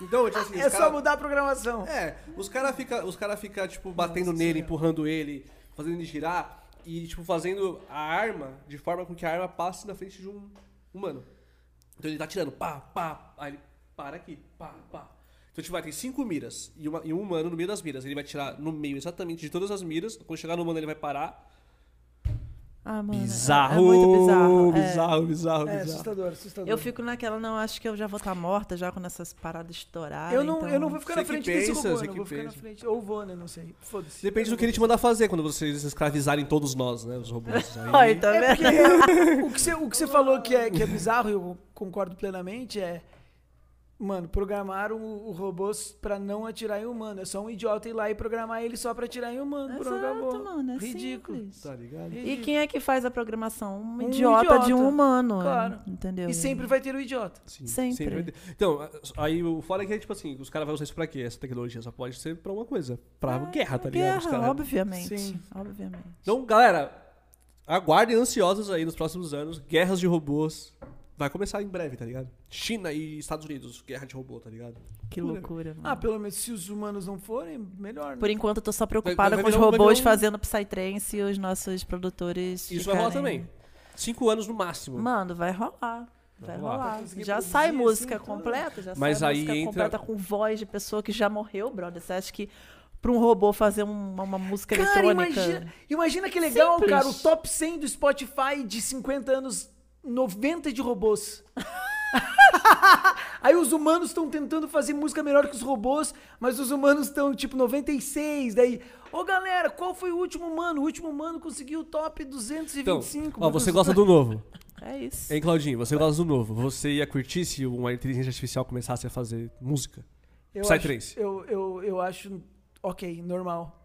S1: Então, tipo assim,
S3: É
S1: os
S3: só
S1: cara-
S3: mudar a programação.
S1: É, os caras ficam, os cara fica, tipo, batendo nele, empurrando ele, fazendo ele girar e, tipo, fazendo a arma de forma com que a arma passe na frente de um humano. Então ele tá tirando, pá, pá, aí ele para aqui, pá, pá. Então, tipo, vai, tem cinco miras e, uma- e um humano no meio das miras. Ele vai tirar no meio exatamente de todas as miras. Quando chegar no humano, ele vai parar.
S2: Ah, mano, é- É, muito bizarro. é.
S1: bizarro, bizarro,
S3: É, assustador, assustador.
S2: Eu fico naquela, não, acho que eu já vou estar morta já quando essas paradas estourarem.
S3: Eu não,
S2: então...
S3: eu não vou ficar
S1: Ah, Você
S3: na
S1: que
S3: frente
S1: pensa,
S3: desse robô, eu
S1: você
S3: não
S1: que
S3: vou ficar na
S1: pensa.
S3: frente. Ou vou, né? Não sei. Foda-se.
S1: Depende do que ele te mandar fazer quando vocês escravizarem todos nós, né? Os robôs. Aí-
S2: Ai, tá
S3: É
S2: vendo?
S3: porque o que você, o que você falou que é, que é bizarro, e eu concordo plenamente, é. Mano, programaram o, o robô pra não atirar em humano. É só um idiota ir lá e programar ele só pra atirar em humano. Pronto, acabou.
S2: Exato, mano, é
S3: Ridículo.
S2: simples.
S1: Tá ligado?
S2: E quem é que faz a programação? Um,
S3: Um
S2: idiota, de um
S3: idiota.
S2: humano.
S3: Claro.
S2: Entendeu?
S3: E sempre vai ter o idiota.
S1: Sim,
S2: Sempre.
S1: vai ter. Então, aí o fora é que é tipo assim, os caras vão usar isso pra quê? Essa tecnologia só pode ser pra uma coisa. Pra guerra, tá ligado? Os
S2: É, Guerra,
S1: caras-
S2: obviamente.
S3: Sim.
S2: Obviamente.
S1: Então, galera, aguardem ansiosos aí nos próximos anos. Guerras de robôs. Vai começar em breve, tá ligado? China e Estados Unidos, guerra de robô, tá ligado?
S2: Que
S1: Loucura.
S2: loucura, mano.
S3: Ah, pelo menos se os humanos não forem, melhor.
S2: Por
S3: Né?
S2: enquanto, eu tô só preocupada
S1: vai
S2: com os
S1: virar um- vai
S2: robôs
S1: virar um-
S2: fazendo Psytrance e os nossos produtores.
S1: Isso vai rolar
S2: ficarem-
S1: também. Cinco anos no máximo.
S2: Mano, vai rolar.
S1: rolar.
S2: Vai rolar.
S3: Vai conseguir
S2: Já
S3: produzir,
S2: sai
S3: assim,
S2: música
S3: então.
S2: completa, já
S1: Mas
S2: sai
S1: aí
S2: música
S1: entra-
S2: completa com voz de pessoa que já morreu, brother. Você acha que pra um robô fazer um- uma música
S3: Cara,
S2: eletrônica.
S3: imagina, imagina que legal,
S2: Simples.
S3: cara. O top 100 do Spotify de 50 anos, 90 de robôs. Aí os humanos estão tentando fazer música melhor que os robôs, mas os humanos estão tipo 96. Daí, ô galera, qual foi o último humano? O último humano conseguiu o top 225.
S1: Então, ó,
S3: meu
S1: você
S3: Deus.
S1: gosta do novo.
S2: É isso.
S1: Hein, Claudinho? Você gosta do novo. Você ia curtir se uma inteligência artificial começasse a fazer música?
S3: Eu
S1: Psy
S3: acho-
S1: trance.
S3: Eu, eu, eu acho, ok, normal.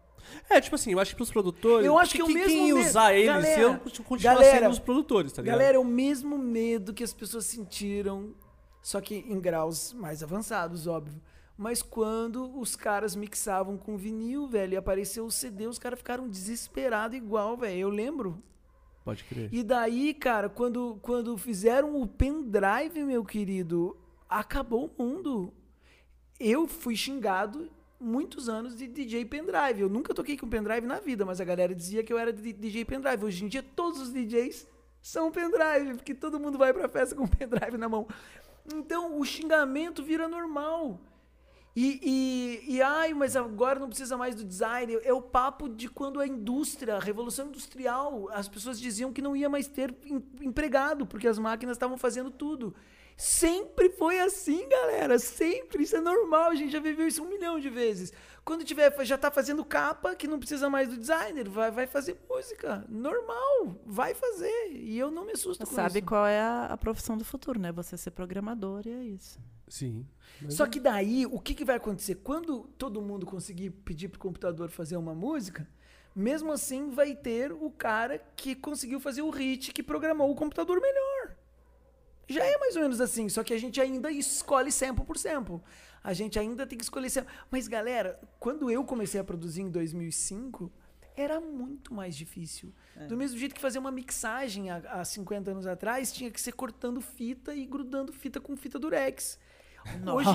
S1: É, tipo assim, eu acho que pros produtores.
S3: Eu acho que é o
S1: quem,
S3: mesmo
S1: quem
S3: medo.
S1: usar eles
S3: Galera,
S1: eu continuar
S3: galera,
S1: sendo os produtores, tá ligado?
S3: Galera, é o mesmo medo que as pessoas sentiram, só que em graus mais avançados, óbvio. Mas quando os caras mixavam com vinil, velho, e apareceu o CD, os caras ficaram desesperados igual, velho. Eu lembro.
S1: Pode crer.
S3: E daí, cara, quando, quando fizeram o pendrive, meu querido, acabou o mundo. Eu fui xingado muitos anos de DJ pendrive. Eu nunca toquei com pendrive na vida, mas a galera dizia que eu era de- DJ pendrive. Hoje em dia, todos os DJs são pendrive, porque todo mundo vai pra festa com pendrive na mão. Então, o xingamento vira normal. E, e, e, ai, mas agora não precisa mais do design. É o papo de quando a indústria, a revolução industrial, as pessoas diziam que não ia mais ter em- empregado, porque as máquinas estavam fazendo tudo. Sempre foi assim, galera. Sempre. Isso é normal. A gente já viveu isso um milhão de vezes. Quando tiver, já tá fazendo capa que não precisa mais do designer, vai, vai fazer música. Normal. Vai fazer. E eu não me assusto com
S2: Sabe
S3: isso.
S2: qual é a, a profissão do futuro, né? Você ser programador e é isso.
S1: Sim.
S3: Só que daí, o que, que vai acontecer? Quando todo mundo conseguir pedir pro computador fazer uma música, mesmo assim vai ter o cara que conseguiu fazer o hit, que programou o computador melhor. Já é mais ou menos assim, só que a gente ainda escolhe sample por sample. A gente ainda tem que escolher sample. Mas galera, quando eu comecei a produzir em 2005, era muito mais difícil. Do mesmo jeito que fazer uma mixagem há, há 50 anos atrás, tinha que ser cortando fita e grudando fita com fita durex. Hoje,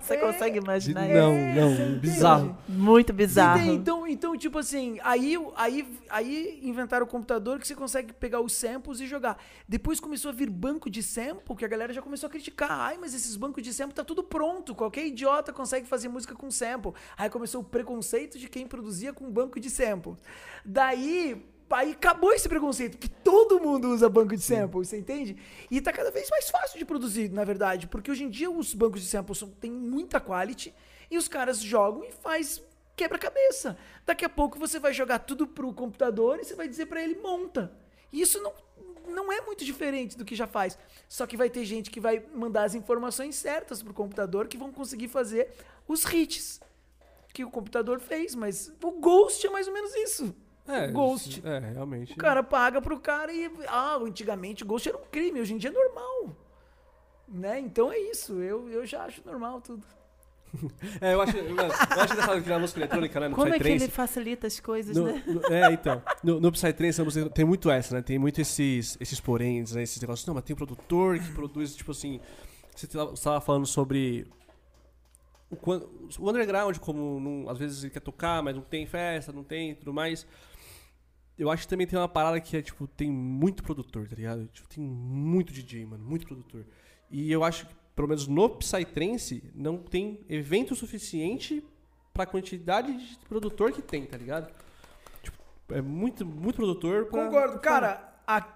S2: Você
S3: É,
S2: consegue imaginar isso?
S1: Não,
S3: É, você
S1: não,
S3: entende?
S1: bizarro.
S2: Muito bizarro.
S3: Entende? Então, então, tipo assim, aí, o- aí, aí inventaram o computador que você consegue pegar os samples e jogar. Depois começou a vir banco de sample, que a galera já começou a criticar. Ai, mas esses bancos de sample tá tudo pronto. Qualquer idiota consegue fazer música com sample. Aí começou o preconceito de quem produzia com banco de sample. Daí. Aí acabou esse preconceito, porque todo mundo usa banco de sample, você entende? E tá cada vez mais fácil de produzir, na verdade, porque hoje em dia os bancos de sample são- têm muita quality e os caras jogam e faz quebra-cabeça. Daqui a pouco você vai jogar tudo pro computador e você vai dizer pra ele monta. E Isso não, não é muito diferente do que já faz. Só que vai ter gente que vai mandar as informações certas pro computador que vão conseguir fazer os hits que o computador fez, mas o Ghost é mais ou menos isso. o Ghost.
S1: É, realmente.
S3: O cara paga pro cara e ah, antigamente o Ghost era um crime, hoje em dia é normal. Né? Então é isso. Eu, eu já acho normal tudo.
S1: É, eu acho, eu, eu acho engraçado que na música eletrônica, né, no
S2: Como é que ele
S1: Psytrance...
S2: facilita as coisas,
S1: no-
S2: né?
S1: no- é, então. No, no Psytrance, a música tem muito essa, né? Tem muito esses, esses poréns, né? Esses negócios. Não, mas tem um produtor que produz, tipo assim. Você estava falando sobre. O, quan- o underground, como não- às vezes ele quer tocar, mas não tem festa, não tem e tudo mais. Eu acho que também tem uma parada que é, tipo, tem muito produtor, tá ligado? Tipo, tem muito DJ, mano, muito produtor. E eu acho que, pelo menos no Psytrance, não tem evento suficiente pra quantidade de produtor que tem, tá ligado? Tipo, é muito, muito produtor pra...
S3: Concordo. Cara, há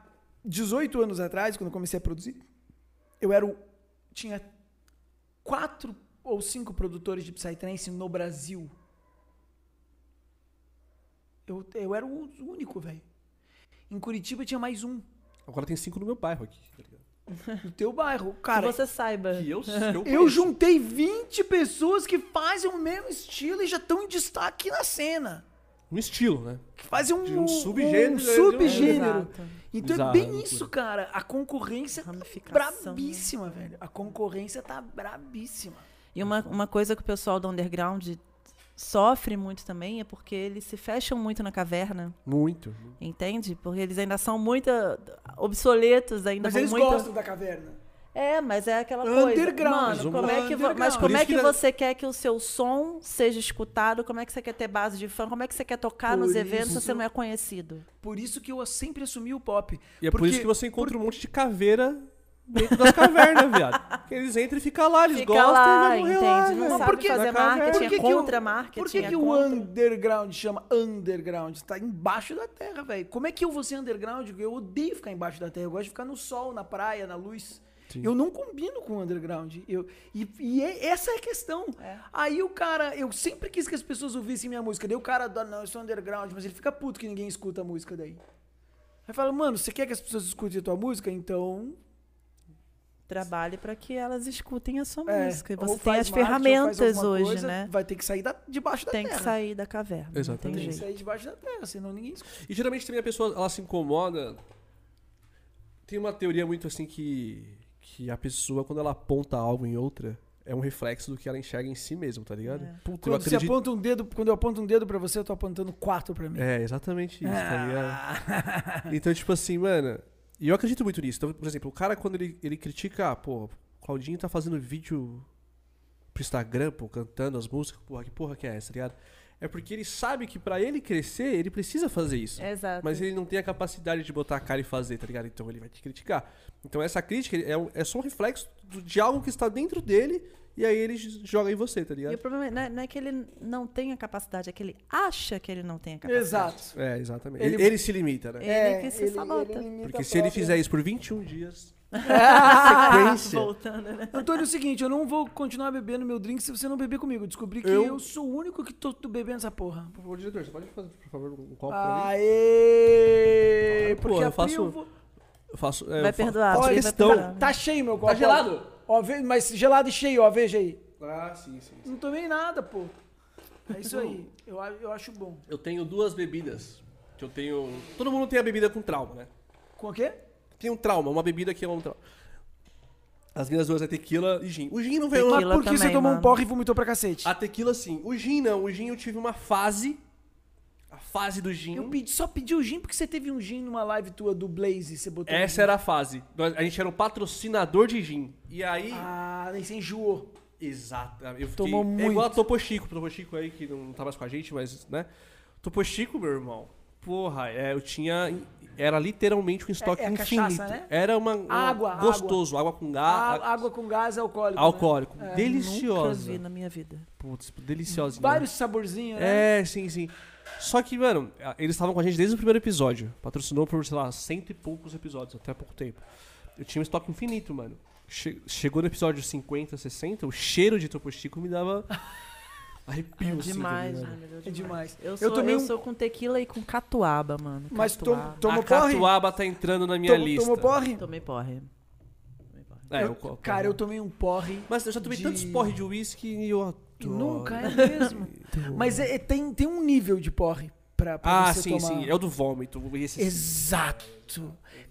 S3: 18 anos atrás, quando eu comecei a produzir, eu era o... tinha quatro ou cinco produtores de Psytrance no Brasil. Eu, eu era o único, velho. Em Curitiba tinha mais um.
S1: Agora tem cinco no meu bairro aqui, tá ligado?
S3: No teu bairro.
S2: Que
S3: Cara,
S2: você saiba.
S1: Que eu,
S3: eu
S1: conheço.
S3: juntei 20 pessoas que fazem o mesmo estilo e já estão em destaque na cena.
S1: Um estilo, né?
S3: Que fazem um,
S1: De um subgênero,
S3: um
S1: né?
S3: subgênero.
S2: É, Exato.
S3: Então
S1: Bizarro,
S3: é bem
S1: loucura.
S3: isso, cara. A concorrência tá
S2: Ramificação,
S3: brabíssima, velho. A concorrência tá brabíssima.
S2: E uma, uma coisa que o pessoal do underground sofre muito também é porque eles se fecham muito na caverna,
S1: Muito.
S2: entende? Porque eles ainda são muito ah, obsoletos, ainda
S3: Mas
S2: vão
S3: eles
S2: muito...
S3: gostam da caverna.
S2: É, mas é aquela
S3: Underground.
S2: coisa. Mano, como é que vo-
S3: Underground.
S2: Mas
S3: Por
S2: como
S1: isso
S2: é que
S1: que-
S2: você quer que o seu som seja escutado? Como é que você quer ter base de fã? Como é que você quer tocar
S3: Por
S2: nos eventos se
S3: isso-
S2: você não é conhecido?
S3: Por isso que eu sempre assumi o pop.
S1: E é por
S3: Porque-
S1: isso que você encontra um monte de caveira dentro das cavernas, viado. Que eles entram e ficam lá, eles
S2: Fica
S1: gostam
S2: lá,
S1: e vão morrer
S2: entende?
S1: lá,
S2: Não
S1: velho.
S2: sabe
S1: Por quê?
S2: fazer
S1: Na caverna.
S2: marketing, é
S3: que que
S2: contra
S3: o-
S2: marketing,
S3: Por que,
S2: é
S3: que o
S2: contra-
S3: underground chama underground? Tá embaixo da terra, velho. Como é que eu vou ser underground? Eu odeio ficar embaixo da terra. Eu gosto de ficar no sol, na praia, na luz.
S1: Sim.
S3: Eu não combino com o underground. Eu, e, e é- essa é a questão. Aí o cara, eu sempre quis que as pessoas ouvissem minha música. Daí o cara, adora, não, eu sou underground, mas ele fica puto que ninguém escuta a música daí. Aí fala, mano, você quer que as pessoas escutem a tua música? Então
S2: Trabalhe para que elas escutem a sua
S3: É,
S2: música. E
S3: ou
S2: você tem
S3: faz
S2: as
S3: marketing, ou faz
S2: ferramentas
S3: alguma
S2: hoje,
S3: coisa,
S2: né?
S3: Vai ter que sair da- debaixo da
S2: Tem
S3: terra.
S2: que sair da caverna. não
S1: Exatamente.
S2: Tem
S3: Tem que
S2: jeito.
S3: sair debaixo da terra, senão ninguém escuta.
S1: E geralmente também a pessoa, ela se incomoda. Tem uma teoria muito assim que que a pessoa quando ela aponta algo em outra é um reflexo do que ela enxerga em si mesmo, tá ligado? Puta, eu
S3: Quando, você
S1: acredito.
S3: aponta um dedo, quando eu aponto um dedo pra você, eu tô apontando quatro pra mim.
S1: É, exatamente isso, tá ligado?
S3: Ah.
S1: Então, tipo assim, mano, e eu acredito muito nisso. Então, por exemplo, o cara quando ele, ele critica, ah, pô, o Claudinho tá fazendo vídeo pro Instagram, pô, cantando as músicas, porra, que porra que é essa, tá ligado? É porque ele sabe que pra ele crescer, ele precisa fazer isso.
S2: Exato.
S1: Mas ele não tem a capacidade de botar a cara e fazer, tá ligado? Então ele vai te criticar. Então essa crítica é, um- é só um reflexo do- de algo que está dentro dele e aí ele j- joga em você, tá
S2: E
S1: ligado?
S2: o problema é- não é, não é que ele não tenha capacidade, é que ele acha que ele não tem a capacidade.
S3: Exato.
S1: É, exatamente.
S3: Ele-
S1: Ele, ele se limita, né?
S2: é, Ele que se sabota.
S3: limita
S1: Porque
S3: a
S1: se ele
S3: própria-
S1: fizer isso por 21 dias, sequência.
S2: Ah, Voltando, né?
S3: Antônio, é o seguinte, eu não vou continuar bebendo meu drink se você não beber comigo. Eu Descobri que eu,
S1: Eu-
S3: sou o único que tô, tô bebendo essa porra.
S1: Por favor, diretor, você pode fazer, por favor, um copo pra mim?
S3: Aê!
S1: Pô,
S3: Porque
S1: eu
S3: a Pri,
S1: faço-
S3: eu vou-
S1: Eu faço. é,
S2: Vai
S1: eu fa-
S2: perdoar,
S1: faço
S2: Pri, vai
S1: questão.
S2: perdoar.
S3: Tá cheio meu copo.
S1: Tá gelado?
S3: Ó, ve- mas gelado e cheio, ó, veja aí.
S1: Ah, sim, sim. sim.
S3: Não tomei nada, pô. É isso aí. Eu, a- eu acho bom.
S1: Eu tenho duas bebidas. Que eu tenho. Todo mundo tem a bebida com trauma, né?
S3: Com o quê?
S1: Tem um trauma, uma bebida que é um trauma. As minhas duas é tequila e gin. O gin não veio.
S2: Tequila.
S3: Mas por que você
S2: também,
S3: tomou um
S2: mano.
S3: porra e vomitou pra cacete?
S1: A tequila, sim. O gin não. O gin eu tive uma fase. A fase do gin.
S3: Eu pedi- só pedi o gin porque você teve um gin numa live tua do Blaze, você botou.
S1: Essa era a fase. Nós- A gente era um patrocinador de gin. E aí.
S3: Ah, daí você enjoou.
S1: Exato. Eu fiquei,
S3: Tomou
S1: É igual a
S3: muito.
S1: Topo Chico. Topo Chico aí, que não tá mais com a gente, mas, né? Topo Chico, meu irmão. Porra, é, eu tinha... Era literalmente um estoque
S3: é a cachaça,
S1: infinito.
S3: né?
S1: Era uma, uma-
S3: Água,
S1: Gostoso. Água, com gás.
S3: A- Ah, água com gás alcoólico. né?
S1: Ah, Alcoólico.
S3: É,
S2: Nunca
S1: Deliciosa.
S2: vi na minha vida.
S1: Putz, deliciosinha.
S3: Vários saborzinhos, né?
S1: É, sim, sim. Só que, mano, eles estavam com a gente desde o primeiro episódio. Patrocinou por, sei lá, cento e poucos episódios, até há pouco tempo. Eu tinha um estoque infinito, mano. Che- chegou no episódio 50, 60, o cheiro de Topo Chico me dava arrepio, assim, tá
S2: Demais,
S1: ligado?
S2: né? meu Deus,
S3: É demais.
S2: Eu sou,
S3: Eu
S2: eu
S3: tomei um-
S2: sou com tequila e com catuaba, mano.
S3: Mas tom-
S2: catuaba.
S3: Tomou
S1: a
S3: porre?
S1: catuaba tá entrando na minha
S3: Tomo-
S1: lista.
S3: Tomou porre?
S2: Tomei porre. Tomei porre.
S1: É,
S3: Eu-
S1: o copo.
S3: cara, eu tomei um porre.
S1: Mas eu já tomei
S3: de-
S1: tantos porre de uísque e eu adoro.
S3: E Nunca, é mesmo. Mas é- é- tem, tem um nível de porre pra, pra
S1: Ah,
S3: você
S1: sim,
S3: tomar.
S1: sim. É o do vômito. Esse...
S3: Exato.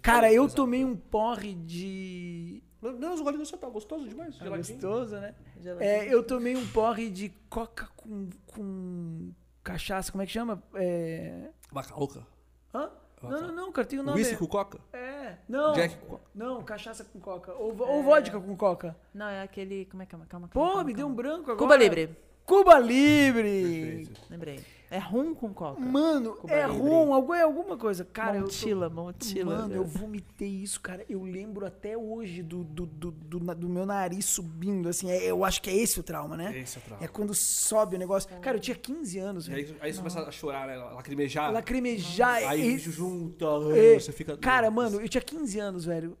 S3: Cara, eu tomei um porre de.
S1: Não, os golinhos você tá gostoso demais.
S3: Ah,
S1: geladinho.
S3: gostoso, né? É, eu tomei um porre de coca com, com cachaça, como é que chama? É...
S1: Vaca louca.
S3: Hã?
S1: Ah,
S3: Não,
S1: tá.
S3: não, não, cara, tem o nome.
S1: Uísque com coca?
S3: É, não.
S1: Jack É. com coca.
S3: Não, cachaça com coca. Ou, vo- ou vodka com coca.
S2: Não, é aquele. Como é que é? Calma, calma.
S3: Pô,
S2: calma,
S3: me deu um
S2: calma.
S3: branco agora.
S2: Cuba Libre.
S3: Cuba Libre.
S2: Lembrei. É rum com coca.
S3: Mano,
S1: Cuba
S3: é
S1: Libre.
S3: rum, algu- é alguma coisa. Cara, eu tô-
S2: Montila, Montila.
S3: Mano,
S1: É.
S3: eu vomitei isso, cara. Eu lembro até hoje do, do, do, do, na- do meu nariz subindo, assim. É- eu acho que é esse o trauma, né?
S1: Esse é o trauma.
S3: É quando sobe o negócio. Cara, eu tinha 15 anos,
S1: E
S3: velho.
S1: aí, aí você começa a chorar, né? Lacrimejar.
S3: Lacrimejar.
S1: Aí
S3: e-
S1: junta,
S3: e-
S1: você fica.
S3: É. Cara, mano, eu tinha 15 anos, velho.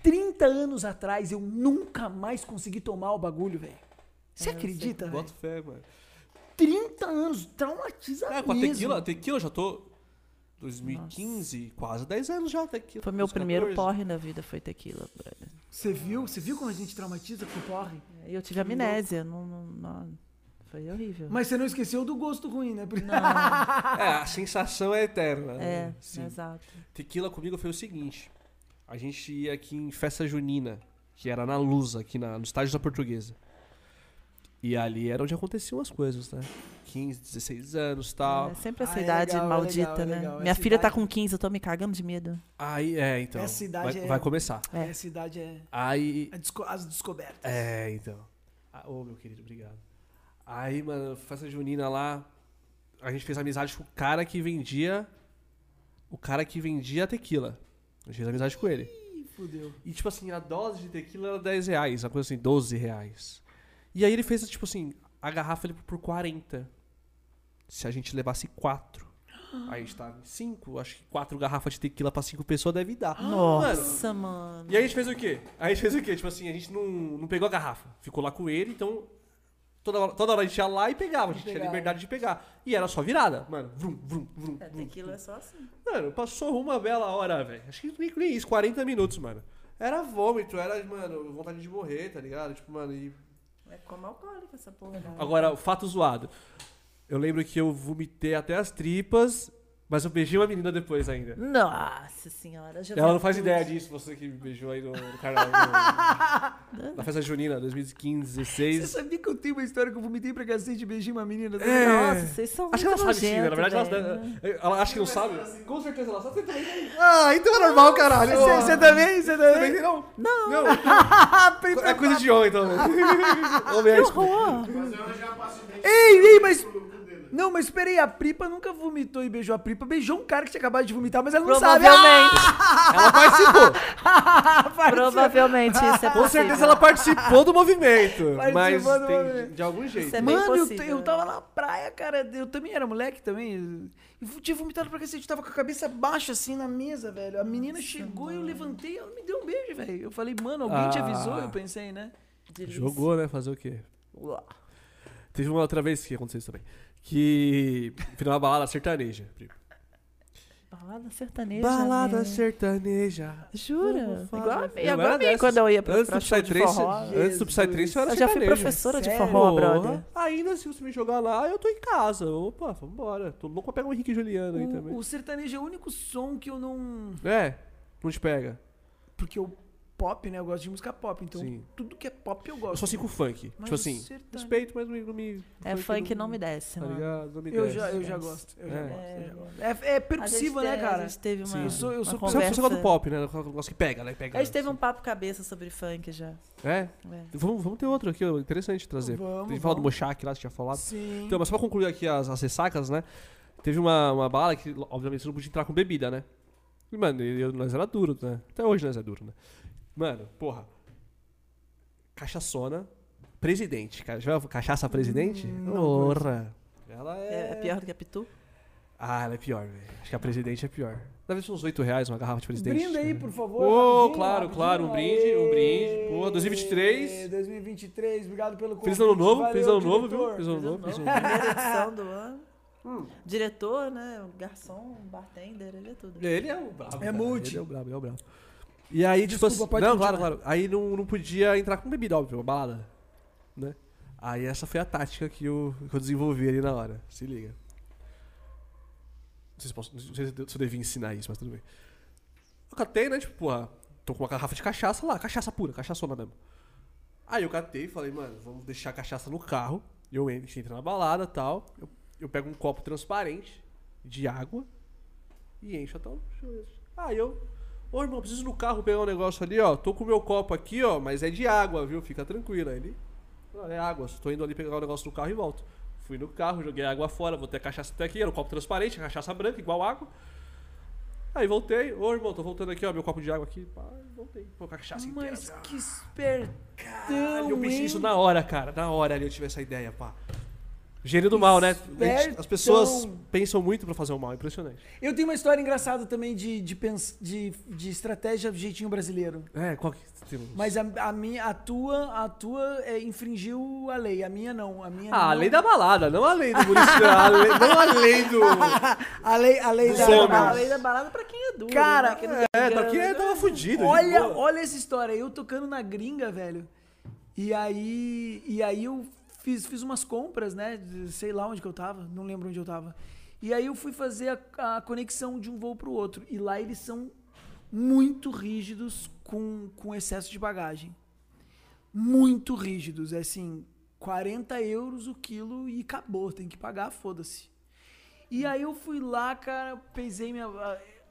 S3: 30 anos atrás, eu nunca mais consegui tomar o bagulho, velho. Você acredita, velho?
S1: Bota fé, mano.
S3: 30 anos, traumatiza
S1: É, com a
S3: mesmo.
S1: tequila, a tequila eu já tô. 2015, quase 10 anos já, tequila. é
S2: Foi meu
S1: uns
S2: primeiro
S1: 14.
S2: porre na vida, foi tequila, brother.
S3: Você viu? Você viu como a gente traumatiza com porre?
S2: E É, Eu tive amnésia. Não, não, não- foi horrível.
S3: Mas você não esqueceu do gosto ruim, né?
S1: É, a sensação é eterna.
S2: É,
S1: né? Sim.
S2: exato.
S1: Tequila comigo foi o seguinte: a gente ia aqui em festa junina, que era na Lusa, aqui na, no estádio da Portuguesa. E ali era onde aconteciam as coisas, né? 15, 16 anos tal.
S2: É sempre essa
S3: Ah, é
S2: idade
S3: legal, é
S2: maldita,
S3: legal, é
S2: né?
S3: legal.
S2: Minha
S3: Essa
S2: filha tá
S3: idade-
S2: com 15, eu tô me cagando de medo.
S1: Aí, é, então.
S3: Essa idade
S1: vai,
S3: é-
S1: vai começar.
S2: É.
S3: Essa idade é.
S1: Aí.
S3: a desco- As descobertas.
S1: É, então. Ah, Ô, meu querido, obrigado. Aí, mano, festa junina lá. A gente fez amizade com o cara que vendia. O cara que vendia tequila. A gente fez amizade com ele.
S3: Ih, fudeu.
S1: E, tipo assim, a dose de tequila era 10 reais, uma coisa assim, 12 reais. E aí ele fez, tipo assim, a garrafa ele por 40. Se a gente levasse 4. Aí a gente tava em 5. Acho que 4 garrafas de tequila pra 5 pessoas deve dar. Ah, Mano,
S2: Nossa, mano.
S1: e aí a gente fez o quê? Aí a gente fez o quê? Tipo assim, a gente não, não pegou a garrafa. Ficou lá com ele, então. Toda hora, toda hora a gente ia lá e pegava. A gente tinha
S3: Pegava.
S1: liberdade de pegar. E era só virada, mano. Vrum, vrum, vrum. vrum.
S2: Tequila é só assim.
S1: Mano, passou uma bela hora, velho. Acho que nem, nem isso, 40 minutos, mano. Era vômito, era, mano, vontade de morrer, tá ligado? Tipo, mano, e.
S2: É como alcoólica essa porra. né?
S1: Agora, fato zoado. Eu lembro que eu vomitei até as tripas, mas eu beijei uma menina depois ainda.
S2: Nossa senhora. já
S1: Ela não faz
S2: vi
S1: ideia
S2: tudo.
S1: disso, você que me beijou aí no, no carnaval. no- na festa junina, 2015,
S3: Você
S1: 2016.
S3: sabia que eu tenho uma história que eu vomitei pra cacete e beijei uma menina?
S1: É.
S2: Nossa, vocês são
S1: Acho que ela
S2: muito
S1: sabe sim, né? na
S2: nojentos,
S1: verdade ela,
S2: velho.
S1: ela, acha que não sabe. Com certeza ela sabe. Ah, então é normal, caralho.
S3: Você tá você também? Você também?
S1: Também não?
S2: Não.
S1: Não. É coisa de homem, então. homem
S2: Que
S1: é escroto.
S2: horror.
S3: Ei, ei, mas. Não, mas peraí, a Pripa nunca vomitou e beijou a Pripa. Beijou um cara que tinha acabado de vomitar, mas ela não sabe.
S2: Provavelmente.
S1: Ela participou.
S3: Ah,
S2: Provavelmente isso é possível.
S1: Com certeza ela participou do movimento.
S3: Participou
S1: mas
S3: do
S1: tem
S3: movimento.
S1: de algum jeito.
S2: Isso é bem
S3: Mano, eu,
S2: possível,
S3: eu
S2: né?
S3: tava na praia, cara. Eu também era moleque também. Eu tinha vomitado pra cacete. Eu tava com a cabeça baixa assim na mesa, velho. A menina chegou, eu levantei, ela me deu um beijo, velho. Eu falei, mano, alguém te
S1: Ah.
S3: avisou? Eu pensei, né?
S2: Delícia.
S1: Jogou, né? Fazer o quê? Teve uma outra vez que aconteceu isso também. Que. Fui numa balada sertaneja. primo.
S2: Balada sertaneja.
S1: Balada
S2: né?
S1: sertaneja.
S2: Jura?
S1: Vamos falar.
S2: Igual a mim,
S1: Eu
S2: igual a
S1: era
S2: mim
S1: dessas.
S2: quando eu ia pra,
S1: Antes do
S2: pra show de
S1: Psytrance,
S2: forró.
S1: antes do Psytrance, eu era
S2: Eu já fui
S1: sertanejo.
S2: professora de
S3: Sério?
S2: forró, brother.
S1: Porra. É, Ainda se você me jogar lá, eu tô em casa. Opa, vambora. Tô louco pra pegar um Henrique e Juliano aí também.
S3: O, o sertanejo é o único som que eu não.
S1: É, não te pega.
S3: Porque eu pop, né? Eu gosto de música pop. Então,
S1: Sim.
S3: tudo que é pop eu
S1: Eu
S3: gosto.
S1: só sigo funk.
S3: Mas
S1: tipo
S3: tá o
S1: assim,
S3: sertanejo-
S1: respeito, mas não me- não me.
S2: É funk não me desce,
S1: Tá
S2: mano.
S1: ligado? Não me
S3: Eu
S1: desce.
S3: já, eu já
S2: É.
S3: gosto. Eu já
S1: É.
S3: gosto. eu já gosto. É, é
S2: A gente
S3: percussiva, né,
S2: teve-
S3: cara?
S2: A gente teve uma,
S1: Sim. Eu
S3: sou- eu sou-
S2: uma
S1: Você é
S2: conversa.
S1: você gosta do pop, né? Eu gosto que pega, né? Pega,
S2: A gente teve um papo cabeça sobre funk já.
S1: É?
S2: É.
S1: Vamos, vamos ter outro aqui, ó, interessante trazer.
S3: um Vamos,
S1: Tem falado do
S3: vamos.
S1: Mochak lá, você tinha falado.
S3: Sim.
S1: Então, mas só pra concluir aqui as, as ressacas, né? Teve uma, uma bala que, obviamente, você não podia entrar com bebida, né? E, mano, e eu- nós era duro, né? Até hoje nós é duro, né? Mano, porra. Cachaçona, presidente. Cara, já viu cachaça presidente?
S3: não
S1: Porra. Ela é...
S2: É, é pior do que a Pitu?
S1: Ah, ela é pior, velho. Acho que a presidente é pior. Deve ser uns 8 reais uma garrafa de presidente.
S3: Brinda aí, por favor.
S1: Ô,
S3: rapidinho,
S1: claro,
S3: rapidinho.
S1: claro, um brinde, um brinde. Pô,
S3: Aê,
S1: 2023.
S3: 2023, obrigado pelo convite.
S1: Feliz ano novo,
S3: Valeu,
S1: feliz ano novo, viu?
S3: diretor.
S1: Feliz ano novo, feliz ano novo.
S2: Primeira edição do ano. Hum. Diretor, né? o Garçom, bartender, ele é tudo.
S1: Ele é o brabo. cara.
S3: multi.
S1: Ele é o brabo, ele é o brabo. E aí, tipo assim.
S3: Desculpa, pode
S1: Não,
S3: continuar.
S1: claro, claro. Aí não, não podia entrar com bebida, óbvio, uma balada. Né? Aí essa foi a tática que eu, que eu desenvolvi ali na hora. Se liga. Não sei, se posso- não sei se eu devia ensinar isso, mas tudo bem. Eu catei, né? Tipo, porra, tô com uma garrafa de cachaça lá, cachaça pura, cachaçona mesmo. Aí eu catei e falei, mano, vamos deixar a cachaça no carro. Eu entro, a gente entra na balada e tal. Eu, eu pego um copo transparente de água e encho até o chão. Aí eu, ô irmão, preciso ir no carro pegar um negócio ali, ó. Tô com o meu copo aqui, ó, mas é de água, viu? Fica tranquilo. Aí ele, não, é água, só tô indo ali pegar o negócio no carro e volto. Fui no carro, joguei a água fora, botei a cachaça até aqui, era um copo transparente, a cachaça branca, igual água. Aí voltei, ô irmão, tô voltando aqui, ó, meu copo de água aqui. Pá, voltei, pô, com a cachaça inteira.
S3: Mas que espertão,
S1: Caralho, eu pensei
S3: hein?
S1: isso na hora, cara. Na hora ali eu tive essa ideia, pá. Gênio do mal, né? A gente- As pessoas
S3: Espertão.
S1: pensam muito pra fazer o mal, impressionante.
S3: Eu tenho uma história engraçada também de, de, pens- de, de estratégia do jeitinho brasileiro.
S1: É, qual que. tem-
S3: Mas a, a minha, a tua, a tua é, infringiu a lei, a minha não. A minha
S1: Ah,
S3: não.
S1: a lei da balada, não a lei do município. a lei- não a lei do.
S3: A lei, a lei da.
S1: Somos.
S2: A lei da balada pra quem é duro.
S3: Cara,
S2: né? Quem não
S1: É,
S2: tem
S1: daqui
S2: grana.
S1: ele tava fudido. de
S3: Olha,
S1: boa.
S3: olha essa história, eu tocando na gringa, velho. E aí, e aí eu fiz, fiz umas compras, né? de- Sei lá onde que eu tava, não lembro onde eu tava. E aí eu fui fazer a, a conexão de um voo pro outro. E lá eles são muito rígidos com, com excesso de bagagem. Muito rígidos. É assim, 40 euros o quilo e acabou. Tem que pagar, foda-se. E aí eu fui lá, cara, pesei minha.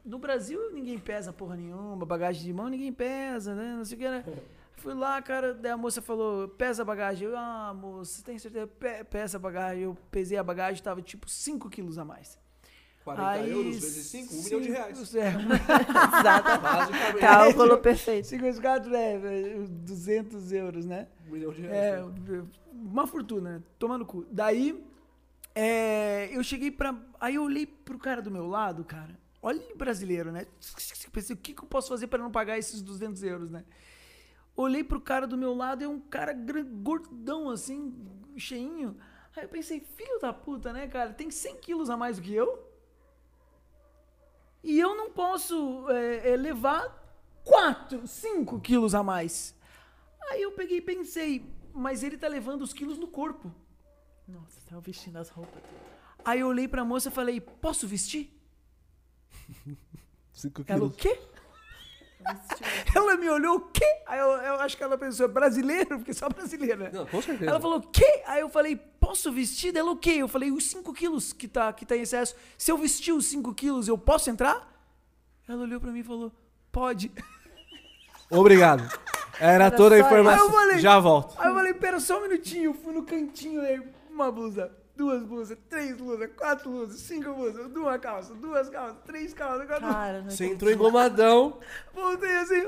S3: No Brasil ninguém pesa porra nenhuma, bagagem de mão ninguém pesa, né? Não sei o que, né? Fui lá, cara, daí a moça falou, pesa a bagagem. Eu, ah, moça, você tem certeza? Pe- pesa a bagagem. Eu pesei a bagagem, tava tipo 5 quilos a mais.
S1: 40
S3: Aí,
S1: euros vezes 5, 1 milhão de reais. Tá.
S3: cinco- É, Tá
S2: Exato.
S1: Basicamente,
S2: Cálculo perfeito.
S3: 5 vezes 4 é 200 euros, né?
S1: 1 milhão de reais.
S3: É, uma fortuna, né? Toma no cu. Daí, é, eu cheguei pra. Aí eu olhei pro cara do meu lado, cara. Olha o brasileiro, né? Pensei, o que, que eu posso fazer pra não pagar esses 200 euros, né? Olhei pro cara do meu lado, é um cara gran- gordão, assim, cheinho. Aí eu pensei, filho da puta, né, cara? Tem 100 quilos a mais do que eu? E eu não posso é, é, levar 4, 5 quilos a mais. Aí eu peguei e pensei, mas ele tá levando os quilos no corpo.
S2: Nossa, tava vestindo as roupas.
S3: Aí eu olhei pra moça e falei, posso vestir?
S1: 5
S3: Ela, o quê? ela me olhou, o quê? Aí eu, eu acho que ela pensou, é brasileiro, porque só brasileiro, né?
S1: Não, com certeza.
S3: Ela falou, o quê? Aí eu falei, posso vestir? Daí Ela, o quê? Eu falei, os 5 quilos que tá, que tá em excesso. Se eu vestir os 5 quilos, eu posso entrar? Ela olhou pra mim e falou, pode.
S1: Obrigado. Era,
S2: Era
S1: toda a
S2: só
S1: informação.
S3: isso. Eu falei-
S1: Já volto.
S3: Aí eu falei, pera só um minutinho. Fui no cantinho aí, uma blusa, duas blusas, três blusas, quatro blusas, cinco blusas, duas calças, duas calças, três calças, quatro blusas.
S2: Cara, não
S1: Você
S2: acredito.
S1: entrou engomadão.
S3: Voltei assim,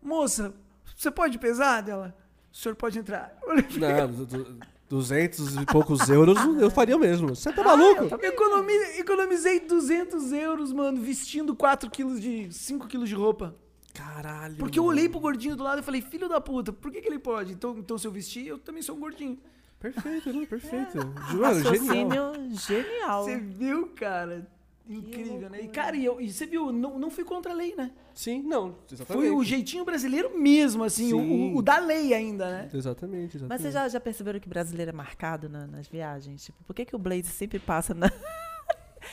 S3: moça, você pode pesar dela? O senhor pode entrar. Eu falei,
S1: Não, du- du- 200 e poucos euros eu faria mesmo. Você tá
S3: Ah, eu
S1: maluco?
S3: economi- economizei 200 euros, mano, vestindo 4 quilos de, 5 quilos de roupa.
S1: Caralho.
S3: Porque eu olhei pro gordinho do lado e falei, filho da puta, por que, que ele pode? Então, então se eu vestir, eu também sou um gordinho.
S1: Perfeito, né? Perfeito.
S4: é um
S1: Mano, genial.
S2: Raciocínio genial.
S3: Você viu, cara? Incrível, né? E, cara, e, eu- e você viu, não, não fui contra a lei, né?
S1: Sim, não. Exatamente.
S3: Foi o jeitinho brasileiro mesmo, assim, o,
S1: Sim.
S3: o- o da lei ainda, né?
S1: Exatamente, exatamente.
S2: Mas vocês
S4: Ah,
S2: já, já perceberam que brasileiro é marcado na- nas viagens? Tipo, por que, que o Blaze sempre passa na.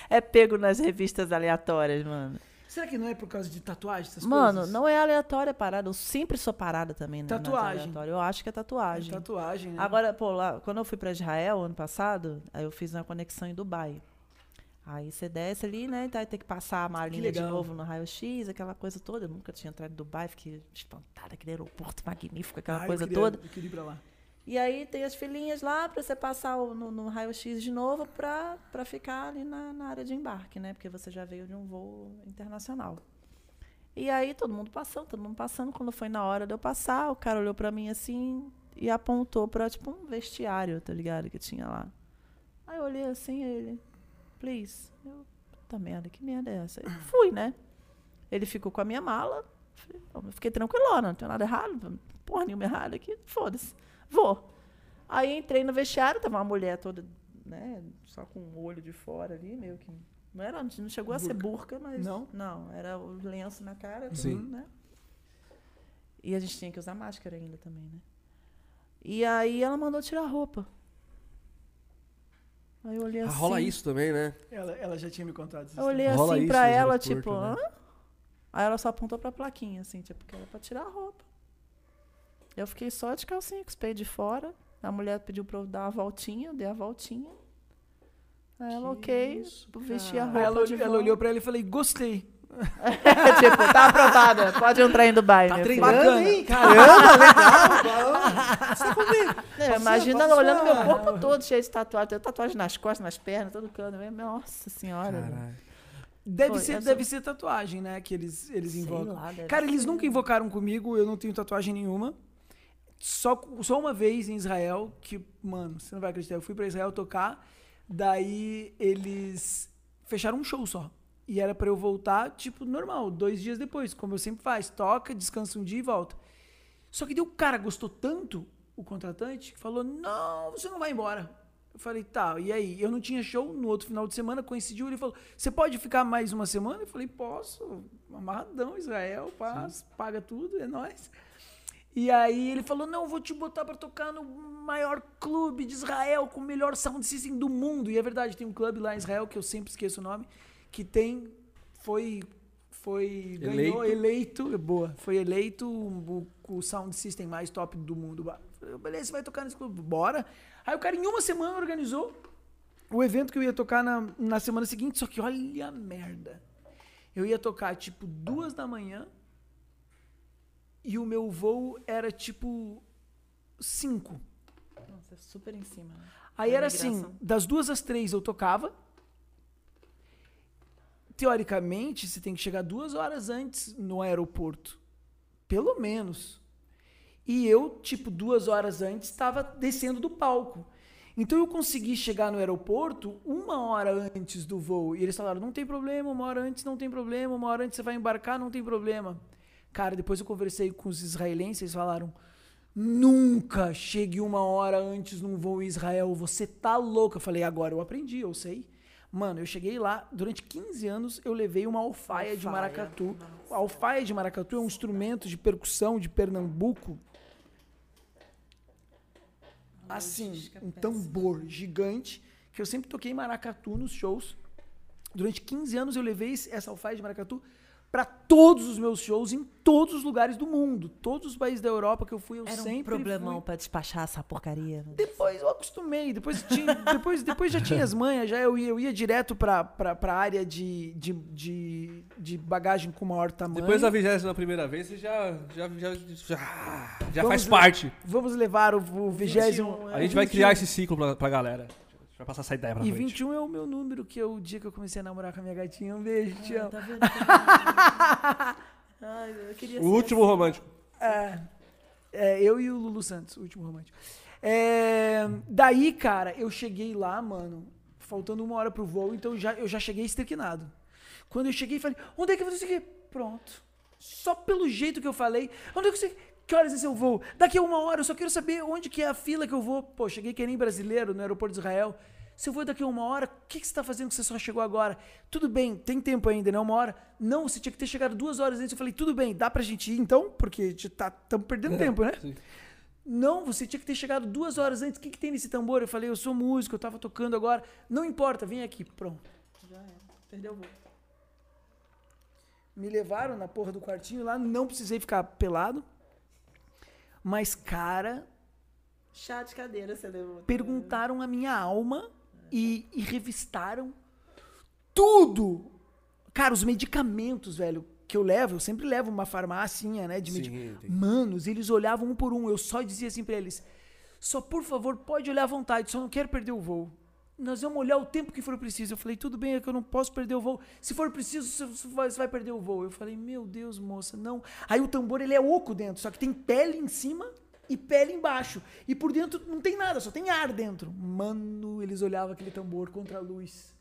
S2: é pego nas revistas aleatórias, mano?
S3: Será que não é por causa de tatuagem, essas
S2: Mano,
S3: coisas?
S2: não é aleatória a parada. Eu sempre sou parada também, né? nas
S3: Tatuagem.
S2: aleatórias. Eu acho que é
S3: É
S2: tatuagem.
S3: tatuagem, né?
S2: Agora, pô, lá, quando eu fui pra Israel ano passado, aí eu fiz uma conexão em Dubai. Aí você desce ali, né? Então aí tem que passar a malinha de
S3: legal.
S2: novo no raio-x, aquela coisa toda. Eu nunca tinha entrado em Dubai, fiquei espantada, aquele aeroporto magnífico, aquela
S3: Ah, eu
S2: coisa
S3: queria-
S2: toda.
S3: Eu queria ir pra lá.
S2: E aí tem as filinhas lá pra você passar o- no, no raio-x de novo pra, pra ficar ali na, na área de embarque, né? Porque você já veio de um voo internacional. E aí todo mundo passando, todo mundo passando. Quando foi na hora de eu passar, o cara olhou pra mim assim e apontou pra, tipo, um vestiário, tá ligado? Que tinha lá. Aí eu olhei assim ele, please. Eu, puta merda, que merda é essa? Eu fui, né? Ele ficou com a minha mala. Falei, "Não, eu fiquei tranquilona, não tem nada errado, porra nenhuma errada aqui, foda-se, vou. Aí entrei no vestiário, tava uma mulher toda, né, só com o olho de fora ali, meio que. Não era, não chegou a ser burca, mas.
S3: Não?
S2: Não, era o lenço na cara, tudo,
S1: Sim.
S2: né? E a gente tinha que usar máscara ainda também, né? E aí ela mandou tirar a roupa. Aí eu olhei
S4: Ah,
S2: assim.
S4: rola isso também, né?
S3: Ela, ela já tinha me contado isso.
S2: Eu olhei
S1: Rola
S2: assim
S1: isso
S2: pra
S1: nos
S2: ela,
S1: aeroportos,
S2: tipo,
S1: né?
S2: hã? Aí ela só apontou pra plaquinha, assim, tipo, que era pra tirar a roupa. Eu fiquei só de calcinha, com os peitos de fora. A mulher pediu pra eu dar a voltinha, eu dei a voltinha. Aí ela,
S3: Que
S2: ok,
S3: isso,
S2: vesti a
S3: Aí
S2: roupa.
S3: ela,
S2: de
S3: olhou- ela
S2: volta.
S3: olhou pra ela e falei, gostei.
S2: tipo, tá aprovada, pode entrar em Dubai.
S3: Tá
S2: minha filha.
S3: treinando, hein?
S1: Caramba, legal! Você comigo.
S2: É,
S1: Passou,
S2: imagina
S1: passou.
S2: ela olhando meu corpo todo cheio de tatuagem. Tenho tatuagem nas costas, nas pernas, todo canto. Eu, Nossa senhora.
S4: Caralho.
S3: Deve,
S2: Foi,
S3: ser,
S2: essa-
S3: deve ser tatuagem, né? Que eles, eles
S2: Sei
S3: invocam.
S2: lá, deve
S3: Cara, eles
S2: ser.
S3: nunca invocaram comigo, eu não tenho tatuagem nenhuma. Só, só uma vez em Israel, que, mano, você não vai acreditar, eu fui pra Israel tocar, daí eles fecharam um show só. E era pra eu voltar, tipo, normal, dois dias depois, como eu sempre faço. Toca, descansa um dia e volta. Só que daí o cara gostou tanto, o contratante, que falou: Não, você não vai embora. Eu falei, tá, e aí? Eu não tinha show no outro final de semana, coincidiu. Ele falou: Você pode ficar mais uma semana? Eu falei: Posso, amarradão, Israel, paz, paga tudo, é nóis. E aí ele falou: Não, eu vou te botar pra tocar no maior clube de Israel, com o melhor sound system do mundo. E é verdade, tem um clube lá em Israel, que eu sempre esqueço o nome, que tem. Foi. Foi. Ganhou, eleito. é Boa. Foi eleito o, o sound system mais top do mundo. Eu falei, Beleza, você vai tocar nesse clube, bora. Aí o cara, em uma semana, organizou o evento que eu ia tocar na, na semana seguinte, só que olha a merda. Eu ia tocar tipo duas da manhã e o meu voo era tipo cinco.
S2: Nossa, é super em cima. né?
S3: Aí
S2: Da
S3: era assim,
S2: imigração.
S3: das duas às três eu tocava. Teoricamente, você tem que chegar duas horas antes no aeroporto. Pelo menos. E eu, tipo, duas horas antes, estava descendo do palco. Então eu consegui chegar no aeroporto uma hora antes do voo. E eles falaram: não tem problema, uma hora antes não tem problema, uma hora antes você vai embarcar, não tem problema. Cara, depois eu conversei com os israelenses, eles falaram: nunca chegue uma hora antes num voo em Israel, você tá louca. Eu falei: agora eu aprendi, eu sei. Mano, eu cheguei lá, durante 15 anos eu levei uma alfaia, de
S2: Alfaia.
S3: maracatu. A alfaia de maracatu é um instrumento de percussão de Pernambuco assim,
S2: logística
S3: um
S2: péssima.
S3: tambor gigante, que eu sempre toquei maracatu nos shows. Durante 15 anos eu levei esse- essa alfaia de maracatu para todos os meus shows em todos os lugares do mundo, todos os países da Europa que eu fui, eu
S2: Era
S3: sempre
S2: um problemão
S3: fui.
S2: pra despachar essa porcaria. né?
S3: Depois eu acostumei, depois, tinha, depois, depois já tinha as manhas, já eu ia, eu ia direto pra, pra, pra área de, de, de, de bagagem com maior tamanho.
S4: Depois da vigésima primeira vez, você já, já, já, já, já
S3: Vamos
S4: faz
S3: ver.
S4: parte.
S3: Vamos levar o,
S2: um,
S3: o vigésimo.
S2: é.
S4: A gente vai criar esse ciclo pra, pra galera. A gente vai passar essa ideia pra
S3: um. E
S4: frente.
S3: 21 é o meu número, que é o dia que eu comecei a namorar com a minha gatinha. Um beijo, te amo.
S2: Tá vendo? como- Ai, eu queria
S3: um
S4: O último romântico.
S3: É, É, eu e o Lulu Santos, o último romântico. É, daí, cara, eu cheguei lá, mano, faltando uma hora pro voo, então já, eu já cheguei esterquinado. Quando eu cheguei, falei, onde é que eu vou isso aqui? Pronto. Só pelo jeito que eu falei, onde é que você. Que horas é seu voo? Daqui a uma hora, eu só quero saber onde que é a fila que eu vou. Pô, cheguei que nem brasileiro no aeroporto de Israel. Se eu vou daqui a uma hora, o que, que você tá fazendo que você só chegou agora? Tudo bem, tem tempo ainda, não é uma hora? Não, você tinha que ter chegado duas horas antes. Eu falei, tudo bem, dá pra gente ir então? Porque estamos tá, tamo perdendo tempo, né? Não, você tinha que ter chegado duas horas antes. O que, que tem nesse tambor? Eu falei, eu sou músico, eu tava tocando agora. Não importa, vem aqui. Pronto.
S2: Já era. Perdeu o voo.
S3: Me levaram na porra do quartinho lá, não precisei ficar pelado. Mas, cara,
S2: Chá de cadeira, você levou.
S3: perguntaram a minha alma e, e revistaram tudo. Cara, os medicamentos, velho, que eu levo, eu sempre levo uma farmácia, né, de
S1: Sim,
S3: medicamentos.
S1: tem.
S3: Manos, eles olhavam um por um, eu só dizia assim pra eles: "Só por favor, pode olhar à vontade, só não quero perder o voo." Nós vamos olhar o tempo que for preciso. Eu falei, tudo bem, é que eu não posso perder o voo. Se for preciso, você- você vai- você vai perder o voo. Eu falei, meu Deus, moça, não. Aí o tambor, ele é oco dentro, só que tem pele em cima e pele embaixo. E por dentro não tem nada, só tem ar dentro. Mano, eles olhavam aquele tambor contra a luz.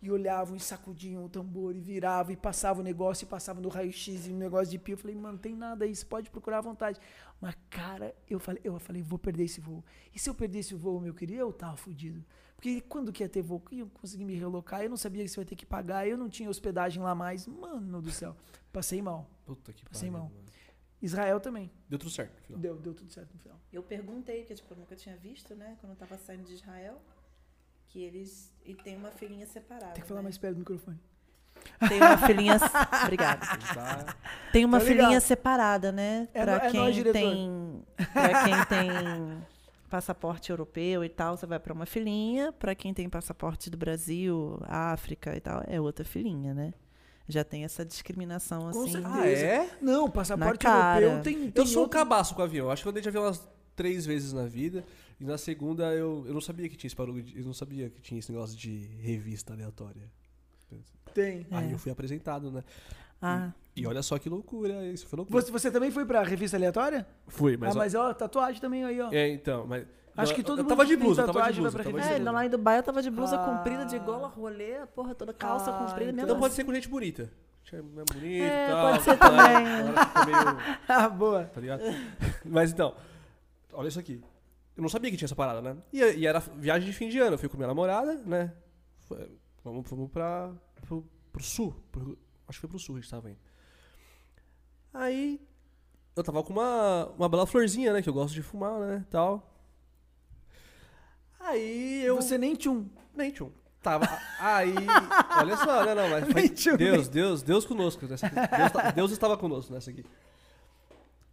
S3: E olhavam e sacudiam o tambor e viravam e passavam o negócio e passavam no raio-x e no negócio de pio. Eu falei, mano, tem nada aí, você pode procurar à vontade. Mas, cara, eu falei, eu falei, vou perder esse voo. E se eu perdesse o voo, meu querido, eu tava fudido. Porque quando que ia ter voo? Que eu consegui me relocar, eu não sabia se eu ia ter que pagar, eu não tinha hospedagem lá mais. Mano do céu, passei mal.
S1: Puta que
S3: Passei
S1: pariu.
S3: mal.
S1: mano.
S3: Israel também.
S1: Deu tudo certo no final.
S3: Deu, deu tudo certo no final.
S2: Eu perguntei, porque tipo, eu nunca tinha visto, né? Quando eu tava saindo de Israel. Que eles. E tem uma filhinha separada.
S3: Tem que falar
S2: né?
S3: mais perto do microfone.
S2: Tem uma filhinha. Obrigada.
S3: Ah,
S1: Tá.
S2: Tem uma
S3: Tá ligado.
S2: filhinha separada, né?
S3: É
S2: pra
S3: nó- é
S2: quem
S3: nóis, diretor.
S2: tem. Pra quem tem passaporte europeu e tal, você vai pra uma filhinha. Pra quem tem passaporte do Brasil, África e tal, é outra filhinha, né? Já tem essa discriminação
S3: Com
S2: assim.
S3: certeza.
S1: Ah, é?
S3: Não, passaporte
S2: Na cara.
S3: europeu tem, tem
S1: Eu sou um
S3: outro-
S1: cabaço com avião. Acho que eu andei de avião umas três vezes na vida. E na segunda eu, eu não sabia que tinha esse barulho. de- Eu não sabia que tinha esse negócio de revista aleatória.
S3: Tem.
S1: Aí
S2: É.
S1: eu fui apresentado, né?
S3: é?
S2: Ah,
S1: E olha só que loucura. Isso foi loucura.
S3: Você, você também foi pra revista aleatória?
S1: Fui, mas.
S3: ah, mas ó, tatuagem também aí, ó.
S1: É, então, mas.
S3: Acho
S1: eu-
S3: que todo
S1: eu
S3: mundo
S1: tava
S3: que
S1: de
S3: tem
S1: blusa, eu tava de
S3: tatuagem vai
S1: blusa.
S3: pra
S1: eu tava de
S2: é,
S1: blusa.
S2: lá em Dubai eu tava de blusa
S3: Ah.
S2: comprida, de gola, rolê, a porra toda, calça
S3: Ah,
S2: comprida, mesmo
S1: Então pode
S2: assim.
S1: ser com gente bonita. Gente bonita e
S2: É,
S1: tal,
S2: pode ser
S1: tá?
S2: também.
S1: Ela ficou meio-
S3: Ah, boa.
S1: tá ligado? Mas então, olha isso aqui. Eu não sabia que tinha essa parada, né? E, e era viagem de fim de ano. Eu fui com minha namorada, né? Foi- Vamos, vamos pra, pro, pro sul. pro- acho que foi pro sul que a gente tava indo. Aí eu tava com uma, uma bela florzinha, né? Que eu gosto de fumar, né? Tal. Aí eu.
S3: Você nem um, tchum.
S1: Nem tchum. Tava. Aí. Olha só, não, não, mas.
S3: Nem tchum,
S1: Deus, Deus, Deus conosco. Nessa, Deus, tá- Deus estava conosco nessa aqui.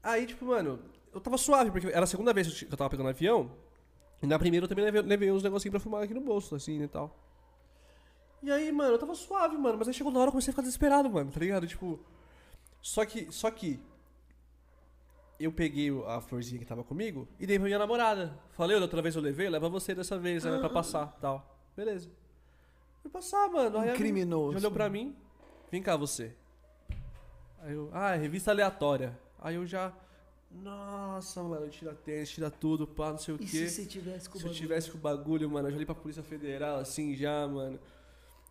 S1: Aí, tipo, mano, eu tava suave, porque era a segunda vez que eu tava pegando avião. E na primeira eu também levei, levei uns negocinhos pra fumar aqui no bolso, assim, né, e tal. E aí, mano, eu tava suave, mano, mas aí chegou na hora eu comecei a ficar desesperado, mano, tá ligado? Tipo. Só que. Só que. Eu peguei o- a florzinha que tava comigo e dei pra minha namorada. Falei, olha, outra vez eu levei, leva você dessa vez, né,
S3: Ah.
S1: pra passar tal. Beleza. Fui passar,
S3: um
S1: mano. Aí ela
S3: Incriminou-se.
S1: Olhou pra mim, vem cá você. Aí eu, ah, é revista aleatória. Aí eu já, nossa, mano, tira tênis, tira tudo, pá, não sei o
S3: E
S1: quê.
S3: se você tivesse com o
S1: Se eu
S3: bagulho?
S1: tivesse com o bagulho, mano, eu já li pra Polícia Federal, assim, já, mano.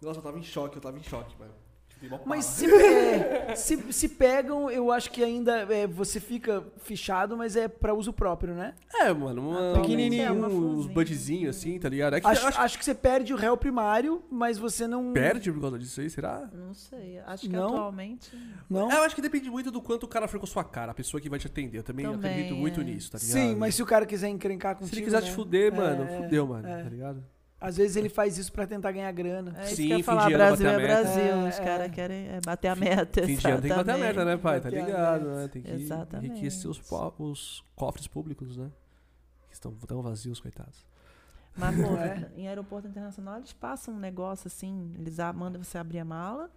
S1: Nossa, eu tava em choque, eu tava em choque, mano. Fiquei mó
S3: Mas
S1: pala.
S3: se, é, se, se pegam, eu acho que ainda é, você fica fichado, mas é pra uso próprio, né?
S1: É, mano, uma,
S3: Atualmente
S1: pequenininho,
S2: é uma
S1: uns
S2: florzinha.
S1: budzinhos, assim, tá ligado? É que
S3: Acho,
S1: acho que
S3: acho que você perde o réu primário, mas você não.
S1: perde por causa disso aí, será?
S2: Não sei, acho que
S3: Não?
S2: atualmente.
S3: Não?
S1: É, Eu acho que depende muito do quanto o cara for com a sua cara, a pessoa que vai te atender. Eu também,
S2: Também,
S1: acredito muito
S2: é.
S1: nisso, tá ligado?
S3: Sim, mas se o cara quiser encrencar
S1: Se
S3: contigo.
S1: ele quiser
S3: né?
S1: te fuder,
S3: É,
S1: mano,
S3: é.
S1: fudeu, mano,
S3: é.
S1: tá ligado?
S3: Às vezes ele faz isso pra tentar ganhar grana.
S2: É isso
S1: Sim,
S2: que eu
S1: fim
S2: ia falar,
S1: de ano
S2: Brasil
S1: bater
S2: é
S1: a meta.
S2: Brasil. Os
S3: É, é.
S2: caras querem é, bater a
S1: Fim
S2: meta.
S1: de ano tem que bater a
S2: exatamente.
S1: meta, né, pai? Tá
S3: Bater a
S1: ligado,
S3: meta.
S1: né? Tem que
S2: Exatamente.
S1: enriquecer os, po- os cofres públicos, né? Que estão tão vazios, coitados.
S2: Marco,
S3: Não é?
S2: em aeroporto internacional, eles passam um negócio assim, eles a- mandam você abrir a mala,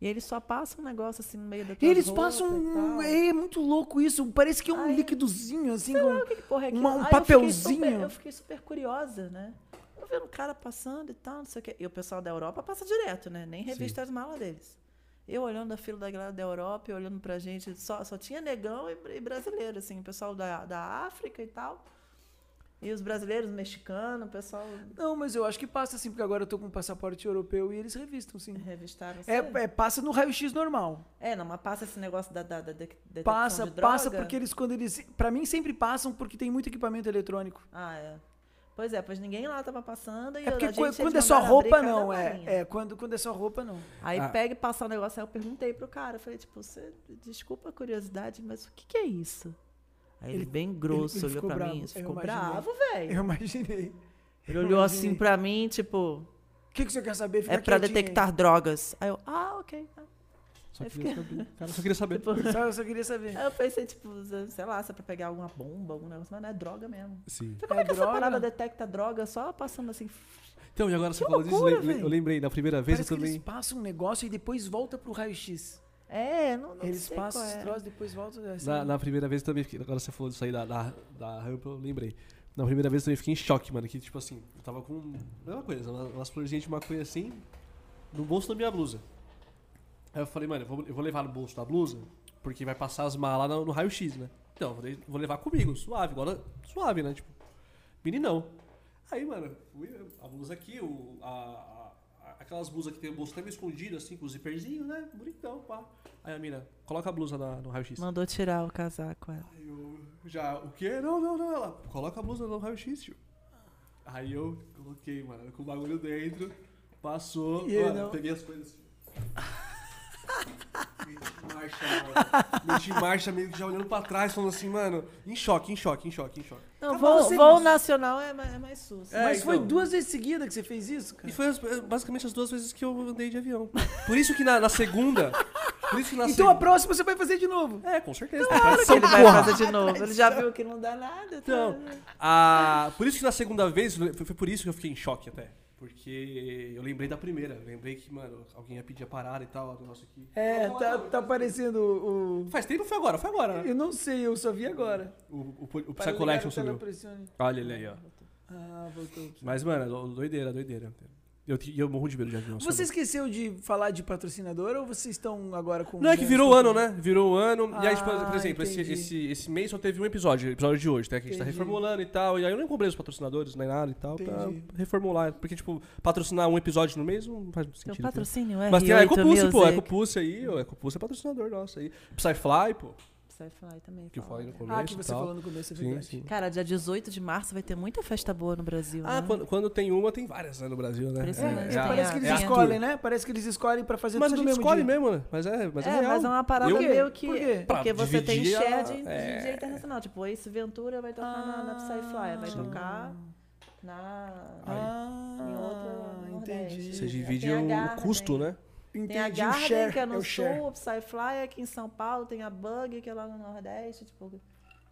S2: e eles só passam um negócio assim no meio da tua
S3: Eles
S2: roupa
S3: passam.
S2: e tal.
S3: um- É muito louco isso. Parece que é um
S2: Ah, é?
S3: líquidozinho, assim. com-
S2: O que que porra é
S3: uma- um
S2: aquilo? Aí Eu
S3: papelzinho.
S2: fiquei, super, eu fiquei super curiosa, né? Eu vendo o cara passando e tal, não sei o quê. E o pessoal da Europa passa direto, né? Nem revista as malas deles. Eu olhando a fila da galera da Europa e olhando pra gente, só, só tinha negão e, br- e brasileiro, assim, o pessoal da, da África e tal. E os brasileiros, mexicanos, o pessoal
S3: Não, mas eu acho que passa assim, porque agora eu tô com um passaporte europeu e eles revistam, sim.
S2: revistaram.
S3: É,
S2: você.
S3: é, passa no raio-x normal.
S2: É, não, mas passa esse negócio da, da, da de- detecção
S3: Passa,
S2: de droga.
S3: passa porque eles quando eles, Pra mim sempre passam porque tem muito equipamento eletrônico.
S2: Ah, é. Pois é, pois ninguém lá tava passando. E
S3: É porque
S2: a gente,
S3: quan-
S2: eles
S3: quando é só
S2: mandaram abrir
S3: roupa
S2: cada
S3: não,
S2: malinha.
S3: é, é quando quando é só roupa não.
S2: Aí
S1: Ah.
S2: pega e passa o negócio, aí eu perguntei pro cara, eu falei, tipo, você, desculpa a curiosidade, mas o que que é isso? Aí ele,
S3: Ele-
S2: bem grosso
S3: ele- ele
S2: olhou
S3: ficou
S2: pra
S3: bravo,
S2: mim, isso
S3: eu
S2: ficou
S3: imaginei.
S2: bravo, velho.
S3: Eu imaginei.
S2: É Ele olhou assim pra mim, tipo,
S3: O que que você quer saber? Fica
S2: é pra
S3: quietinho aí.
S2: detectar drogas. Aí eu, ah, ok. tá."
S1: Só
S2: Eu
S1: queria saber. Cara, só queria saber.
S2: Tipo,
S3: Só, eu só queria saber.
S2: Aí eu pensei, tipo, sei lá, se é pra pegar alguma bomba, algum negócio, mas não é droga mesmo.
S1: Sim.
S2: Então, como é que essa
S3: droga?
S2: parada detecta droga só passando assim?
S1: Então, e agora você
S2: Que
S1: falou disso, le-
S2: loucura,
S1: le-
S2: velho.
S1: eu lembrei, na primeira vez
S3: Parece que
S1: eu também.
S3: eles passam um negócio e depois volta pro raio-x.
S2: É, não, não
S3: Eles
S2: sei
S3: passam
S2: qual
S3: os
S2: é.
S3: troços, depois voltam. é assim.
S1: Na, na primeira vez eu também fiquei. Agora você falou disso aí da, da, da rampa, eu lembrei. Na primeira vez eu também fiquei em choque, mano. Que tipo assim, eu tava com. Mesma coisa, umas, umas florzinhas de maconha assim, no bolso da minha blusa. Aí eu falei, mano, eu vou, eu vou levar no bolso da blusa, porque vai passar as malas no, no raio-x, né? Então, eu vou, le- vou levar comigo, suave, agora suave, né? Tipo, meninão. Aí, mano, fui, a blusa aqui, o, a- a- aquelas blusas que tem o bolso até meio escondido, assim, com o zíperzinho, né? Bonitão, pá. Aí a mina, coloca a blusa na- no raio-x.
S2: Mandou tirar o casaco, é. ela.
S1: Aí eu já, o quê? Não, não, não. Ela, coloca a blusa no raio-x, tio. Aí eu coloquei, mano, com o bagulho dentro, passou,
S3: E ele
S1: mano,
S3: não?
S1: peguei as coisas. Meti marcha, mano. Meti marcha, meio que já olhando pra trás, falando assim, mano, em choque, em choque, em choque, em choque.
S2: Não,
S3: Ah,
S2: voo,
S3: você-
S2: voo nacional é mais, é mais sus.
S1: É,
S3: Mas foi
S1: então.
S3: duas vezes seguida que você fez isso, cara?
S1: E foi as- basicamente as duas vezes que eu andei de avião. Por isso que na, na segunda. Por isso que na
S3: então a
S1: segunda.
S3: próxima você vai fazer de novo.
S1: É, com certeza.
S2: Claro que ele vai
S1: porra.
S2: fazer de novo. Ele já viu que não dá nada. tá?
S1: Então, a- Ah, por isso que na segunda vez, foi, foi por isso que eu fiquei em choque até. Porque eu lembrei da primeira. Eu lembrei que, mano, alguém ia pedir a parada e tal, o negócio aqui.
S3: É, tá, tá aparecendo o, o-
S1: Faz tempo ou foi agora? Foi agora, né?
S3: Eu não sei, eu só vi agora.
S1: O, o, o
S3: Para
S1: Psy
S3: ligar
S1: Collection
S3: no
S1: subiu.
S3: Telepressione.
S1: Olha ele aí, ó.
S3: Ah, voltou.
S1: Mas, mano, do- doideira, doideira. Eu, te- eu morro de medo de avião.
S3: Você
S1: sabe?
S3: esqueceu de falar de patrocinador ou vocês estão agora com.
S1: Não, é que virou o ano, né? Virou o ano. e aí, tipo,
S3: Ah,
S1: por exemplo, esse,
S3: entendi.
S1: esse, esse mês só teve um episódio, episódio de hoje, né? Que a gente tá
S3: Entendi.
S1: reformulando e tal. E aí eu nem comprei os patrocinadores, nem nada e tal,
S3: Entendi.
S1: pra reformular. Porque, tipo, patrocinar um episódio no mês não faz muito
S2: Tem um
S1: sentido. né?
S2: patrocínio é
S1: Mas tem a Ecopulse, pô. A
S2: Ecopulse.
S1: Ecopulse aí, ó. a Ecopulse é patrocinador nosso aí. Psyfly, pô.
S2: também.
S1: Que eu
S2: fala,
S1: falei no
S2: né?
S1: começo.
S3: Ah, que
S1: e
S3: você
S1: tal.
S3: falou no começo, é
S1: Sim,
S3: verdade.
S1: sim.
S2: Cara, dia 18 de março vai ter muita festa boa no Brasil.
S1: Ah,
S2: né?
S1: quando, quando tem uma, tem várias, né, no Brasil, né?
S2: Impressionante.
S3: É,
S2: a-
S3: parece que eles
S2: é a
S3: escolhem, né? Parece que eles escolhem pra fazer
S1: Mas a
S3: tudo
S1: gente
S3: mesmo
S1: escolhe
S3: dia.
S1: mesmo, né? Mas é, mas é,
S2: é,
S1: real.
S2: mas é uma parada
S3: Por quê?
S2: meio que.
S3: Por quê?
S2: Porque
S1: Pra
S2: você tem
S1: dividir a-
S2: share de,
S1: é.
S2: de internacional. Tipo, Ace Ventura vai tocar na, na Psyfly, vai tocar na. Em
S3: Ah,
S2: outro
S3: entendi.
S2: Nordeste.
S1: Você
S2: Tem
S1: divide
S2: a
S1: o,
S2: Garden.
S1: o custo, né?
S3: entendi.
S2: Tem a
S3: o
S2: Garden,
S3: share,
S2: que é no
S3: é o
S2: sul,
S3: share.
S2: o Psyfly é aqui em São Paulo, tem a Bug, que é lá no Nordeste. Tipo,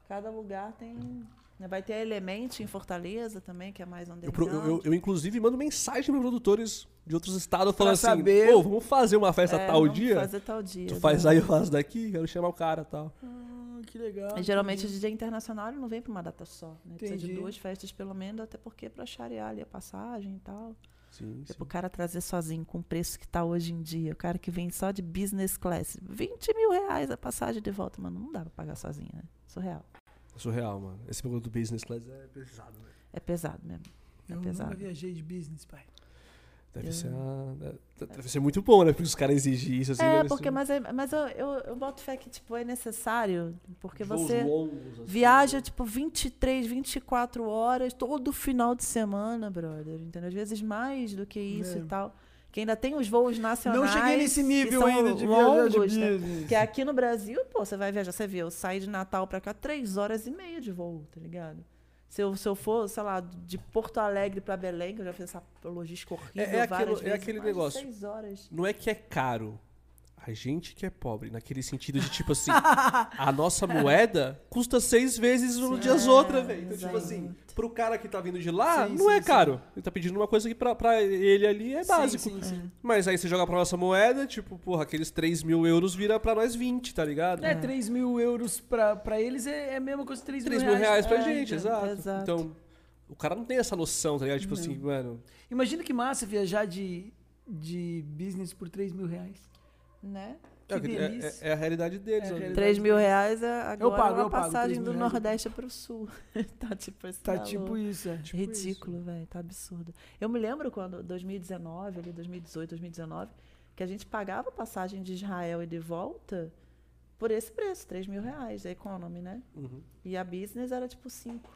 S2: cada lugar tem. né, Vai ter a Element em Fortaleza também, que é mais
S1: Eu,
S2: underground.
S1: pro- eu, eu, eu, inclusive, mando mensagem para produtores de outros estados
S3: Pra
S1: falando assim:
S3: saber.
S1: pô, vamos fazer uma festa
S2: É,
S1: tal
S2: vamos
S1: dia?
S2: Fazer tal dia.
S1: Tu
S2: né?
S1: faz aí, eu faço daqui, quero chamar o cara e tal.
S3: Ah, que legal.
S2: Mas geralmente o DJ internacional ele não vem pra uma data só, né? Precisa de
S3: Entendi.
S2: duas festas pelo menos, até porque pra charear ali a passagem e tal.
S1: Sim, sim.
S2: Tipo, o cara trazer sozinho com o preço que tá hoje em dia. O cara que vem só de business class. 20 mil reais a passagem de volta, mano. Não dá pra pagar sozinho, né? Surreal.
S1: É Surreal, mano. Esse bagulho do business class é pesado, né?
S2: É pesado mesmo. É
S3: Eu nunca
S2: pesado.
S3: viajei de business, pai.
S1: Deve,
S2: Eu-
S1: ser, uma- deve- deve ser muito bom, né? Porque os caras exigem isso assim.
S2: É,
S1: deve
S2: porque,
S1: ser-
S2: mas, é, mas eu, eu, eu boto fé que, tipo, é necessário. Porque
S1: Voos
S2: você.
S1: longos, assim,
S3: né?
S2: Viaja, tipo, 23, 24 horas todo final de semana, brother. Entendeu? Às vezes mais do que isso
S3: É.
S2: e tal. Que ainda tem os voos nacionais.
S3: Não cheguei nesse
S2: que Então,
S3: nível
S2: são
S3: ainda de viajar de
S2: longos, né?
S3: business.
S2: Porque aqui no Brasil, pô, você vai viajar. Você vê, eu saí de Natal pra cá três horas e meia de voo, tá ligado? Se eu, se eu for, sei lá, de Porto Alegre pra Belém, que eu já fiz essa logística
S1: É-
S2: horrível
S1: é aquilo-
S2: várias
S1: é
S2: vezes,
S1: aquele
S2: mais de
S1: negócio.
S2: Seis horas.
S1: Não é que é caro. A gente que é pobre, naquele sentido de tipo assim, a nossa moeda custa seis vezes o de as outras, velho. Então, tipo assim,
S2: exato.
S1: pro cara que tá vindo de lá,
S3: Sim,
S1: não
S3: sim,
S1: é
S3: sim.
S1: caro. Ele tá pedindo uma coisa que pra, pra ele ali é básico.
S3: Sim, sim, sim.
S1: Mas aí você joga pra nossa moeda, tipo, porra, aqueles 3 mil euros vira pra nós 20, tá ligado?
S3: É, 3 mil euros pra, pra eles é, é a mesma coisa que 3 mil
S1: 3 mil reais pra
S3: é.
S1: gente, exato.
S2: exato.
S1: Então, o cara não tem essa noção, tá ligado? Tipo assim, mano,
S3: Imagina que massa viajar de, de business por 3 mil reais.
S2: Né?
S3: Que
S1: é, o que- é-
S3: delícia.
S1: é- é a realidade deles,
S3: É a
S1: né?
S3: realidade.
S2: 3 mil reais é agora
S3: Eu pago, eu
S2: uma
S3: pago,
S2: passagem
S3: 3 mil
S2: do
S3: reais eu-
S2: Nordeste pro sul. tá tipo esse
S3: Tá
S2: valor.
S3: tipo isso, é.
S2: Ridículo, velho. Tá absurdo. Eu me lembro quando, 2019, ali, 2018, 2019, que a gente pagava passagem de Israel e de volta por esse preço, 3 mil reais, a economy, né?
S1: Uhum.
S2: E a business era tipo 5.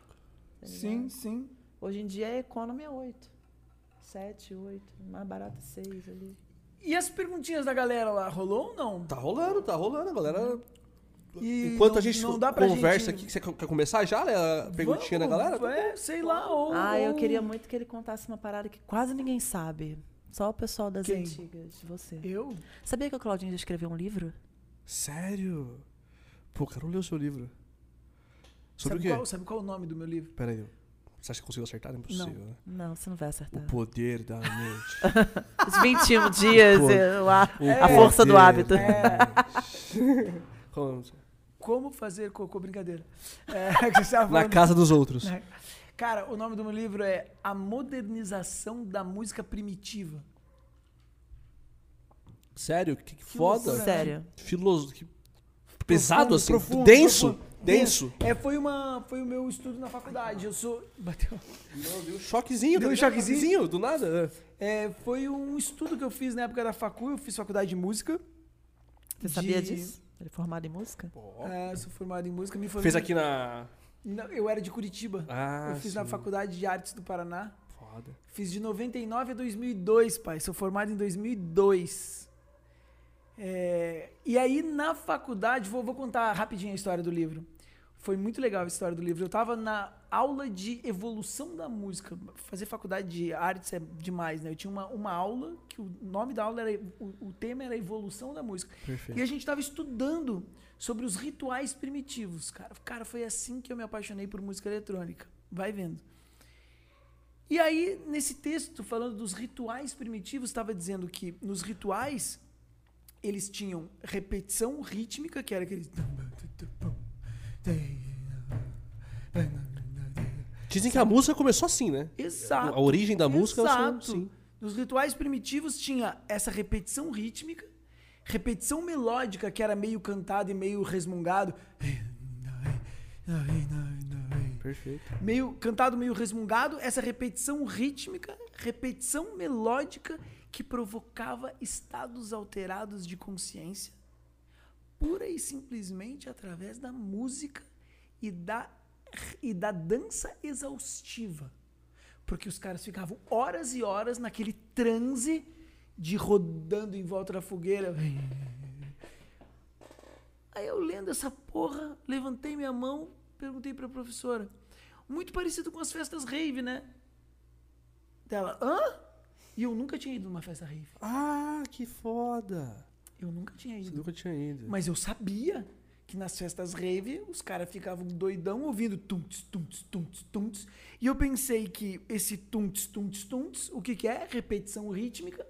S1: tá
S3: né? Sim, sim.
S2: Hoje em dia a economy é 8. 7, 8. Mais barata 6 ali.
S3: E as perguntinhas da galera lá, rolou ou não?
S1: Tá rolando, tá rolando, a galera.
S3: E
S1: Enquanto
S3: não-
S1: a gente
S3: não dá pra
S1: conversa
S3: gente-
S1: aqui, você quer começar já, né? A perguntinha da galera? tá
S3: É, sei lá, ou...
S2: Ah, eu
S3: ou-
S2: queria muito que ele contasse uma parada que quase ninguém sabe. Só o pessoal das
S3: Quem?
S2: antigas, você.
S3: Eu?
S2: Sabia que o Claudinho já escreveu um livro?
S4: Sério? Pô, quero ler o seu livro. Sobre
S3: sabe
S4: o quê?
S3: Qual, sabe qual o nome do meu livro?
S4: Pera aí. Você acha que conseguiu acertar? Impossível, né?
S2: Não, você não vai
S3: Tá.
S2: acertar.
S4: O poder da mente.
S2: Os 21 dias,
S4: Pô.
S2: eh, lá.
S4: O
S3: É.
S2: A força do
S4: poder
S2: hábito.
S4: da mente. Como-
S3: Como fazer cocô brincadeira. É, que você tava
S4: Na
S3: falando.
S4: casa dos outros.
S3: Né? Cara, o nome do meu livro é A Modernização da Música Primitiva.
S4: Sério? Que, que
S3: Filosofia.
S4: foda.
S2: Sério.
S4: Filoso. que Pesado
S3: Profundo,
S4: assim.
S3: profundo,
S4: denso.
S3: profundo.
S4: Denso.
S3: É, foi, uma, foi o meu estudo na faculdade. Eu sou. Bateu.
S4: Deu um choquezinho.
S3: Deu um
S4: tá ligado?
S3: choquezinho.
S4: Do nada.
S3: É, foi um estudo que eu fiz na época da facu, eu fiz faculdade de música.
S2: Você sabia
S3: De-
S2: disso? Ele é formado em música?
S3: É, sou formado em música. Me formei-
S4: Fez aqui na...
S3: Não, eu era de Curitiba.
S4: Ah,
S3: eu fiz na
S4: sim.
S3: Faculdade de Artes do Paraná.
S4: Foda.
S3: Fiz de 99 a 2002, pai. Sou formado em 2002. É, e aí, na faculdade, vou, vou contar rapidinho a história do livro. Foi muito legal a história do livro. Eu tava na aula de evolução da música. Fazer faculdade de artes é demais, né? Eu tinha uma, uma aula que o nome da aula era. O, o tema era evolução da música.
S4: Perfeito.
S3: E a gente tava estudando sobre os rituais primitivos, cara. Cara, foi assim que eu me apaixonei por música eletrônica. Vai vendo. E aí, nesse texto, falando dos rituais primitivos, estava dizendo que nos rituais eles tinham repetição rítmica, que era aquele.
S4: Dizem que a música começou assim, né?
S3: Exato.
S4: A origem da música
S3: Exato.
S4: assim.
S3: Nos rituais primitivos tinha essa repetição rítmica, repetição melódica, que era meio cantado e meio resmungado.
S4: Perfeito.
S3: meio cantado, meio resmungado, essa repetição rítmica, repetição melódica que provocava estados alterados de consciência, pura e simplesmente através da música e da e da dança exaustiva. Porque os caras ficavam horas e horas naquele transe de rodando em volta da fogueira. Aí eu lendo essa porra, levantei minha mão, perguntei pra professora. Muito parecido com as festas rave, né? Dela, hã? E eu nunca tinha ido numa festa rave.
S4: Ah, que foda.
S3: Eu nunca tinha
S4: Você
S3: ido.
S4: nunca tinha ido.
S3: Mas eu sabia que nas festas rave os caras ficavam doidão ouvindo tunts, tunts, tunts, tunts. E eu pensei que esse tunts, tunts, tunts, o que que é? Repetição rítmica.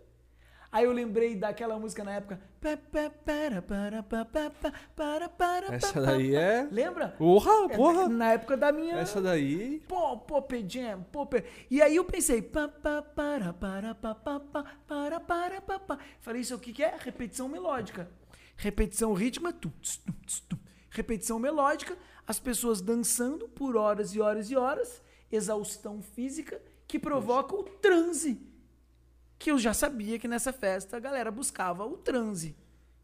S3: Aí eu lembrei daquela música na época. pá, pá, para, para, pá, pá, pá, para, para,
S4: Essa
S3: pá,
S4: daí
S3: pá, pá.
S4: é-
S3: tá, Lembra?
S4: Porra,
S3: É,
S4: porra.
S3: Na época da minha.
S4: Essa daí.
S3: Pô, Pope Jam, Pope. E aí eu pensei, pá, pá, para, para, pá, pá, pá, para, para, pá, pá. Falei, isso o que que é? Repetição melódica. Repetição rítmica, tum, tss, tum, tss, tum. repetição melódica, as pessoas dançando por horas e horas e horas, exaustão física que provoca o transe. Que eu já sabia que nessa festa a galera buscava o transe.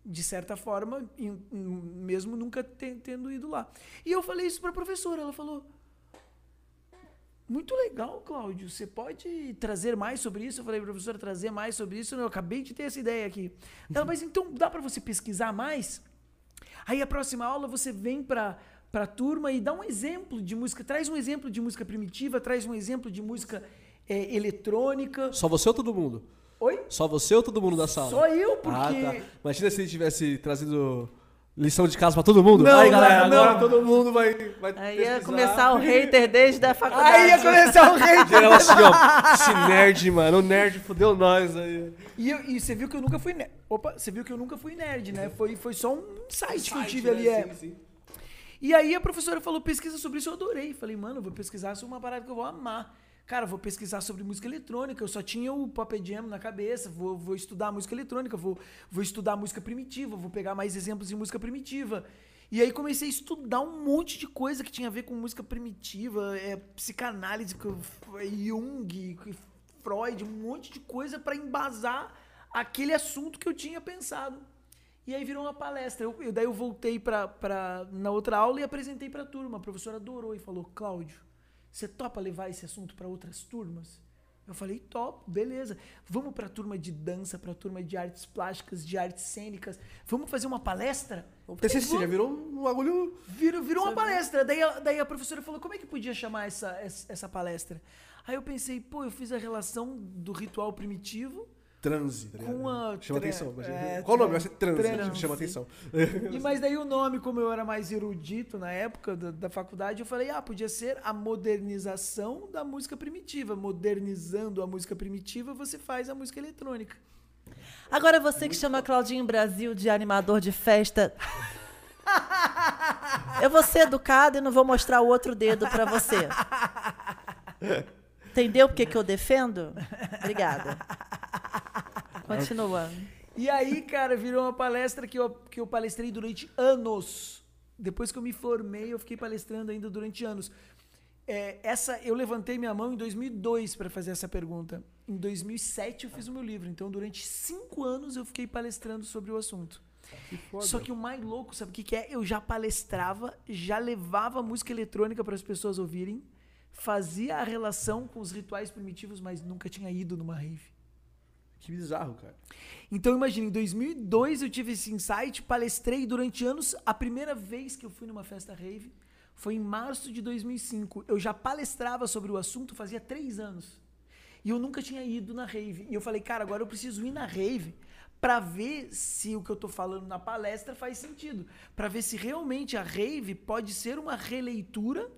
S3: De certa forma, em- em- mesmo nunca te- tendo ido lá. E eu falei isso pra professora, ela falou. Muito legal, Cláudio. Você pode trazer mais sobre isso? Eu falei, professor, trazer mais sobre isso? Eu acabei de ter essa ideia aqui. Ela, mas então dá para você pesquisar mais? Aí a próxima aula você vem para para turma e dá um exemplo de música, traz um exemplo de música primitiva, traz um exemplo de música eh, eletrônica.
S4: Só você ou todo mundo?
S3: Oi?
S4: Só você ou todo mundo da sala?
S3: Só eu, porque
S4: Ah, tá. Imagina se ele tivesse trazido lição de casa pra todo mundo.
S3: Não,
S4: Aí, galera,
S3: não,
S4: agora
S3: não.
S4: todo mundo vai, vai
S2: Aí ia
S4: pesquisar.
S2: começar o hater desde a faculdade.
S3: Aí ia começar o rei.
S4: Geral assim, ó. Esse nerd, mano. O nerd fudeu nós aí.
S3: E, eu- e você viu que eu nunca fui nerd. Opa, você viu que eu nunca fui nerd, né? Foi, foi só um site que eu tive
S1: né?
S3: ali. é.
S4: Sim, sim.
S3: E aí a professora falou, pesquisa sobre isso, eu adorei. Falei, mano, eu vou pesquisar sobre uma parada que eu vou amar. Cara, eu vou pesquisar sobre música eletrônica, eu só tinha o Pop Jam na cabeça, vou, vou estudar música eletrônica, vou, vou estudar música primitiva, vou pegar mais exemplos de música primitiva. E aí comecei a estudar um monte de coisa que tinha a ver com música primitiva, é, psicanálise, que eu- é, Jung, que Freud, um monte de coisa pra embasar aquele assunto que eu tinha pensado. E aí virou uma palestra. Eu, eu- daí eu voltei pra, pra, na outra aula e apresentei pra turma. A professora adorou e falou: Cláudio, você topa levar esse assunto pra outras turmas? Eu falei: topo, beleza. Vamos pra turma de dança, pra turma de artes plásticas, de artes cênicas. Vamos fazer uma palestra?
S4: O TCC já virou um bagulho.
S3: Virou, virou uma palestra. Daí, a- daí a professora falou: como é que podia chamar essa, essa, essa palestra? Aí eu pensei: pô, eu fiz a relação do ritual primitivo
S1: transe, tá ligado?
S3: Com a
S1: Chama
S3: tran-
S1: atenção. Mas...
S3: é,
S1: Qual o nome?
S3: tran-
S1: Vai ser transe.
S3: transe.
S1: Chama atenção.
S3: E, mas daí o nome, como eu era mais erudito na época da, da faculdade, eu falei, ah, podia ser a modernização da música primitiva. Modernizando a música primitiva, você faz a música eletrônica.
S2: Agora você que chama Claudinho Brasil de animador de festa. Eu vou ser educada e não vou mostrar o outro dedo pra você. Entendeu porque que eu defendo? Obrigada. Continuando.
S3: E aí, cara, virou uma palestra que eu, que eu palestrei durante anos. Depois que eu me formei, eu fiquei palestrando ainda durante anos. É, essa eu levantei minha mão em 2002 para fazer essa pergunta. Em 2007 eu fiz o meu livro. Então, durante cinco anos eu fiquei palestrando sobre o assunto. Só que o mais louco, sabe o que, que é? Eu já palestrava, já levava música eletrônica para as pessoas ouvirem, fazia a relação com os rituais primitivos, mas nunca tinha ido numa rave.
S1: Que bizarro, cara.
S3: Então imagina, em 2002 eu tive esse insight, palestrei durante anos. A primeira vez que eu fui numa festa rave foi em março de 2005. Eu já palestrava sobre o assunto fazia três anos. E eu nunca tinha ido na rave. E eu falei, cara, agora eu preciso ir na rave pra ver se o que eu tô falando na palestra faz sentido. Pra ver se realmente a rave pode ser uma releitura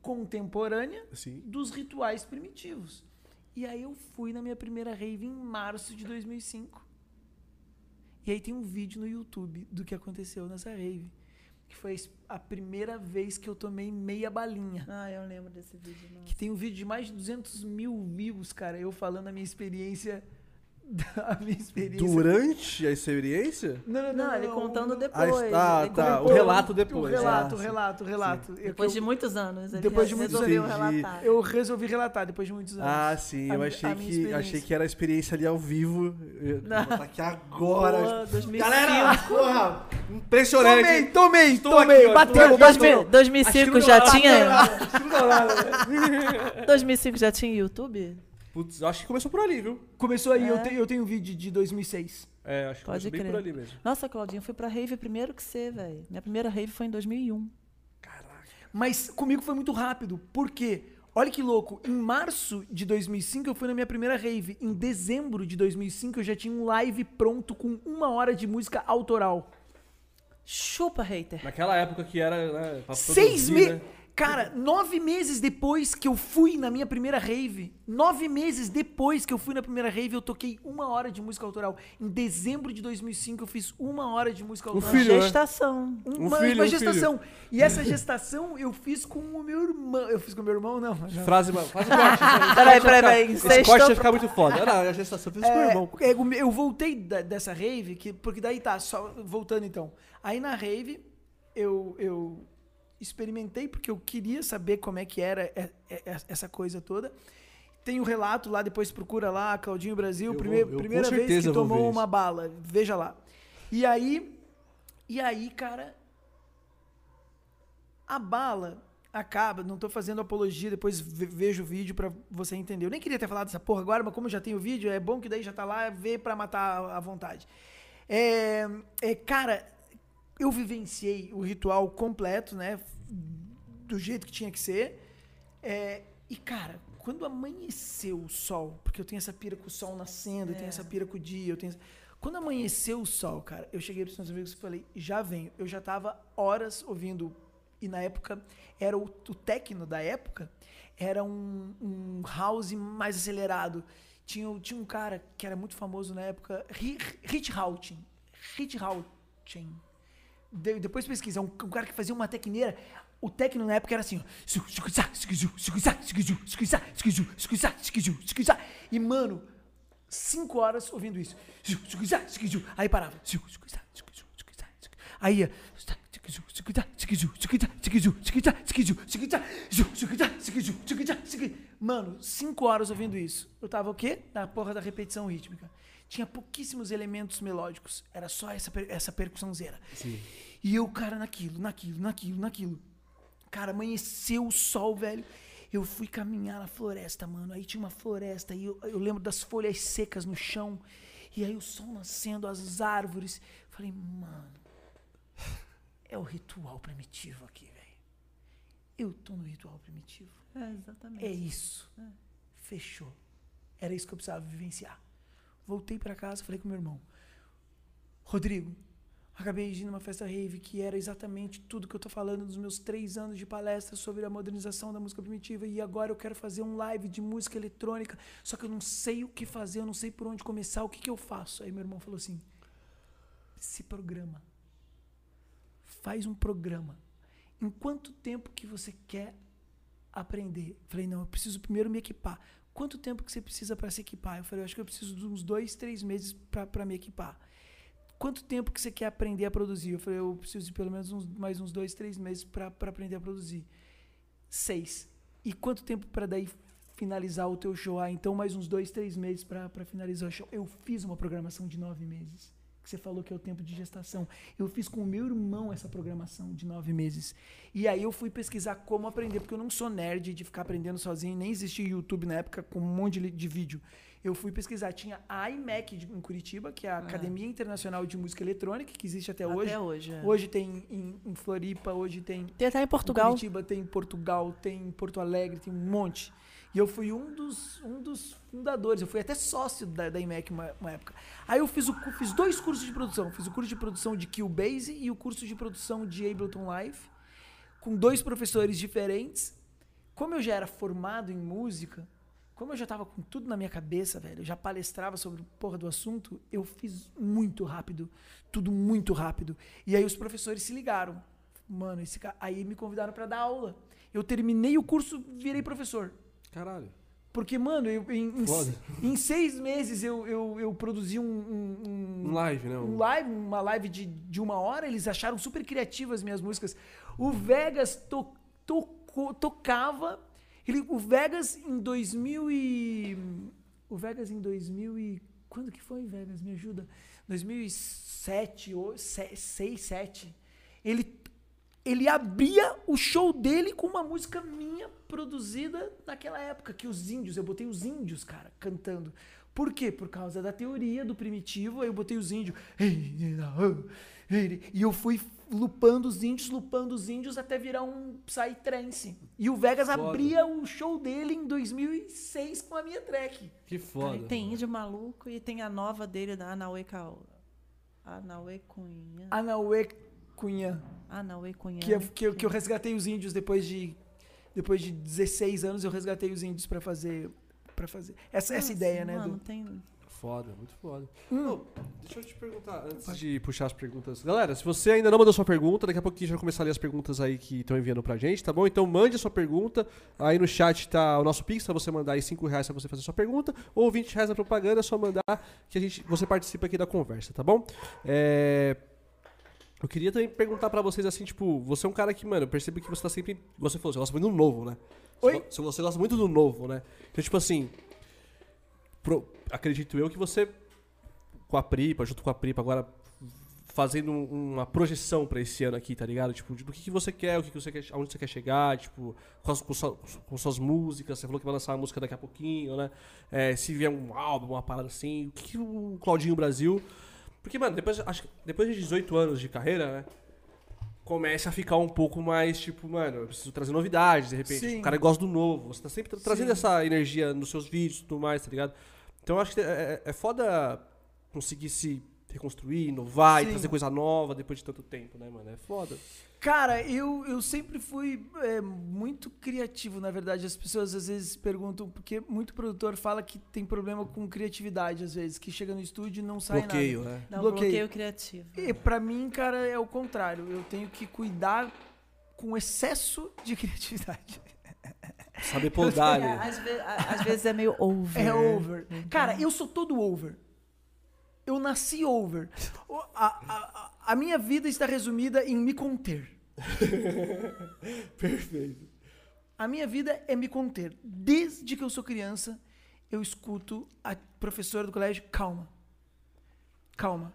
S3: contemporânea
S1: Sim.
S3: dos rituais primitivos. E aí eu fui na minha primeira rave em março de 2005. E aí tem um vídeo no YouTube do que aconteceu nessa rave. Que foi a es- a primeira vez que eu tomei meia balinha.
S2: Ah, eu lembro desse vídeo. não.
S3: Que tem um vídeo de mais de 200 mil views, cara. Eu falando a minha experiência. A minha experiência.
S1: Durante a experiência?
S3: Não, não, não,
S2: Não, ele
S3: não,
S2: contando
S3: não.
S2: depois.
S1: Ah, está,
S2: ele
S1: tá.
S2: contou.
S1: O relato
S3: O
S1: depois.
S3: um relato, o
S1: Ah,
S3: relato, o relato. Eu-
S2: Depois
S3: eu-
S2: de muitos anos, ele
S3: Depois de muitos
S2: resolveu
S1: anos.
S2: relatar.
S3: Eu resolvi relatar depois de muitos anos.
S1: Ah, sim, eu
S3: A-
S1: achei
S3: a minha
S1: que, achei que era a experiência ali ao vivo. Eu, eu
S2: Não.
S1: vou botar aqui agora.
S2: Boa, 2005.
S1: Galera, porra, impressionante.
S3: Tomei, tomei,
S1: Estou
S3: tomei,
S1: aqui, ó.
S3: bateu,
S1: Estou aqui,
S3: bateu.
S1: ó.
S2: 2005 já tinha.
S1: Aquilo não dá nada, né?
S2: 2005 já tinha YouTube?
S1: Putz, eu acho que começou por ali, viu?
S3: Começou aí,
S2: É.
S3: eu, tenho, eu tenho um vídeo de 2006.
S1: É, acho que
S2: Pode
S1: começou bem
S2: crer.
S1: por ali mesmo.
S2: Nossa, Claudinha, eu fui pra rave primeiro que você, velho. Minha primeira rave foi em 2001.
S3: Mas comigo foi muito rápido, porque, olha que louco, em março de 2005 eu fui na minha primeira rave. Em dezembro de 2005 eu já tinha um live pronto com uma hora de música autoral.
S2: Chupa, hater.
S4: Naquela época que era, né? pra
S3: Seis
S4: produzir,
S3: meses.
S4: né?
S3: Cara, nove meses depois que eu fui na minha primeira rave, nove meses depois que eu fui na primeira rave, eu toquei uma hora de música autoral. Em dezembro de 2005, eu fiz uma hora de música autoral.
S1: filho, né?
S2: Gestação.
S1: Um
S3: Uma,
S1: filho,
S3: uma
S1: um
S3: gestação. E essa gestação eu fiz com o meu irmão. Eu fiz com o meu irmão, não. não.
S1: Frase, ma- faz o corte.
S2: Peraí, peraí, peraí.
S1: Esse corte
S2: Sextou-
S1: ia ficar muito foda. Não, a gestação fez com o
S3: É,
S1: irmão.
S3: é, o meu- eu voltei da- dessa rave, que, porque daí tá, só voltando então. Aí na rave, eu, eu experimentei, porque eu queria saber como é que era é- é- é- essa coisa toda. Tem o relato lá, depois procura lá, Claudinho Brasil,
S1: Eu
S3: prime-
S1: vou- eu com
S3: primeira vez
S1: certeza
S3: que
S1: vou ver
S3: tomou
S1: isso.
S3: uma bala, veja lá. E aí, e aí, cara, a bala acaba, não tô fazendo apologia, depois ve- vejo o vídeo pra você entender. Eu nem queria ter falado essa porra agora, mas como já tem o vídeo, é bom que daí já tá lá, vê pra matar à vontade. É, é, cara, eu vivenciei o ritual completo, né? Do jeito que tinha que ser. É, e, cara, quando amanheceu o sol, porque eu tenho essa pira com o sol nascendo, eu tenho essa pira com o dia, eu tenho. essa- Quando amanheceu o sol, cara, eu cheguei pros meus amigos e falei, já venho. Eu já tava horas ouvindo e na época era o, o techno da época era um, um house mais acelerado tinha o- tinha um cara que era muito famoso na época Ri- Rich Houghton Rich Houghton De- depois pesquisa um, um cara que fazia uma tecneira o techno na época era assim ó. Su- su- sa- su- su- su- sa- su- su- su- sa- su- su- su- sa- su- su- sa. e mano cinco horas ouvindo isso Su- su- sa- su- su. aí parava Su- su- sa- su- su- su- sa- su- Aí ia. Mano, cinco horas ouvindo isso. Eu tava o quê? Na porra da repetição rítmica. Tinha pouquíssimos elementos melódicos. Era só essa, per essa percussãozeira. E eu, cara, naquilo, naquilo, naquilo, naquilo. Cara, amanheceu o sol, velho. Eu fui caminhar na floresta, mano. Aí tinha uma floresta e eu, eu lembro das folhas secas no chão. E aí o sol nascendo, as árvores. Falei, mano, é o ritual primitivo aqui, velho. Eu tô no ritual primitivo.
S2: É, exatamente.
S3: É isso. Fechou. Era isso que eu precisava vivenciar. Voltei pra casa, falei com meu irmão. Rodrigo, acabei de ir numa festa rave que era exatamente tudo que eu tô falando dos meus três anos de palestra sobre a modernização da música primitiva e agora eu quero fazer um live de música eletrônica, só que eu não sei o que fazer, eu não sei por onde começar, o que, que eu faço? Aí meu irmão falou assim, se programa. Faz um programa. Em quanto tempo que você quer aprender? Falei, não, eu preciso primeiro me equipar. Quanto tempo que você precisa para se equipar? Eu falei, eu acho que eu preciso de uns dois, três meses para me equipar. Quanto tempo que você quer aprender a produzir? Eu falei, eu preciso de pelo menos uns- mais uns dois, três meses para aprender a produzir. Seis. E quanto tempo para daí finalizar o teu show? Ah, então mais uns dois, três meses para finalizar o show. Eu fiz uma programação de nove meses, que você falou que é o tempo de gestação. Eu fiz com o meu irmão essa programação de nove meses. E aí eu fui pesquisar como aprender, porque eu não sou nerd de ficar aprendendo sozinho, nem existia YouTube na época com um monte de li- de vídeo. Eu fui pesquisar, tinha a IMEC de- em Curitiba, que é a Academia Internacional de Música Eletrônica, que existe até, hoje.
S2: Até hoje. é.
S3: Hoje tem em, em Floripa, hoje tem
S2: Tem até em Portugal.
S3: Curitiba tem Portugal, tem Porto Alegre, tem um monte. E eu fui um dos, um dos fundadores, eu fui até sócio da, da IMEC uma, uma época. Aí eu fiz, o, cu- fiz dois cursos de produção. Fiz o curso de produção de Cubase e o curso de produção de Ableton Live, com dois professores diferentes. Como eu já era formado em música, como eu já tava com tudo na minha cabeça, velho, eu já palestrava sobre o porra do assunto, eu fiz muito rápido, tudo muito rápido. E aí os professores se ligaram. Mano, esse cara, aí me convidaram para dar aula. Eu terminei o curso, virei professor.
S1: Caralho.
S3: Porque, mano, eu, em, em,
S1: Foda.
S3: em seis meses eu, eu, eu produzi um- um- um-
S1: Um live, né?
S3: um
S1: Um...
S3: live, uma live de, de uma hora, eles acharam super criativas as minhas músicas. O Vegas to, tocou- tocava. Ele, o Vegas em 2000 e. O Vegas em 2000 e. Quando que foi, Vegas? Me ajuda. 2007, 6, 7. Ele, ele abria o show dele com uma música minha produzida naquela época, que os índios, eu botei os índios, cara, cantando. Por quê? Por causa da teoria do primitivo, aí eu botei os índios. E eu fui lupando os índios, lupando os índios até virar um psytrance. E o Vegas
S1: Foda.
S3: abria o show dele em 2006 com a minha track.
S1: Que
S2: Cara, e
S1: foda.
S2: Tem índio maluco e tem a nova dele, da Anaue Cao. Anaue Cunha.
S1: Ah,
S3: Anaue Cunha.
S2: Anaue Cunha.
S1: é
S3: Que eu, que, eu, que eu resgatei os índios depois de depois de 16 anos, eu resgatei os índios pra fazer para fazer. Essa essa
S2: Nossa,
S3: ideia, né,
S2: Ah, Mano,
S3: do Hum.
S2: tem...
S1: Foda, muito foda. Ô, deixa eu te perguntar, antes de puxar as perguntas. Galera, se você ainda não mandou sua pergunta, daqui a pouquinho a gente vai começar a ler as perguntas aí que estão enviando pra gente, tá bom? Então mande a sua pergunta. Aí no chat tá o nosso Pix, pra você mandar aí 5 reais pra você fazer sua pergunta, ou 20 reais na propaganda, é só mandar que a gente, você participa aqui da conversa, tá bom? É. Eu queria também perguntar pra vocês assim, tipo, você é um cara que, mano, eu percebo que você tá sempre. Você falou, você gosta muito do novo, né?
S3: Oi?
S1: Você go- Você, gosta muito do novo, né? Então, tipo assim. pro- acredito eu que você, com a Pripa, junto com a Pripa, agora fazendo um- uma projeção pra esse ano aqui, tá ligado? Tipo, de- do que, que você quer, o que, que você quer, aonde você quer chegar, tipo, com, as- com sua- com suas músicas, você falou que vai lançar uma música daqui a pouquinho, né? É, se vier um álbum, uma parada assim, o que, que o Claudinho Brasil. Porque, mano, depois, acho que depois de 18 anos de carreira, né? Começa a ficar um pouco mais, tipo, mano, eu preciso trazer novidades, de repente.
S3: Sim.
S1: O cara gosta do novo. Você tá sempre tra- trazendo essa energia nos seus vídeos e tudo mais, tá ligado? Então eu acho que é, é- é foda conseguir se reconstruir, inovar e
S3: Sim.
S1: trazer coisa nova depois de tanto tempo, né, mano? É foda.
S3: Cara, eu, eu sempre fui é, muito criativo, na verdade. As pessoas às vezes perguntam, porque muito produtor fala que tem problema com criatividade, às vezes, que chega no estúdio e não sai nada.
S1: Bloqueio, né?
S2: Dá um
S3: Bloqueio.
S2: bloqueio, criativo.
S3: E pra mim, cara, é o contrário. Eu tenho que cuidar com excesso de criatividade.
S1: Saber podar,
S2: É,
S1: né?
S2: às, ve- a- às vezes é meio over.
S3: É over. Cara, eu sou todo over. Eu nasci over. O- A, a- a- a minha vida está resumida em me conter.
S1: Perfeito.
S3: A minha vida é me conter. Desde que eu sou criança, eu escuto a professora do colégio, calma. Calma.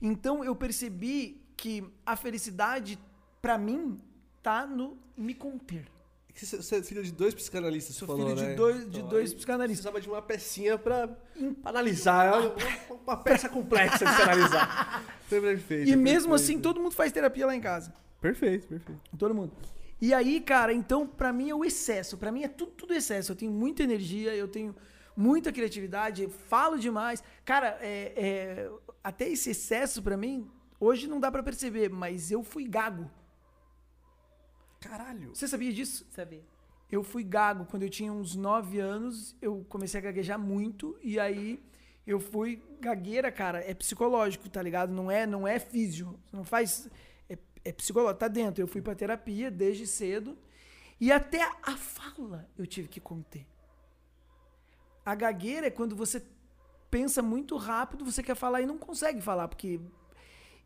S3: Então eu percebi que a felicidade, pra mim, tá no me conter.
S1: Você você é filho de dois psicanalistas, você
S3: Sou
S1: falou,
S3: filho de
S1: né?
S3: dois, de
S1: Então,
S3: dois
S1: aí-
S3: psicanalistas.
S1: Precisava de uma pecinha pra, pra analisar. É uma, uma peça complexa de se analisar. Foi perfeito.
S3: E mesmo
S1: perfeito.
S3: assim, todo mundo faz terapia lá em casa.
S1: Perfeito, perfeito.
S3: Todo mundo. E aí, cara, então, pra mim é o excesso. Pra mim é tudo, tudo excesso. Eu tenho muita energia, eu tenho muita criatividade, falo demais. Cara, é- é, até esse excesso pra mim, hoje não dá pra perceber, mas eu fui gago.
S4: Caralho.
S3: Você sabia disso?
S2: Sabia?
S3: Eu fui gago. Quando eu tinha uns 9 anos, eu comecei a gaguejar muito. E aí eu fui gagueira, cara. É psicológico, tá ligado? Não é, não é físico. Não faz. É, é psicológico, tá dentro. Eu fui pra terapia desde cedo. E até a fala eu tive que conter. A gagueira é quando você pensa muito rápido, você quer falar e não consegue falar, porque.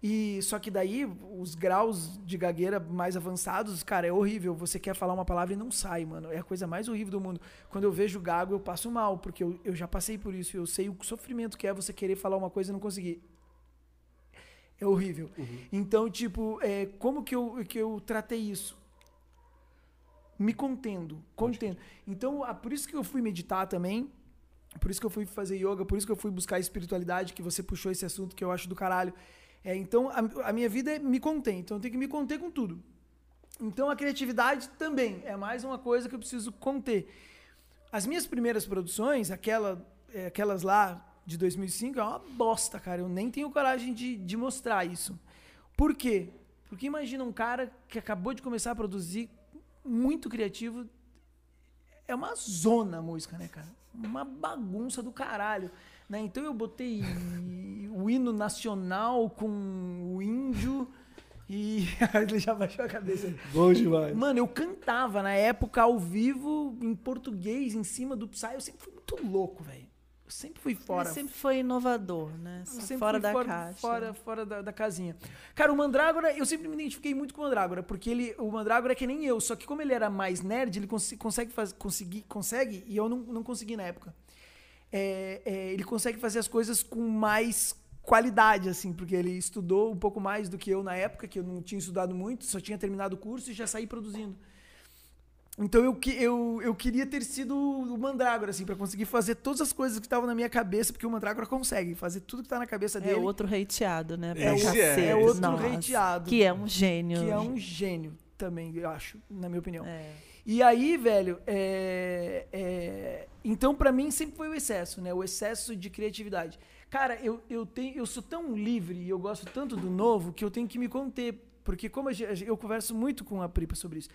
S3: E só que daí os graus de gagueira mais avançados, cara, é horrível. Você quer falar uma palavra e não sai, mano. É a coisa mais horrível do mundo. Quando eu vejo gago, eu passo mal, porque eu, eu já passei por isso. Eu sei o sofrimento que é você querer falar uma coisa e não conseguir. É horrível. Então, tipo, é, como que eu, que eu tratei isso? Me contendo, contendo. Então, ah, por isso que eu fui meditar também, por isso que eu fui fazer yoga, por isso que eu fui buscar espiritualidade, que você puxou esse assunto que eu acho do caralho. É, então, a, a minha vida é me conter, então eu tenho que me conter com tudo. Então, a criatividade também é mais uma coisa que eu preciso conter. As minhas primeiras produções, aquela, é, aquelas lá de 2005, é uma bosta, cara. Eu nem tenho coragem de, de mostrar isso. Por quê? Porque imagina um cara que acabou de começar a produzir, muito criativo. É uma zona a música, né, cara? Uma bagunça do caralho. Né? Então eu botei o hino nacional com o índio e. Ele já baixou a cabeça.
S1: Bom demais.
S3: Mano, eu cantava na época ao vivo, em português, em cima do Psy. Eu sempre fui muito louco, velho. Eu sempre fui fora.
S2: Ele sempre foi inovador, né?
S3: Eu sempre
S2: fora
S3: fui
S2: da
S3: fora,
S2: caixa.
S3: Fora, fora da, da casinha. Cara, o Mandrágora, eu sempre me identifiquei muito com o Mandrágora, porque ele, o Mandrágora é que nem eu, só que como ele era mais nerd, ele cons- consegue faz, conseguir, consegue, e eu não, não consegui na época. É, é, ele consegue fazer as coisas com mais qualidade, assim, porque ele estudou um pouco mais do que eu na época, que eu não tinha estudado muito, só tinha terminado o curso e já saí produzindo. Então eu, que- eu, eu queria ter sido o Mandrágora, assim, pra conseguir fazer todas as coisas que estavam na minha cabeça, porque o Mandrágora consegue fazer tudo que tá na cabeça
S2: É
S3: dele.
S2: outro hateado, né? pra
S1: Esse é,
S2: cacete.
S1: é
S3: outro
S2: Nossa,
S3: hateado.
S2: Que é um gênio.
S3: Que é um gênio também, eu acho, na minha opinião.
S2: É.
S3: E aí, velho, é- é, então pra mim sempre foi o excesso, né? O excesso de criatividade. Cara, eu, eu, tenho, eu sou tão livre e eu gosto tanto do novo que eu tenho que me conter. Porque como a gen- a gen- eu converso muito com a Pripa sobre isso,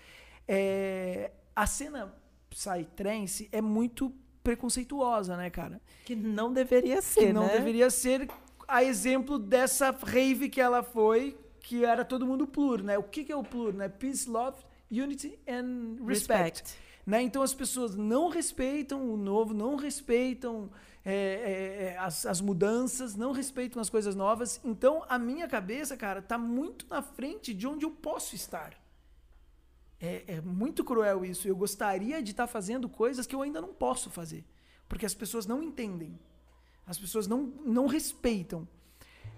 S3: é, a cena psytrance é muito preconceituosa, né, cara?
S2: Que não deveria ser,
S3: que não
S2: né?
S3: deveria ser a exemplo dessa rave que ela foi, que era todo mundo plur, né? O que, que é o plur, né? Peace, love, unity and respect.
S2: Respect.
S3: Né? Então as pessoas não respeitam o novo, não respeitam é, é, é, as, as mudanças, não respeitam as coisas novas. Então a minha cabeça, cara, tá muito na frente de onde eu posso estar. É, é muito cruel isso. Eu gostaria de estar fazendo coisas que eu ainda não posso fazer. Porque as pessoas não entendem. As pessoas não, não respeitam.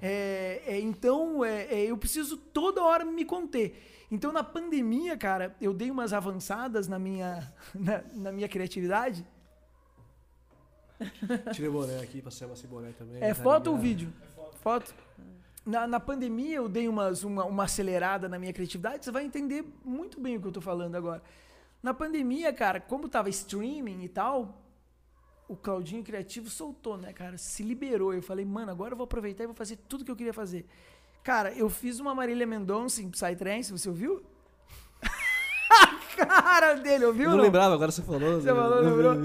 S3: É, é, então, é, é, eu preciso toda hora me conter. Então, na pandemia, cara, eu dei umas avançadas na minha, na, na minha criatividade.
S4: Tirei o boné aqui, passei uma boné também.
S3: É
S4: tá
S3: foto ou
S4: ligado?
S3: vídeo? Foto. Na, na pandemia eu dei umas, uma, uma acelerada na minha criatividade, você vai entender muito bem o que eu tô falando agora. Na pandemia, cara, como tava streaming e tal, o Claudinho Criativo soltou, né, cara? Se liberou. Eu falei, mano, agora eu vou aproveitar e vou fazer tudo que eu queria fazer. Cara, eu fiz uma Marília Mendonça em Psytrance, você ouviu? A cara dele, ouviu?
S4: Não
S3: não?
S4: lembrava, agora você falou. né?
S3: Você falou, lembrou?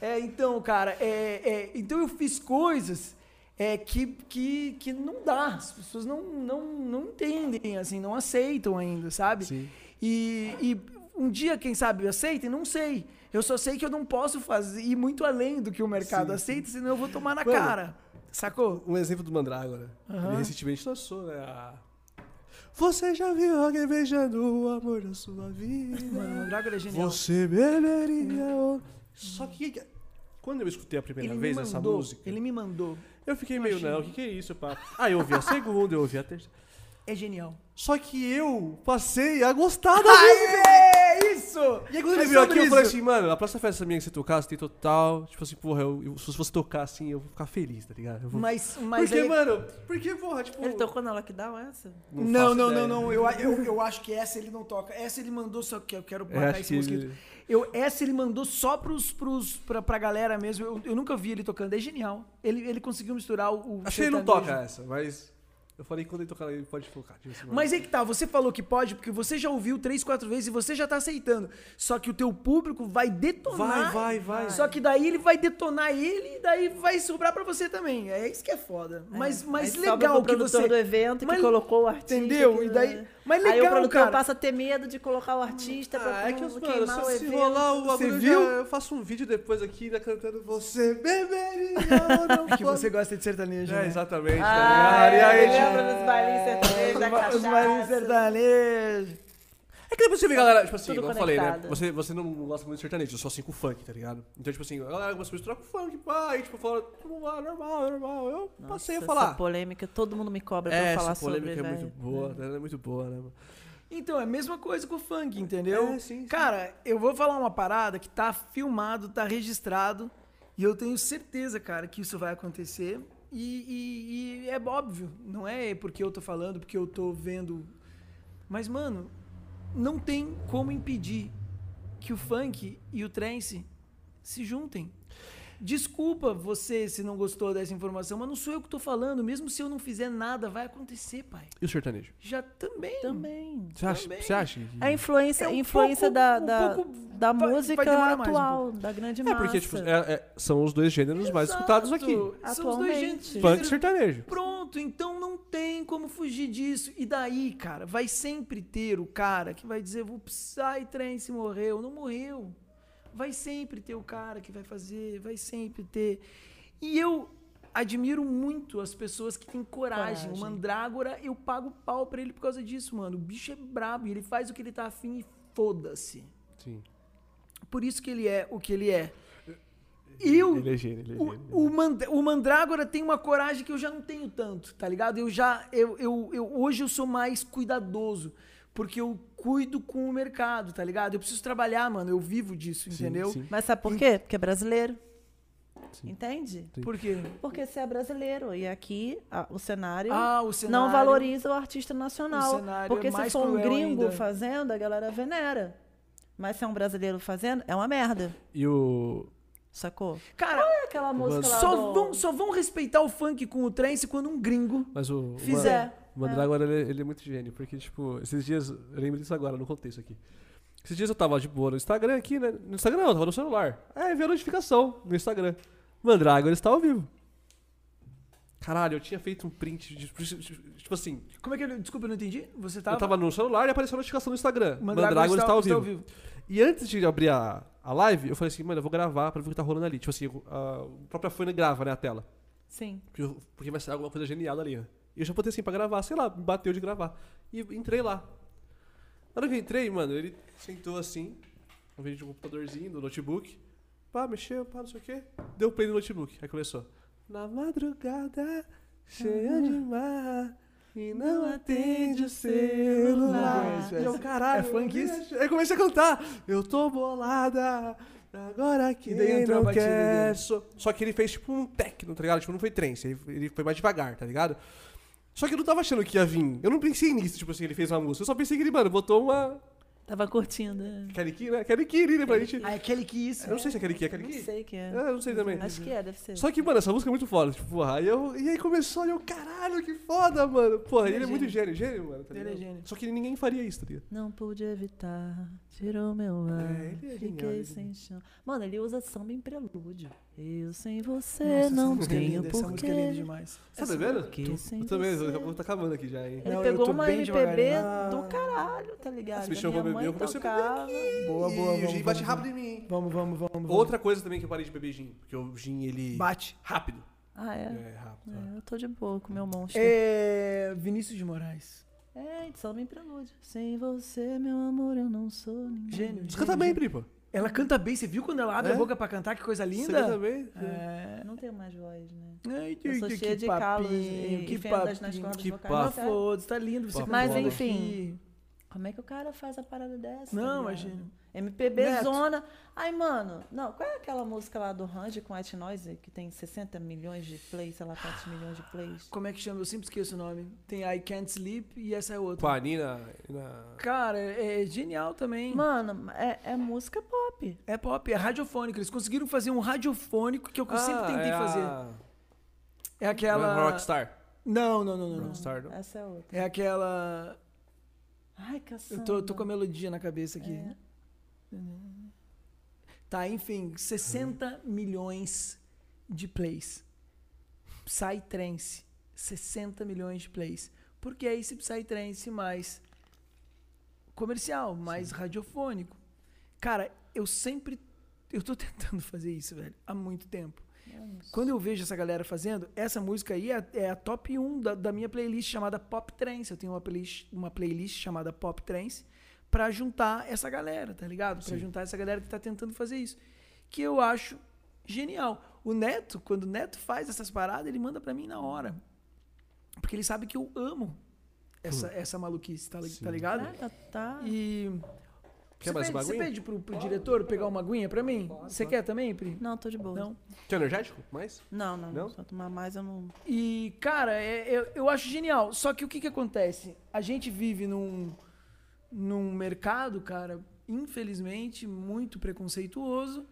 S3: É, então, cara, é, é, então eu fiz coisas é, que, que, que não dá. As pessoas não, não, não entendem, assim, não aceitam ainda, sabe?
S4: Sim.
S3: E, e um dia, quem sabe, aceitem? Não sei. Eu só sei que eu não posso fazer ir muito além do que o mercado aceita, senão eu vou tomar na
S4: Mano,
S3: cara. Sacou?
S4: Um exemplo do Mandrágora.
S3: Aham.
S4: Ele recentemente lançou, né? a- Você já viu alguém beijando o amor da sua vida?
S3: Mano, o Mandrágora é genial.
S4: Você beberia. o- Só que quando eu escutei a primeira vez essa música,
S3: ele me mandou.
S4: eu fiquei meio, não, o que, que é isso, pá? Aí eu ouvi a segunda, eu ouvi a terceira.
S3: É genial.
S4: Só que eu passei a gostar da música.
S3: Aê! É isso!
S1: E aí quando ele
S3: É
S1: veio
S3: sobre
S1: aqui, eu falei
S3: isso.
S1: assim, mano, a próxima festa minha que você tocar, você tem total. Tipo assim, porra, eu, eu- se você tocar assim, eu vou ficar feliz, tá ligado? Eu vou...
S3: Mas, mas
S1: porque,
S3: aí- é
S1: mano, porque, porra, tipo.
S2: Ele tocou na lockdown essa? É.
S3: Não,
S1: faço
S3: não, não,
S1: ideia.
S3: não. Eu, eu, eu acho que essa ele não toca. Essa ele mandou só que eu quero
S1: Eu
S3: matar
S1: É, acho
S3: esse
S1: que
S3: mosquito.
S1: ele...
S3: Eu, essa ele mandou só pros, pros, pra, pra galera mesmo. Eu, eu nunca vi ele tocando. É genial. Ele, ele conseguiu misturar o. o
S1: Acho que ele não
S3: sertanejo.
S1: toca é. essa, mas. Eu falei que quando ele tocar, ele pode focar. tipo assim, mano.
S3: Mas aí que tá, você falou que pode, porque você já ouviu três, quatro vezes e você já tá aceitando. Só que o teu público vai detonar.
S1: Vai, vai, vai.
S3: Só que daí ele vai detonar ele e daí vai sobrar pra você também. É isso que é foda. Mas, mas
S2: Aí sobra
S3: legal
S2: pro
S3: que
S2: produtor
S3: você.
S2: do evento
S3: Mas-
S2: que colocou o artista.
S3: Entendeu?
S2: que- é.
S3: E daí- mas
S2: Aí
S3: legal,
S2: o produtor
S3: cara.
S2: passa a ter medo de colocar o
S3: tá
S2: artista pra
S1: Ah, é que
S2: não
S1: os mano,
S2: queimar o
S1: se, se
S2: evento.
S1: rolar o
S3: Você
S1: bagulho, eu
S3: viu?
S1: já- eu faço um vídeo depois aqui, né, cantando Você beberia ou não
S3: É Que você gosta de sertanejo.
S1: É,
S3: né?
S1: exatamente,
S2: Ah,
S1: tá ligado? E aí, tipo,
S2: lembra dos bailinhos sertanejos, da
S3: Os marinhos
S2: cachaça.
S3: sertanejos.
S1: É que depois você vê, galera, tipo assim,
S2: Tudo
S1: igual eu falei, né?
S2: conectado.
S1: Você, você não gosta muito de sertanejo, eu sou assim com funk, tá ligado? Então, tipo assim, a galera começou a misturar com funk, pá, e tipo, fala, vamos lá, normal, normal. Eu passei a
S2: Nossa,
S1: falar.
S2: Essa polêmica, todo mundo me cobra pra
S1: é,
S2: eu falar
S1: essa polêmica
S2: sobre,
S1: é muito
S2: velho.
S1: boa, né? Ela é muito boa, né? mano?
S3: Então, é a mesma coisa com o funk, entendeu?
S1: É, sim, sim.
S3: Cara, eu vou falar uma parada que tá filmado, tá registrado, e eu tenho certeza, cara, que isso vai acontecer. E, e- e é óbvio, não é porque eu tô falando, porque eu tô vendo. Mas, mano, não tem como impedir que o funk e o trance se juntem. Desculpa você se não gostou dessa informação, mas não sou eu que tô falando. Mesmo se eu não fizer nada, vai acontecer, pai.
S1: E o sertanejo?
S3: Já também.
S2: Também.
S1: Você acha?
S3: Também.
S1: Você acha? que-
S2: É a influência,
S3: É um
S2: influência
S3: pouco-
S2: da,
S3: um
S2: da,
S3: pouco-
S2: da
S3: vai- vai
S2: música
S3: demorar mais um
S2: atual, da grande
S1: É
S2: massa.
S1: porque, tipo, é- é- são os dois gêneros mais escutados aqui.
S3: Exato. São os dois
S2: Atualmente.
S3: gêneros.
S1: Funk e sertanejo.
S3: Pronto, então não tem como fugir disso. E daí, cara, vai sempre ter o cara que vai dizer, vou Psy Trance morreu. Não morreu. Vai sempre ter o cara que vai fazer, vai sempre ter. E eu admiro muito as pessoas que têm coragem. O
S2: Coragem.
S3: Mandrágora, eu pago pau pra ele por causa disso, mano. O bicho é brabo e ele faz o que ele tá afim e foda-se.
S1: Sim.
S3: Por isso que ele é o que ele é. E o,
S1: Ele é gênio, ele é
S3: o-
S1: gênio.
S3: o, Mand o Mandrágora tem uma coragem que eu já não tenho tanto, tá ligado? Eu já. Eu, eu, eu- hoje eu sou mais cuidadoso. Porque eu cuido com o mercado, tá ligado? Eu preciso trabalhar, mano. Eu vivo disso, entendeu?
S1: sim.
S2: Mas sabe por quê? Porque é brasileiro. Entende?
S3: Por quê?
S2: Porque você é brasileiro e aqui a- o, cenário
S3: Ah, o cenário-
S2: não valoriza o artista nacional.
S3: O cenário
S2: porque
S3: é
S2: se
S3: mais
S2: for um
S3: cruel
S2: gringo
S3: ainda.
S2: fazendo, a galera venera. Mas se é um brasileiro fazendo, é uma merda.
S1: E o.
S2: Sacou?
S3: Cara,
S2: Qual é aquela música lá
S3: só,
S2: do-
S3: vão, só vão respeitar o funk com o trance quando um gringo.
S1: Mas o. o
S3: Fizer.
S1: Mano- O Mandrágora, ele, ele é muito gênio, porque, tipo, esses dias. Eu lembro disso agora, no contexto aqui. Esses dias eu tava de boa no Instagram aqui, né? No Instagram não, eu tava no celular. Aí veio a notificação no Instagram. Mandrágora está ao vivo. Caralho, eu tinha feito um print. De, tipo assim,
S3: Como é que ele. Desculpa, eu não entendi. Você
S1: eu tava no celular e apareceu a notificação no Instagram. Mandrágora, está, ao vivo.
S3: vivo.
S1: E antes de abrir a, a live, eu falei assim, mano, eu vou gravar pra ver o que tá rolando ali. Tipo assim, a, a própria fone grava, né, a tela.
S2: Sim.
S1: Porque eu- Porque vai ser alguma coisa genial ali, né? E eu já botei assim pra gravar, sei lá, me bateu de gravar. E entrei lá. Na hora que eu entrei, mano, ele sentou assim, no vídeo de um computadorzinho, do notebook. Pá, mexeu, pá, não sei o quê. Deu play no notebook. Aí começou. Na madrugada, cheia de mar, e não atende o
S3: Não
S1: celular.
S3: conheço
S1: E eu,
S3: essa.
S1: caralho.
S3: É funk
S1: eu-
S3: isso?
S1: Aí eu comecei a cantar. Eu tô bolada, agora que
S3: E daí entrou a
S1: não
S3: batida
S1: quer
S3: dele.
S1: só, só que ele fez tipo um techno, tá ligado? Tipo, não foi trance, ele- ele foi mais devagar, tá ligado? Só que eu não tava achando que ia vir. Eu não pensei nisso, tipo assim, ele fez uma música. Eu só pensei que ele, mano, botou uma.
S2: Tava curtindo. né?
S1: Kariki, né? Kariki, né? Pra gente.
S3: Ah, é aquele que isso.
S1: Eu não sei se é Kariki, é
S2: Não
S1: Kariki?
S2: sei que é.
S1: Ah, eu não sei também.
S2: Acho que é, deve ser.
S1: Só que, mano, essa música é muito foda. Tipo, porra, aí eu. E aí começou e eu, caralho, que foda, mano. Porra, ele,
S3: Ele é
S1: é, muito gênio, gênio, mano. Tá
S3: Ele é
S1: ligado?
S3: gênio.
S1: Só que ninguém faria isso, tá ligado?
S2: Não pude evitar, tirou meu
S1: É,
S2: ar,
S1: ele é genial, ele
S2: fiquei
S1: é
S2: sem chão. Mano, ele usa samba em prelúdio. Eu sem você
S3: Nossa, essa
S2: não
S3: música é
S2: tenho
S3: linda, Essa música é linda
S2: porquê.
S3: demais.
S1: Você tá bebendo?
S2: porque
S3: é
S2: sem
S1: Eu também,
S2: você-
S1: daqui a pouco tá acabando aqui já, hein?
S2: Ele
S3: Não, eu
S2: pegou
S3: tô
S2: uma
S3: bem Ah.
S2: MPB
S3: devagarinho.
S2: do caralho, tá ligado?
S1: Esse bichão
S2: minha
S1: vai beber,
S2: mãe
S1: eu comecei a beber
S2: tocava.
S3: Boa, boa,
S1: E o
S3: vamos,
S1: gin bate
S3: vamos,
S1: rápido em mim, hein?
S3: Vamos, vamos, vamos. vamos.
S1: Outra coisa também que eu parei de beber gin, porque o gin ele.
S3: Bate.
S1: Rápido.
S2: Ah, é?
S1: É, rápido.
S2: É, eu tô de boa com meu monstro. É,
S3: tá. É. Vinícius de Moraes.
S2: samba em prelúdio. Sem você, meu amor, eu não sou ninguém.
S3: Gênio.
S1: Você
S3: gênio,
S1: canta bem,
S3: gênio.
S1: Pri, pô.
S3: Ela canta bem, você viu quando ela abre
S1: É?
S3: a boca pra cantar? Que coisa
S1: Você
S3: linda.
S1: canta bem?
S3: É.
S2: Não tenho mais voz, né?
S3: Ai,
S2: Eu sou
S3: que-
S2: cheia
S3: que
S2: de calos
S3: papinho,
S2: e, e fendas nas cordas
S1: que
S2: vocais.
S1: papo.
S2: Mas
S3: Ah,
S2: é.
S3: foda-se, tá lindo você
S1: Papo
S3: cantando
S2: Mas, enfim.
S3: aqui.
S2: Como é que o cara faz a parada dessa? tá
S3: Não, é
S2: mano?
S3: imagina.
S2: MPB
S3: Neto.
S2: zona. Ai, mano, não, qual é aquela música lá do Range com White Noise que tem 60 milhões de plays, sei lá, 4 milhões de plays?
S3: Como é que chama? Eu sempre esqueço o nome. Tem I Can't Sleep e essa é
S4: Com
S3: outra.
S4: a Nina. Nina-
S3: Cara, é é genial também.
S2: Mano, é, é música pop.
S3: É pop, é radiofônico. Eles conseguiram fazer um radiofônico que eu sempre tentei
S4: é a-
S3: fazer. É
S4: Não é
S3: aquela.
S4: Rockstar.
S3: Não, não, não, não. não.
S4: Rockstar, não.
S2: Essa é outra.
S3: É aquela.
S2: Ai, caçamba.
S3: Eu tô, tô com a melodia na cabeça aqui.
S2: É.
S3: Tá, enfim, 60 milhões de plays. Psytrance, 60 milhões de plays. Porque é esse Psytrance mais comercial, mais radiofônico. Cara, eu sempre. Eu tô tentando fazer isso, velho, há muito tempo.
S2: É,
S3: Quando eu vejo essa galera fazendo, essa música aí é, é a top 1 da, da minha playlist chamada Pop Trance. Eu tenho uma playlist, uma playlist chamada Pop Trance pra juntar essa galera, tá ligado? Pra juntar essa galera que tá tentando fazer isso. Que eu acho genial. O Neto, quando o Neto faz essas paradas, ele manda pra mim na hora. Porque ele sabe que eu amo
S4: Hum.
S3: essa, essa maluquice, tá, li- tá ligado?
S2: Caraca, tá.
S3: E.
S4: Quer
S3: você
S4: mais
S3: pede,
S4: uma
S3: você
S4: aguinha?
S3: pede pro, pro diretor pegar uma aguinha pra mim? Você quer também, Pri?
S2: Não, tô de boa.
S3: Não.
S4: Tinha é energético? Mais?
S2: Não, não, não.
S4: Não?
S2: Só tomar mais eu não.
S3: E, cara, é- eu, eu acho genial. Só que o que, que acontece? A gente vive num, num mercado, cara, infelizmente, muito preconceituoso.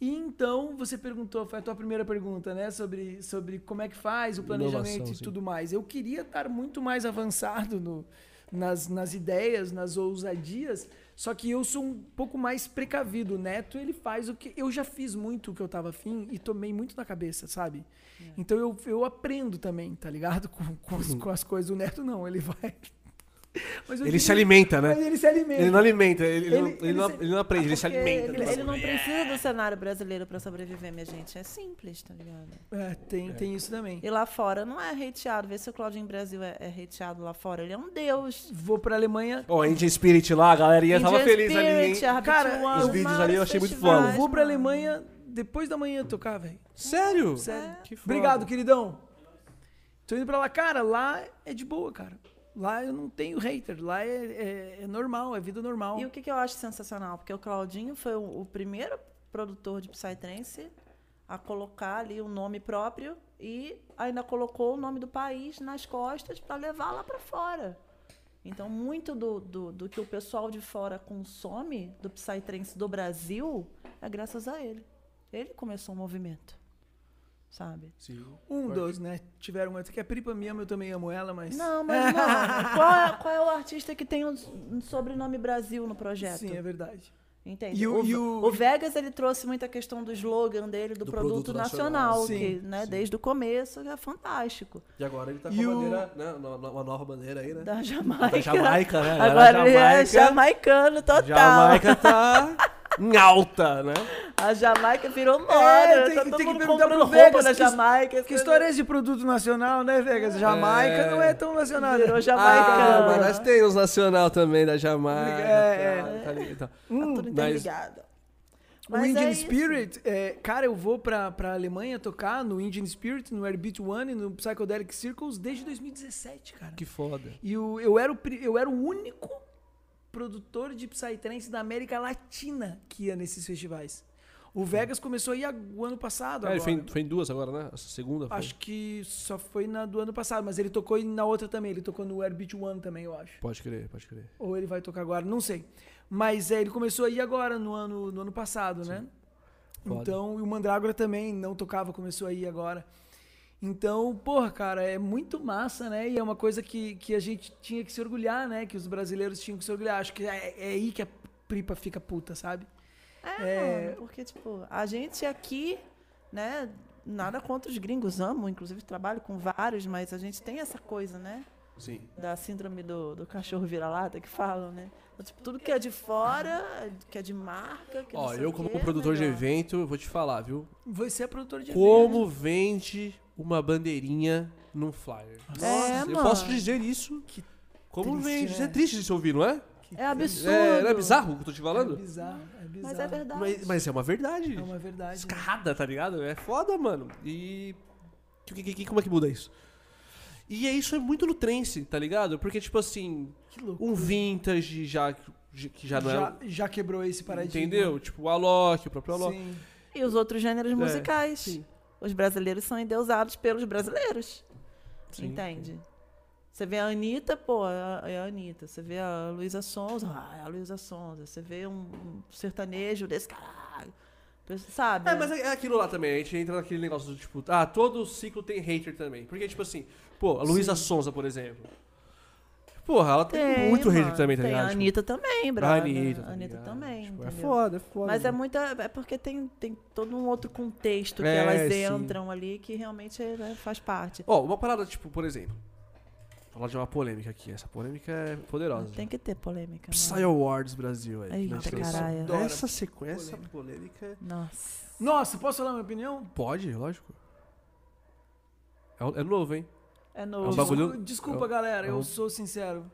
S3: E então, você perguntou, foi a tua primeira pergunta, né? Sobre, sobre como é que faz o planejamento
S4: Inovação,
S3: e
S4: sim.
S3: tudo mais. Eu queria estar muito mais avançado no, nas, nas ideias, nas ousadias, só que eu sou um pouco mais precavido. O Neto, ele faz o que. Eu já fiz muito o que eu tava afim e tomei muito na cabeça, sabe?
S2: É.
S3: Então eu, eu aprendo também, tá ligado? Com, com, as, com as coisas. O Neto não, ele vai. Mas eu
S4: Ele se
S3: queria-
S4: alimenta,
S3: Mas
S4: né?
S3: ele se alimenta.
S4: Ele não alimenta, ele, ele
S3: Ele-
S4: não, ele
S3: ele
S4: não-
S3: se- Ah,
S4: ele não aprende, ele se
S2: Porque
S4: alimenta.
S2: ele, ele não precisa do cenário brasileiro pra sobreviver, minha gente. É simples, tá ligado?
S3: É, tem, tem isso também.
S2: E lá fora não é hateado. Vê se o Claudinho Brasil é, é hateado lá fora. Ele é um deus.
S3: Vou pra Alemanha.
S4: Ó, Indian Spirit lá, a galerinha tava
S2: Indian
S4: feliz ali, hein?
S2: Spirit, Arbit
S3: Cara,
S2: One,
S4: os
S2: os
S4: vídeos ali eu
S2: maiores
S4: achei muito
S2: festivais,
S4: foda.
S3: Eu vou pra
S2: mano.
S3: Alemanha depois da manhã tocar, velho.
S4: Sério?
S3: Sério.
S4: Que foda.
S3: Obrigado, queridão. Tô indo pra lá. Cara, lá é de boa, cara. Lá eu não tenho hater. Lá é, é- é normal, é vida normal.
S2: E o que, que eu acho sensacional? Porque o Claudinho foi o, o primeiro produtor de Psytrance a colocar ali o nome próprio e ainda colocou o nome do país nas costas para levar lá para fora. Então, muito do, do, do que o pessoal de fora consome do Psytrance do Brasil é graças a ele. Ele começou o movimento, sabe?
S4: Sim.
S3: Um, dois, né? Tiveram uma que a Pripa me ama, eu também amo ela, mas.
S2: Não, mas, mano, qual é, qual é o artista que tem um s- um sobrenome Brasil no projeto?
S3: Sim, é verdade.
S2: Entende?
S3: E o-
S2: o,
S3: e o-
S2: o Vegas ele trouxe muita questão do slogan dele, do,
S4: Do
S2: produto,
S4: produto
S2: nacional,
S4: nacional.
S2: que
S3: Sim,
S2: né, desde o começo é fantástico.
S4: E agora ele tá
S3: E
S4: com a
S3: o-
S4: bandeira, né? Uma, uma nova bandeira aí, né?
S2: Da Jamaica.
S4: Da Jamaica, né?
S2: Agora ele
S4: Jamaica-
S2: é jamaicano total.
S4: Jamaica tá em alta, né?
S2: A Jamaica virou moda.
S3: É, tem
S2: tá
S3: que-
S2: todo
S3: tem que
S2: mundo
S3: perguntar
S2: comprando
S3: pro
S2: roupa
S3: Vegas
S2: da
S3: que-
S2: Jamaica.
S3: Que história é essa de produto nacional, né, Vegas? Jamaica
S4: É.
S3: não é tão nacional. né?
S2: Virou
S4: Ah, mas
S2: jamaicano.
S4: nós temos nacional também da Jamaica.
S3: É,
S4: tá, tá ali, tá.
S2: tá tudo interligado. Mas
S3: Hum, o
S2: é
S3: Indian
S2: isso.
S3: Spirit, é, cara, eu vou pra, pra Alemanha tocar no Indian Spirit, no Airbeat One e no Psychedelic Circles desde 2017, cara.
S4: Que foda.
S3: E o- eu, era o, pri- eu era o único produtor de Psytrance da América Latina que ia nesses festivais. O Vegas começou a ir a- o ano passado.
S4: Ah, ele
S3: agora.
S4: foi, em- foi em duas agora, né? Essa segunda foi.
S3: Acho que só foi na do ano passado, mas ele tocou na outra também. Ele tocou no Airbeat One também, eu acho.
S4: Pode crer, pode crer.
S3: Ou ele vai tocar agora, não sei. Mas é, ele começou a ir agora, no ano, no ano passado, né?
S4: Foda.
S3: Então, e o Mandrágora também não tocava, começou a ir agora. Então, porra, cara, é muito massa, né? E é uma coisa que, que a gente tinha que se orgulhar, né? Que os brasileiros tinham que se orgulhar. Acho que é, é aí que a Pripa fica puta, sabe?
S2: É, mano, porque, tipo, a gente aqui, né? Nada contra os gringos, amo, inclusive trabalho com vários, mas a gente tem essa coisa, né?
S4: Sim.
S2: Da síndrome do, do cachorro vira-lata que falam, né? Então, tipo, tudo que é de fora, que é de marca. Que não
S4: Ó,
S2: sei
S4: eu
S2: o
S4: como
S2: quê, é
S4: produtor de
S2: melhor.
S4: evento, eu vou te falar, viu?
S3: Você é produtor é de
S4: Como vende uma bandeirinha num flyer?
S2: É,
S4: eu
S2: mano.
S4: posso dizer isso.
S3: Que
S4: Como
S3: triste,
S4: vende? Isso
S3: né?
S4: é triste de se ouvir, não é?
S2: É absurdo.
S4: É, não é bizarro o que eu tô te
S3: evento. É
S4: falando?
S3: bizarro, é bizarro.
S2: Mas é verdade.
S4: Mas, mas é uma verdade.
S3: É uma verdade. né?
S4: Escarrada, tá ligado? É foda, mano. E. que- que- que- como é que muda isso?
S1: E é isso é muito no trance, tá ligado? Porque, tipo assim,
S3: Que louco.
S1: um vintage já, que já não
S3: já,
S1: é.
S3: já quebrou esse paradigma.
S1: Entendeu? Tipo, o Alok, o próprio Alok.
S3: Sim.
S2: E os outros
S4: É,
S2: gêneros musicais.
S1: sim.
S2: Os brasileiros são endeusados pelos brasileiros.
S1: Sim,
S2: entende? Você vê a Anitta, pô, é a- é a Anitta. Você vê a Luísa Sonza, ah, é a Luísa Sonza. Você vê um, um sertanejo desse caralho. Sabe?
S1: É, mas é é aquilo lá também, a gente entra naquele negócio do tipo, ah, todo ciclo tem hater também. Porque, tipo assim, pô, a Luísa Sonza, por exemplo. Porra, ela tem, muito hater
S2: mano.
S1: também, tá
S2: Tem
S1: ligado?
S2: a
S1: Tipo,
S2: Anitta também, brava. A
S1: Anitta,
S2: Anitta,
S1: tá ligado?
S2: também.
S1: Tipo, é
S2: entendeu?
S1: foda, é foda.
S2: Mas é
S1: mano.
S2: muita. É porque tem, tem todo um outro contexto que
S1: É,
S2: elas
S1: sim.
S2: entram ali que realmente né, faz parte.
S1: Ó, uma parada, tipo, por exemplo. Vou falar de uma polêmica aqui. Essa polêmica é poderosa.
S2: Tem que ter
S3: né?
S2: polêmica.
S1: Psy
S2: mano.
S1: Awards Brasil aí.
S2: Eita,
S1: Netflix.
S2: caralho.
S1: Adoro. Essa sequência polêmica. é-
S2: Nossa.
S3: Nossa, posso falar minha opinião?
S1: Pode, lógico. É, o- é novo, hein?
S2: É
S1: É um
S2: novo.
S1: bagulho-
S3: Desculpa, desculpa,
S1: é um-
S3: galera,
S1: é um-
S3: eu sou sincero.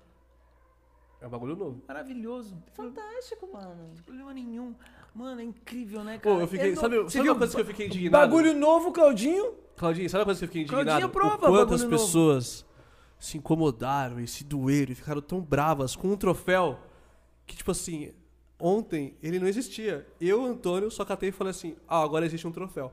S1: É um bagulho novo.
S3: Maravilhoso. Não tem
S2: Fantástico, mano.
S3: problema nenhum. Mano, é incrível, né,
S1: Pô,
S3: cara?
S1: eu fiquei.
S3: É no-
S1: Sabe,
S3: Você
S1: sabe
S3: viu?
S1: uma coisa que eu fiquei indignado?
S3: Bagulho novo, Claudinho.
S1: Claudinho, sabe uma coisa que eu fiquei indignado?
S3: Claudinho aprova
S1: O quanto
S3: bagulho
S1: as
S3: novo.
S1: pessoas se incomodaram e se doeram e ficaram tão bravas com um troféu que, tipo assim, ontem ele não existia. Eu, Antônio, só catei e falei assim: ah, agora existe um troféu.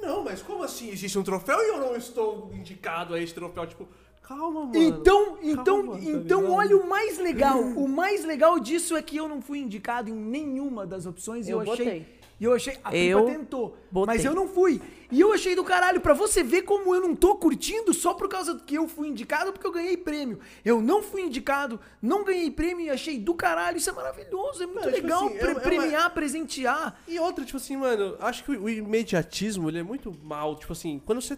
S1: Não, mas como assim existe um troféu e eu não estou indicado a esse troféu? Tipo, calma, mano.
S3: Então, então,
S1: Calma, tá
S3: então,
S1: ligado?
S3: olha o mais legal. O mais legal disso é que eu não fui indicado em nenhuma das opções. e
S2: Eu
S3: eu achei.
S2: botei.
S3: E eu achei. A
S2: Eu
S3: Pipa tentou.
S2: botei.
S3: Mas eu não fui. E eu achei do caralho. Pra você ver como eu não tô curtindo só por causa que eu fui indicado, porque eu ganhei prêmio. Eu não fui indicado, não ganhei prêmio e achei do caralho. Isso é maravilhoso. É muito
S1: Não, tipo
S3: legal
S1: assim, é
S3: pre-
S1: uma- é uma-
S3: premiar, presentear.
S1: E outra, tipo assim, mano, acho que o imediatismo ele é muito mal. Tipo assim, quando você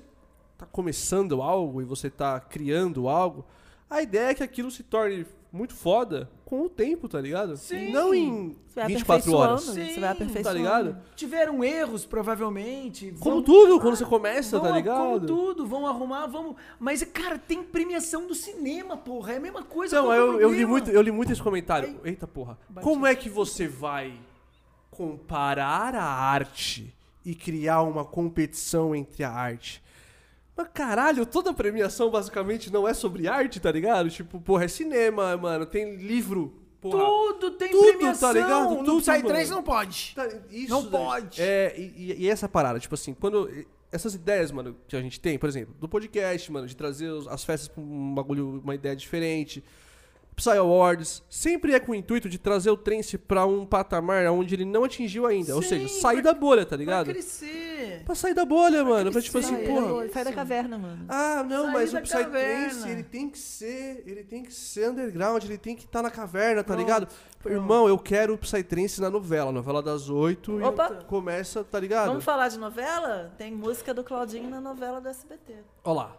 S1: tá começando algo e você tá criando algo, a ideia é que aquilo se torne muito foda com o tempo, tá ligado?
S3: Sim.
S1: Não em
S2: Você vai
S1: 24
S2: aperfeiçoando.
S1: horas.
S2: você
S3: Sim,
S2: vai
S3: tá
S2: aperfeiçoando.
S1: Tá ligado?
S3: Tiveram erros, provavelmente.
S1: Como
S3: vão-
S1: tudo, quando você começa,
S3: Vão
S1: tá
S3: a-
S1: ligado?
S3: é Como tudo, vão arrumar, vamos. Mas, cara, tem premiação do cinema, porra. É a mesma coisa.
S1: Não,
S3: qual que é o
S1: eu, eu, li
S3: problema?
S1: muito, eu li muito esse comentário. Eita porra. Como é que você vai comparar a arte e criar uma competição entre a arte? Mas caralho, toda premiação basicamente não é sobre arte, tá ligado? Tipo, porra, é cinema, mano, tem livro, porra.
S3: Tudo tem
S1: Tudo, tá
S3: premiação.
S1: ligado?
S3: No
S1: Tudo,
S3: Psy 3
S1: mano.
S3: não pode.
S1: Tá, isso
S3: Não
S1: daí-
S3: pode.
S1: É, e, e- e essa parada, tipo assim, quando. e- Essas ideias, mano, que a gente tem, por exemplo, do podcast, mano, de trazer os- as festas pra um bagulho, uma ideia diferente. Psy Awards, sempre é com o intuito de trazer o trance pra um patamar onde ele não atingiu ainda. Ou
S3: Sim,
S1: seja,
S3: pra-
S1: sair da bolha, tá
S3: Vai
S1: ligado?
S3: crescer.
S1: Pra sair da bolha, mano. Pra tipo
S3: crescer, né?
S1: assim,
S2: Sai, é
S1: porra.
S2: sai da caverna, mano.
S1: Ah, não,
S3: Sair
S1: mas
S3: da
S1: o Psytrance,
S3: caverna.
S1: ele tem que ser, ele tem que ser underground, ele tem que estar na caverna, tá ligado? Irmão, eu quero o Psytrance na novela, novela das oito
S2: Opa.
S1: e começa, tá ligado?
S2: Vamos falar de novela? Tem música do Claudinho na novela do SBT.
S1: Ó lá.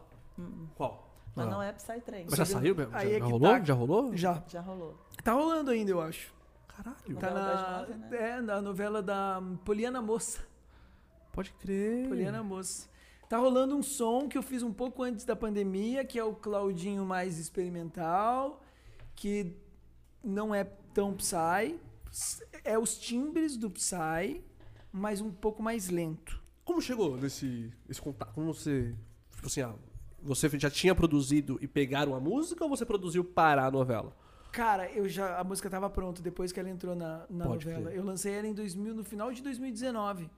S1: Qual?
S2: Mas
S1: Ah.
S2: não é Psytrance.
S1: Mas já saiu mesmo?
S3: Hum. Aí
S1: já,
S3: é
S1: já
S3: que
S1: rolou?
S3: tá.
S1: Já rolou?
S3: Já.
S2: Já rolou.
S3: Tá rolando ainda, eu acho.
S1: Caralho.
S3: Tá
S2: Novela das
S3: na.
S2: nove, né?
S3: É, na novela da Poliana Moça.
S1: Pode crer.
S3: Poliana Moça. Tá rolando um som que eu fiz um pouco antes da pandemia, que é o Claudinho mais experimental, que não é tão Psy. É os timbres do Psy, mas um pouco mais lento.
S1: Como chegou nesse esse contato? Como você, tipo assim, ah, você já tinha produzido e pegaram a música ou você produziu para a novela?
S3: Cara, eu já a música tava pronta depois que ela entrou na, na
S1: Pode
S3: novela.
S1: crer.
S3: Eu lancei ela em 2000, no final de 2019.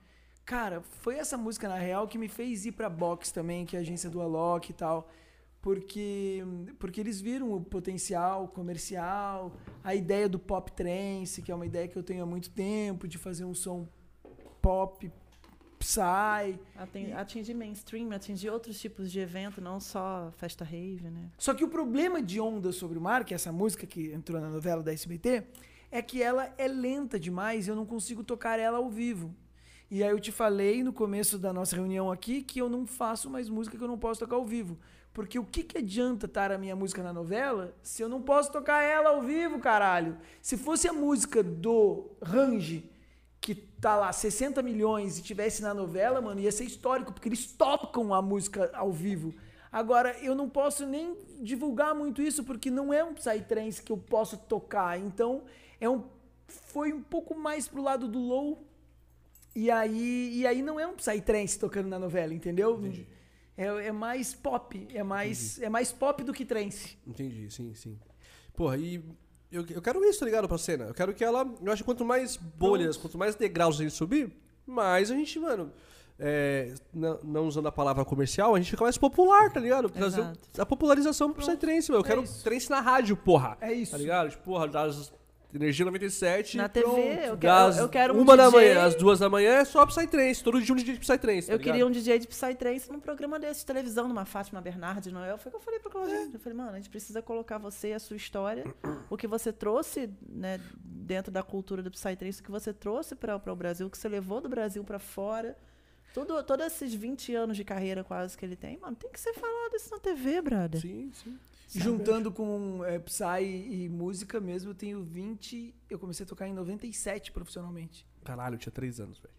S3: Cara, foi essa música na real que me fez ir pra Box também, que é a agência do Alok e tal, porque porque eles viram o potencial comercial, a ideia do pop trance, que é uma ideia que eu tenho há muito tempo de fazer um som pop psy.
S2: Aten- Atingir mainstream, atingir outros tipos de evento, não só festa rave, né?
S3: Só que o problema de Onda sobre o Mar, que é essa música que entrou na novela da SBT, é que ela é lenta demais e eu não consigo tocar ela ao vivo. E aí eu te falei no começo da nossa reunião aqui que eu não faço mais música que eu não posso tocar ao vivo. Porque o que, que adianta estar a minha música na novela se eu não posso tocar ela ao vivo, caralho? Se fosse a música do Range, que tá lá 60 milhões e tivesse na novela, mano, ia ser histórico, porque eles tocam a música ao vivo. Agora, eu não posso nem divulgar muito isso, porque não é um Psytrance que eu posso tocar. Então, é um, foi um pouco mais pro lado do low. E aí, e aí não é um Psytrance tocando na novela, entendeu? É, é mais pop, é mais, é mais pop do que trance.
S1: Entendi, sim, sim. Porra, e eu, eu quero isso, tá ligado, pra cena. Eu quero que ela. Eu acho que quanto mais bolhas, quanto mais degraus a gente subir, mais a gente, mano. é, não, não usando a palavra comercial, a gente fica mais popular, tá ligado? Trazer o-
S2: Exato.
S1: a popularização pro Psytrance, mano. Eu
S3: É
S1: quero
S3: isso.
S1: trance na rádio, porra.
S3: É isso.
S1: Tá ligado? Tipo, porra, das Energia 97.
S2: Na TV,
S1: pronto.
S2: eu quero-
S1: Das
S2: eu quero um
S1: Tipo Uma da
S2: DJ.
S1: manhã, às duas da manhã é só Psytrance. Todo dia um dia de Psytrance. tá
S2: eu queria
S1: ligado?
S2: um DJ de Psytrance num programa desse de televisão, numa Fátima Bernardi, Noel. Foi o que eu falei pra Claudinha. Eu falei, mano, a gente precisa colocar você e a sua história, o que você trouxe, né, dentro da cultura do Psytrance, o que você trouxe para o Brasil, o que você levou do Brasil pra fora. Tudo, todos esses 20 anos de carreira quase que ele tem, mano, tem que ser falado isso na TV, brother.
S1: Sim, sim.
S3: Juntando com é, Psy e música mesmo, eu tenho 20. Eu comecei a tocar em 97 profissionalmente.
S1: Caralho, eu tinha três anos, velho.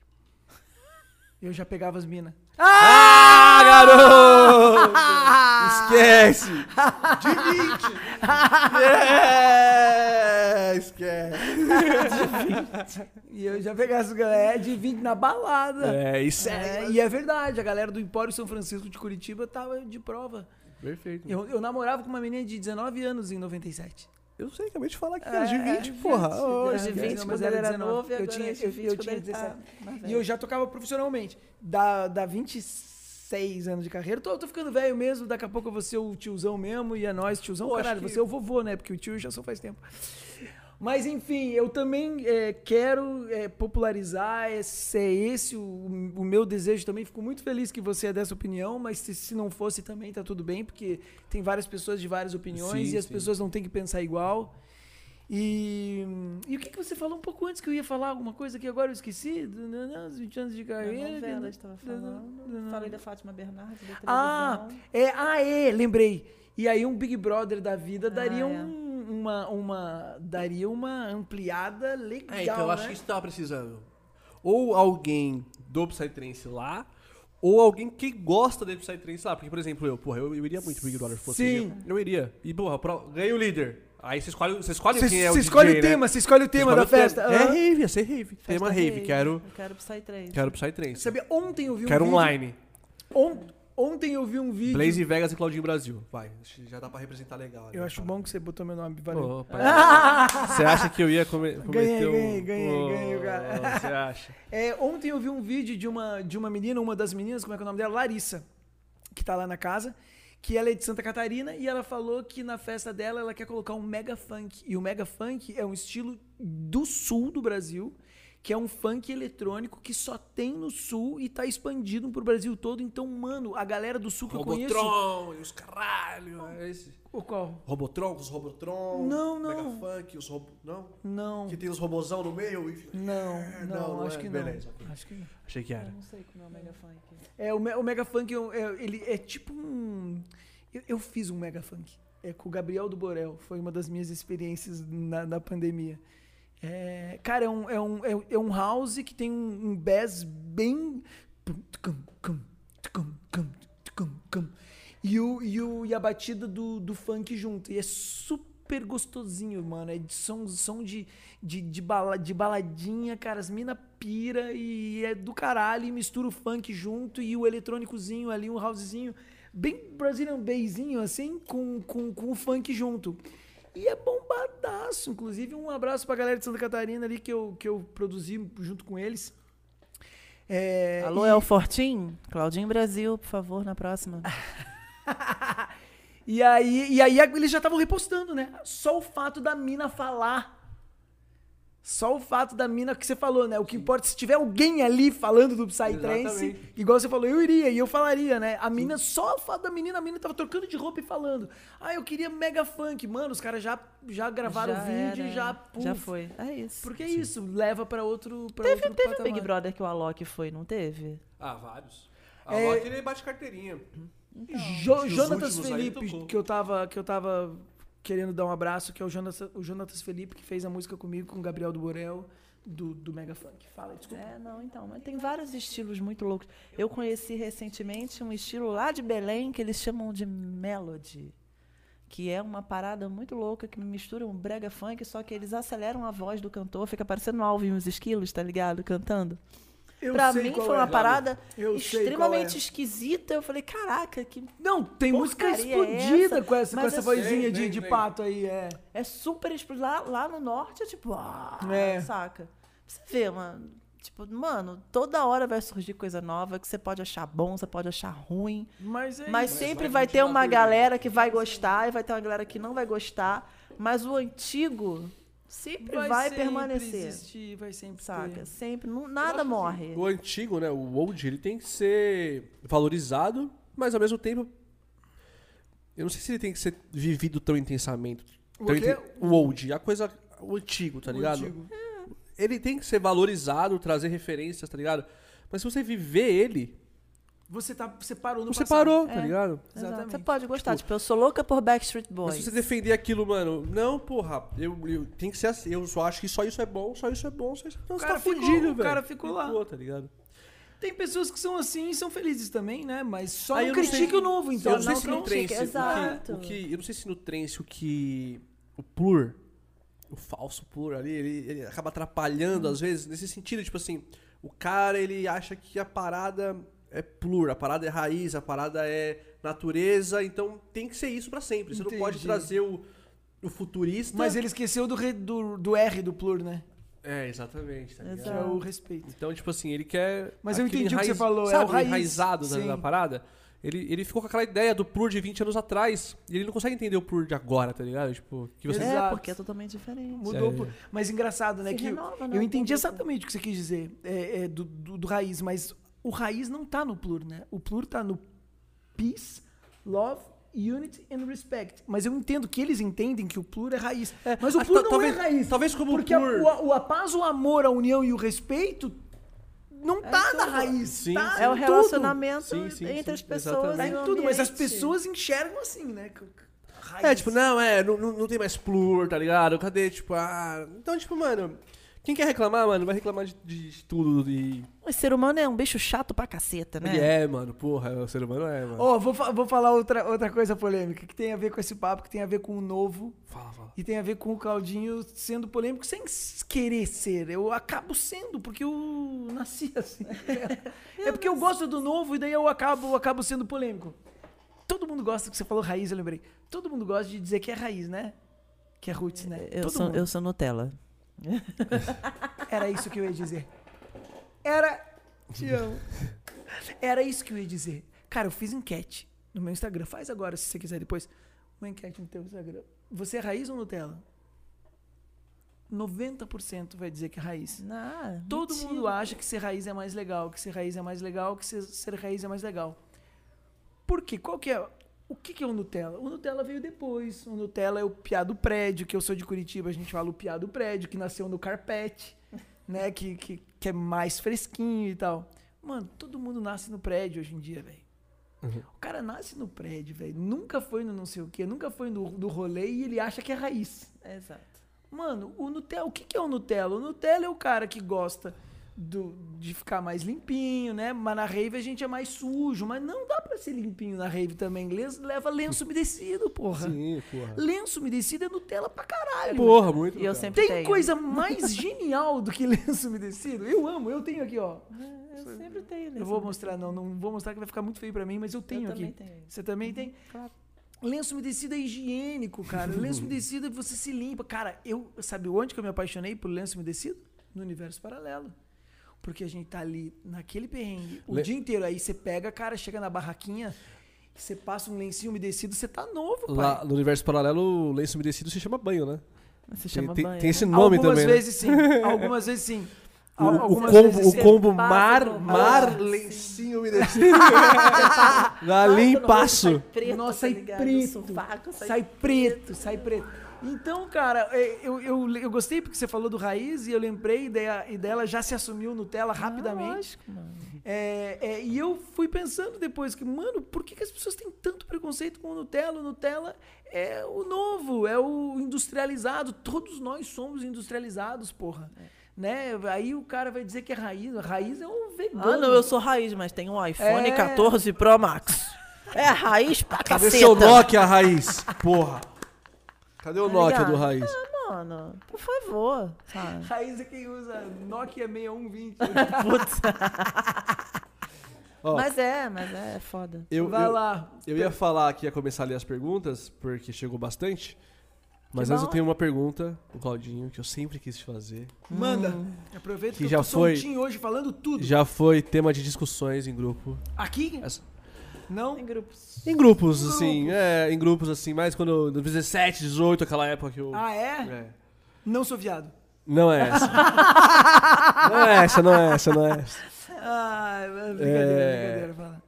S3: Eu já pegava as minas.
S1: Ah, garoto! Esquece! De 20!
S3: É,
S1: Yeah! Esquece!
S3: E eu já pegava as galera é de 20 na balada.
S1: É, isso
S3: É, e é verdade, a galera do Empório São Francisco de Curitiba tava de prova.
S1: Perfeito. Eu,
S3: Eu, eu namorava com uma menina de 19 anos em 97.
S1: eu sei, acabei de
S2: É,
S1: falar que
S3: É,
S1: era de 20, porra. Ô,
S2: Hoje,
S1: esquece. né,
S2: 20, quando ele era novo, e
S3: eu
S2: agora
S3: tinha,
S2: esse
S3: eu,
S2: 20,
S3: eu
S2: quando
S3: tinha
S2: ele tá
S3: 17.
S2: mais
S3: e
S2: velho.
S3: eu já tocava profissionalmente. Da, da 26 anos de carreira, tô, tô ficando velho mesmo, daqui a pouco eu vou ser o tiozão mesmo, e é nós, tiozão,
S1: Pô, acho
S3: caralho,
S1: que-
S3: você é o vovô, né? Porque o tio já só faz tempo. Mas enfim, eu também é, quero é, popularizar, esse, é esse o, o meu desejo também. Fico muito feliz que você é dessa opinião, mas se, se não fosse também tá tudo bem, porque tem várias pessoas de várias opiniões
S1: Sim,
S3: e as
S1: sim.
S3: pessoas não têm que pensar igual. E, e o que, que você falou um pouco antes que eu ia falar alguma coisa que agora eu esqueci? Do- não, não, Os 20 anos de
S2: Da
S3: carreira.
S2: novela, a gente
S3: do-
S2: tava
S3: do- do- do-
S2: falando.
S3: do-
S2: Falei da Fátima Bernardi, da televisão.
S3: ah, é, ah, é, lembrei. E aí um Big Brother da vida daria
S2: é.
S3: um- uma, uma, daria uma ampliada legal,
S1: É, então eu acho
S3: né?
S1: que isso tava precisando. Ou alguém do Psytrance lá, ou alguém que gosta de Psytrance lá. Porque, por exemplo, eu, porra, eu, eu iria muito pro Big Brother se fosse.
S3: Sim.
S1: eu. Eu iria. E, porra, pro- ganhei o líder. Aí você escolhe, você escolhe
S3: Você
S1: quem é o
S3: você
S1: DJ,
S3: escolhe
S1: né?
S3: o tema, você escolhe o tema
S1: Escolhe o
S3: da
S1: tema.
S3: festa.
S1: É
S3: aham.
S1: rave, ia ser rave. tema rave. Quero,
S2: Eu quero Psytrance.
S1: quero Psytrance.
S3: Sabia, ontem eu vi um
S1: Quero
S3: vídeo...
S1: online.
S3: on- ontem eu vi um vídeo...
S1: Blaze Vegas e Claudinho Brasil. Vai, acho que já dá pra representar legal. ali,
S3: Eu acho
S1: cara.
S3: bom que você botou meu nome, valeu.
S1: Pô, pai, Você acha que eu ia come- cometer
S3: Ganhei,
S1: um...
S3: ganhei, ganhei,
S1: Pô,
S3: ganhei, cara.
S1: Você acha?
S3: É, ontem eu vi um vídeo de uma, de uma menina, uma das meninas, como é que é o nome dela? Larissa, que tá lá na casa, que ela é de Santa Catarina e ela falou que na festa dela ela quer colocar um mega funk. E o mega funk é um estilo do sul do Brasil, que é um funk eletrônico que só tem no sul e tá expandido pro Brasil todo. Então, mano, a galera do sul que eu conheço.
S1: Robotron e os caralho. É esse.
S3: O qual?
S1: Robotron, os Robotron.
S3: Não,
S1: Mega
S3: não.
S1: Funk, os robôs. Não?
S3: Não.
S1: Que tem os robozão no meio e...
S3: Não, não,
S1: não, não
S3: acho
S1: é.
S3: que não.
S1: Beleza, ok.
S3: Acho que não.
S1: Achei que
S2: Eu
S1: era.
S2: não sei como é o Mega Funk.
S3: É, o, me- o Mega Funk, é um- é- ele é tipo um. Eu, eu fiz um Mega Funk. É com o Gabriel do Borel. Foi uma das minhas experiências na, na pandemia. É, cara, é um, é, um, é um- é um house que tem um, um bass bem. pum, tucum, cum, tucum, cum, tucum, cum. E, o, e, o, e a batida do, do funk junto. E é super gostosinho, mano. É de som, som de, de, de, bala, de baladinha, cara. As mina pira e é do caralho. E mistura o funk junto e o eletrônicozinho ali, um housezinho. Bem Brazilian bassinho, assim, com, com, com o funk junto. E é bombadaço. Inclusive, um abraço pra galera de Santa Catarina ali que eu, que eu produzi junto com eles. É,
S2: Alô,
S3: e-
S2: é o Fortim? Claudinho Brasil, por favor, na próxima.
S3: E aí, e aí eles já estavam repostando, né? Só o fato da mina falar. Só o fato da mina que você falou, né? O que importa é se tiver alguém ali falando do Psytrance,
S1: Exatamente.
S3: igual você falou, eu iria e eu falaria, né? A mina, só o fato da menina, a mina tava trocando de roupa e falando. Ah, eu queria mega funk. Mano, os caras já, já gravaram
S2: Já
S3: o vídeo
S2: era,
S3: e já, puf,
S2: Já foi. É isso.
S3: Porque é isso, leva pra outro. Pra
S2: Teve,
S3: outro
S2: teve um
S3: patamar.
S2: Big Brother que o Alok foi, não teve?
S1: Ah, vários. A
S3: É-
S1: Loki, ele bate carteirinha.
S3: Jo-
S1: Os
S3: Jonatas
S1: últimos aí
S3: Felipe,
S1: tocou.
S3: que eu, tava, que eu tava querendo dar um abraço, que é o Jonas, o Jonatas Felipe, que fez a música comigo, com o Gabriel do Borel, do, do Mega Funk. Fala, desculpa.
S2: É, não, então. Mas tem vários estilos muito loucos. Eu conheci recentemente um estilo lá de Belém que eles chamam de melody. Que é uma parada muito louca que mistura um brega funk, só que eles aceleram a voz do cantor, fica parecendo um Alvin e os esquilos, tá ligado? Cantando.
S3: Eu
S2: pra
S3: sei
S2: mim
S3: qual
S2: foi
S3: é.
S2: uma parada
S3: Eu sei qual
S2: extremamente
S3: é.
S2: esquisita. Eu falei, caraca, que
S3: Não, tem música
S2: Porcaria é
S3: explodida
S2: essa?
S3: com essa, com
S2: Mas assim-
S3: essa
S2: eu sei,
S3: vozinha de,
S1: nem-
S3: de
S1: nem-
S3: pato aí, é.
S2: é super explosivo. Lá, lá no norte é tipo, ah,
S3: É.
S2: saca? Pra você ver, mano. Tipo, mano, toda hora vai surgir coisa nova que você pode achar bom, você pode achar ruim.
S3: Mas é
S2: Mas
S3: isso.
S2: sempre
S1: vai
S2: vai ter
S1: continuar
S2: uma
S1: por
S2: galera que vai gostar e vai ter uma galera que não vai gostar. Mas o antigo sempre vai,
S3: sempre
S2: permanecer.
S3: existir, vai sempre
S2: Saca?
S3: ter.
S2: Sempre. não- nada morre.
S1: O antigo, né? O old, ele tem que ser valorizado, mas ao mesmo tempo. Eu não sei se ele tem que ser vivido tão intensamente.
S3: O
S1: tão
S3: quê?
S1: inten- o old, a coisa. O antigo, tá ligado?
S3: Antigo.
S1: Ele tem que ser valorizado, trazer referências, tá ligado? Mas se você viver ele,
S3: Você, tá, você parou no
S1: você
S3: passado.
S1: parou, tá ligado?
S2: Exato.
S3: Exatamente.
S2: Você pode gostar. Tipo, eu sou louca por Backstreet
S1: Mas
S2: Boys.
S1: se você defender aquilo, mano, não, porra, eu, eu- tem que ser assim, eu só acho que só isso é bom, só isso é bom, só isso é bom. Você
S3: cara
S1: tá
S3: ficou-
S1: fudido,
S3: o
S1: velho.
S3: cara ficou lá.
S1: tá ligado?
S3: Tem pessoas que são assim e são felizes também, né? Mas só
S1: Aí
S3: não
S1: eu não sei-
S3: critique o novo, então.
S1: eu não, sei se no
S2: não critica,
S1: trance,
S2: exato.
S1: O, que, o que- eu não sei se no trance o que o plur, o falso plur ali, ele, ele acaba atrapalhando
S3: Uhum.
S1: às vezes nesse sentido, tipo assim, o cara ele acha que a parada é plur, a parada é raiz, a parada é natureza, então tem que ser isso pra sempre. Você não pode
S3: Entendi.
S1: trazer o, o futurista.
S2: Tá.
S3: Mas ele esqueceu do, re- do, do R do plur, né?
S1: É, exatamente, tá ligado?
S3: Que é o respeito.
S1: Então, tipo assim, ele quer.
S3: Mas eu
S1: aquele
S3: entendi o que você falou, é
S1: Sabe,
S3: o raiz,
S1: enraizado da,
S3: sim.
S1: da parada. Ele, ele ficou com aquela ideia do Plur de 20 anos atrás. E ele não consegue entender o Plur de agora, tá ligado? Tipo, que você.
S3: É.
S2: É,
S3: Exato.
S2: porque é totalmente diferente.
S3: Mudou.
S1: É.
S3: pro- Mas engraçado, né?
S2: Se
S3: que
S2: renova, né,
S3: eu
S2: o público.
S3: entendi exatamente o que você quis dizer é, é, do, do, do raiz, mas o raiz não tá no plur, né? O plur tá no peace, love, unity and respect. Mas eu entendo que eles entendem que o plur é raiz. mas o
S1: acho
S3: plur
S1: que
S3: não
S1: Ah, tá, talvez-
S3: é raiz.
S1: talvez como o
S3: Porque a-
S1: plur-
S3: o, a- o, a paz, o amor, a união e o respeito não tá na raiz.
S1: Sim,
S3: tá
S2: É o
S3: em
S2: relacionamento
S1: Sim, sim,
S2: entre
S1: sim,
S2: as pessoas.
S1: exatamente.
S3: Tudo. Tá
S2: e o
S3: em tudo, mas as
S2: ambiente.
S3: pessoas enxergam assim, né? Raiz.
S1: É, tipo, não, é, não, não, não tem mais Plur, tá ligado? Cadê, tipo, ah. Então, tipo, mano. Quem quer reclamar, mano, vai reclamar de, de tudo. E...
S2: O ser humano é um bicho chato pra caceta, né?
S1: Ele é, mano, porra, o ser humano é, mano.
S3: Ó, vou, fa- vou falar outra, outra coisa polêmica que tem a ver com esse papo, que tem a ver com o novo
S1: Fala, fala.
S3: e tem a ver com o Claudinho sendo polêmico sem s- querer ser. Eu acabo sendo, porque eu nasci assim. é porque eu gosto do novo e daí eu acabo, eu acabo sendo polêmico. Todo mundo gosta, que você falou raiz, eu lembrei. Todo mundo gosta de dizer que é raiz, né? Que é roots, né?
S2: Eu
S3: Todo
S2: sou,
S3: mundo.
S2: eu sou Nutella.
S3: Era isso que eu ia dizer. Era. Te amo. Era isso que eu ia dizer. Cara, eu fiz enquete no meu Instagram. Faz agora, se você quiser depois. Uma enquete no teu Instagram. Você é raiz ou Nutella? 90% vai dizer que é raiz.
S2: Ah,
S3: Todo
S2: mentira.
S3: mundo acha que ser raiz é mais legal, que ser raiz é mais legal, que ser, ser raiz é mais legal. Por quê? Qual que é? O que, que é o Nutella? O Nutella veio depois. O Nutella é o piá do prédio, que eu sou de Curitiba, a gente fala o piá do prédio, que nasceu no carpete, né? Que, que, que é mais fresquinho e tal. Mano, todo mundo nasce no prédio hoje em dia, velho. O cara nasce no prédio, velho. Nunca foi no não sei o quê, nunca foi no, no rolê e ele acha que é raiz.
S2: Exato.
S3: Mano, o Nutella, o que, que é o Nutella? O Nutella é o cara que gosta do- de ficar mais limpinho, né? Mas na rave a gente é mais sujo, mas não dá pra ser limpinho na rave também. Lenço, leva lenço umedecido, porra.
S1: Sim, porra.
S3: Lenço umedecido é Nutella pra caralho.
S1: Porra, muito.
S2: E eu
S1: cara.
S2: sempre
S3: Tem
S2: tenho.
S3: coisa mais genial do que lenço umedecido? Eu amo, eu tenho aqui, ó.
S2: É, Eu sempre tenho. né?
S3: Eu vou mostrar, não, não vou mostrar que vai ficar muito feio pra mim, mas eu tenho aqui.
S2: também tenho.
S3: Você também
S1: Uhum,
S3: tem?
S2: Claro.
S3: Lenço umedecido é higiênico, cara. Lenço umedecido é você se limpa. Cara, eu sabe onde que eu me apaixonei por lenço umedecido? No universo paralelo. Porque a gente tá ali naquele perrengue o
S1: Le-
S3: dia inteiro. Aí você pega, cara, chega na barraquinha, você passa um lencinho umedecido, você tá novo, pai.
S1: Lá no universo paralelo, o lenço umedecido se chama banho, né?
S2: Você chama
S1: tem,
S2: banho.
S1: tem esse nome
S3: algumas
S1: também. né?
S3: vezes sim, algumas vezes sim.
S1: O,
S3: Al-
S1: o
S3: algumas
S1: combo,
S3: vezes
S1: o
S3: sim.
S1: combo
S2: passa
S1: mar,
S2: por-
S1: mar,
S2: Ah,
S1: lencinho umedecido. Na limpaço.
S2: Preto,
S3: Nossa,
S2: tá
S3: sai
S2: ligado?
S3: preto.
S2: Sovaco,
S3: sai,
S2: sai né?
S3: preto, sai preto. Então, cara, é, eu, eu, eu gostei porque você falou do Raiz e eu lembrei dela, e dela já se assumiu Nutella
S2: Ah,
S3: rapidamente.
S2: lógico, mano.
S3: É, é, e eu fui pensando depois que, mano, por que, que as pessoas têm tanto preconceito com o Nutella? O Nutella é o novo, é o industrializado. Todos nós somos industrializados, porra.
S2: É.
S3: Né? Aí o cara vai dizer que é raiz. Raiz é um vegano.
S2: Ah, não, eu sou raiz, mas tenho um iPhone
S3: É.
S2: 14 Pro Max. É raiz pra
S1: Cadê
S2: caceta.
S1: seu Nokia, Raiz? Porra. Cadê o
S2: Tá
S1: Nokia
S2: ligado?
S1: do Raiz?
S2: Ah, mano, por favor, sabe?
S3: Raiz é quem usa Nokia 6120.
S2: Putz.
S4: Ó,
S2: Mas é, mas é, é foda.
S4: eu,
S3: Vai
S4: eu-
S3: lá.
S4: eu ia falar que ia começar a ler as perguntas, porque chegou bastante. Mas
S2: Que
S4: antes eu
S2: bom.
S4: tenho uma pergunta, o Claudinho, que eu sempre quis te fazer.
S3: Manda. Aproveita
S4: Hum. Que
S3: que,
S4: já
S3: eu tô
S4: foi.
S3: soltinho hoje falando tudo.
S4: Já foi tema de discussões em grupo.
S3: Aqui?
S4: Essa-
S3: Não?
S2: Em grupos.
S4: Em grupos, assim, é, em grupos, assim, mais quando. no 17, 18, aquela época que eu.
S3: Ah, é?
S4: É.
S3: Não sou viado.
S4: Não é essa. não é essa, não é essa, não é essa.
S3: Ah, brincadeira,
S4: É.
S3: brincadeira. Fala.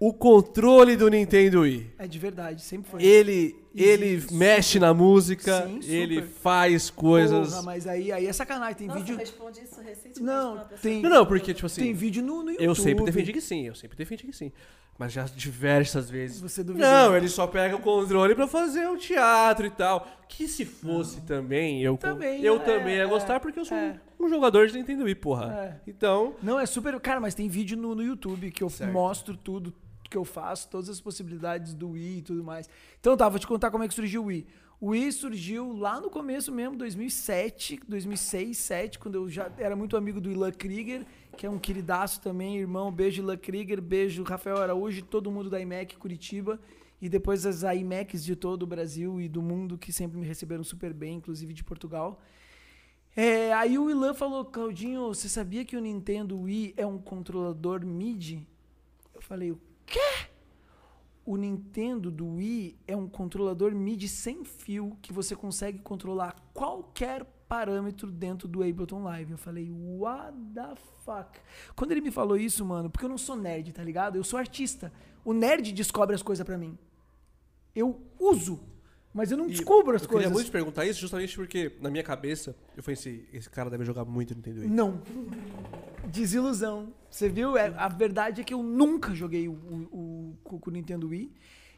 S4: O controle do Nintendo Wii.
S3: É de verdade, sempre foi.
S4: Ele, ele mexe na música,
S3: Sim, super.
S4: ele faz coisas.
S3: Porra, mas aí, aí é sacanagem. Tem
S2: Nossa,
S3: vídeo.
S2: eu respondi isso recentemente. pra
S3: Não,
S2: uma pessoa.
S3: tem.
S4: Não, não, porque, tipo assim.
S3: Tem vídeo no, no YouTube.
S4: Eu sempre defendi que sim, eu sempre defendi que sim. Mas já diversas vezes.
S3: Você duvidou.
S4: Não, ele só pega o controle pra fazer um teatro e tal. Que se fosse também, eu
S3: Também,
S4: eu
S3: é,
S4: também ia
S3: é,
S4: gostar, porque eu sou
S3: é.
S4: um, um jogador de Nintendo Wii, porra. Então,
S3: Não, é super. Cara, mas tem vídeo no, no YouTube que eu
S4: Certo.
S3: mostro tudo que eu faço, todas as possibilidades do Wii e tudo mais. Então tá, vou te contar como é que surgiu o Wii. O Wii surgiu lá no começo mesmo, 2007, 2006, 2007, quando eu já era muito amigo do Ilan Krieger, que é um queridaço também, irmão. Beijo, Ilan Krieger, beijo, Rafael Araújo, e todo mundo da IMEC Curitiba. E depois as IMECs de todo o Brasil e do mundo que sempre me receberam super bem, inclusive de Portugal. É, aí o Ilan falou, Claudinho, você sabia que o Nintendo Wii é um controlador MIDI? Eu falei, o quê? O Nintendo do Wii é um controlador MIDI sem fio que você consegue controlar qualquer parâmetro dentro do Ableton Live. Eu falei, what the fuck? Quando ele me falou isso, mano, porque eu não sou nerd, tá ligado? Eu sou artista. O nerd descobre as coisas pra mim. Eu uso, mas eu não descubro as
S4: eu
S3: coisas.
S4: queria muito te perguntar isso, justamente porque, na minha cabeça, eu falei assim: esse cara deve jogar muito Nintendo Wii.
S3: Não. Desilusão. Você viu? É, a verdade é que eu nunca joguei o, o, o, o Nintendo Wii.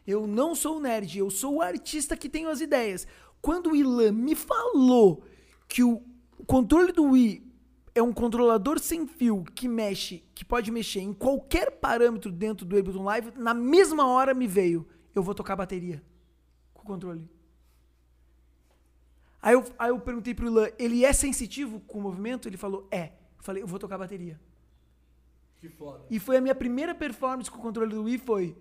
S3: Eu não sou o nerd, eu sou o artista que tenho as ideias. Quando o Ilan me falou que o controle do Wii é um controlador sem fio que mexe, que pode mexer em qualquer parâmetro dentro do Ableton Live, na mesma hora me veio, eu vou tocar bateria com o controle. Aí eu, aí eu perguntei pro Ilan, ele é sensitivo com o movimento? Ele falou, é. Eu falei, eu vou tocar bateria.
S4: Que foda.
S3: E foi a minha primeira performance com o controle do Wii, foi...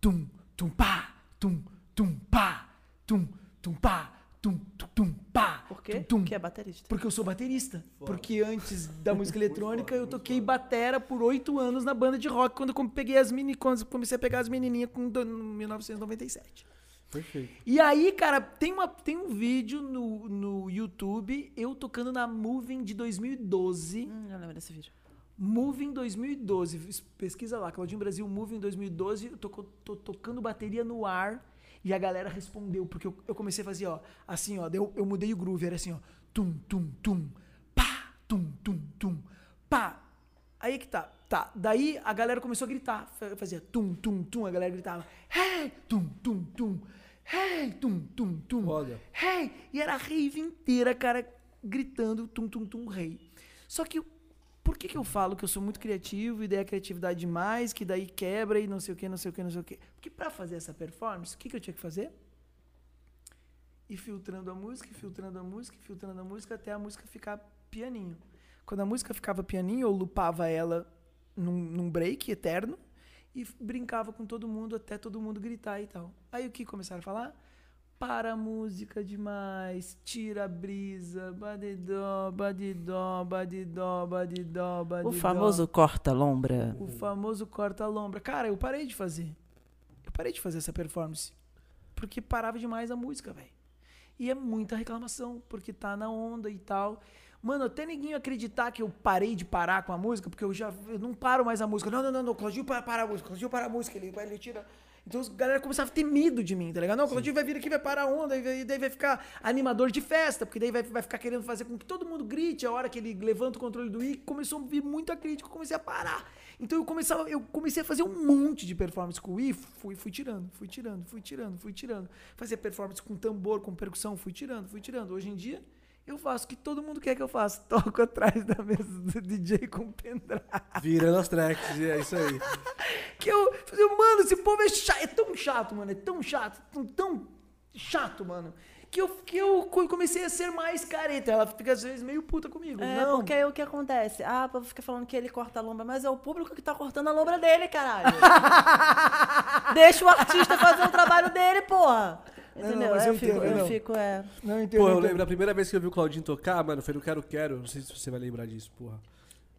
S3: Tum, tum, pá, tum, tum, pá, tum, tum, pá, tum, tum, tum, pá.
S2: Por quê?
S3: Tum, tum.
S2: Porque é baterista.
S3: Porque eu sou baterista. Porque antes da música eletrônica eu toquei batera por oito anos na banda de rock quando eu peguei as mini quando eu comecei a pegar as menininhas com do- em 1997.
S4: Perfeito.
S3: E aí, cara, tem, uma, tem um vídeo no, no YouTube, eu tocando na Moving de 2012.
S2: Hum, eu lembro desse vídeo.
S3: Moving 2012. es- Pesquisa lá, Claudinho Brasil, Moving 2012. Eu tô, co- tô tocando bateria no ar e a galera respondeu, porque eu, eu comecei a fazer, ó, assim, ó, daí eu, eu mudei o groove, era assim, ó, tum, tum, tum, pá, tum, tum, tum, pá. Aí que tá, tá. Daí a galera começou a gritar, fa- fazia tum, tum, tum, a galera gritava, hey, tum, tum, tum, hey, tum, tum, tum,
S1: Hum.
S4: Foda.
S3: hey. E era a rave inteira, cara, gritando tum, tum, tum, rei. Só que por que, que eu falo que eu sou muito criativo e daí a criatividade demais, que daí quebra e não sei o que, não sei o que, não sei o que? Porque pra fazer essa performance, o que, que eu tinha que fazer? E filtrando a música, e filtrando a música, e filtrando a música até a música ficar pianinho. Quando a música ficava pianinho, eu lupava ela num, num break eterno e f- brincava com todo mundo até todo mundo gritar e tal. Aí o que começaram a falar? Para a música demais, tira a brisa, badidó, badidó, badidó, badidó, badidó.
S2: O famoso corta-lombra.
S3: O famoso corta-lombra. Cara, eu parei de fazer. Eu parei de fazer essa performance. Porque parava demais a música, velho. E é muita reclamação, porque tá na onda e tal. Mano, até ninguém acreditar que eu parei de parar com a música, porque eu já eu não paro mais a música. Não, não, não, não. Claudinho para, para a música, Claudinho para a música, ele, ele tira. Então a galera começava a ter medo de mim, tá ligado? Não, Claudinho vai vir aqui, vai parar a onda, e vai- e daí vai ficar animador de festa, porque daí vai, vai ficar querendo fazer com que todo mundo grite a hora que ele levanta o controle do I. Começou a vir muita crítica, eu comecei a parar. Então eu, começava, eu comecei a fazer um monte de performance com o I, fui, fui tirando, fui tirando, fui tirando, fui tirando. Fazia performance com tambor, com percussão, fui tirando, fui tirando. Hoje em dia, eu faço o que todo mundo quer que eu faça. Toco atrás da mesa do DJ com um pendrive.
S4: Virando as tracks, e é isso aí.
S3: Que eu, eu, mano, esse povo é chato, é tão chato, mano, é tão chato, tão, tão chato, mano. que eu, que eu co- comecei a ser mais careta. Ela fica às vezes meio puta comigo.
S2: É,
S3: não,
S2: porque aí o que acontece? Ah, o povo fica falando que ele corta a lombra, mas é o público que tá cortando a lombra dele, caralho. Deixa o artista fazer o trabalho dele, porra.
S3: Não, não,
S2: Entendeu?
S3: mas
S2: Aí
S3: eu
S2: eu, fico,
S3: entendo, eu
S2: eu
S3: não.
S2: fico, é.
S3: não entendo.
S1: Pô, eu
S3: entendo.
S1: lembro, a primeira vez que eu vi o Claudinho tocar, mano, foi no Quero Quero, não sei se você vai lembrar disso, porra.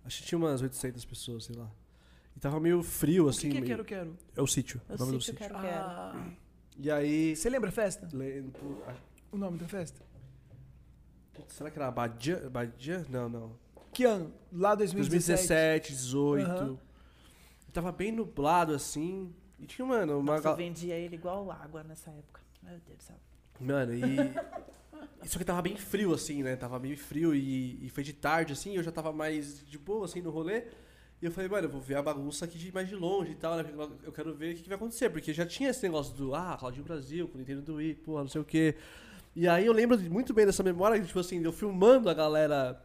S1: Acho que tinha umas 800 pessoas, sei lá. E tava meio frio,
S3: O que,
S1: assim.
S3: que é
S1: meio-
S3: quero, quero?
S1: É o sítio, o
S2: Eu
S1: nome do sítio.
S2: sinto que é. eu quero. quero.
S3: Ah,
S1: E aí...
S3: você lembra a festa?
S1: lendo por- ah,
S3: O nome da festa?
S1: putz, Será que era Badia? Badia? Não, não.
S3: Que ano? Lá 2017.
S1: 2017, 18.
S3: Aham.
S1: Tava bem nublado, assim. E tinha, mano, uma...
S2: Nossa, eu
S1: gal-
S2: vendia ele igual água nessa época. Meu Deus do céu.
S1: Mano, e. Só que tava bem frio, assim, né? Tava meio frio e, e foi de tarde, assim, eu já tava mais de boa, assim, no rolê. E eu falei, mano, eu vou ver a bagunça aqui de mais de longe e tal, né? Porque Eu quero ver o que, que vai acontecer, porque já tinha esse negócio do, ah, Claudinho Brasil, com o Nintendo do Wii, porra, não sei o quê. E aí eu lembro de- muito bem dessa memória, tipo assim, eu filmando a galera.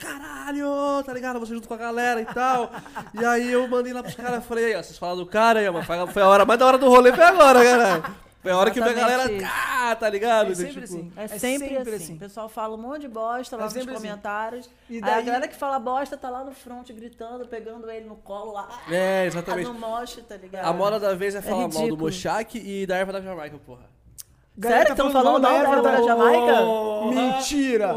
S1: Caralho, tá ligado? Você junto com a galera e tal. E aí eu mandei lá pros caras, falei, aí, ó, vocês falaram do cara aí, ó, mas foi a hora mais da hora do rolê, foi agora, cara. Foi a hora que a
S2: Exatamente
S1: galera.
S2: isso.
S1: Ah, tá ligado?
S3: É
S1: Então,
S3: sempre
S1: tipo,
S3: assim.
S2: É sempre, assim. O pessoal fala um monte de bosta lá
S3: É
S2: nos
S3: sempre assim.
S2: comentários.
S3: E
S2: Aí a
S3: daí-
S2: galera que fala bosta tá lá no front gritando, pegando ele no colo lá. Ah,
S1: É, exatamente.
S2: no mosh, tá ligado?
S1: A moda da vez é falar mal do
S2: ridículo.
S1: Mochak e da erva da Jamaica, porra.
S2: Sério?
S3: tá
S2: Tão falando mal da erva da Jamaica?
S3: Mentira!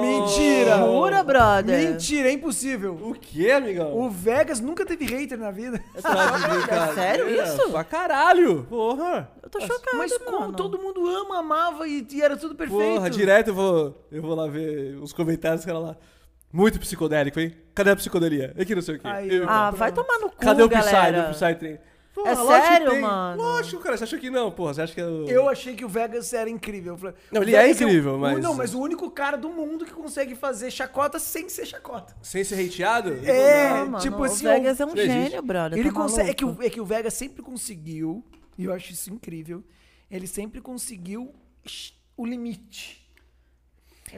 S3: Mentira!
S2: Jura, brother?
S3: Mentira, é impossível.
S1: O que, amigão?
S3: O Vegas nunca teve hater na vida.
S1: É
S2: sério isso?
S1: Pra caralho! Porra!
S2: Eu tô chocada,
S3: Mas como
S2: mano.
S3: todo mundo ama, amava e, e era tudo perfeito.
S1: Porra, direto eu vou, eu vou lá ver os comentários dos caras lá. Muito psicodélico, hein? Cadê a psicodelia? É que não sei o quê.
S3: Aí,
S1: Eu-
S3: ó.
S2: Ah, vai tomar no cu,
S1: Cadê o Psy?
S2: galera.
S1: O Psy tem. Porra,
S2: É
S1: lógico que
S2: sério,
S1: tem.
S2: mano?
S1: Lógico, cara. Você acha que não, porra? Você acha que é o...
S3: Eu achei que o Vegas era incrível. Eu falei,
S1: Não,
S3: o
S1: ele é
S3: Vegas o-
S1: incrível,
S3: o-
S1: mas-
S3: Não, mas o único cara do mundo que consegue fazer chacota sem ser chacota.
S1: Sem ser hateado?
S3: É,
S2: Não, mano,
S3: tipo assim,
S2: O Vegas é um
S1: não existe.
S2: gênio, brother.
S3: Ele
S2: tá
S3: consegue, é, que o,
S2: maluco?
S3: é que o Vega sempre conseguiu, e eu acho isso incrível, ele sempre conseguiu sh- o limite.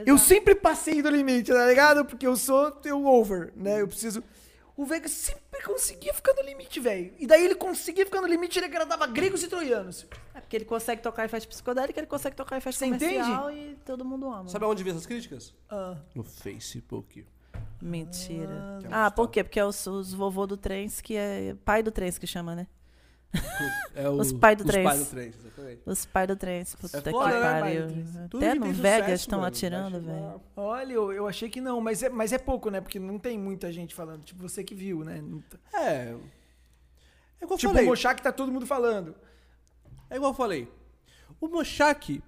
S3: Eu
S2: Exato.
S3: sempre passei do limite, tá ligado? Porque eu sou eu over, né? Eu preciso. O Vega sempre conseguia ficar no limite, velho. E daí ele conseguia ficar no limite, ele agradava gregos e troianos.
S2: É porque ele consegue tocar em festa psicodélica, ele consegue tocar em festa
S3: Você
S2: comercial e todo mundo ama.
S1: Sabe aonde vi essas críticas?
S3: Ah,
S1: No Facebook.
S2: Mentira. Ah, por quê? Porque é os, os vovô do Trens, que é pai do Trens que chama, né?
S1: É o-
S2: Os pai do
S1: os
S2: três.
S1: pai do três, exatamente.
S2: Os pai do Trens. Puta que
S1: foda, né,
S3: pai
S2: pariu.
S3: do trens?
S1: Tudo
S2: Até
S1: que
S2: no
S1: tem
S2: Vegas
S1: sucesso,
S2: estão
S1: mano,
S2: atirando,
S1: vai chamar-
S2: velho.
S3: olha, eu, eu achei que não, mas é, mas é pouco, né? Porque não tem muita gente falando. Tipo, você que viu, né? Não tá-
S1: É. É igual eu
S3: Tipo, o
S1: falei.
S3: Mochá que tá todo mundo falando.
S1: É igual eu falei. O Mochak,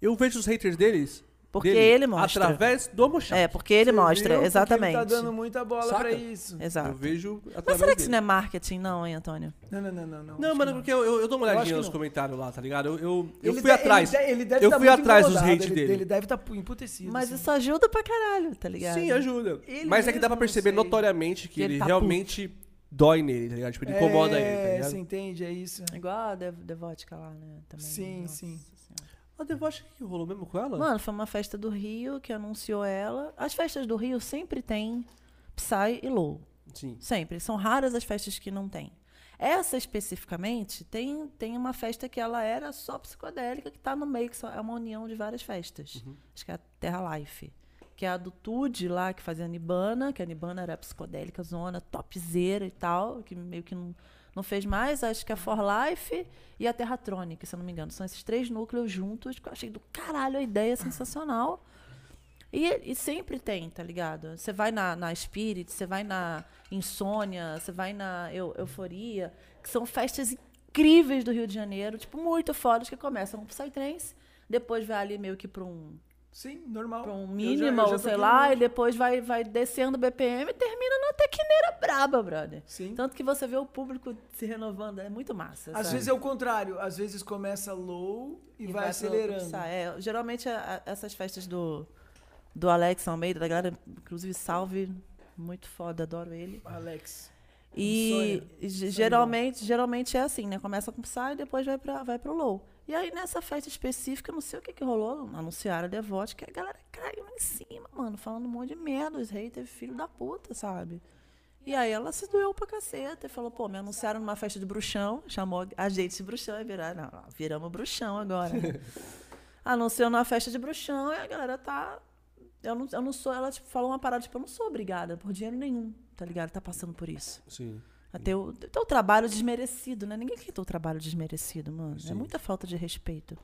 S1: eu vejo os haters deles.
S2: Porque
S1: dele
S2: ele mostra.
S1: Através do Mochak.
S2: É, porque ele mostra,
S3: Entendeu? Porque
S2: exatamente.
S3: Ele tá dando muita bola
S1: Saca?
S3: pra isso.
S1: Eu
S2: Exato.
S1: vejo
S2: tá. Mas
S1: através
S2: será que
S1: dele.
S2: isso não é marketing, não, hein, Antônio?
S3: Não, não, não, não. Não,
S1: Não, mano, porque eu, eu- eu dou uma
S3: Eu acho
S1: olhadinha
S3: que
S1: nos
S3: não.
S1: comentários lá, tá ligado? Eu, eu, eu
S3: Ele
S1: fui
S3: de-
S1: atrás.
S3: Ele, de- ele deve
S1: eu
S3: tá
S1: fui
S3: muito
S1: atrás dos
S3: incomodado,
S1: hate
S3: ele,
S1: dele.
S3: Ele deve estar tá emputecido.
S2: Mas
S3: assim.
S2: isso ajuda pra caralho, tá ligado?
S1: Sim, ajuda.
S3: Ele
S1: Mas é que dá pra
S3: mesmo,
S1: perceber
S3: não sei.
S1: notoriamente que,
S2: Que ele
S1: ele,
S2: tá
S1: realmente dói nele, tá ligado? Tipo, ele incomoda ele, tá
S3: É,
S1: ligado?
S3: você entende? É isso.
S2: Igual a The, The Vodka lá, né? Também.
S3: Sim, sim.
S2: Senhora.
S1: A Devosh que rolou mesmo com ela?
S2: Mano, foi uma festa do Rio que anunciou ela. As festas do Rio sempre tem Psy e Low.
S1: Sim.
S2: Sempre. São raras as festas que não tem. Essa especificamente tem, tem uma festa que ela era só psicodélica, que tá no meio, que só- é uma união de várias festas. Acho que é a Terra Life. Que é a do Tude lá, que fazia a Nibana, que a Nibana era psicodélica, zona, topzera e tal, que meio que não, não fez mais. Acho que a For Life e a Terratronic, se eu não me engano. São esses três núcleos juntos, que eu achei do caralho a ideia sensacional. E, e sempre tem, tá ligado? Você vai na, na Spirit, você vai na Insônia, você vai na Eu- Euforia, que são festas incríveis do Rio de Janeiro, tipo, muito fodas, que começam com Psytrance, depois vai ali meio que pra um,
S3: Sim, normal.
S2: pra um
S3: Eu já- eu
S2: minimal,
S3: já
S2: sei
S3: toquei
S2: lá,
S3: muito.
S2: e depois vai, vai descendo o BPM e termina na tequineira braba, brother.
S3: Sim.
S2: Tanto que você vê o público se renovando, é muito massa.
S3: Às
S2: Então, sabe?
S3: vezes é o contrário. Às vezes começa low e, vai,
S2: pro-
S3: acelerando.
S2: sa- é, geralmente a- a- essas festas do, do Alex Almeida, da galera, inclusive salve, muito foda, adoro ele.
S3: Alex.
S2: E
S3: É um Sonho.
S2: e ge- geralmente, geralmente é assim, né? Começa com Psy e depois vai, pra, vai pro Low. E aí nessa festa específica, eu não sei o que que rolou, anunciaram a Devote, que a galera caiu em cima, mano, falando um monte de merda, os haters, filho da puta, sabe? E aí ela se doeu pra caceta e falou, pô, me anunciaram numa festa de bruxão, chamou a gente de bruxão e viraram, não, não, viramos bruxão agora. né? Anunciando uma festa de bruxão e a galera tá. Eu não, eu não sou. Ela tipo, falou uma parada, tipo, eu não sou obrigada por dinheiro nenhum, tá ligado? Tá passando por isso.
S1: Sim.
S2: Até o teu trabalho desmerecido, né? Ninguém quer teu trabalho desmerecido, mano. É muita falta de respeito.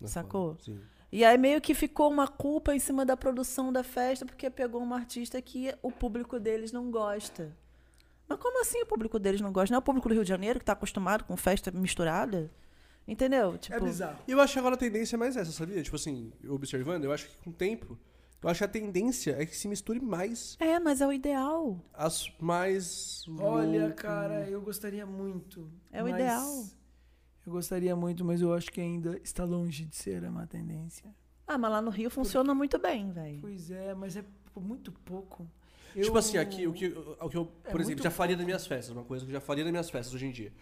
S1: na
S2: Sacou?
S1: foda, Sim.
S2: E aí meio que ficou uma culpa em cima da produção da festa, porque pegou um artista que o público deles não gosta. Mas como assim o público deles não gosta? Não é o público do Rio de Janeiro que tá acostumado com festa misturada? Entendeu? Tipo,
S3: É bizarro.
S1: E eu acho que agora a tendência é mais essa, sabia? Tipo assim, observando, eu acho que com o tempo, eu acho que a tendência é que se misture mais
S2: É, mas é o ideal.
S1: as mais.
S3: Olha,
S1: loucas.
S3: cara, eu gostaria muito.
S2: É o
S3: mas-
S2: ideal.
S3: Eu gostaria muito, mas eu acho que ainda está longe de ser uma tendência.
S2: Ah, mas lá no Rio funciona muito bem, velho.
S3: Pois é, mas é p- muito pouco.
S1: Tipo
S3: Eu-
S1: assim, aqui, o que, o que eu,
S3: É
S1: por exemplo,
S3: muito
S1: já faria nas minhas festas, uma coisa que eu já faria nas minhas festas hoje em dia.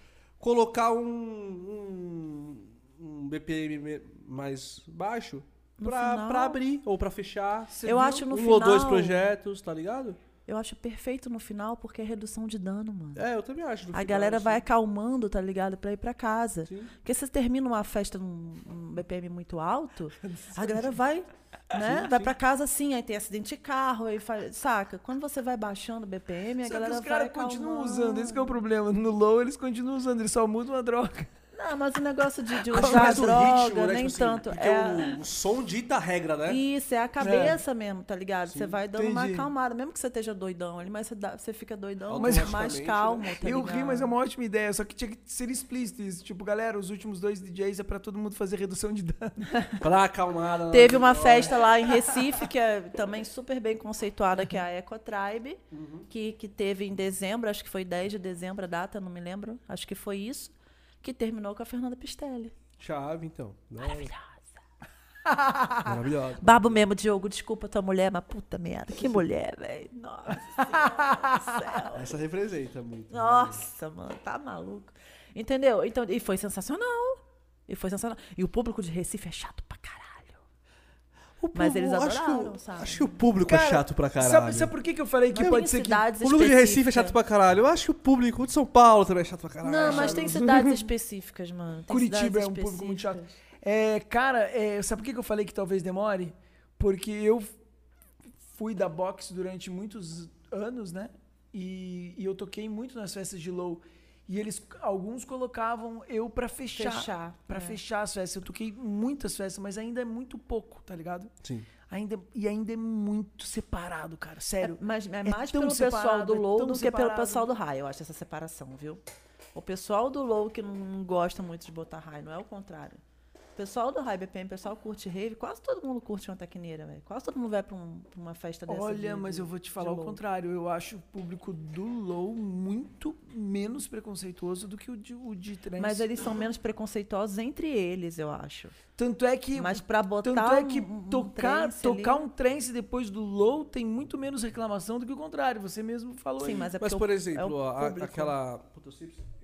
S1: Colocar um, um, um BPM me- mais baixo
S2: No
S1: pra,
S2: final.
S1: pra abrir ou pra fechar.
S3: Você
S2: Eu
S3: viu?
S2: acho
S1: um
S2: no
S1: ou dois
S2: final-
S1: projetos, tá ligado?
S2: Eu acho perfeito no final porque é redução de dano, mano.
S1: É, eu também acho. no
S2: A
S1: final,
S2: galera
S1: assim.
S2: vai acalmando, tá ligado? Pra ir pra casa.
S1: Sim.
S2: Porque se você termina uma festa num num BPM muito alto, a galera vai, né? Vai pra casa assim, aí tem acidente de carro, aí faz, saca? Quando você vai baixando o BPM, a
S3: Só que
S2: galera
S3: os caras
S2: vai
S3: continuam
S2: acalmando.
S3: usando, esse que é o problema. No low eles continuam usando, eles só mudam a droga.
S2: Não, mas o negócio de, de
S1: Mas
S2: usar
S1: o
S2: droga,
S1: ritmo, né?
S2: nem
S1: Tipo assim,
S2: tanto.
S1: Porque
S2: É,
S1: o, o som dita a regra, né?
S2: Isso, é a cabeça mesmo, tá ligado? Você vai dando uma
S3: entendi.
S2: acalmada. Mesmo que você esteja doidão ali, mas você, dá- você fica doidão,
S1: Mas-
S2: mas mais
S1: Automaticamente,
S2: calmo, tá
S3: eu
S2: ligado?
S3: ri, mas é uma ótima ideia, só que tinha que ser explícito isso. Tipo, galera, os últimos dois DJs é pra todo mundo fazer redução de dano.
S1: Pra acalmar.
S2: Teve uma festa lá em Recife, que é também super bem conceituada, que é a Eco Tribe, que, que teve em dezembro, acho que foi 10 de dezembro a data, não me lembro, acho que foi isso, que terminou com a Fernanda Pistelli.
S1: Chave, então. Maravilhosa. Maravilhosa.
S2: Babo mesmo, Diogo, desculpa tua mulher, mas puta merda, que mulher, velho. Nossa Senhora do céu.
S1: Essa representa muito. né?
S2: Nossa, mano, tá maluco. Entendeu? Então, e foi sensacional. E foi sensacional. E o público de Recife é chato pra caralho.
S1: O
S2: Mas eles
S1: acho que o-
S2: adoraram, sabe?
S1: Acho que o público é
S3: Cara,
S1: chato pra caralho.
S3: Sabe, sabe por que, que eu falei que
S2: Mas
S3: pode
S2: tem
S3: ser que.
S2: cidades
S1: O público de Recife é
S2: específicas.
S1: chato pra caralho. Eu acho que o público de São Paulo também é chato pra caralho.
S2: Não, mas tem cidades específicas, mano. Tem
S3: Ah, Curitiba
S2: cidades
S3: é um público muito chato.
S2: específicas.
S3: É, cara, é, sabe por que que eu falei que talvez demore? Porque eu f- fui da boxe durante muitos anos, né? E, e eu toquei muito nas festas de low. E eles, alguns colocavam eu pra fechar.
S2: Fechar.
S3: Pra
S2: é.
S3: fechar as festas. Eu toquei muitas festas, mas ainda é muito pouco, tá ligado?
S1: Sim.
S3: Ainda, e ainda é muito separado, cara. Sério.
S2: Mas é
S3: É
S2: mais
S3: tão
S2: pelo pessoal
S3: separado,
S2: do
S3: é
S2: low
S3: tão
S2: do que pelo
S3: separado.
S2: pessoal do high. Eu acho essa separação, viu? O pessoal do low que não gosta muito de botar high, não é o contrário. O pessoal do high BPM, o pessoal curte rave, quase todo mundo curte uma tecneira, velho. Quase todo mundo vai pra, um- pra uma festa dessa.
S3: Olha,
S2: de-
S3: mas
S2: de-
S3: eu vou te falar
S2: de
S3: o
S2: low.
S3: contrário. Eu acho o público do low muito menos preconceituoso do que o de, o de trans.
S2: Mas eles são menos preconceituosos entre eles, eu acho.
S3: Tanto é que
S2: Mas pra botar
S3: tanto é
S2: um-
S3: que
S2: um, um
S3: tocar,
S2: trance ali-
S3: tocar um trance depois do low tem muito menos reclamação do que o contrário. Você mesmo falou
S2: Sim,
S3: aí.
S2: mas é
S1: Mas,
S2: porque
S1: por
S2: o-
S1: exemplo,
S2: é o
S1: a-
S2: público.
S1: aquela.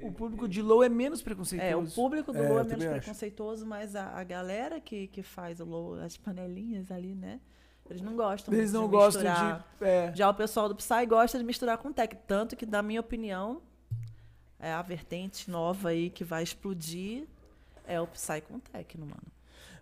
S3: o público de low é menos preconceituoso.
S2: É, o público do
S1: É,
S2: Low
S1: eu
S2: é menos
S1: também acho.
S2: preconceituoso, mas a, a galera que, que faz o Low, as panelinhas ali, né? Eles não gostam
S3: Eles
S2: muito
S3: não
S2: de
S3: gostam
S2: misturar.
S3: de. é.
S2: Já o pessoal do Psy gosta de misturar com tech. Tanto que, na minha opinião, é a vertente nova aí que vai explodir é o Psy com techno, mano.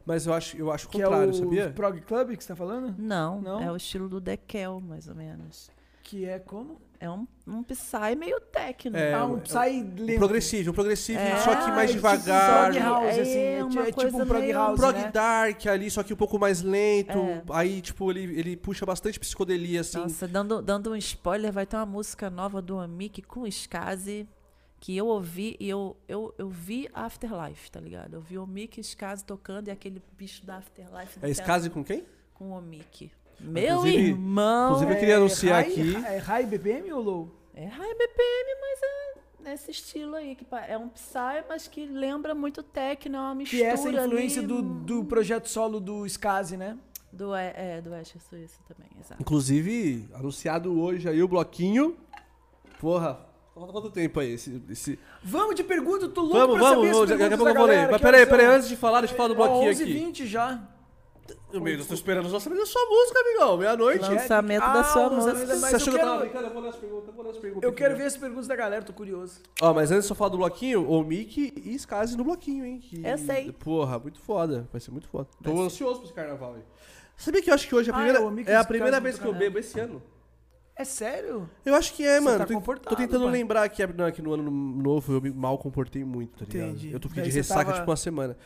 S1: Mas eu acho, eu acho o
S3: que é o
S1: contrário, sabia?
S3: Prog Club que você tá falando?
S2: Não,
S3: Não?
S2: é o estilo do Dekel, mais ou menos.
S3: Que é como?
S2: É um, um Psy meio tá techno.
S1: É,
S3: ah, um
S1: o-
S3: Psy
S1: O
S3: lento.
S1: progressivo, o progressivo,
S2: É,
S1: só que mais
S3: é tipo
S1: devagar.
S3: prog house,
S2: É,
S3: assim. É,
S2: uma
S3: ti- é tipo
S2: coisa
S3: um prog
S2: meio-
S3: house,
S1: prog
S3: né?
S1: dark ali, só que um pouco mais lento.
S2: É.
S1: Aí, tipo, ele, ele puxa bastante psicodelia, assim.
S2: Nossa, dando, dando um spoiler, vai ter uma música nova do Amik com Skazi que eu ouvi e eu, eu, eu vi Afterlife, tá ligado? Eu vi o Mick e Skazi tocando e aquele bicho da Afterlife
S1: É
S2: do
S1: escase com quem?
S2: com o Mick. Meu
S1: Inclusive-
S2: irmão!
S1: inclusive eu queria
S3: É
S1: anunciar
S3: high-
S1: aqui.
S3: É high BPM ou low?
S2: É high BPM, mas é nesse estilo aí, que pa- é um Psy, mas que lembra muito techno, é uma mistura
S3: Que é essa influência
S2: ali,
S3: do,
S2: hum,
S1: um
S3: do projeto solo do Skazi, né?
S2: Do, é, é, do Asher Suíça também, exato.
S1: Inclusive, anunciado hoje aí o bloquinho. Porra, falta quanto tempo aí? Esse, esse...
S3: Vamos de pergunta, tô louco
S1: Vamos,
S3: pra
S1: vamos,
S3: saber as
S1: vamos, daqui a
S3: perguntas
S1: pouco eu
S3: da
S1: vou ler.
S3: galera, É,
S1: Mas
S3: que
S1: peraí,
S3: horas
S1: peraí,
S3: são?
S1: antes de falar, deixa eu falar do
S3: Ó,
S1: bloquinho
S3: 11
S1: aqui.
S3: 20 já.
S1: No meio dos tô esperando os lançamentos da sua música, amigão. Meia-noite.
S3: Lança-
S2: Lançamento
S3: Ah,
S2: da sua
S3: o lançamento
S2: música.
S3: da- mas
S1: Você achou
S3: eu
S1: que eu tava
S3: quero-
S1: brincando? Eu vou ler as perguntas, eu vou ler as perguntas. né?
S3: Eu quero ver as perguntas da galera, tô curioso.
S1: Ó, mas antes de eu falar do bloquinho, o Mickey e Skazi no bloquinho, hein? que-
S2: Eu sei.
S1: Porra, muito foda. Vai ser muito foda. Tô ansioso pra esse carnaval aí. Sabia que eu acho que hoje é a
S3: Ah,
S1: primeira,
S3: o Mickey
S1: é
S3: e
S1: a
S3: Skazi
S1: primeira
S3: no
S1: vez que eu
S3: carnaval.
S1: bebo esse ano?
S3: É sério?
S1: Eu acho que é,
S3: Você
S1: mano.
S3: tá
S1: Tô- tô,
S3: confortável,
S1: tentando
S3: pai.
S1: lembrar que, é, não, que no ano novo eu me mal comportei muito, tá ligado?
S3: Entendi.
S1: Eu tô fiquei de
S3: Daí você
S1: ressaca,
S3: tava-
S1: tipo, uma semana.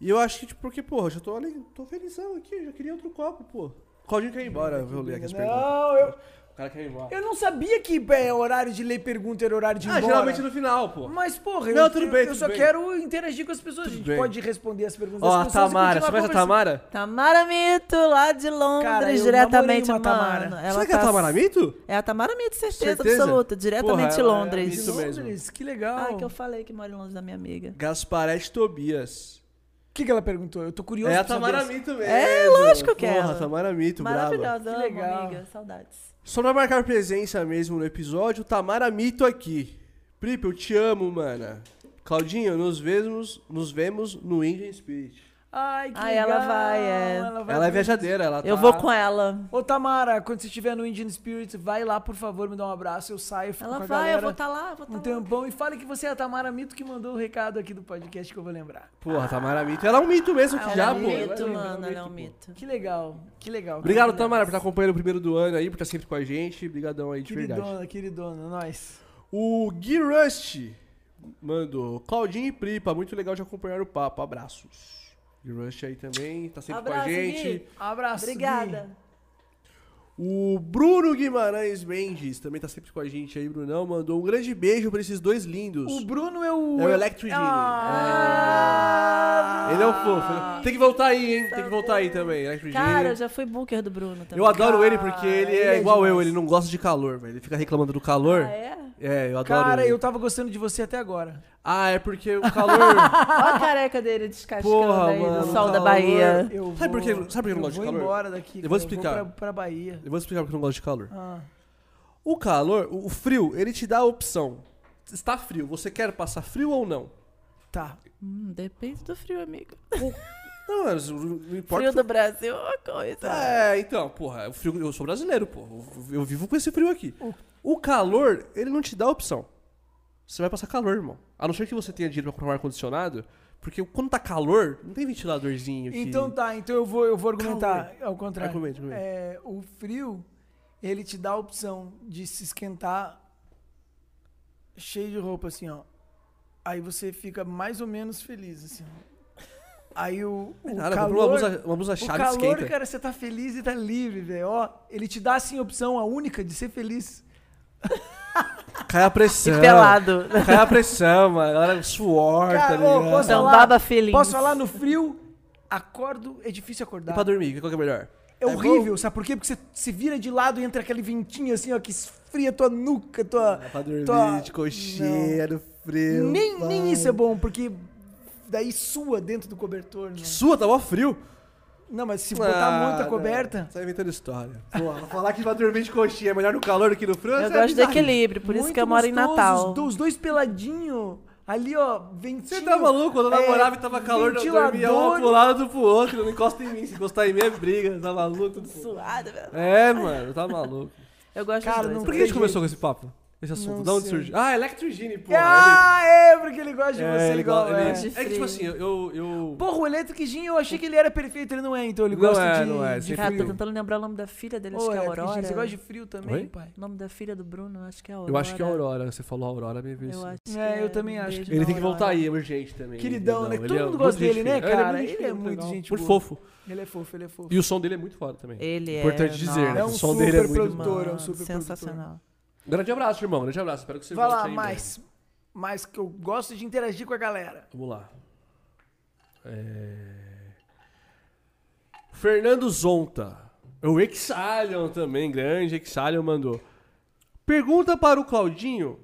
S1: E eu acho que, tipo, porque, porra, já tô, ali, tô felizão aqui, eu já queria outro copo, pô. Claudinho quer ir embora, eu vou ler aqui as perguntas.
S3: Não, eu,
S1: O cara quer ir embora.
S3: eu não sabia que é, horário de ler pergunta era horário de ir
S1: Ah,
S3: embora.
S1: geralmente no final, pô.
S3: Mas, porra, eu,
S1: Não, tudo bem,
S3: eu
S1: tudo
S3: só
S1: bem.
S3: quero interagir com as pessoas. a gente
S1: bem.
S3: pode responder as perguntas
S1: Ó,
S3: das
S1: a
S3: pessoas.
S1: Tamara, você conhece a Tamara?
S2: Tamara Mito, lá de Londres,
S3: Cara, eu namorei
S2: diretamente,
S3: uma
S2: mano.
S3: Tamara.
S2: Ela
S1: Será que é
S2: tá-
S1: a Tamara Mito?
S2: É a Tamara Mito, certeza,
S1: Certeza?
S2: absoluta. Diretamente
S1: Porra,
S2: de
S1: ela é
S2: Londres.
S1: Isso mesmo.
S3: Londres, que legal.
S2: Ai, que eu falei que mora em Londres da minha amiga.
S1: Gasparete é Tobias.
S3: O que, que ela perguntou? Eu tô curioso.
S1: É a
S3: pra saber
S1: Tamara
S3: essa-
S1: Mito mesmo.
S2: É, lógico que é
S1: Porra,
S2: ela.
S1: Tamara Mito, brava.
S2: Maravilhosa,
S3: Que
S2: amo,
S3: legal.
S2: amiga. Saudades.
S1: Só pra marcar presença mesmo no episódio, Tamara Mito aqui. Pripe, eu te amo, mana. Claudinho, nos vemos, nos vemos no Indian Spirit.
S3: Ai, que
S2: Ai,
S3: legal.
S2: ela vai, é.
S1: Ela Ah, é viajadeira, ela tá...
S2: Eu vou com ela.
S3: Ô, Tamara, quando você estiver no Indian Spirit, vai lá, por favor, me dá um abraço. Eu saio, fico
S2: Ela
S3: com a
S2: vai, eu
S3: galera
S2: vou
S1: tá
S2: estar lá, vou
S3: um
S2: estar lá.
S3: tempão. E fale que você é a Tamara Mito que mandou o recado aqui do podcast que eu vou lembrar.
S1: Porra, Tamara Mito. Ela é um mito mesmo que
S2: Ela
S1: já,
S2: é um
S1: pô.
S2: mito,
S1: Ela é um
S2: mano, ela é um
S1: pô.
S2: mito.
S3: Que legal, que legal.
S1: Obrigado,
S3: Maravilhoso.
S1: Tamara, por estar acompanhando o primeiro do ano aí, por estar sempre com a gente. Obrigadão aí, de verdade.
S3: Queridona, queridona, nós.
S1: O Gui Rust mandou. Claudinho e Pripa, muito legal de acompanhar o papo. Abraços. Gui Rust aí também, tá sempre com
S2: Abraço,
S1: a gente.
S2: Gui.
S3: Abraço. Gui.
S2: Obrigada.
S1: O Bruno Guimarães Mendes também tá sempre com a gente aí, Brunão. Mandou um grande beijo pra esses dois lindos.
S3: O Bruno é o.
S1: É o Electro Genie.
S3: Ah,
S1: Ele é um fofo. né? Tem que voltar aí, hein? Tem que voltar aí também, Electro
S2: Cara, eu
S1: Genie.
S2: já fui booker do Bruno também.
S1: Eu adoro ele porque ele
S3: Ele
S1: é
S3: é
S1: igual eu,
S3: demais.
S1: ele não gosta de calor, velho. Ele fica reclamando do calor.
S2: Ah, é?
S1: É, eu adoro
S3: Cara,
S1: ele.
S3: eu tava gostando de você até agora.
S1: Ah, é porque o calor...
S2: Olha a careca dele descascando
S1: Porra,
S2: aí
S1: mano, tá
S2: no sol
S1: o
S2: da
S1: calor.
S2: Bahia.
S3: Eu
S1: Sabe por que-
S3: vou-
S1: sabe por que eu não gosto de
S3: vou
S1: calor?
S3: embora daqui.
S1: Eu vou
S3: cara,
S1: explicar.
S3: pra, pra Bahia.
S1: eu vou explicar porque eu não gosto de calor.
S3: Ah.
S1: O calor, o o frio, ele te dá a opção. Está frio, você quer passar frio ou não?
S3: Tá.
S2: Hum, depende do frio, amigo.
S1: Não, mas não não importa.
S2: Frio do Brasil é uma coisa.
S3: tá.
S1: É, então, porra, o frio, eu sou brasileiro, pô. eu- Eu vivo com esse frio aqui. O calor, ele não te dá opção. Você vai passar calor, irmão. A não ser que você tenha dinheiro pra comprar um ar-condicionado, porque quando tá calor, não tem ventiladorzinho que...
S3: Então tá, então eu vou, eu vou argumentar ao contrário.
S1: Argumente, argumente.
S3: É, o frio, ele te dá a opção de se esquentar cheio de roupa, assim, ó. Aí você fica mais ou menos feliz, assim. ó. Aí o, o
S1: Nada, comprou
S3: calor...
S1: uma blusa, uma blusa
S3: O
S1: chave
S3: calor,
S1: esquenta.
S3: cara, você tá feliz e tá livre, velho. Ó, ele te dá, assim, a opção, a única de ser feliz.
S1: Cai a pressão.
S2: E pelado.
S1: Cai a pressão, mano. Galera, suor, tá
S3: Cara, ô,
S1: ligado?
S3: posso
S2: Então,
S3: falar?
S2: baba feelings.
S3: Posso falar no frio? Acordo, é difícil acordar.
S1: E pra dormir, qual que é melhor?
S3: É horrível, sabe por quê? Porque você se vira de lado e entra aquele ventinho assim, ó, que esfria tua nuca, tua.
S1: É pra dormir,
S3: tua...
S1: de coxinha, no frio.
S3: Não. Nem,
S1: pá.
S3: nem isso é bom, porque daí sua dentro do cobertor. Né?
S1: Sua, tá mó frio.
S3: Não, mas se botar
S1: Ah,
S3: muita
S1: não.
S3: coberta.
S1: Tá inventando história. Pô, falar que vai dormir de coxinha é melhor no calor do que no frio.
S2: Eu
S1: isso é
S2: gosto do
S1: bizarro.
S2: equilíbrio, por isso
S3: muito
S2: que eu moro em
S3: gostoso,
S2: Natal.
S3: Os, do- os dois peladinho, ali, ó, ventinho.
S1: Você tá maluco? Quando eu
S3: É,
S1: namorava e tava calor, eu dormia um
S3: ventilador.
S1: pro lado, outro pro outro. Não encosta em mim. Se encostar em mim é briga. Tá maluco? Tudo suado.
S2: Suado, velho.
S1: É, mano. Tá maluco.
S2: Eu gosto
S3: Cara,
S2: dos dois.
S3: não
S1: Por
S2: eu
S1: que a gente
S3: Entendi.
S1: começou com esse papo? Esse assunto?
S3: Não
S1: da onde
S3: sei.
S1: surgiu? Ah, Electrogine, pô.
S3: Ah, é, porque ele gosta de
S1: ele-
S3: você
S1: ele
S3: igual.
S1: gosta-
S3: é.
S1: ele-
S2: De
S1: É que tipo
S2: frio.
S1: assim, eu... eu...
S3: Porra, o Electric Gin, eu achei que ele era perfeito, ele não é, então ele
S1: Não
S3: gosta
S1: é,
S3: de.
S1: não é,
S3: de
S1: sempre
S2: Cara,
S1: frio.
S2: tô tentando lembrar o nome da filha dele, acho
S3: Ô,
S2: que é
S3: Electric Gin,
S2: Aurora.
S3: Você gosta de frio também,
S1: Oi?
S3: pai?
S2: O nome da filha do Bruno, acho que é Aurora.
S1: Eu acho que é Aurora. Você falou Aurora, me veio
S2: Eu
S1: isso.
S2: acho que
S3: É, eu
S2: é.
S3: também
S2: Um
S3: acho.
S2: beijo
S1: Ele
S2: na
S1: tem que voltar
S2: Aurora.
S1: aí, é urgente também.
S3: Queridão, né?
S1: Ele
S3: Todo
S1: é
S3: mundo
S1: muito
S3: gosta
S1: gente
S3: dele, né,
S1: fina. Ele é
S3: cara?
S1: muito gente
S3: Ele é
S1: fina,
S3: muito
S1: legal.
S3: gente
S1: Muito
S3: boa.
S1: fofo.
S3: Ele é fofo, ele é fofo.
S1: E o som dele é muito foda também.
S2: Ele é.
S1: Importante dizer, né?
S2: nossa,
S1: O
S3: um
S1: som dele é muito
S3: superprodutor, é um
S2: mano,
S3: super
S2: Sensacional.
S1: Grande abraço, irmão. Grande abraço. Espero que você
S3: Vai
S1: volte
S3: lá,
S1: aí, né?
S3: mais. Mais que eu gosto de interagir com a galera.
S1: mano. Vamos lá. É... Fernando Zonta. O Exalion também, grande Exalion mandou. Pergunta para o Claudinho.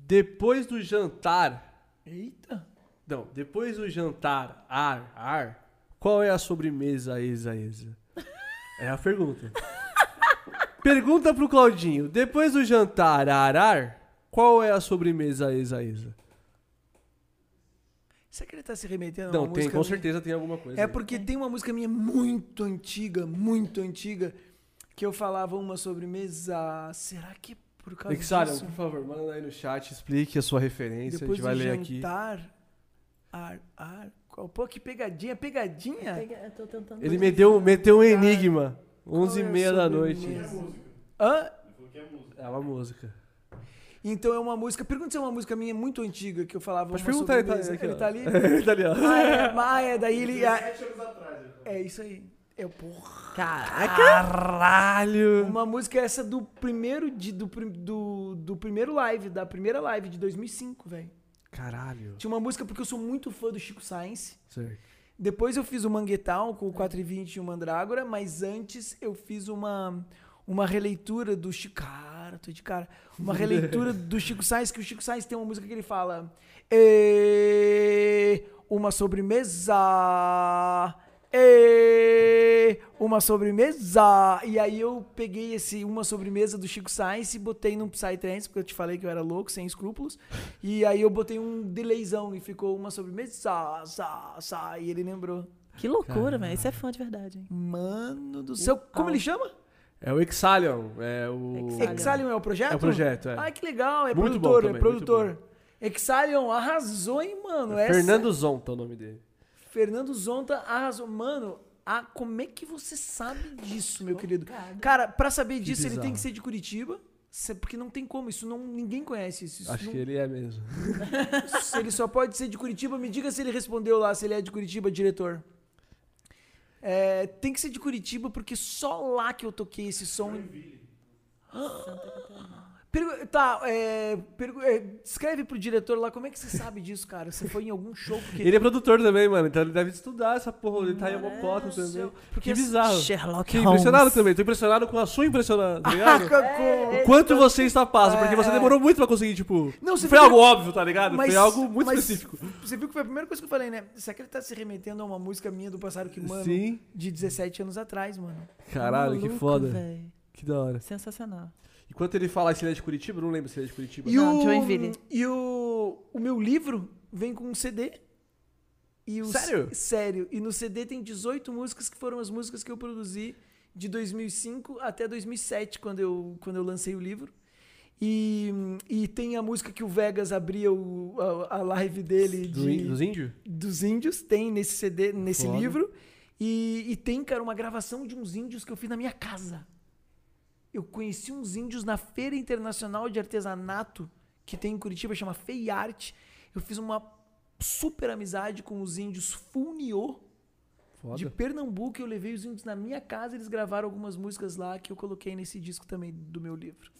S1: Depois do jantar.
S3: Eita.
S1: Não, Então, depois do jantar, ar, ar. Qual é a sobremesa, exa, exa? É a pergunta. pergunta pro Claudinho. Depois do jantar, ar, ar. Qual é a sobremesa, exa, exa?
S3: Será que ele tá se remetendo a
S1: Não,
S3: uma
S1: tem,
S3: música é
S1: com
S3: minha?
S1: certeza tem alguma coisa.
S3: É
S1: aí.
S3: porque tem uma música minha muito antiga, muito antiga, que eu falava uma sobremesa. Será que é por causa
S1: Mixaram,
S3: disso?
S1: por favor, manda aí no chat, explique a sua referência,
S3: Depois
S1: a gente vai
S3: do
S1: ler aqui.
S3: jantar, ar, ar. Qual, pô, que pegadinha, pegadinha?
S2: É. Pega- eu tô tentando.
S1: Ele meteu, meteu um
S3: Cara,
S1: enigma, 11 e
S3: Qual é a
S1: meia da noite.
S3: sobremesa? Hã?
S1: É uma música.
S3: Então é uma música. Pergunta se é uma música minha muito antiga que eu falava.
S1: Pode
S3: uma
S1: perguntar, ele tá,
S3: sobremesa.
S1: aqui,
S3: ele
S1: ó.
S3: tá ali.
S1: Ele tá ali, ó.
S3: Ah, é, ah, é, daí ele. É, é isso aí. É, porra.
S1: Caralho!
S3: Uma música essa do primeiro, de, do, prim- do, do primeiro live, da primeira live de 2005, velho.
S1: Caralho.
S3: Tinha uma música porque eu sou muito fã do Chico Sainz.
S1: Certo.
S3: Depois eu fiz o Manguetal com o 420 e o Mandrágora, mas antes eu fiz uma, uma releitura do Chico. Cara, tô de cara. Uma releitura do Chico Sainz, que o Chico Sainz tem uma música que ele fala. "Ê, uma sobremesa. Ê, uma sobremesa. E aí eu peguei esse uma sobremesa do Chico Sainz e botei num Psytrance, porque eu te falei que eu era louco, sem escrúpulos. E aí eu botei um delayzão e ficou uma sobremesa. Sa, sa, e ele lembrou.
S2: Que loucura, velho. Isso é fã de verdade, hein?
S3: Mano do céu, como ele chama?
S1: É o Exalion, é o...
S2: Exalion.
S3: Exalion é o projeto?
S1: É o projeto, é.
S3: Ah, que legal, é
S1: Muito bom
S3: produtor,
S1: também,
S3: é
S1: muito
S3: produtor. Exalion arrasou, hein, mano? Essa-
S1: Fernando Zonta é o nome dele.
S3: Fernando Zonta arrasou. Mano, ah, como é que você sabe disso, meu querido?
S2: Chocada.
S3: Cara, pra saber disso, ele tem
S1: bizarro.
S3: que ser de Curitiba. se- Porque não tem como, isso não, ninguém conhece isso. isso
S1: Acho
S3: não-
S1: que é. ele é mesmo.
S3: se ele só pode ser de Curitiba, me diga se ele respondeu lá, se ele é de Curitiba, diretor. É, tem que ser de Curitiba, porque só lá que eu toquei esse som. Pergu- tá, é, pergu- é, escreve pro diretor lá, como é que você sabe disso, cara? Você foi em algum show? Porque,
S1: Ele é produtor também, mano, então ele deve estudar essa porra, ele tá em uma cota
S3: Nossa,
S1: também.
S3: eu-
S1: Que bizarro.
S2: Sherlock
S1: Fiquei
S2: Holmes.
S1: impressionado também, tô impressionado com a sua impressionada, tá ligado?
S3: É,
S1: Quanto você está passo, porque você
S3: É.
S1: demorou muito pra conseguir, tipo.
S3: Não, você
S1: foi
S3: viu-
S1: algo óbvio, tá ligado?
S3: mas-
S1: foi algo muito
S3: mas
S1: específico.
S3: Você viu que foi a primeira coisa que eu falei, né? Será que ele tá se remetendo a uma música minha do passado que, mano,
S1: Sim.
S3: de 17 anos atrás, mano?
S1: Caralho, que
S2: Maluco,
S1: foda.
S2: véi.
S1: Que da hora.
S2: Sensacional.
S1: Enquanto ele fala se ele é de Curitiba, eu não lembro se ele é de Curitiba.
S3: E,
S2: Não,
S3: o,
S2: Joinville.
S3: e o, o meu livro vem com um CD. E o-
S1: Sério?
S3: Sério. E no CD tem 18 músicas que foram as músicas que eu produzi de 2005 até 2007, quando eu, quando eu lancei o livro. E, e tem a música que o Vegas abria o- a, a live dele
S1: Do
S3: de-
S1: in- dos índios?
S3: dos índios, tem nesse CD, nesse
S1: Foda.
S3: livro. E, e tem, cara, uma gravação de uns índios que eu fiz na minha casa. Eu conheci uns índios na Feira Internacional de Artesanato, que tem em Curitiba, chama FEIARTE. Eu fiz uma super amizade com os índios Funiô,
S1: Foda.
S3: de Pernambuco. Eu levei os índios na minha casa, eles gravaram algumas músicas lá que eu coloquei nesse disco também do meu livro.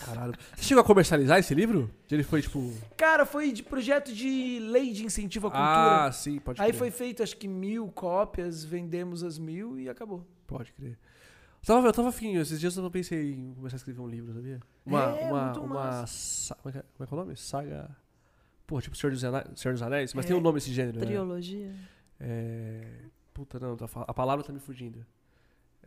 S1: Caralho. Você chegou a comercializar esse livro? Ele foi, tipo.
S3: Cara, foi de projeto de lei de incentivo à cultura.
S1: Ah, sim, pode
S3: Aí
S1: crer.
S3: foi feito acho que mil cópias, vendemos as mil e acabou.
S1: Pode crer. Eu tava, eu tava afim, esses dias eu não pensei em começar a escrever um livro, sabia? Uma.
S3: É,
S1: uma,
S3: muito
S1: uma
S3: massa.
S1: sa- como, é que é, como é que é o nome? Saga. Pô, tipo Senhor dos, Ana- Senhor dos Anéis, mas
S3: É.
S1: tem um nome esse gênero, né?
S2: Triologia.
S1: É... Puta, não, tá fa- a palavra tá me fugindo.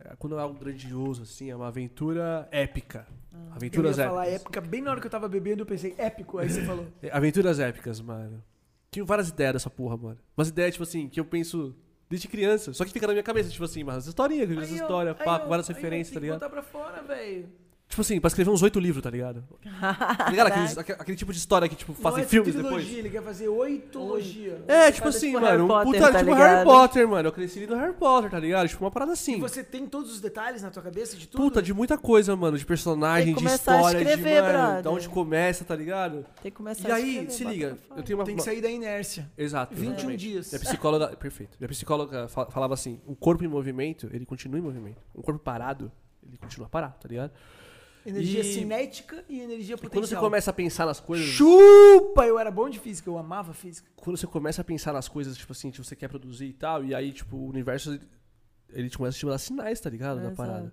S1: É, quando é algo grandioso, assim, é uma aventura épica.
S3: Ah, Eu ia
S1: Aventuras
S3: falar
S1: épicas.
S3: épica, bem na hora que eu tava bebendo, eu pensei épico, aí você falou.
S1: É, Aventuras épicas, mano. Tinha várias ideias dessa porra, mano. Umas ideias, tipo assim, que eu penso desde criança. Só que fica na minha cabeça, tipo assim, mas essa historinha, que eu vi essa
S3: Aí eu-
S1: história,
S3: aí
S1: pá,
S3: eu-
S1: com várias
S3: aí eu
S1: referências, tá
S3: tenho que
S1: ligado?
S3: botar pra fora, velho.
S1: Tipo assim, pra escrever uns oito livros, tá ligado? Tá ligado? Aqueles- aque- aquele, tipo de história que, tipo, fazem
S3: Não é
S1: filmes
S3: trilogia,
S1: depois.
S3: Ele quer fazer oitologia.
S1: É, tipo
S2: Faz
S1: assim,
S2: tipo Harry
S1: mano, um
S2: Potter,
S1: puta,
S2: tá
S1: tipo Harry
S2: ligado?
S1: Potter, mano. Eu cresci no Harry Potter, tá ligado? Tipo, uma parada
S3: E
S1: assim.
S3: você tem todos os detalhes na tua cabeça de tudo?
S1: Puta, de muita coisa, mano. De personagem,
S2: Tem
S1: de
S2: que começar a
S1: história, de,
S2: escrever,
S1: mano,
S2: brother.
S1: da onde começa, tá ligado?
S2: Tem que começar
S1: e
S2: a
S1: aí,
S2: escrever,
S1: se
S2: bota
S1: liga,
S2: pra fora.
S1: eu tenho uma...
S3: Tem que sair da inércia.
S1: Exato,
S3: 21
S1: exatamente. É
S3: dias.
S1: Minha psicóloga... Perfeito. Minha psicóloga fa- falava assim, o corpo em movimento, ele continua em movimento. Um corpo parado, ele continua parado, tá ligado?
S3: Energia
S1: E-
S3: cinética e energia
S1: E quando você
S3: potencial.
S1: começa a pensar nas coisas...
S3: Chupa! Eu era bom de física, eu amava física.
S1: quando você começa a pensar nas coisas, tipo assim, que você quer produzir e tal, e aí, tipo, o universo, ele- ele te começa a te mandar sinais, tá ligado? Da
S2: Exato.
S1: parada.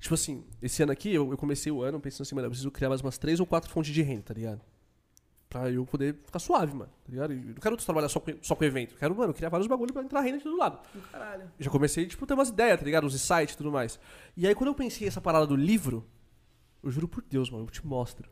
S1: Tipo assim, esse ano aqui, eu, eu comecei o ano pensando assim, mano, eu preciso criar mais umas três ou quatro fontes de renda, tá ligado? Pra eu poder ficar suave, mano, tá ligado? E Eu não quero trabalhar só com, só com evento. Eu quero, mano, criar vários bagulhos pra entrar renda de todo lado.
S3: Caralho.
S1: Eu já comecei, tipo, a ter umas ideias, tá ligado? Uns insights e tudo mais. E aí, quando eu pensei essa parada do livro, eu juro por Deus, mano, eu te mostro.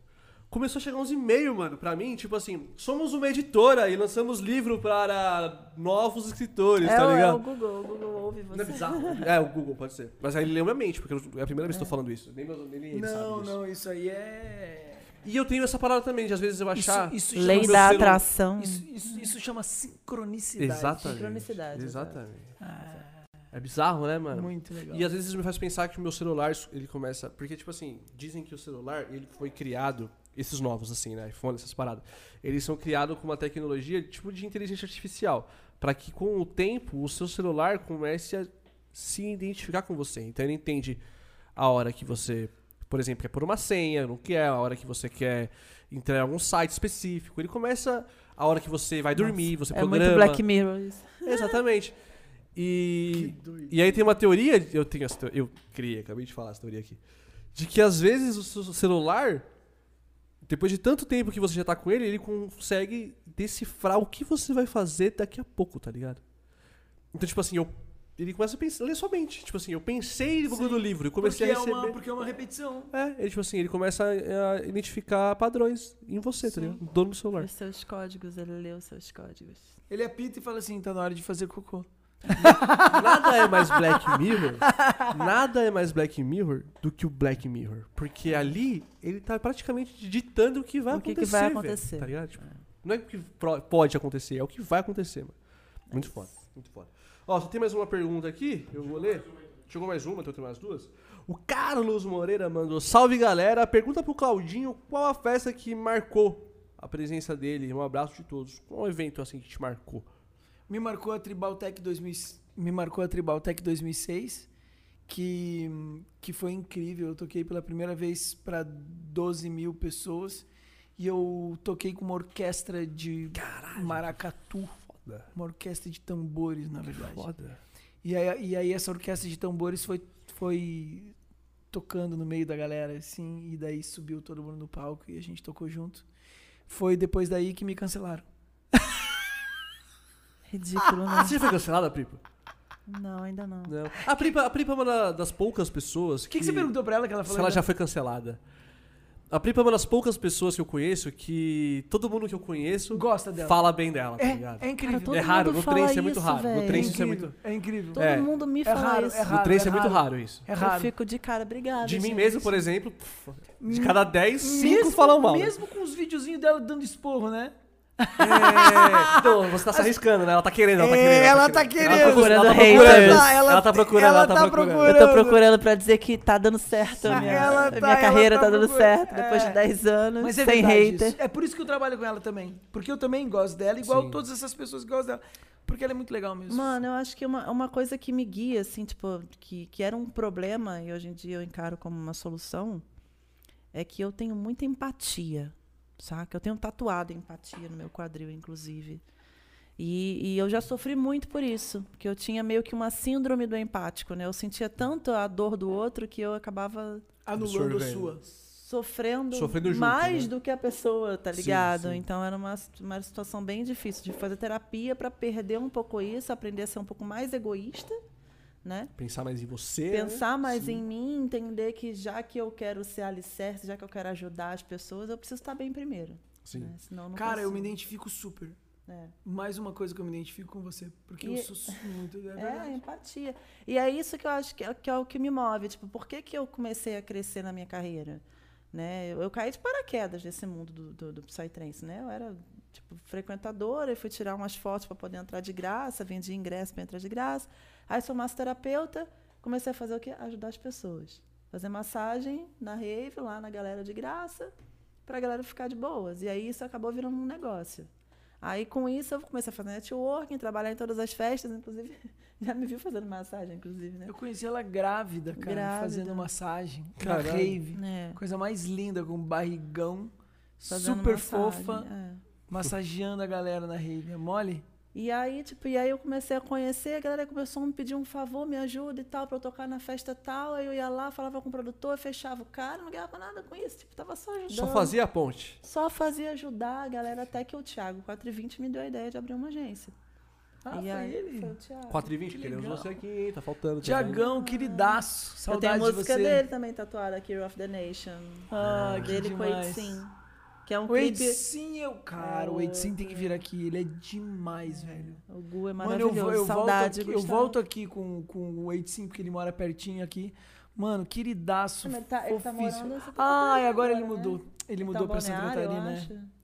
S1: Começou a chegar uns e-mails, mano, pra mim, tipo assim, somos uma editora e lançamos livro para novos escritores,
S2: é,
S1: tá
S2: o- é
S1: ligado?
S2: o Google, o Google ouve você.
S1: Não é bizarro? É, o Google, pode ser. Mas aí ele leu minha mente, porque eu- é a primeira vez que eu tô falando isso. Nem, meus, nem ele sabe
S3: Não,
S1: disso.
S3: não, isso aí é.
S1: E eu tenho essa parada também, de às vezes eu achar...
S3: isso
S2: Lei
S1: Meu
S2: da
S1: celular-
S2: atração.
S3: Isso, isso, isso chama sincronicidade.
S1: Exatamente.
S2: Sincronicidade, exato.
S1: Exatamente.
S3: Ah,
S1: É bizarro, né, mano?
S3: muito legal.
S1: E às vezes me faz pensar que o meu celular, ele começa. Porque, tipo assim, dizem que o celular, ele foi criado. Esses novos, assim, né? iPhone, essas paradas. Eles são criados com uma tecnologia tipo de inteligência artificial. Pra que com o tempo o seu celular comece a se identificar com você. Então ele entende a hora que você, por exemplo, quer pôr uma senha, não quer, a hora que você quer entrar em algum site específico. Ele começa a hora que você vai dormir, você
S2: É
S1: programa.
S2: muito Black Mirror isso.
S1: Exatamente. E,
S3: Que doido.
S1: e aí tem uma teoria, eu tenho essa teoria, eu criei, acabei de falar essa teoria aqui, de que às vezes o seu celular, depois de tanto tempo que você já tá com ele, ele consegue decifrar o que você vai fazer daqui a pouco, tá ligado? Então, tipo assim, eu, ele começa a pensar, ler sua mente. Tipo assim, eu pensei no bagulho do livro, eu comecei
S3: porque,
S1: a receber...
S3: é uma, porque é uma repetição.
S1: É, ele, tipo assim, ele começa a, a identificar padrões em você, tá
S2: Sim.
S1: ligado? No dono do celular.
S2: Os seus códigos, ele leu os seus códigos.
S3: Ele apita e fala assim: tá na hora de fazer cocô.
S1: Nada é mais Black Mirror. Nada é mais Black Mirror do que o Black Mirror. Porque ali ele tá praticamente ditando o que vai
S2: O que
S1: acontecer.
S2: que vai
S1: velho,
S2: acontecer.
S1: tá ligado? Tipo, não é o que pro- pode acontecer, é o que vai acontecer, mano.
S2: É
S1: Muito foda, muito foda. Ó, só tem mais uma pergunta aqui, eu vou ler. Chegou mais uma, então tem mais duas. O Carlos Moreira mandou: Salve galera, pergunta pro Claudinho qual a festa que marcou a presença dele. Um abraço de todos. Qual evento assim que te marcou?
S3: Me marcou a Tribal Tech 2000, me marcou a Tribal Tech 2006, que, que foi incrível. Eu toquei pela primeira vez para 12 mil pessoas e eu toquei com uma orquestra de maracatu,
S1: Foda.
S3: uma orquestra de tambores, na verdade.
S1: Foda.
S3: E aí, e aí essa orquestra de tambores foi, foi tocando no meio da galera, assim, e daí subiu todo mundo no palco e a gente tocou junto. Foi depois daí que me cancelaram.
S2: Ridículo,
S1: Ah,
S2: né?
S1: você já foi cancelada, Pripa?
S2: Não, ainda não.
S1: Não. A Pripa, a Pripa é uma da- das poucas pessoas.
S3: O que, que você perguntou pra ela que ela falou?
S1: Se ela já foi cancelada. A Pripa é uma das poucas pessoas que eu conheço que todo mundo que eu conheço
S3: Gosta dela.
S1: fala bem dela, tá ligado?
S3: É, é incrível.
S2: Cara, todo
S1: é raro,
S2: mundo
S1: no
S2: fala
S1: trem isso é muito
S2: isso,
S1: raro. No
S2: velho.
S1: trem
S3: incrível,
S1: isso é muito.
S3: é incrível.
S2: Todo
S1: É.
S2: mundo me
S3: É
S2: fala
S3: raro,
S2: isso.
S3: é
S1: No
S3: raro.
S1: trem isso é muito raro isso.
S3: É raro.
S2: Eu fico de cara, obrigada.
S1: De mim
S2: gente.
S1: mesmo, por exemplo, pff, de
S3: Hum.
S1: cada 10, 5
S3: Mesmo-
S1: falam mal. né?
S3: Mesmo com os videozinhos dela dando esporro, né?
S1: É, então, você tá se arriscando, né? Ela tá querendo, ela tá
S3: É,
S1: querendo.
S3: ela tá querendo.
S1: Ela tá
S2: Procurando
S1: procurando.
S2: haters.
S1: Ela, tá procurando, ela, tá procurando.
S2: Eu tô procurando pra dizer que tá dando certo. a Minha,
S3: Ela
S2: a
S3: tá-
S2: minha
S3: ela
S2: carreira
S3: tá
S2: tá, dando
S3: procurando.
S2: certo depois
S3: É.
S2: de 10 anos,
S3: Mas é
S2: sem
S3: verdade
S2: hater.
S3: isso. É por isso que eu trabalho com ela também. Porque eu também gosto dela, igual
S1: Sim.
S3: todas essas pessoas que gostam dela. Porque ela é muito legal mesmo.
S2: Mano, eu acho que é uma, uma coisa que me guia, assim, tipo, que, que era um problema e hoje em dia eu encaro como uma solução, é que eu tenho muita empatia, saca? Eu tenho tatuado empatia no meu quadril, inclusive. E, e eu já sofri muito por isso, porque eu tinha meio que uma síndrome do empático, né? Eu sentia tanto a dor do outro que eu acabava
S3: Anulando a
S1: absorvendo.
S3: sua.
S2: sofrendo,
S1: Sofrendo junto,
S2: mais
S1: né?
S2: do que a pessoa, tá ligado?
S1: sim.
S2: Então era uma, uma situação bem difícil de fazer terapia para perder um pouco isso, aprender a ser um pouco mais egoísta, né?
S1: Pensar mais em você. né?
S2: Pensar mais em mim, entender que já que eu quero ser alicerce, já que eu quero ajudar as pessoas, eu preciso estar bem primeiro.
S1: Sim.
S2: né? Senão eu não
S3: Cara, eu me
S2: consigo.
S3: identifico super.
S2: É.
S3: Mais uma coisa que eu me identifico com você. Porque eu
S2: E-
S3: sou su- muito. É
S2: É,
S3: verdade.
S2: empatia. E é isso que eu acho que é, que é o que me move. Tipo, por que, que eu comecei a crescer na minha carreira? Né? Eu, eu caí de paraquedas nesse mundo do, do, do Psytrance, né? Eu era, tipo, frequentadora, e fui tirar umas fotos para poder entrar de graça, vendia ingresso para entrar de graça. Aí sou massoterapeuta, comecei a fazer o quê? Ajudar as pessoas. Fazer massagem na rave, lá na galera de graça, pra galera ficar de boas. E aí isso acabou virando um negócio. Aí com isso eu comecei a fazer networking, trabalhar em todas as festas, inclusive já me viu fazendo massagem, inclusive, né?
S3: Eu conheci ela grávida, cara,
S2: Grávida.
S3: fazendo massagem. Na
S1: Caralho.
S3: rave.
S2: É,
S3: Coisa mais linda, com um barrigão.
S2: fazendo
S3: super
S2: massagem,
S3: fofa.
S2: é.
S3: massageando a galera na rave. É mole?
S2: E aí, tipo, e aí eu comecei a conhecer, a galera começou a me pedir um favor, me ajuda e tal, pra eu tocar na festa tal. Aí eu ia lá, falava com o produtor, fechava o cara, não ganhava nada com isso, tipo, tava só ajudando.
S1: Só fazia a ponte.
S2: Só fazia ajudar a galera, até que o Thiago, 420, me deu a ideia de abrir uma agência.
S3: Ah,
S2: e
S3: foi
S2: aí,
S3: ele.
S2: Foi o Thiago.
S1: 4h20,
S3: Que
S1: queremos
S3: legal.
S1: você aqui, hein? Tá faltando. também.
S3: Tiagão, queridaço.
S2: Eu tenho
S3: Saudade de
S2: música
S3: você.
S2: dele também tatuada, Hero of the Nation.
S3: Ah, que
S2: dele com
S3: demais.
S2: Sim. Que é um
S3: O
S2: clipe.
S3: Edson é o cara. O Edson tem que vir aqui. Ele é demais, velho.
S2: O Gu é
S3: Mano, eu,
S2: maravilhoso.
S3: vou- eu
S2: Saudade,
S3: volto aqui, eu
S2: Gustavo.
S3: volto aqui com, com o Edson, porque ele mora pertinho aqui. Mano,
S2: Ah,
S3: queridaço.
S5: Mas ele tá- ele tá
S3: fofíssimo.
S5: morando em Santa
S3: Ai,
S5: Catarina
S3: agora ele
S5: agora, né?
S3: mudou. Ele
S2: Tá
S3: mudou pra Santa Catarina. né?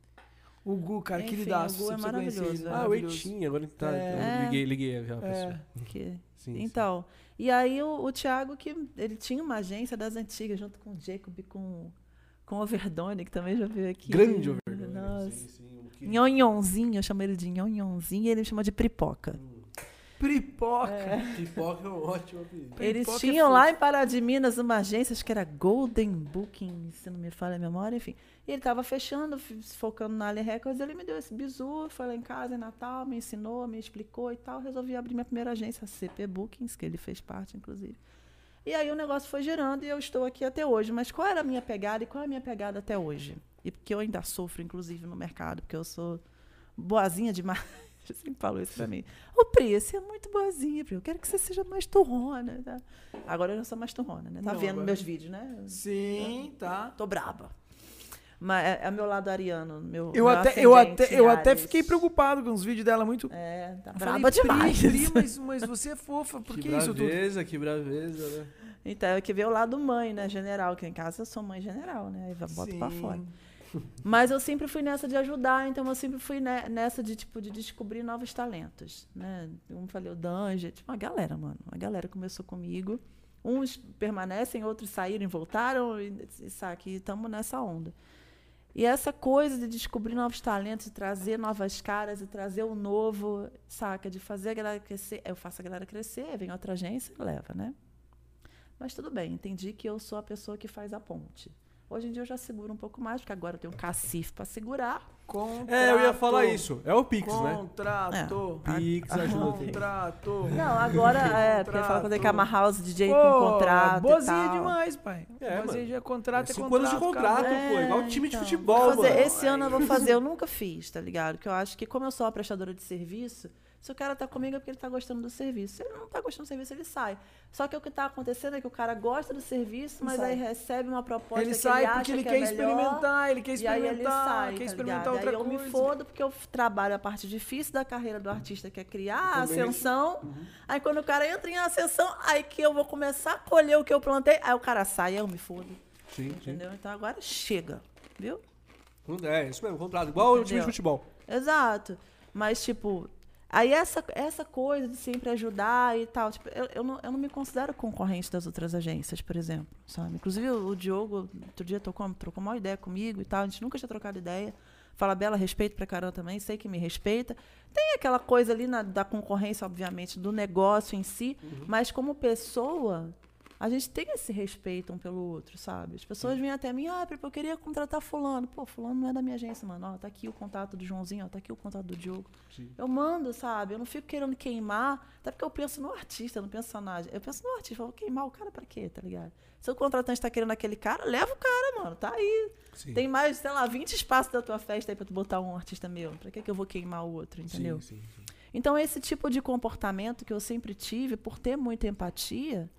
S3: O Gu, cara,
S2: Enfim,
S3: queridaço.
S2: o Gu
S3: você
S2: é
S3: precisa conhecer
S2: maravilhoso,
S3: ele,
S2: é.
S4: Ah, o
S3: maravilhoso.
S4: Eitinho, agora ele tá.
S3: É.
S4: eu Liguei, liguei já a pessoa.
S3: É.
S2: Que...
S4: Sim, sim.
S2: Então, e aí o, o Thiago, que ele tinha uma agência das antigas, junto com o Jacob, com, com o Overdone, que também já veio aqui.
S4: Grande Overdone.
S2: Nossa.
S4: sim, o que-
S2: Nhonhonzinho, eu chamo ele de Nhonhonzinho e ele me chama de Pripoca.
S3: Pripoca.
S4: Pipoca é um ótimo apelido.
S2: Eles
S3: Pipoca é
S2: tinham lá
S3: fofo.
S2: em Pará de Minas uma agência, acho que era Golden Booking, se não me falha a memória, enfim. E ele tava fechando, f- focando na Alien Records, ele me deu esse bizu, foi lá em casa em Natal, me ensinou, me explicou e tal. Resolvi abrir minha primeira agência, a CP Bookings, que ele fez parte, inclusive. E aí o negócio foi girando e eu estou aqui até hoje. Mas qual era a minha pegada e qual é a minha pegada até hoje? E porque eu ainda sofro, inclusive, no mercado, porque eu sou boazinha demais. Você sempre falou isso pra mim. Ô, Pri, você é muito boazinha, Pri. Eu quero que você seja mais turrona. Tá? Agora eu não sou mais turrona, né? Tá
S3: Não,
S2: vendo
S3: agora-
S2: meus vídeos, né?
S3: Sim, tá.
S2: Tô braba. Mas é, é meu lado ariano, meu
S3: Eu
S2: meu
S3: até, eu,
S2: ascendente,
S3: até, eu até
S2: Ares.
S3: fiquei preocupado com os vídeos dela muito.
S2: É, tá
S3: Eu falei,
S2: braba
S3: "Pri,
S2: demais.
S3: Pri, mas, mas você é fofa, por
S4: Que,
S3: que, isso tudo?
S4: braveza, que braveza, né?
S2: Então, é que veio o lado mãe, né? General, que em casa eu sou mãe general, né? Aí eu boto pra
S3: Sim.
S2: fora. Mas eu sempre fui nessa de ajudar, então eu sempre fui ne- nessa de, tipo, de descobrir novos talentos, né? Como falei, o Danja, tipo, uma galera, mano. Uma galera começou comigo. Uns permanecem, outros saíram, e voltaram, e, e sabe, estamos nessa onda. E essa coisa de descobrir novos talentos, de trazer novas caras e trazer o novo, saca? De fazer a galera crescer. Eu faço a galera crescer, vem outra agência e leva, né? Mas tudo bem, entendi que eu sou a pessoa que faz a ponte. Hoje em dia eu já seguro um pouco mais, porque agora eu tenho um cacife para segurar.
S3: Contrato.
S4: É, eu ia falar isso. É o Pix, né?
S3: Contrato.
S2: É,
S4: Pix
S3: Ah,
S2: ah,
S4: ajuda também.
S3: Contrato.
S2: Não, agora é, porque fala quando é que amarrar os DJ
S3: Pô,
S2: com contrato.
S3: Boazinha
S2: e tal.
S3: demais, pai.
S4: É,
S3: boazinha
S4: mano.
S3: de contrato é,
S4: Cinco
S3: contrato.
S4: anos de
S3: cara.
S4: contrato, pô.
S2: É,
S4: Igual time de
S2: então.
S4: futebol,
S2: Vou fazer-
S4: mano.
S2: Esse ano eu vou fazer, eu nunca fiz, tá ligado? Porque eu acho que, como eu sou uma prestadora de serviço, se o cara tá comigo é porque ele tá gostando do serviço. Se ele não tá gostando do serviço, ele sai. Só que o que tá acontecendo é que o cara gosta do serviço, mas
S5: sai.
S2: aí recebe uma proposta
S3: Ele
S2: que
S3: sai
S2: acha
S3: porque ele
S2: que é
S3: quer
S2: melhor,
S3: experimentar, ele quer
S2: E aí ele
S3: experimentar,
S2: sai,
S3: quer
S2: tá
S3: experimentar
S2: ligado?
S3: outra
S2: aí eu
S3: coisa.
S2: me fodo porque eu trabalho a parte difícil da carreira do artista, que é criar a ascensão.
S3: Uhum.
S2: Aí quando o cara entra em ascensão, aí que eu vou começar a colher o que eu plantei, aí o cara sai, aí eu me fodo.
S4: Sim, sim.
S2: Entendeu? Então agora chega, viu?
S4: É, isso mesmo, contrato. Igual o time de
S2: Entendeu?
S4: futebol.
S2: Exato. Mas, tipo, aí essa, essa coisa de sempre ajudar e tal, tipo, eu, eu, não, eu não me considero concorrente das outras agências, por exemplo, sabe? Inclusive, o, o Diogo, outro dia, trocou, trocou uma ideia comigo e tal, a gente nunca tinha trocado ideia. Fala Bela, respeito pra caramba também, sei que me respeita. Tem aquela coisa ali na- da concorrência, obviamente, do negócio em si, mas como pessoa, a gente tem esse respeito um pelo outro, sabe? As pessoas vêm até mim, ah, Pepe, eu queria contratar fulano. Pô, fulano não é da minha agência, mano. Ó, tá aqui o contato do Joãozinho, ó, tá aqui o contato do Diogo. Eu mando, sabe? Eu não fico querendo queimar, até porque eu penso no artista, eu não penso só na... Eu penso no artista, eu vou queimar o cara pra quê, tá ligado? Se o contratante tá querendo aquele cara, leva o cara, mano, tá aí.
S4: Sim.
S2: Tem mais, sei lá, 20 espaços da tua festa aí pra tu botar um artista meu. Pra que que eu vou queimar o outro, entendeu?
S4: Sim, sim.
S2: Então, esse tipo de comportamento que eu sempre tive, por ter muita empatia,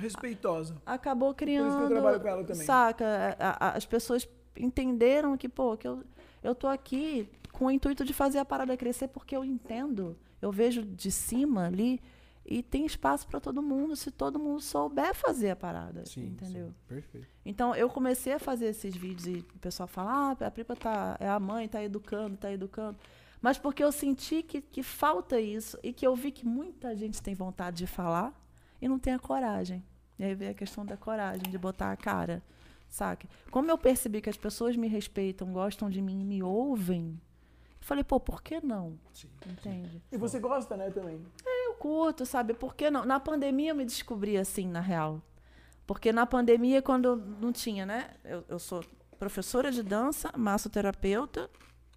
S3: Respeitosa.
S2: acabou
S3: eu
S2: criando.
S3: trabalho com ela também.
S2: Saca? A- a- as pessoas entenderam que, pô, que eu, eu tô aqui com o intuito de fazer a parada crescer porque eu entendo. Eu vejo de cima ali e tem espaço para todo mundo se todo mundo souber fazer a parada.
S4: Sim,
S2: entendeu?
S4: sim. Perfeito.
S2: Então, eu comecei a fazer esses vídeos e o pessoal fala, ah, a Pripa tá, é a mãe, tá educando, tá educando. Mas porque eu senti que, que falta isso e que eu vi que muita gente tem vontade de falar e não tem a coragem. E aí veio a questão da coragem, de botar a cara, saca? Como eu percebi que as pessoas me respeitam, gostam de mim, me ouvem, eu falei, pô, por que não?
S4: Sim,
S2: Entende?
S3: E você gosta, né, também?
S2: eu curto, sabe? Por que não? Na pandemia eu me descobri assim, na real. Porque na pandemia, quando não tinha, né? Eu, eu sou professora de dança, massoterapeuta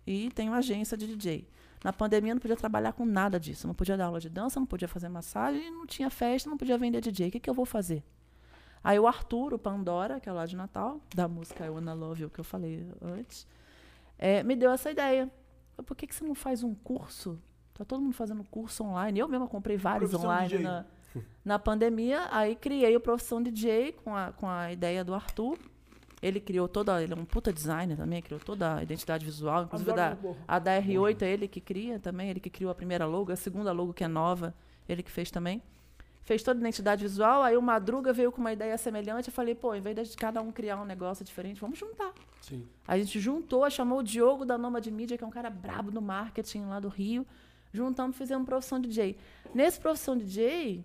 S2: e tenho agência de DJ. Na pandemia eu não podia trabalhar com nada disso. Não podia dar aula de dança, não podia fazer massagem, não tinha festa, não podia vender DJ. O que, que eu vou fazer? Aí o Arthur, o Pandora, que é lá de Natal, da música I Wanna Love You, que eu falei antes, eh, me deu essa ideia. Eu, Por que, que você não faz um curso? Tá todo mundo fazendo curso online. Eu mesma comprei vários
S3: Profissão
S2: online
S3: DJ.
S2: na, na pandemia. Aí criei o Profissão DJ com a, com a ideia do Arthur. Ele criou toda. Ele é um puta designer também, criou toda a identidade visual. Inclusive a da,
S3: Adoro o
S2: a da R8 é ele que cria também, ele que criou a primeira logo, a segunda logo que é nova, ele que fez também. Fez toda a identidade visual, aí o Madruga veio com uma ideia semelhante. Eu falei, pô, em vez de cada um criar um negócio diferente, vamos juntar.
S1: Sim.
S2: A gente juntou, chamou o Diogo da Noma de Mídia, que é um cara brabo no marketing lá do Rio. Juntamos, fizemos profissão DJ. Nesse profissão DJ,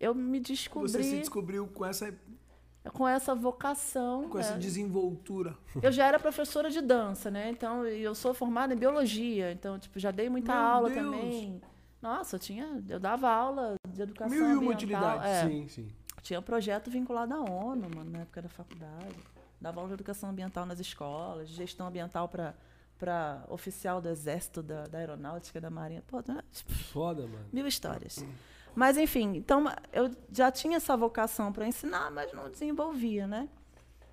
S2: eu me descobri
S3: Você se descobriu com essa,
S2: com essa vocação.
S3: com essa
S2: né?
S3: desenvoltura.
S2: Eu já era professora de dança, né? Então, e eu sou formada em biologia, então, tipo, já dei muita
S3: Meu
S2: aula
S3: Deus!
S2: também. Nossa, eu tinha, eu dava aula de educação
S3: Mil e uma
S2: ambiental.
S3: utilidades,
S2: é.
S1: Sim, sim.
S2: Tinha projeto vinculado à ONU, mano, na época da faculdade. Dava aula de educação ambiental nas escolas, de gestão ambiental para para oficial do exército, da, da aeronáutica, da marinha. Pô, né?
S1: Foda, mano.
S2: mil histórias. Mas enfim, então eu já tinha essa vocação para ensinar, mas não desenvolvia, né?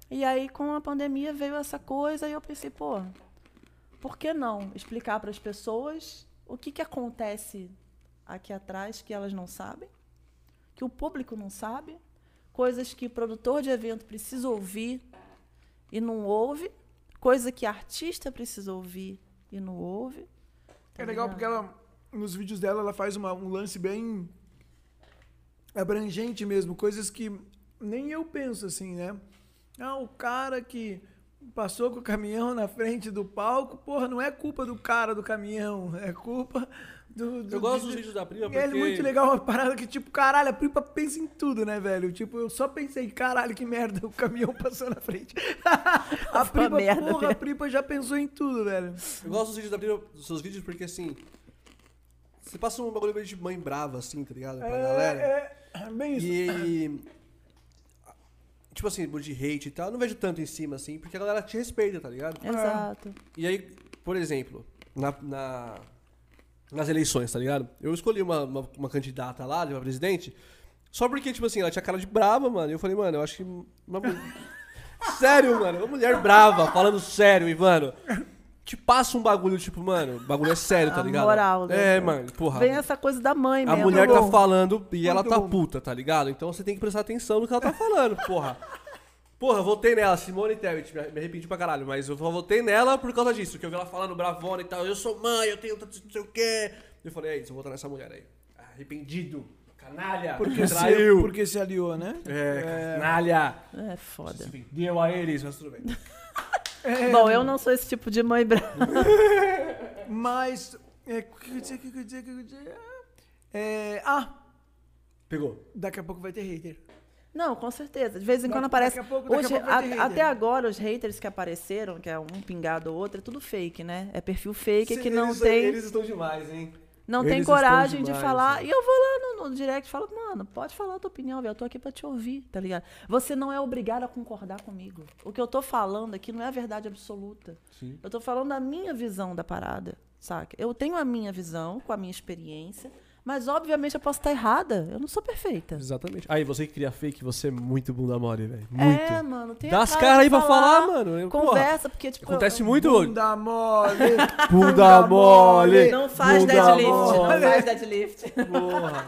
S2: E aí com a pandemia veio essa coisa e eu pensei, pô, por que não explicar para as pessoas o que que acontece aqui atrás que elas não sabem, que o público não sabe, coisas que produtor de evento precisa ouvir e não ouve, coisa que artista precisa ouvir e não ouve.
S3: É legal porque ela, nos vídeos dela, ela faz uma- um lance bem abrangente mesmo, coisas que nem eu penso assim, né? Ah, o cara que passou com o caminhão na frente do palco, porra, não é culpa do cara do caminhão, é culpa do. do
S1: Eu gosto
S3: de-
S1: dos vídeos da Prima
S3: E
S1: porque...
S3: é muito legal uma parada que, tipo, caralho, a Pripa pensa em tudo, né, velho? Tipo, eu só pensei, caralho, que merda, o caminhão passou na frente. a Pripa,
S2: merda
S3: porra, a
S2: mesmo.
S3: Pripa já pensou em tudo, velho.
S1: Eu gosto dos vídeos da Prima, dos seus vídeos, porque assim... Você passa um bagulho meio de mãe brava, assim, tá ligado? Pra galera.
S3: é bem isso.
S1: E. Tipo assim, de hate e tal, eu não vejo tanto em cima, assim, porque a galera te respeita, tá
S2: É,
S1: ligado?
S2: Exato.
S1: E aí, por exemplo, na, na- nas eleições, tá ligado? Eu escolhi uma, uma, uma candidata lá, pra presidente, só porque, tipo assim, ela tinha cara de brava, mano. E eu falei, mano, eu acho que. uma mu- sério, mano, uma mulher brava, falando sério, Ivano. Te passa um bagulho, tipo, mano, o bagulho é sério, tá
S2: A
S1: ligado?
S2: moral, né?
S1: É, mano, porra.
S2: Vem essa coisa da mãe
S1: A
S2: mesmo.
S1: mulher tá
S2: Bom,
S1: falando e ela tá
S3: bom.
S1: puta, tá ligado? Então você tem que prestar atenção no que ela tá falando, porra. Porra, eu votei nela, Simone Tebet, me me arrependi pra caralho, mas eu votei nela por causa disso, que eu vi ela falando bravona e tal, eu sou mãe, eu tenho tanto não sei o quê. Eu falei, é isso, eu vou votar nessa mulher aí. Arrependido, canalha,
S3: Porque se,
S1: traiu,
S3: porque se aliou, né?
S1: é, canalha,
S2: É
S1: se
S2: foda.
S1: vendeu a eles, mas tudo bem.
S3: É.
S2: Bom, eu não sou esse tipo de mãe branca.
S3: Mas. É, o que eu ia dizer, o que eu ia dizer, o que eu ia dizer? É, ah,
S1: Pegou.
S3: daqui a pouco vai ter hater.
S2: Não, com certeza. De vez em
S3: Daqui-
S2: quando aparece.
S3: daqui a pouco- daqui a
S2: Hoje,
S3: pouco vai
S2: a-
S3: ter hater.
S2: até agora, os haters que apareceram, que é um pingado ou outro, é tudo fake, né? É perfil fake que não
S1: Eles-
S2: tem,
S1: Eles estão demais, hein?
S2: não tem
S1: eles estão
S2: coragem de
S1: demais,
S2: falar.
S1: né?
S2: E eu vou lá no, no direct e falo, mano, pode falar a tua opinião, velho. Eu tô aqui pra te ouvir, tá ligado? Você não é obrigado a concordar comigo. O que eu tô falando aqui não é a verdade absoluta.
S1: Sim.
S2: Eu tô falando da minha visão da parada, saca? Eu tenho a minha visão, com a minha experiência, mas obviamente eu posso estar errada. Eu não sou perfeita.
S1: Exatamente. Aí, você que cria fake, você é muito bunda mole, velho.
S2: É, mano, tem
S1: Dá
S2: a
S1: as
S2: cara
S1: cara
S2: de
S1: aí pra falar, mano. Eu-
S2: Conversa, porque, tipo.
S1: Acontece
S2: eu-
S1: muito hoje.
S3: Bunda mole!
S1: Bunda mole.
S2: Não faz
S1: Bunda
S2: deadlift,
S1: mole.
S2: não faz deadlift.
S1: Porra.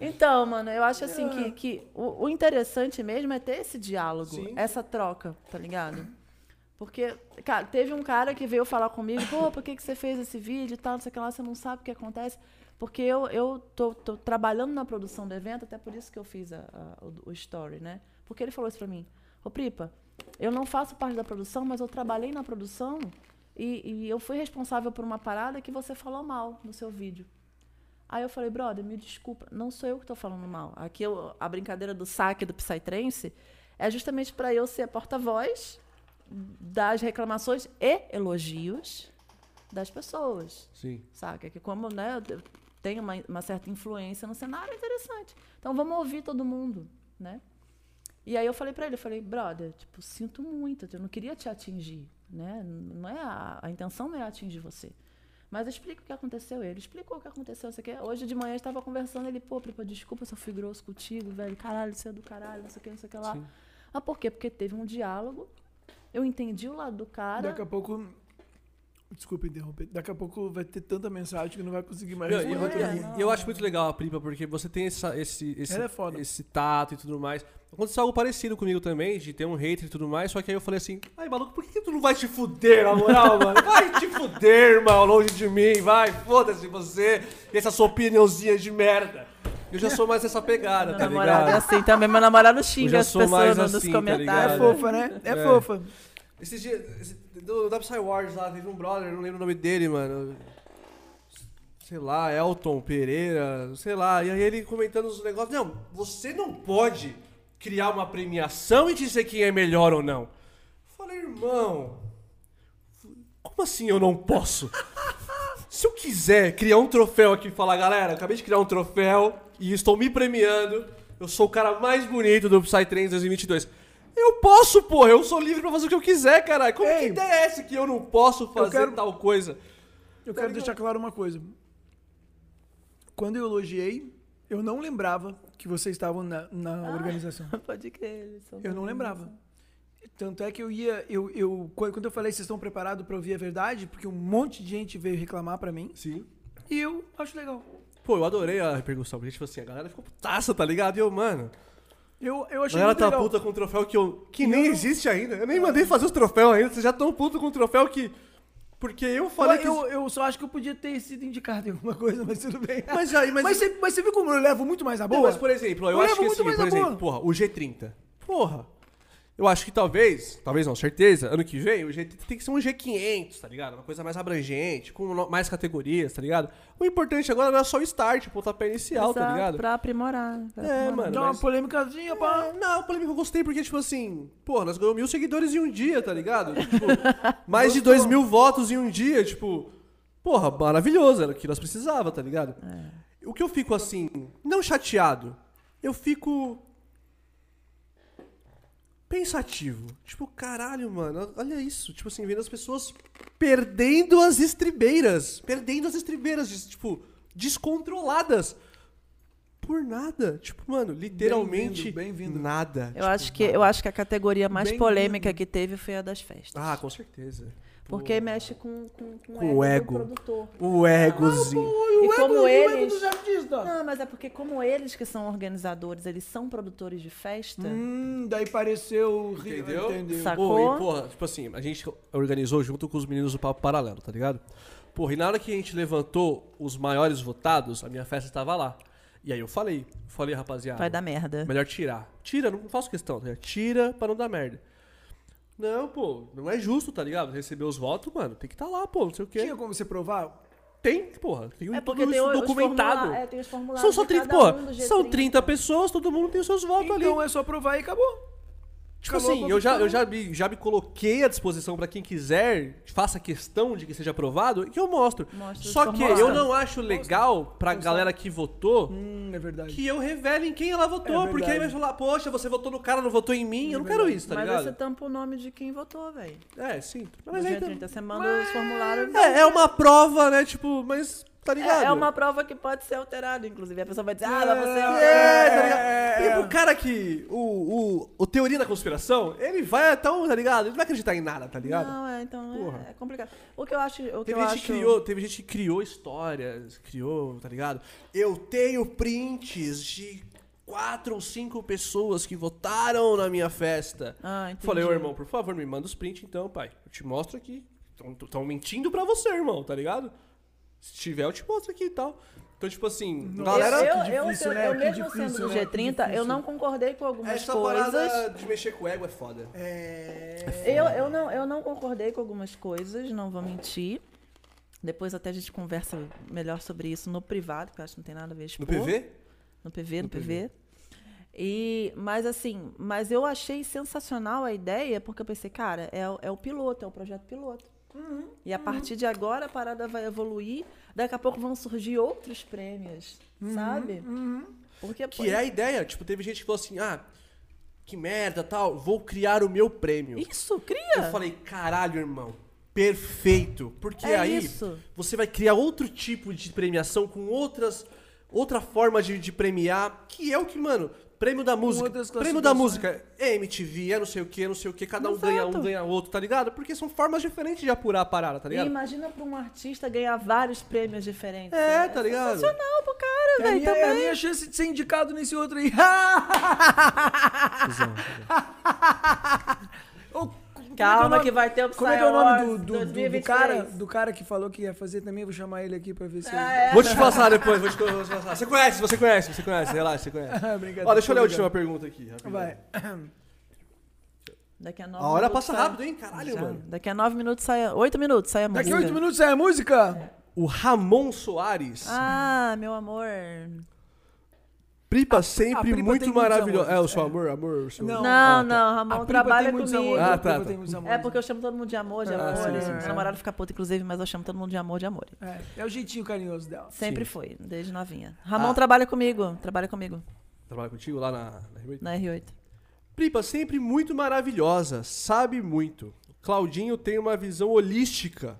S2: Então, mano, eu acho assim que, que o, o interessante mesmo é ter esse diálogo,
S1: Sim.
S2: essa troca, tá ligado? Porque, cara, teve um cara que veio falar comigo, pô, por que, que você fez esse vídeo e tal, não sei o que lá, você não sabe o que acontece. Porque eu, eu tô, tô trabalhando na produção do evento, até por isso que eu fiz a- a- o, o story, né? Porque ele falou isso pra mim. Ô, Pripa, eu não faço parte da produção, mas eu trabalhei na produção e, e eu fui responsável por uma parada que você falou mal no seu vídeo. Aí eu falei, brother, me desculpa, não sou eu que tô falando mal. Aqui eu- a brincadeira do saque do Psytrance é justamente para eu ser a porta-voz das reclamações e elogios das pessoas,
S1: Sim.
S2: saca? Que como né, eu tenho uma, uma certa influência no cenário, é interessante. Então vamos ouvir todo mundo, né? E aí eu falei pra ele, eu falei, brother, tipo, sinto muito, eu não queria te atingir, né? Não é a, a intenção não é atingir você. Mas explica o que aconteceu. Ele explicou o que aconteceu, não sei o quê. Hoje de manhã a gente tava conversando, ele, pô, Pripa, desculpa se eu fui grosso contigo, velho. Caralho, você é do caralho, não sei o que, não sei o que lá. Ah, por quê? Porque teve um diálogo, eu entendi o lado do cara.
S3: Daqui a pouco Desculpa interromper. Daqui a pouco vai ter tanta mensagem que não vai conseguir mais
S1: Não, e eu,
S3: responder.
S2: é,
S1: e-
S2: não.
S1: e eu acho muito legal a Pripa, porque você tem essa- esse, esse,
S3: Ela é foda.
S1: esse tato e tudo mais. Aconteceu algo parecido comigo também, de ter um hater e tudo mais, só que aí eu falei assim, ai, maluco, por que, que tu não vai te fuder, na moral, mano? Vai te fuder, irmão, longe de mim, vai, foda-se você, essa sua opiniãozinha de merda. Eu já sou mais essa pegada,
S2: Meu
S1: tá
S2: namorado é
S1: ligado?
S2: assim também. Meu namorado
S1: Eu
S2: xinga
S1: já
S2: as
S1: sou mais
S2: pessoas no- nos
S1: assim, tá
S2: comentários.
S1: ligado?
S3: É fofa, né? É,
S1: É.
S3: fofa.
S1: Esses dias, esse- do da Psy Wars lá, teve um brother, não lembro o nome dele, mano. Sei lá, Elton Pereira, sei lá. E aí ele comentando os negócios. Não, você não pode criar uma premiação e dizer quem é melhor ou não. Eu falei, irmão, como assim eu não posso? Se eu quiser criar um troféu aqui e falar, galera, acabei de criar um troféu e estou me premiando, eu sou o cara mais bonito do Psytrance 2022. Eu posso, porra, eu sou livre pra fazer o que eu quiser, caralho. Como que
S3: Ei,
S1: ideia é essa que eu não posso fazer
S3: quero-
S1: tal coisa?
S3: Eu quero deixar claro uma coisa. Quando eu elogiei, eu não lembrava que vocês estavam na, na organização.
S2: Pode crer. eles são
S3: Eu não
S2: bonitos.
S3: lembrava. Tanto é que eu ia. Eu, eu, quando quando eu falei, vocês estão preparados pra ouvir a verdade? Porque um monte de gente veio reclamar pra mim.
S1: Sim.
S3: E eu acho legal.
S1: Pô, eu adorei a repercussão, porque, tipo assim, a galera ficou putaça, tá ligado? E eu, mano,
S3: Eu, eu
S1: a
S3: achei
S1: galera
S3: muito
S1: tá
S3: legal.
S1: puta com um troféu que eu. Que nem existe ainda. Eu nem mandei fazer os troféus ainda, vocês já tão puto com um troféu que. Porque eu
S3: Eu-
S1: falei que.
S3: eu, eu só acho que eu podia ter sido indicado em alguma coisa, mas tudo bem.
S1: Mas aí, mas-
S3: mas, você, mas você viu como eu levo muito mais na
S1: Não,
S3: boa?
S1: mas por exemplo, eu,
S3: Eu
S1: acho
S3: levo
S1: que
S3: muito
S1: assim,
S3: mais
S1: por
S3: a
S1: exemplo, porra, o G30. Porra. Eu acho que talvez, talvez não, certeza, ano que vem, o G30 tem que ser um G500, tá ligado? Uma coisa mais abrangente, com no- mais categorias, tá ligado? O importante agora não é só o start, o pontapé inicial, tá
S2: Exato,
S1: ligado?
S2: Pra aprimorar. pra
S1: É,
S2: aprimorar.
S1: mano.
S3: Dá uma
S1: mas-
S3: polêmicazinha, pá.
S1: É, não, polêmica eu gostei porque, tipo assim, pô, nós ganhamos mil seguidores em um dia, tá ligado? Tipo, mais de dois mil votos em um dia, tipo, porra, maravilhoso, era o que nós precisava, tá ligado? O que eu fico assim, não chateado, eu fico pensativo. Tipo, caralho, mano, olha isso. Tipo assim, vendo as pessoas perdendo as estribeiras, perdendo as estribeiras, de- tipo, descontroladas. Por nada. Tipo, mano, literalmente
S3: bem-vindo.
S1: nada.
S2: Eu acho, que, eu acho que a categoria mais
S3: Bem-vindo.
S2: polêmica que teve foi a das festas.
S1: Ah, com certeza.
S2: porque mexe com, com, com,
S1: Com o
S2: o
S1: ego.
S2: ego do produtor.
S1: O egozinho.
S3: E o
S2: como
S3: ego, o ego
S2: eles-
S3: dos artistas.
S2: Não, mas é porque como eles que são organizadores, eles são produtores de festa,
S3: Hum, daí pareceu... ri-
S1: Entendeu?
S3: Entendeu?
S2: Sabe?
S1: Pô,
S2: Sacou?
S1: e porra, tipo assim, a gente organizou junto com os meninos do Papo Paralelo, tá ligado? Porra, e na hora que a gente levantou os maiores votados, a minha festa tava lá. E aí eu falei, falei, rapaziada.
S2: vai dar merda.
S1: Melhor tirar. Tira, não faço questão, tá ligado? Tira pra não dar merda. Não, pô, não é justo, tá ligado? Receber os votos, mano, tem que tá lá, pô, não sei o quê.
S3: Tinha como você provar?
S1: Tem, porra, tem
S2: É porque
S1: tudo
S2: tem
S1: isso
S2: o- os
S1: documentado.
S2: formula- é, tem os formulários
S1: são só
S2: de
S1: 30,
S2: cada
S1: porra,
S2: um do G30.
S1: são 30 pessoas, todo mundo tem os seus votos ali.
S3: Então é só provar e acabou.
S1: Tipo
S3: Acabou
S1: assim,
S3: a
S1: eu já, eu
S3: competição.
S1: já, me, já me coloquei à disposição pra quem quiser, faça questão de que seja aprovado, e que eu mostro.
S2: Mostra os
S1: Só que eu
S2: formulários.
S1: não acho legal pra galera que votou
S3: Hum, é verdade.
S1: que eu revele em quem ela votou,
S3: É
S1: porque aí vai
S3: verdade. É
S1: falar, poxa, você votou no cara, não votou em mim, eu não quero isso, tá
S2: mas aí
S1: ligado?
S2: você tampa o nome de quem votou, velho.
S1: É, sim. Mas
S2: Mas
S1: aí
S2: aí
S1: tam-
S2: 30, você manda os formulários.
S1: é, é uma prova, né? Tipo, mas tá ligado?
S2: É, é uma prova que pode ser alterada, inclusive. A pessoa vai dizer, ah, lá você
S1: É, tá ligado? E pro cara que. O, o, o teoria da conspiração, ele vai até um, tá ligado? Ele não vai acreditar em nada, tá ligado?
S2: Não, é, então é-
S1: Porra.
S2: é, complicado. O que eu acho. O que
S1: Teve
S2: eu
S1: gente,
S2: acho...
S1: que criou, teve gente que criou histórias, criou, tá ligado? Eu tenho prints de quatro ou cinco pessoas que votaram na minha festa.
S2: Ah, entendi.
S1: Falei, ô irmão, por favor, me manda os prints então, pai. Eu te mostro aqui. Estão mentindo pra você, irmão, tá ligado? Se tiver, eu te mostro aqui e tal. Então, tipo assim, galera.
S2: eu,
S3: que
S2: eu,
S3: difícil,
S2: eu,
S3: né?
S2: eu
S3: Que
S2: mesmo
S3: difícil,
S2: sendo do
S3: né?
S2: G30,
S3: Que
S2: eu não concordei com algumas
S1: Essa
S2: coisas.
S1: parada é de mexer com o ego é foda.
S2: Eu, eu, não, eu não concordei com algumas coisas, não vou mentir. Depois até a gente conversa melhor sobre isso no privado, que eu acho que não tem nada a ver expor.
S1: No PV?
S2: No PV, no, PV. E, mas assim, mas eu achei sensacional a ideia, porque eu pensei, cara, é, o- é o piloto, é o projeto piloto. E a partir de agora a parada vai evoluir, daqui a pouco vão surgir outros prêmios, sabe? Porque, pô,
S1: Que é a ideia. Tipo, teve gente que falou assim, ah, que merda, tal, vou criar o meu prêmio.
S2: Isso,
S1: Eu
S2: cria!
S1: falei, caralho, irmão, perfeito. Porque
S2: É
S1: aí
S2: isso.
S1: você vai criar outro tipo de premiação com outras outra forma de, de premiar, que é o que, mano, prêmio da música.
S3: outras
S1: Prêmio da
S3: classificações.
S1: música é MTV, é não sei o que, não sei o que, cada um ganha um,
S2: Exato.
S1: ganha outro, tá ligado? Porque são formas diferentes de apurar a parada, tá
S2: E
S1: ligado?
S2: imagina pra um artista ganhar vários prêmios diferentes.
S1: É,
S2: né?
S1: tá ligado?
S2: Sensacional pro cara,
S3: É a,
S2: velho,
S3: minha, é a
S2: também.
S3: minha chance de ser indicado nesse outro aí. Ô, como é que é o
S2: Calma
S3: nome?
S2: que vai ter o Psy
S3: Como é que é o nome do,
S2: Awards
S3: do- do- do
S2: 2023.
S3: cara, do cara que falou que ia fazer também? Vou chamar ele aqui pra ver se.
S2: Ah, é.
S1: Vou te passar depois, vou te, vou te passar. Você conhece, você conhece, você conhece, relaxa, você conhece.
S3: Ah, brincadeira,
S1: Ó, É, deixa eu ler a
S3: tô
S1: última pergunta aqui.
S3: brincando.
S1: rapidinho.
S3: Vai.
S2: Daqui a nove
S1: A hora
S2: minutos é.
S1: passa
S2: sai-
S1: rápido, hein? Caralho,
S2: Já.
S1: mano.
S2: Daqui a nove minutos sai. a- Oito minutos sai a música.
S3: Daqui a oito minutos sai a música?
S1: O Ramon Soares.
S2: Ah, meu amor.
S1: Pripa sempre
S3: Ah, a Pripa tem
S1: muito
S3: muitos
S1: maravilhosa.
S3: amores,
S1: É, o seu
S3: é.
S1: amor, amor, o seu...
S3: Não.
S2: Não,
S1: Ah, tá.
S2: não, Ramon trabalha comigo.
S1: amores. Ah,
S3: Ah,
S1: tá,
S3: tá.
S1: tá.
S2: É porque eu chamo todo mundo de amor, de
S3: Ah,
S2: amor.
S3: sim, sim,
S2: Meu
S3: sim.
S2: namorado fica puto, inclusive, mas eu chamo todo mundo de amor, de amor.
S3: É, é o jeitinho carinhoso dela.
S2: Sempre
S1: Sim.
S2: foi, desde novinha. Ramon
S1: Ah.
S2: trabalha comigo, trabalha comigo
S1: Trabalha contigo lá na, na R8?
S2: na R8.
S1: Pripa sempre muito maravilhosa, sabe muito. Claudinho tem uma visão holística.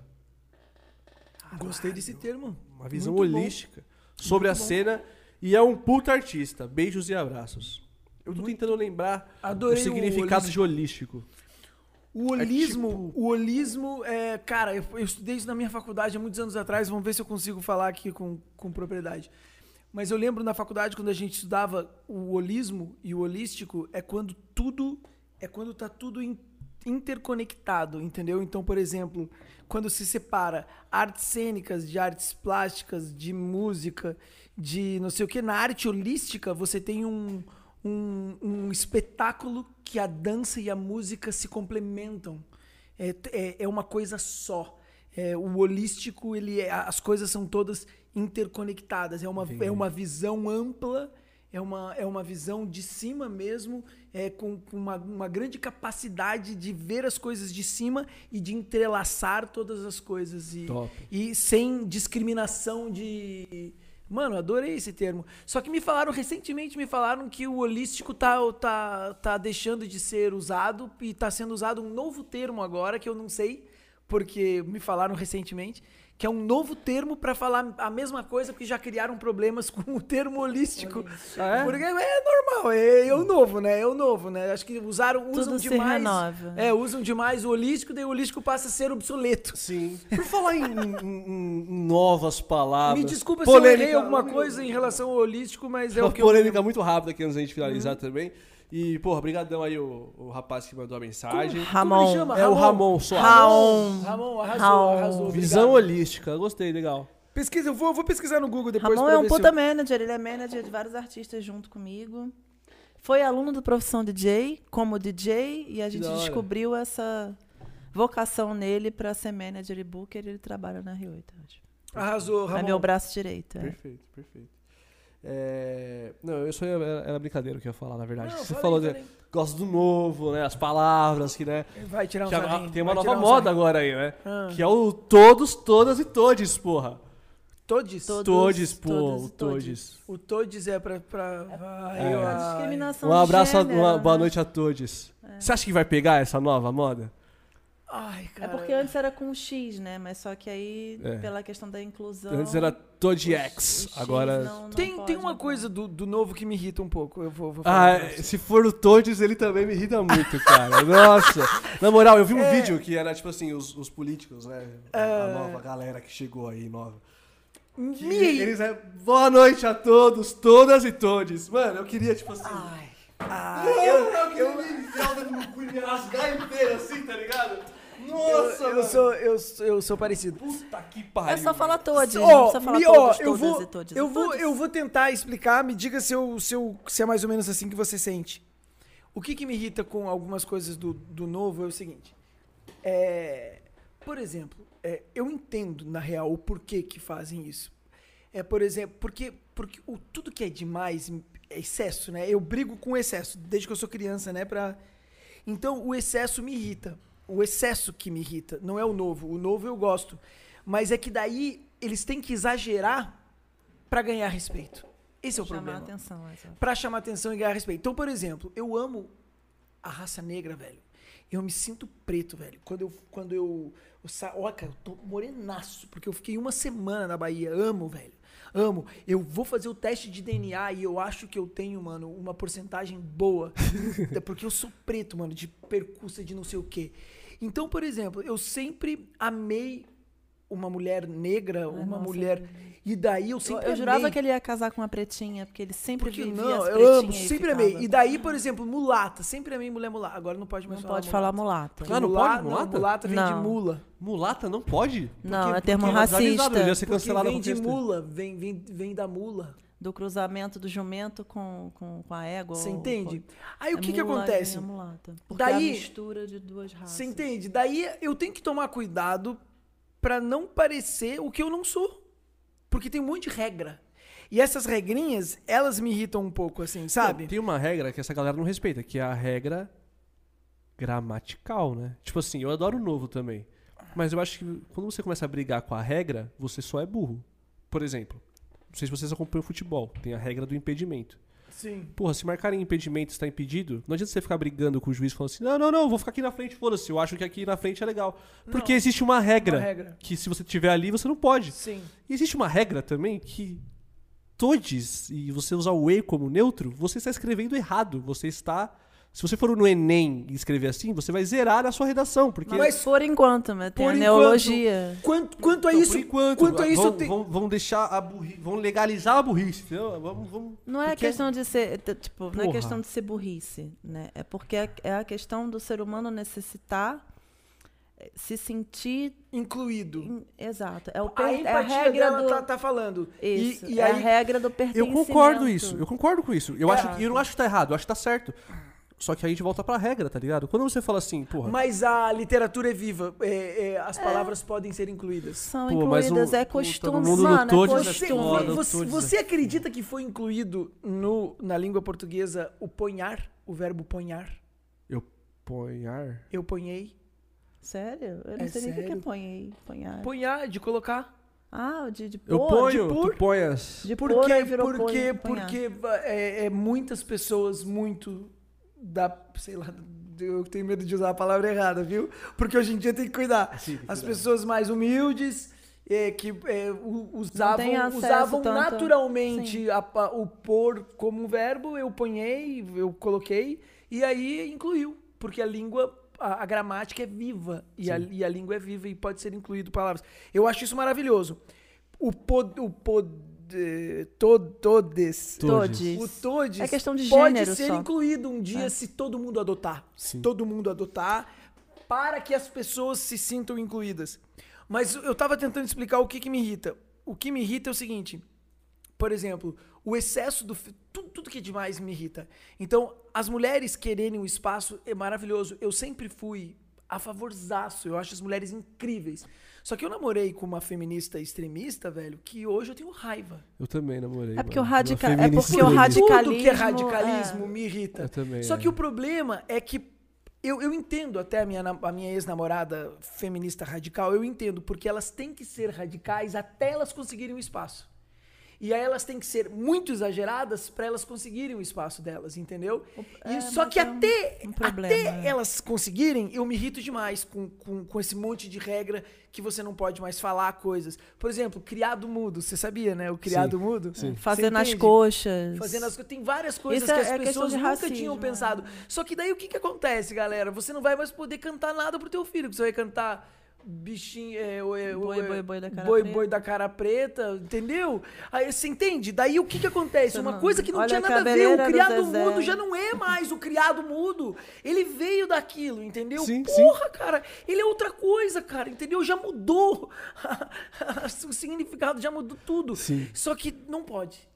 S3: Gostei desse termo.
S1: Uma visão
S3: Muito bom.
S1: holística sobre a cena e é um puta artista. Beijos e abraços. Eu tô tentando lembrar
S3: Adorei
S1: o
S3: o
S1: significado de holístico.
S3: O holismo, o holismo é, cara, eu, eu estudei isso na minha faculdade há muitos anos atrás, vamos ver se eu consigo falar aqui com, com propriedade. Mas eu lembro na faculdade quando a gente estudava o holismo e o holístico é quando tudo é quando tá tudo in- interconectado, entendeu? Então, por exemplo, quando se separa artes cênicas de artes plásticas, de música, de não sei o que, na arte holística você tem um, um, um espetáculo que a dança e a música se complementam. É, t- é, é uma coisa só. É, o holístico, ele é- as coisas são todas interconectadas. É uma, é uma visão ampla, é uma, é uma visão de cima mesmo, é com, com uma, uma grande capacidade de ver as coisas de cima e de entrelaçar todas as coisas. E,
S1: Top.
S3: e sem discriminação de. Mano, adorei esse termo. Só que me falaram, recentemente me falaram que o holístico tá, tá, tá deixando de ser usado e tá sendo usado um novo termo agora, que eu não sei, porque me falaram recentemente, que é um novo termo para falar a mesma coisa, porque já criaram problemas com o termo holístico.
S1: Ah, é?
S3: Porque é normal, é, é o novo, né? É o novo, né? Acho que usaram, usam
S2: se
S3: demais.
S2: renova.
S3: É, usam demais o holístico, daí o holístico passa a ser obsoleto.
S1: Sim. Por falar em, em- em- em novas palavras.
S3: Me desculpa se eu errei
S1: polêmica,
S3: alguma coisa em relação ao holístico, mas é
S1: Uma
S3: o que eu... Uhum.
S1: polêmica tá muito rápida aqui antes da gente finalizar também. E, porra, brigadão aí o, o rapaz que mandou a mensagem.
S3: Como ele
S2: Ramon.
S3: chama?
S1: É o Ramon Soares.
S2: Ramon.
S3: Ramon, arrasou,
S2: Ramon.
S3: arrasou. obrigado.
S1: Visão holística, gostei, legal.
S3: Pesquisa, eu vou, eu vou pesquisar no Google depois
S2: Ramon
S3: pra
S2: é um
S3: ver se
S2: puta
S3: eu-
S2: manager, ele é manager de vários artistas junto comigo. Foi aluno do Profissão DJ, como DJ, e a gente
S1: da hora.
S2: descobriu essa vocação nele pra ser manager e booker, ele trabalha na R8 hoje.
S3: Arrasou, Ramon.
S2: É meu braço direito. é.
S1: Perfeito, perfeito. É, Não, eu só ia, era, era brincadeira o que eu ia falar, na verdade.
S3: Não,
S1: Você
S3: falei,
S1: falou,
S3: falei.
S1: né? Gosto do novo, né? As palavras que, né?
S3: Vai tirar um
S1: que agora
S3: sarrinho.
S1: tem uma
S3: vai
S1: nova
S3: tirar um
S1: moda
S3: sarrinho.
S1: agora aí, né?
S3: Ah.
S1: Que é o todos, todas e todes, porra.
S3: Todes?
S2: Todos,
S1: todes, pô,
S2: todos e
S1: o todes.
S3: O Todes é pra... pra... Vai,
S2: A
S3: vai.
S2: discriminação
S1: Um
S2: de
S1: abraço, a-
S2: gênero,
S1: uma boa
S2: né?
S1: noite a todes.
S3: É.
S1: Você acha que vai pegar essa nova moda?
S3: Ai,
S2: É
S3: cara.
S2: porque antes era com X, né? Mas só que aí,
S1: É.
S2: pela questão da inclusão.
S1: Antes era
S2: o
S1: Todiex,
S2: X
S1: agora.
S2: não- não
S3: Tem, tem
S2: pode,
S3: uma
S2: né?
S3: coisa do, do novo que me irrita um pouco. Eu vou, vou falar.
S1: Ah,
S3: pra você.
S1: se for o Todes, ele também me irrita muito, cara. Nossa. Na moral, eu vi um
S3: É.
S1: vídeo que era, tipo assim, os, os políticos, né? A nova galera que chegou aí, nova. Que
S3: me...
S1: Eles é, boa noite a todos, todas e todes. Mano, eu queria, tipo assim...
S3: Ai.
S1: eu, eu queria me enfiar o dedo no cu e me rasgar inteiro, assim, tá ligado? Nossa,
S3: Eu, eu,
S1: mano.
S3: sou, eu, sou- eu sou parecido.
S1: Puta que pariu.
S2: É só falar
S1: mano.
S2: todos,
S3: Ó,
S2: não precisa falar
S3: me- ó,
S2: todos,
S3: eu
S2: todas
S3: vou,
S2: e todos.
S3: eu vou, eu vou tentar explicar. Me diga se, eu, se, eu, se é mais ou menos assim que você sente. O que, que me irrita com algumas coisas do, do novo é o seguinte. É, por exemplo, é, eu entendo, na real, o porquê que fazem isso. É, por exemplo, porque, porque o, tudo que é demais é excesso, né? Eu brigo com o excesso, desde que eu sou criança, né? Pra, então, o excesso me irrita. O excesso que me irrita. Não é o novo. O novo eu gosto. Mas é que daí eles têm que exagerar pra ganhar respeito. Esse é o
S2: Chamar
S3: problema.
S2: a atenção. exato.
S3: Pra chamar atenção e ganhar respeito. Então, por exemplo, eu amo a raça negra, velho. Eu me sinto preto, velho. Quando eu. Quando eu, eu sa... Ó, cara, eu tô morenaço, porque eu fiquei uma semana na Bahia. Amo, velho. Amo. Eu vou fazer o teste de DNA e eu acho que eu tenho, mano, uma porcentagem boa. Até porque eu sou preto, mano, de percussa de não sei o quê. Então, por exemplo, eu sempre amei uma mulher negra, uma
S2: Ah, nossa,
S3: mulher. E daí eu
S2: Eu,
S3: sempre
S2: eu jurava
S3: amei.
S2: que ele ia casar com uma pretinha, porque ele sempre
S3: Porque
S2: vivia
S3: não,
S2: as
S3: eu amo,
S2: pretinhas e
S3: sempre
S2: ficava-
S3: amei. E daí, por exemplo, mulata. Sempre amei mulher mulata. Agora não pode mais
S2: Não
S3: falar.
S2: pode falar mulata.
S3: Porque
S1: Ah, não
S3: mula-
S1: pode mulata?
S3: mulata vem de
S2: Não.
S3: mula.
S1: Mulata não pode?
S2: Não,
S3: porque-
S2: é termo
S1: porque é
S2: racista.
S1: desagradável, devia ser
S3: Porque
S1: cancelada
S3: vem
S1: por
S3: de
S1: texto.
S3: mula, vem, vem, vem da mula.
S2: Do cruzamento do jumento com, com, com a égua.
S3: Você
S2: ou-
S3: entende?
S2: com-
S3: Aí o
S2: é
S3: que que
S2: mula e
S3: acontece?
S2: é mulata. Porque é
S3: Daí-
S2: a mistura de duas raças.
S3: Você entende? Daí eu tenho que tomar cuidado pra não parecer o que eu não sou. Porque tem um monte de regra. E essas regrinhas, elas me irritam um pouco, assim, sabe?
S1: Tem uma regra que essa galera não respeita, que é a regra gramatical, né? Tipo assim, eu adoro o novo também. Mas eu acho que quando você começa a brigar com a regra, você só é burro. Por exemplo, não sei se vocês acompanham o futebol, tem a regra do impedimento.
S3: Sim.
S1: Porra, se marcarem impedimento está impedido, não adianta você ficar brigando com o juiz falando assim, não, não, não, vou ficar aqui na frente, foda-se, eu acho que aqui na frente é legal. Porque existe uma regra,
S3: Uma regra.
S1: que se você tiver ali, você não pode.
S3: Sim.
S1: E existe uma regra também que todes, e você usar o e como neutro, você está escrevendo errado. Você está. Se você for no Enem e escrever assim, você vai zerar a sua redação. Porque.
S3: Mas- é
S2: Mas por enquanto, né? Tem
S3: Por
S2: a
S3: enquanto,
S2: neologia.
S3: Quanto, quanto a
S1: Não,
S3: isso,
S1: Então, por enquanto, ah,
S3: quanto a isso
S1: vão,
S3: eu tenho...
S1: vão, vão deixar a burrice. Vão legalizar a burrice. Entendeu? Vamos, vamos,
S2: Não é
S1: porque-
S2: questão de ser, t- tipo, não é
S1: Porra.
S2: questão de ser burrice, né? É porque é- é a questão do ser humano necessitar eh, se sentir,
S3: Incluído.
S2: in- exato, é o per-
S3: A
S2: é a
S3: empatia
S2: regra
S3: dela
S2: do
S3: tá, tá falando. E-
S2: isso,
S3: E,
S2: é a
S3: aí,
S2: regra do
S1: Eu
S2: pertencimento.
S1: concordo isso, eu concordo com isso. Eu,
S3: É.
S1: acho, que- eu não acho que tá errado, eu acho que tá certo. Só que aí a gente volta pra regra, tá ligado? Quando você fala assim, porra.
S3: mas a literatura é viva. é, é, as palavras podem ser incluídas.
S2: São
S1: Pô, mas
S2: incluídas,
S1: um-
S2: é
S1: puta,
S2: costume,
S1: no mundo do
S2: mano, é
S1: todes,
S3: Você,
S1: é foda,
S2: costume.
S1: eu
S3: você-
S1: tô dizendo.
S3: você acredita que foi incluído no, na língua portuguesa o ponhar, o verbo ponhar?
S1: Eu ponhar.
S3: Eu ponhei.
S2: Sério? Eu não
S3: É
S2: sei nem o que que
S3: sério.
S2: é ponhei, ponhar.
S3: Ponhar, de colocar.
S2: Ah, o de, de
S1: Eu
S2: pôr,
S1: ponho,
S2: de
S1: tu
S2: pôr.
S1: ponhas.
S2: De pôr,
S3: Porque,
S2: aí virou
S3: porque,
S2: ponho, ponhar.
S3: porque é, é, muitas pessoas, muito da. Sei lá, eu tenho medo de usar a palavra errada, viu? Porque hoje em dia tem que cuidar. As pessoas mais humildes. é, que é, u- usavam,
S2: tem acesso
S3: usavam
S2: tanto.
S3: naturalmente a pa- o pôr como um verbo, eu ponhei, eu coloquei, e aí incluiu. Porque a língua, a, a gramática é viva, e a, e a língua é viva e pode ser incluído palavras. Eu acho isso maravilhoso. O pod. O pod eh, to- todes.
S2: Todes.
S3: O todes
S2: É questão de
S3: pode
S2: gênero
S3: ser
S2: só. É.
S3: incluído um dia se todo mundo adotar. Se todo mundo adotar, para que as pessoas se sintam incluídas. Mas eu tava tentando explicar o que, que me irrita. O que me irrita é o seguinte. Por exemplo, o excesso do. fi- Tudo, tudo que é demais me irrita. Então, as mulheres quererem o espaço é maravilhoso. Eu sempre fui a favorzaço. Eu acho as mulheres incríveis. Só que eu namorei com uma feminista extremista, velho, que hoje eu tenho raiva.
S1: Eu também namorei.
S2: É porque o
S1: mano,
S2: radica-
S1: uma
S2: é porque o
S1: feminista.
S2: radica-
S3: Tudo que é radicalismo
S2: é.
S3: me irrita.
S1: Eu também,
S3: Só
S1: é.
S3: que o problema é que eu, eu entendo até a minha, nam- a minha ex-namorada feminista radical, eu entendo, porque elas têm que ser radicais até elas conseguirem um espaço. E aí elas têm que ser muito exageradas para elas conseguirem o espaço delas, entendeu? E
S2: é,
S3: só
S2: mas
S3: que
S2: é um-
S3: até,
S2: um problema,
S3: até
S2: é.
S3: elas conseguirem, eu me irrito demais com, com, com esse monte de regra que você não pode mais falar coisas. Por exemplo, criado mudo, você sabia, né? O criado mudo. Sim.
S2: É. Fazendo as coxas.
S3: Fazendo as coisas. Tem várias coisas
S2: Isso é-
S3: que as
S2: é questão
S3: pessoas
S2: de
S3: nunca
S2: racismo,
S3: tinham
S2: é.
S3: pensado. Só que daí o que, que acontece, galera? Você não vai mais poder cantar nada pro teu filho, que você vai cantar bichinho. É, o- é, o-
S2: Boi,
S3: é,
S2: boi, boi da cara
S3: boi,
S2: preta.
S3: boi da cara preta, entendeu? Aí você entende? Daí o que, que acontece?
S2: Você
S3: Uma
S2: não-
S3: coisa que não
S2: olha
S3: tinha
S2: a
S3: nada a ver. O
S2: cabeleira do
S3: criado
S2: Zezé.
S3: mudo já não é mais o criado mudo. Ele veio daquilo, entendeu?
S1: Sim, sim.
S3: Porra, cara, ele é outra coisa, cara, entendeu? Já mudou. o significado já mudou tudo.
S1: Sim.
S3: Só que não pode.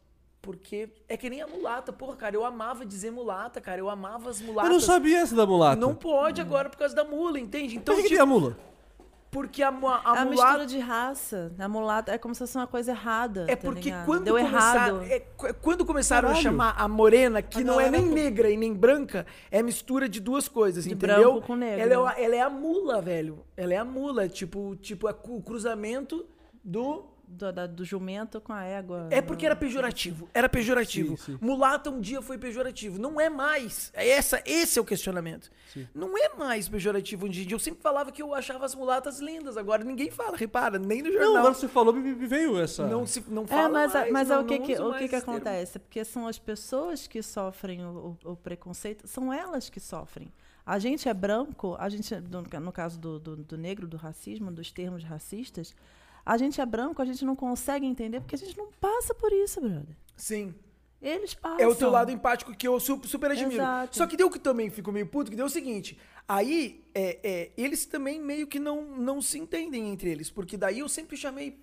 S3: Porque é que nem a mulata, porra, cara. Eu amava dizer mulata, cara. Eu amava as mulatas.
S1: Eu não sabia essa da mulata.
S3: Não pode agora por causa da mula, entende? Então,
S1: Por que que tem
S3: tipo,
S1: a mula?
S3: porque a, mu- a,
S2: A, É mistura
S3: mulata.
S2: de raça, a mulata, é como se fosse uma coisa errada.
S3: É
S2: tá
S3: porque
S2: ligado?
S3: quando,
S2: Deu
S3: começaram,
S2: errado.
S3: é, qu- quando começaram a
S1: Caralho.
S3: chamar a morena, que
S1: A
S3: não é
S1: galera
S3: nem
S1: com-
S3: negra e nem branca, é mistura de duas coisas,
S2: De
S3: entendeu?
S2: branco com negro. né?
S3: Ela é, a- ela é a mula, velho. Ela é a mula, tipo, tipo é cu- o cruzamento do
S2: do, da- do jumento com a égua.
S3: É porque era pejorativo, era pejorativo.
S1: Sim, sim.
S3: Mulata um dia foi pejorativo, não é mais. É Essa, esse é o questionamento. Não é mais pejorativo hoje em dia. Eu sempre falava que eu achava as mulatas lindas, agora ninguém fala, repara, nem no
S1: Não,
S3: jornal.
S1: agora que você tá. falou, me- me veio essa.
S3: não se não fala
S2: É, mas, a-
S3: mais,
S2: mas
S3: não,
S2: é o que,
S3: não
S2: que-
S3: usa
S2: o que,
S3: mais
S2: que
S3: esse termo.
S2: acontece? Porque são as pessoas que sofrem o, o- o preconceito, são elas que sofrem. A gente é branco, a gente, é- no, no caso do, do- do negro, do racismo, dos termos racistas, a gente é branco, a gente não consegue entender porque a gente não passa por isso, brother.
S3: Sim.
S2: Eles passam.
S3: É o teu lado empático que eu su- super admiro.
S2: Exato.
S3: Só que deu que também fico meio puto, que deu o seguinte. Aí, é, é, eles também meio que não, não se entendem entre eles. Porque daí eu sempre chamei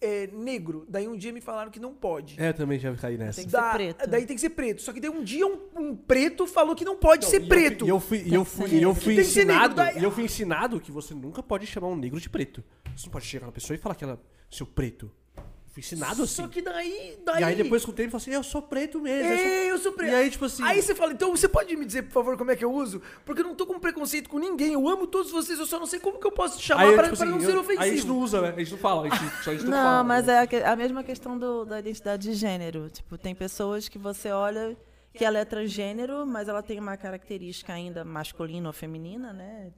S3: é, negro. Daí um dia me falaram que não pode.
S1: É, eu também já caí nessa.
S2: Tem que
S3: Da-
S2: ser preto.
S3: Daí tem que ser preto. Só que daí um dia um, um preto falou que não pode
S1: E
S3: ser
S1: eu fui-
S3: preto.
S1: E eu fui, e eu fui, e eu fui
S3: Tem que ser negro, né?
S1: ensinado.
S3: daí-
S1: E eu fui ensinado que você nunca pode chamar um negro de preto. Você não pode chegar na pessoa e falar que ela. Seu preto. Fui ensinado assim.
S3: Só que daí, daí.
S1: E aí depois com o tempo fala assim, eu sou preto mesmo. eu sou-
S3: É, eu sou preto.
S1: E aí, tipo assim.
S3: Aí você fala, então você pode me dizer, por favor, como é que eu uso? Porque eu não tô com preconceito com ninguém. Eu amo todos vocês, eu só não sei como que eu posso te chamar
S1: aí,
S3: pra,
S1: tipo
S3: pra
S1: assim,
S3: não
S1: eu-
S3: ser ofensivo.
S1: Aí a gente não usa, né? A gente não fala. A gente, só a gente não, fala.
S2: Não, mas
S1: né?
S2: é a, que- a mesma questão do- da identidade de gênero. Tipo, tem pessoas que você olha que ela é transgênero, mas ela tem uma característica ainda masculina ou feminina, né?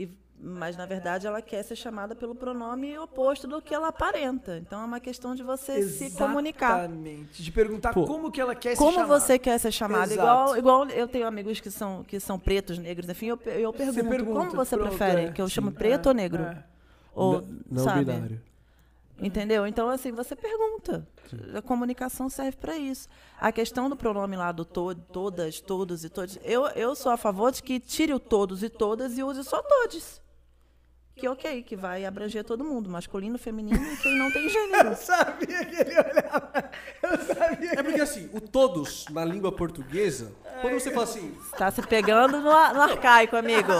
S2: E, mas, na verdade, ela quer ser chamada pelo pronome oposto do que ela aparenta. Então, é uma questão de você se comunicar.
S3: Exatamente. De perguntar
S1: Pô.
S3: como que ela quer se
S2: Como
S3: chamar.
S2: você quer ser chamado? Igual,
S3: Exato.
S2: igual eu tenho amigos que são, que são pretos, negros, enfim, eu, pe- eu pergunto,
S3: pergunta,
S2: como você
S3: pronto,
S2: prefere?
S3: é,
S2: que eu
S3: sim.
S2: chamo preto
S3: É,
S2: ou negro?
S3: é.
S2: Ou,
S1: Não
S2: sabe?
S1: binário.
S2: Entendeu? Então, assim, você pergunta. A comunicação serve para isso. A questão do pronome lá do to, todas, todos e todos. Eu, eu sou a favor de que tire o todos e todas e use só todes. Que ok, que vai abranger todo mundo, masculino, feminino e quem não tem gênero.
S3: Sabia que ele olhava. Eu sabia
S1: É porque assim, o todos na língua portuguesa, quando você fala assim,
S2: Tá se pegando no, a- no arcaico, amigo.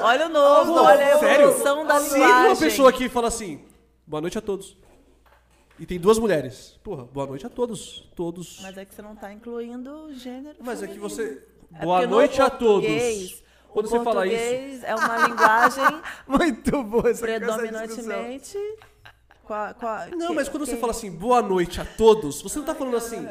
S2: Olha o novo, olha a
S1: sério?
S2: evolução da
S1: se uma
S2: linguagem.
S1: pessoa aqui fala assim, boa noite a todos. E tem duas mulheres. Porra, boa noite a todos. Todos.
S2: Mas é que você não tá incluindo o gênero
S1: Mas é que
S2: feminino.
S1: você.
S2: É
S1: Boa
S2: porque no
S1: noite a
S2: português,
S1: todos.
S2: o
S1: Quando você fala isso.
S2: português é uma linguagem
S3: que- Muito boa essa é essa discussão.
S2: predominantemente. Qual, qual,
S1: Não,
S2: que-
S1: mas quando você
S2: quem-
S1: fala assim, boa noite a todos, você não tá falando assim.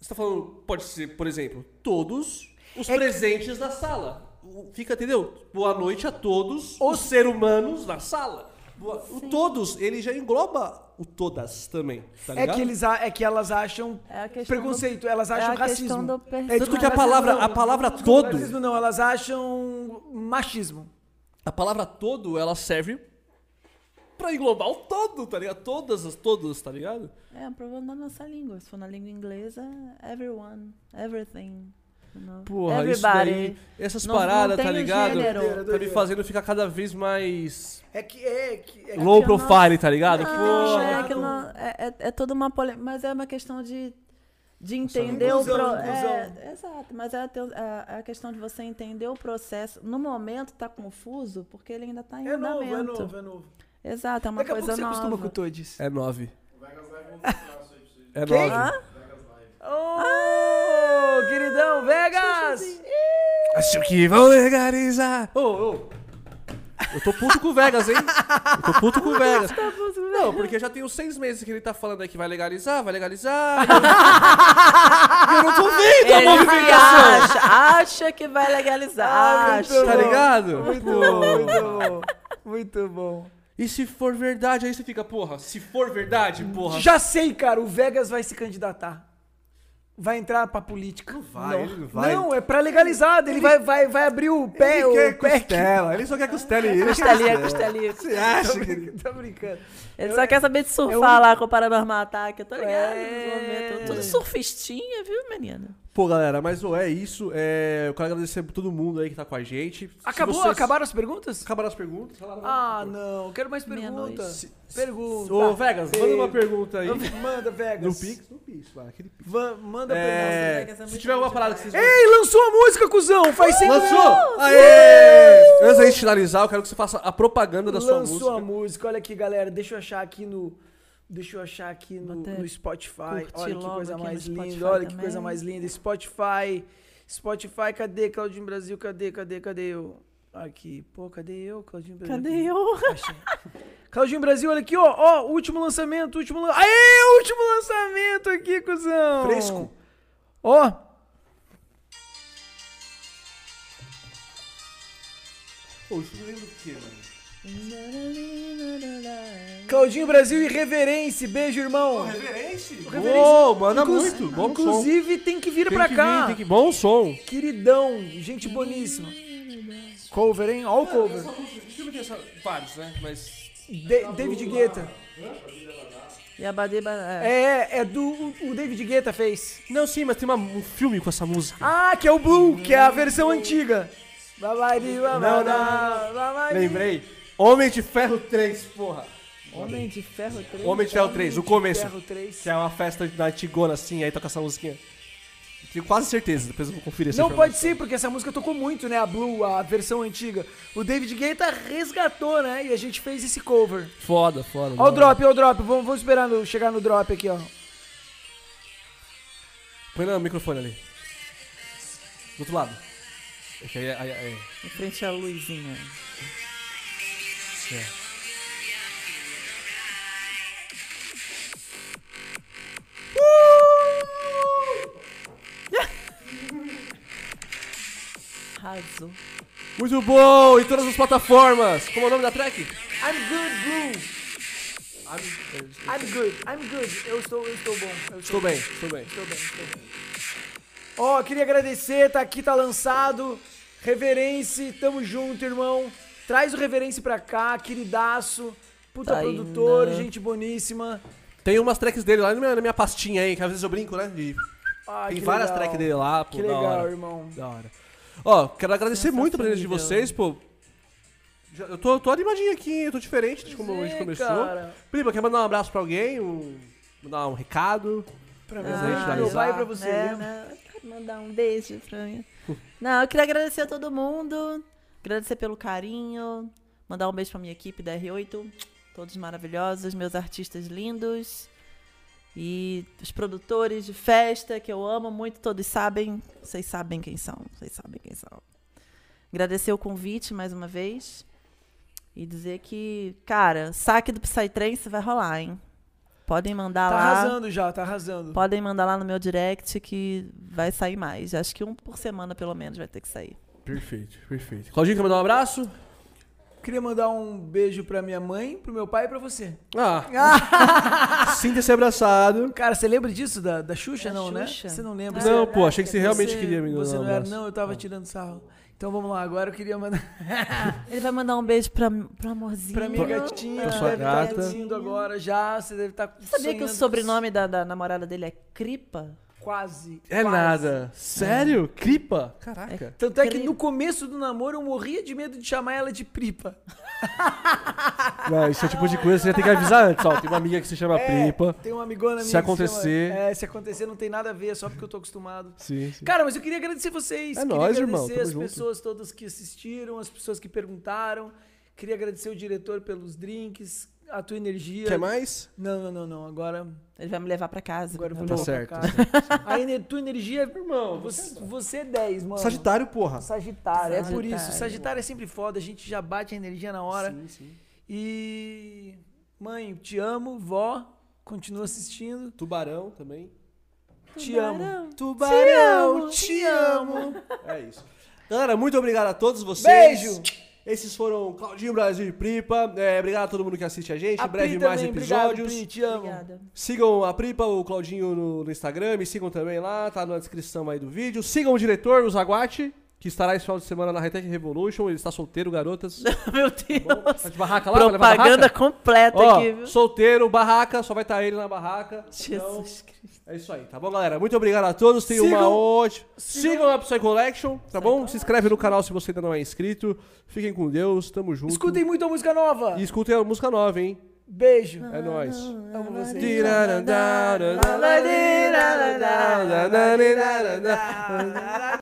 S1: Você tá falando, pode ser, por exemplo, todos os
S2: É
S1: presentes da sala. O- Fica, entendeu? Boa noite a todos os seres humanos na sala. Boa- o todos, ele já engloba o todas também, tá
S3: É
S1: ligado?
S3: que, eles, a- é que elas acham
S2: É a questão
S3: preconceito, elas
S2: é
S3: acham
S2: a questão
S3: racismo.
S2: do
S3: é
S2: per-
S1: Tanto que a
S3: racismo
S1: palavra,
S3: não.
S1: a palavra
S3: Desculpa,
S1: todo,
S3: Racismo não, elas acham machismo.
S1: a palavra todo, ela serve pra englobar o todo, tá ligado? Todas as todas, tá ligado?
S2: É um problema da nossa língua. Se for na língua inglesa, everyone, everything. you know?
S1: Porra, isso
S2: Everybody.
S1: daí, essas
S2: Não- não
S1: paradas,
S2: tem
S1: tá
S2: o
S1: ligado?
S2: gênero.
S1: Tá me fazendo ficar cada vez mais
S3: É que é que, é que-
S1: low
S2: que eu não-
S1: profile, tá ligado?
S2: Não,
S1: Porra.
S2: é, que não- é, é- é toda uma polêmica. Mas é uma questão de, de entender
S3: Inclusão,
S2: o pro-
S3: inclusão.
S2: É, exato, mas é a, teu- é- é a questão de você entender o processo. No momento tá confuso, porque ele ainda tá em
S3: É novo,
S2: andamento.
S3: é novo, é novo.
S2: Exato, é uma
S3: Daqui a pouco
S2: coisa
S3: você
S2: nova.
S3: acostuma com todes.
S1: É nove. É
S3: Quem?
S1: nove.
S2: Ah!
S3: Ô, queridão, Vegas!
S1: Acho que vão legalizar. Ô, ô. Eu tô puto com o Vegas, hein? Eu tô puto com o Vegas. Não, porque já tem uns seis meses que ele tá falando aí que vai legalizar, vai legalizar. e eu- e eu não tô vendo a
S2: Ele se
S1: movimentação.
S2: acha, acha que vai legalizar.
S3: Ah, muito
S2: acha.
S1: Tá ligado?
S3: Muito
S1: Pô.
S3: bom, muito bom. Muito bom.
S1: E se for verdade, aí você fica, porra, se for verdade, porra.
S3: Já sei, cara, o Vegas vai se candidatar. Vai entrar pra política. Não
S1: vai, ele não vai.
S3: Não, é pra legalizado. Ele vai, vai, vai abrir o pé, o
S6: quer
S3: pé.
S6: costela, ele só quer costela e ele
S2: Costelinha, costelinha.
S6: Você acha, querido?
S3: Tô, brincando.
S2: Ele
S3: Eu-
S2: só quer saber de surfar lá com o Paranormal Ataque. Eu tô ligado
S3: É.
S2: nesse momento. Tudo surfistinha, viu, menina?
S1: Pô, galera, mas ô, é isso. É, eu quero agradecer a todo mundo aí que tá com a gente. Se
S3: Acabou?
S1: vocês-
S3: Acabaram as perguntas?
S1: Acabaram as perguntas? Falaram-
S3: Ah, não. Quero mais perguntas.
S2: Meia-noite.
S3: Pergunta.
S1: Ô, Vegas, manda uma pergunta aí.
S3: Manda, Vegas.
S1: No Pix? No Pix, vai. Aquele Pix.
S3: Va- manda pergunta.
S1: É,
S2: Vegas é
S1: se
S2: muito
S1: tiver alguma parada que vocês...
S3: Ei, lançou a música, cuzão! Faz sem
S1: Lançou! Aê! Antes da gente finalizar, eu quero que você faça a propaganda da sua
S3: Lançou
S1: música.
S3: a música, olha aqui, galera. Deixa eu achar aqui no. Deixa eu achar aqui no,
S2: Bota-
S3: no Spotify.
S2: curte
S3: Olha que
S2: logo
S3: coisa
S2: aqui
S3: mais
S2: no Spotify
S3: linda. Olha que
S2: também.
S3: coisa mais linda. Spotify. Spotify, cadê? Claudinho Brasil, cadê? Cadê? Cadê? eu? Aqui, pô, cadê eu, Claudinho Brasil?
S2: Cadê eu?
S3: Achei. Claudinho Brasil, olha aqui, ó, ó, último lançamento, último lançamento. Aê, último lançamento aqui, cuzão.
S7: Fresco.
S3: Ó.
S1: Pô, o Júlio lembra do quê, mano?
S3: Claudinho Brasil e Reverence, beijo, irmão.
S1: Reverente?
S3: Reverência.
S1: Ô, manda
S3: Inclus-
S1: muito. Bom som.
S3: Inclusive, tem que vir pra
S1: que
S3: cá.
S1: vir, tem que... Bom som.
S3: Queridão, gente boníssima. Cover, hein? Ó o cover.
S1: Deixa eu ver essa... Vários, né? Mas...
S3: Da- David Guetta.
S2: E a Badiba. É.
S3: É, é do. O o David Guetta fez.
S1: Não, sim, mas tem uma- um filme com essa música.
S3: Ah, que é o Blue, que é a versão antiga. Babari,
S1: não,
S3: babadá, babari.
S1: Lembrei. Homem de Ferro 3, porra.
S2: Homem de Ferro 3.
S1: Homem de Ferro 3, o começo.
S3: Ferro 3.
S1: Que é uma festa da antigona, assim, aí toca essa musiquinha. Tenho quase certeza, depois eu vou conferir essa
S3: Não pode
S1: informação.
S3: ser, porque essa música tocou muito, né? A Blue, a versão antiga. O David Guetta resgatou, né? E a gente fez esse cover.
S1: Foda, foda.
S3: Ó o
S1: não.
S3: drop, ó o drop. Vamos, vamos esperar no- chegar no drop aqui, ó.
S1: Põe no microfone ali. Do outro lado. É que aí- aí- aí-
S2: Em frente à luzinha. Uh! Arrasou.
S1: Muito bom! Em todas as plataformas! Como é o nome da track?
S3: I'm good, Blue. I'm good, I'm good. Eu estou, eu estou bom. Eu
S1: Estou bem, estou bem.
S3: Estou bem, estou bem. Ó, queria agradecer, tá aqui, tá lançado. Reverence, tamo junto, irmão. Traz o Reverence pra cá, queridaço. Puta
S2: Tá aí,
S3: produtor,
S2: né?
S3: gente boníssima.
S1: Tem umas tracks dele lá na minha, na minha pastinha aí, que às vezes eu brinco, né? E
S3: Ah,
S1: tem
S3: que
S1: várias
S3: legal.
S1: tracks dele lá, pô.
S3: Que
S1: da
S3: legal,
S1: hora.
S3: irmão.
S1: Da hora. Ó, quero agradecer muito a presença de
S2: Sensacional.
S1: vocês, pô. Já- Eu tô, tô animadinho aqui, eu tô diferente de como a gente
S3: Zé,
S1: começou.
S3: cara.
S1: Prima, quer mandar um abraço pra alguém? Um, mandar um recado?
S3: Pra
S1: Ah,
S3: mim,
S1: eu
S3: meu
S1: vou
S3: pai e pra você.
S2: É,
S3: né?
S2: né? Quero Mandar um beijo pra mim. Não, eu queria agradecer a todo mundo, agradecer pelo carinho, mandar um beijo pra minha equipe da R8, todos maravilhosos, meus artistas lindos e os produtores de festa que eu amo muito, todos sabem, vocês sabem quem são, vocês sabem quem são. Agradecer o convite mais uma vez e dizer que, cara, saque do Psytrance vai rolar, hein? Podem mandar
S3: Tá
S2: lá.
S3: arrasando já, tá arrasando.
S2: Podem mandar lá no meu direct que vai sair mais. Acho que um por semana, pelo menos, vai ter que sair.
S1: Perfeito, perfeito. Claudinho, quer mandar um abraço?
S3: Queria mandar um beijo pra minha mãe, pro meu pai e pra você.
S1: Ah. Sinta-se abraçado.
S3: Cara, você lembra disso da, da Xuxa,
S2: Da
S3: não, né?
S2: Xuxa? Ah, é
S3: Você não lembra.
S1: não,
S2: caraca,
S1: pô, achei que você realmente
S3: Você-
S1: queria me dar
S3: Você
S1: um
S3: não era,
S1: abraço.
S3: não, eu tava tirando sarro. Então vamos lá, agora eu queria mandar
S2: Ele vai mandar um beijo pra, pra amorzinho.
S3: pra minha gatinha,
S1: pra
S3: que
S1: sua
S3: deve estar
S1: gata.
S3: assistindo agora já, você deve tá estar
S2: Sabia que o sobrenome da, da namorada dele é Cripa?
S3: Quase.
S1: É
S3: quase. É.
S1: nada. Sério? Cripa? Caraca.
S3: Tanto é que
S2: Cri-
S3: no começo do namoro eu morria de medo de chamar ela de pripa.
S1: Não, esse é o tipo de coisa que você já tem que avisar antes, ó. Tem uma amiga que se chama Pripa.
S3: É, Tem uma amigona minha
S1: Se
S3: que chama-
S1: acontecer-
S3: É, se acontecer não tem nada a ver, é só porque eu tô acostumado.
S1: Sim, sim.
S3: Cara, mas eu queria agradecer vocês.
S1: É
S3: queria
S1: nóis,
S3: agradecer
S1: irmão, tamo
S3: as
S1: junto.
S3: pessoas todas que assistiram, as pessoas que perguntaram. Queria agradecer o diretor pelos drinks, a tua energia.
S1: Quer mais?
S3: Não, não, não, não. Agora,
S2: Ele vai me levar pra casa.
S3: agora eu vou
S1: Tá
S3: levar
S1: certo,
S3: pra
S1: tá
S3: casa. A ener- tua energia, irmão, você, você é 10, mano.
S1: Sagitário, porra.
S3: Sagitário, é por isso.
S2: Sagitário.
S3: Sagitário é sempre foda, a gente já bate a energia na hora.
S1: Sim, sim.
S3: E. Mãe, te amo, vó, continua assistindo.
S1: Tubarão também.
S3: Te amo.
S1: Tubarão,
S3: te amo.
S1: É isso. Galera, muito obrigado a todos vocês.
S3: Beijo!
S1: Esses foram Claudinho Brasil e Pripa. É, obrigado a todo mundo que assiste a gente.
S3: A
S1: em breve
S3: Pri
S1: mais
S3: também,
S1: episódios.
S3: Obrigado, Pri, te amo.
S2: Obrigada.
S1: Sigam a Pripa, o Claudinho no, no Instagram, me sigam também lá, tá na descrição aí do vídeo. Sigam o diretor, o Zaguate, que estará esse final de semana na Hightech Revolution. Ele está solteiro, garotas. Tá
S2: Meu Deus.
S1: bom? Tá de barraca lá, vai levar
S2: Propaganda
S1: barraca?
S2: completa
S1: Ó, então,
S2: aqui, viu?
S1: solteiro, barraca, só vai estar ele na barraca. Então,
S2: Jesus Cristo.
S1: é isso aí, tá bom, galera? Muito obrigado a todos, tenham uma
S3: Sigam-
S1: ótima... Sigam a Psy Collection, tá bom? Se inscreve no canal se você ainda não é inscrito. Fiquem com Deus, tamo junto.
S3: Escutem muito a música nova.
S1: E escutem a música nova, hein?
S3: Beijo.
S1: É nóis.
S3: Amo vocês.
S1: Tirarandá,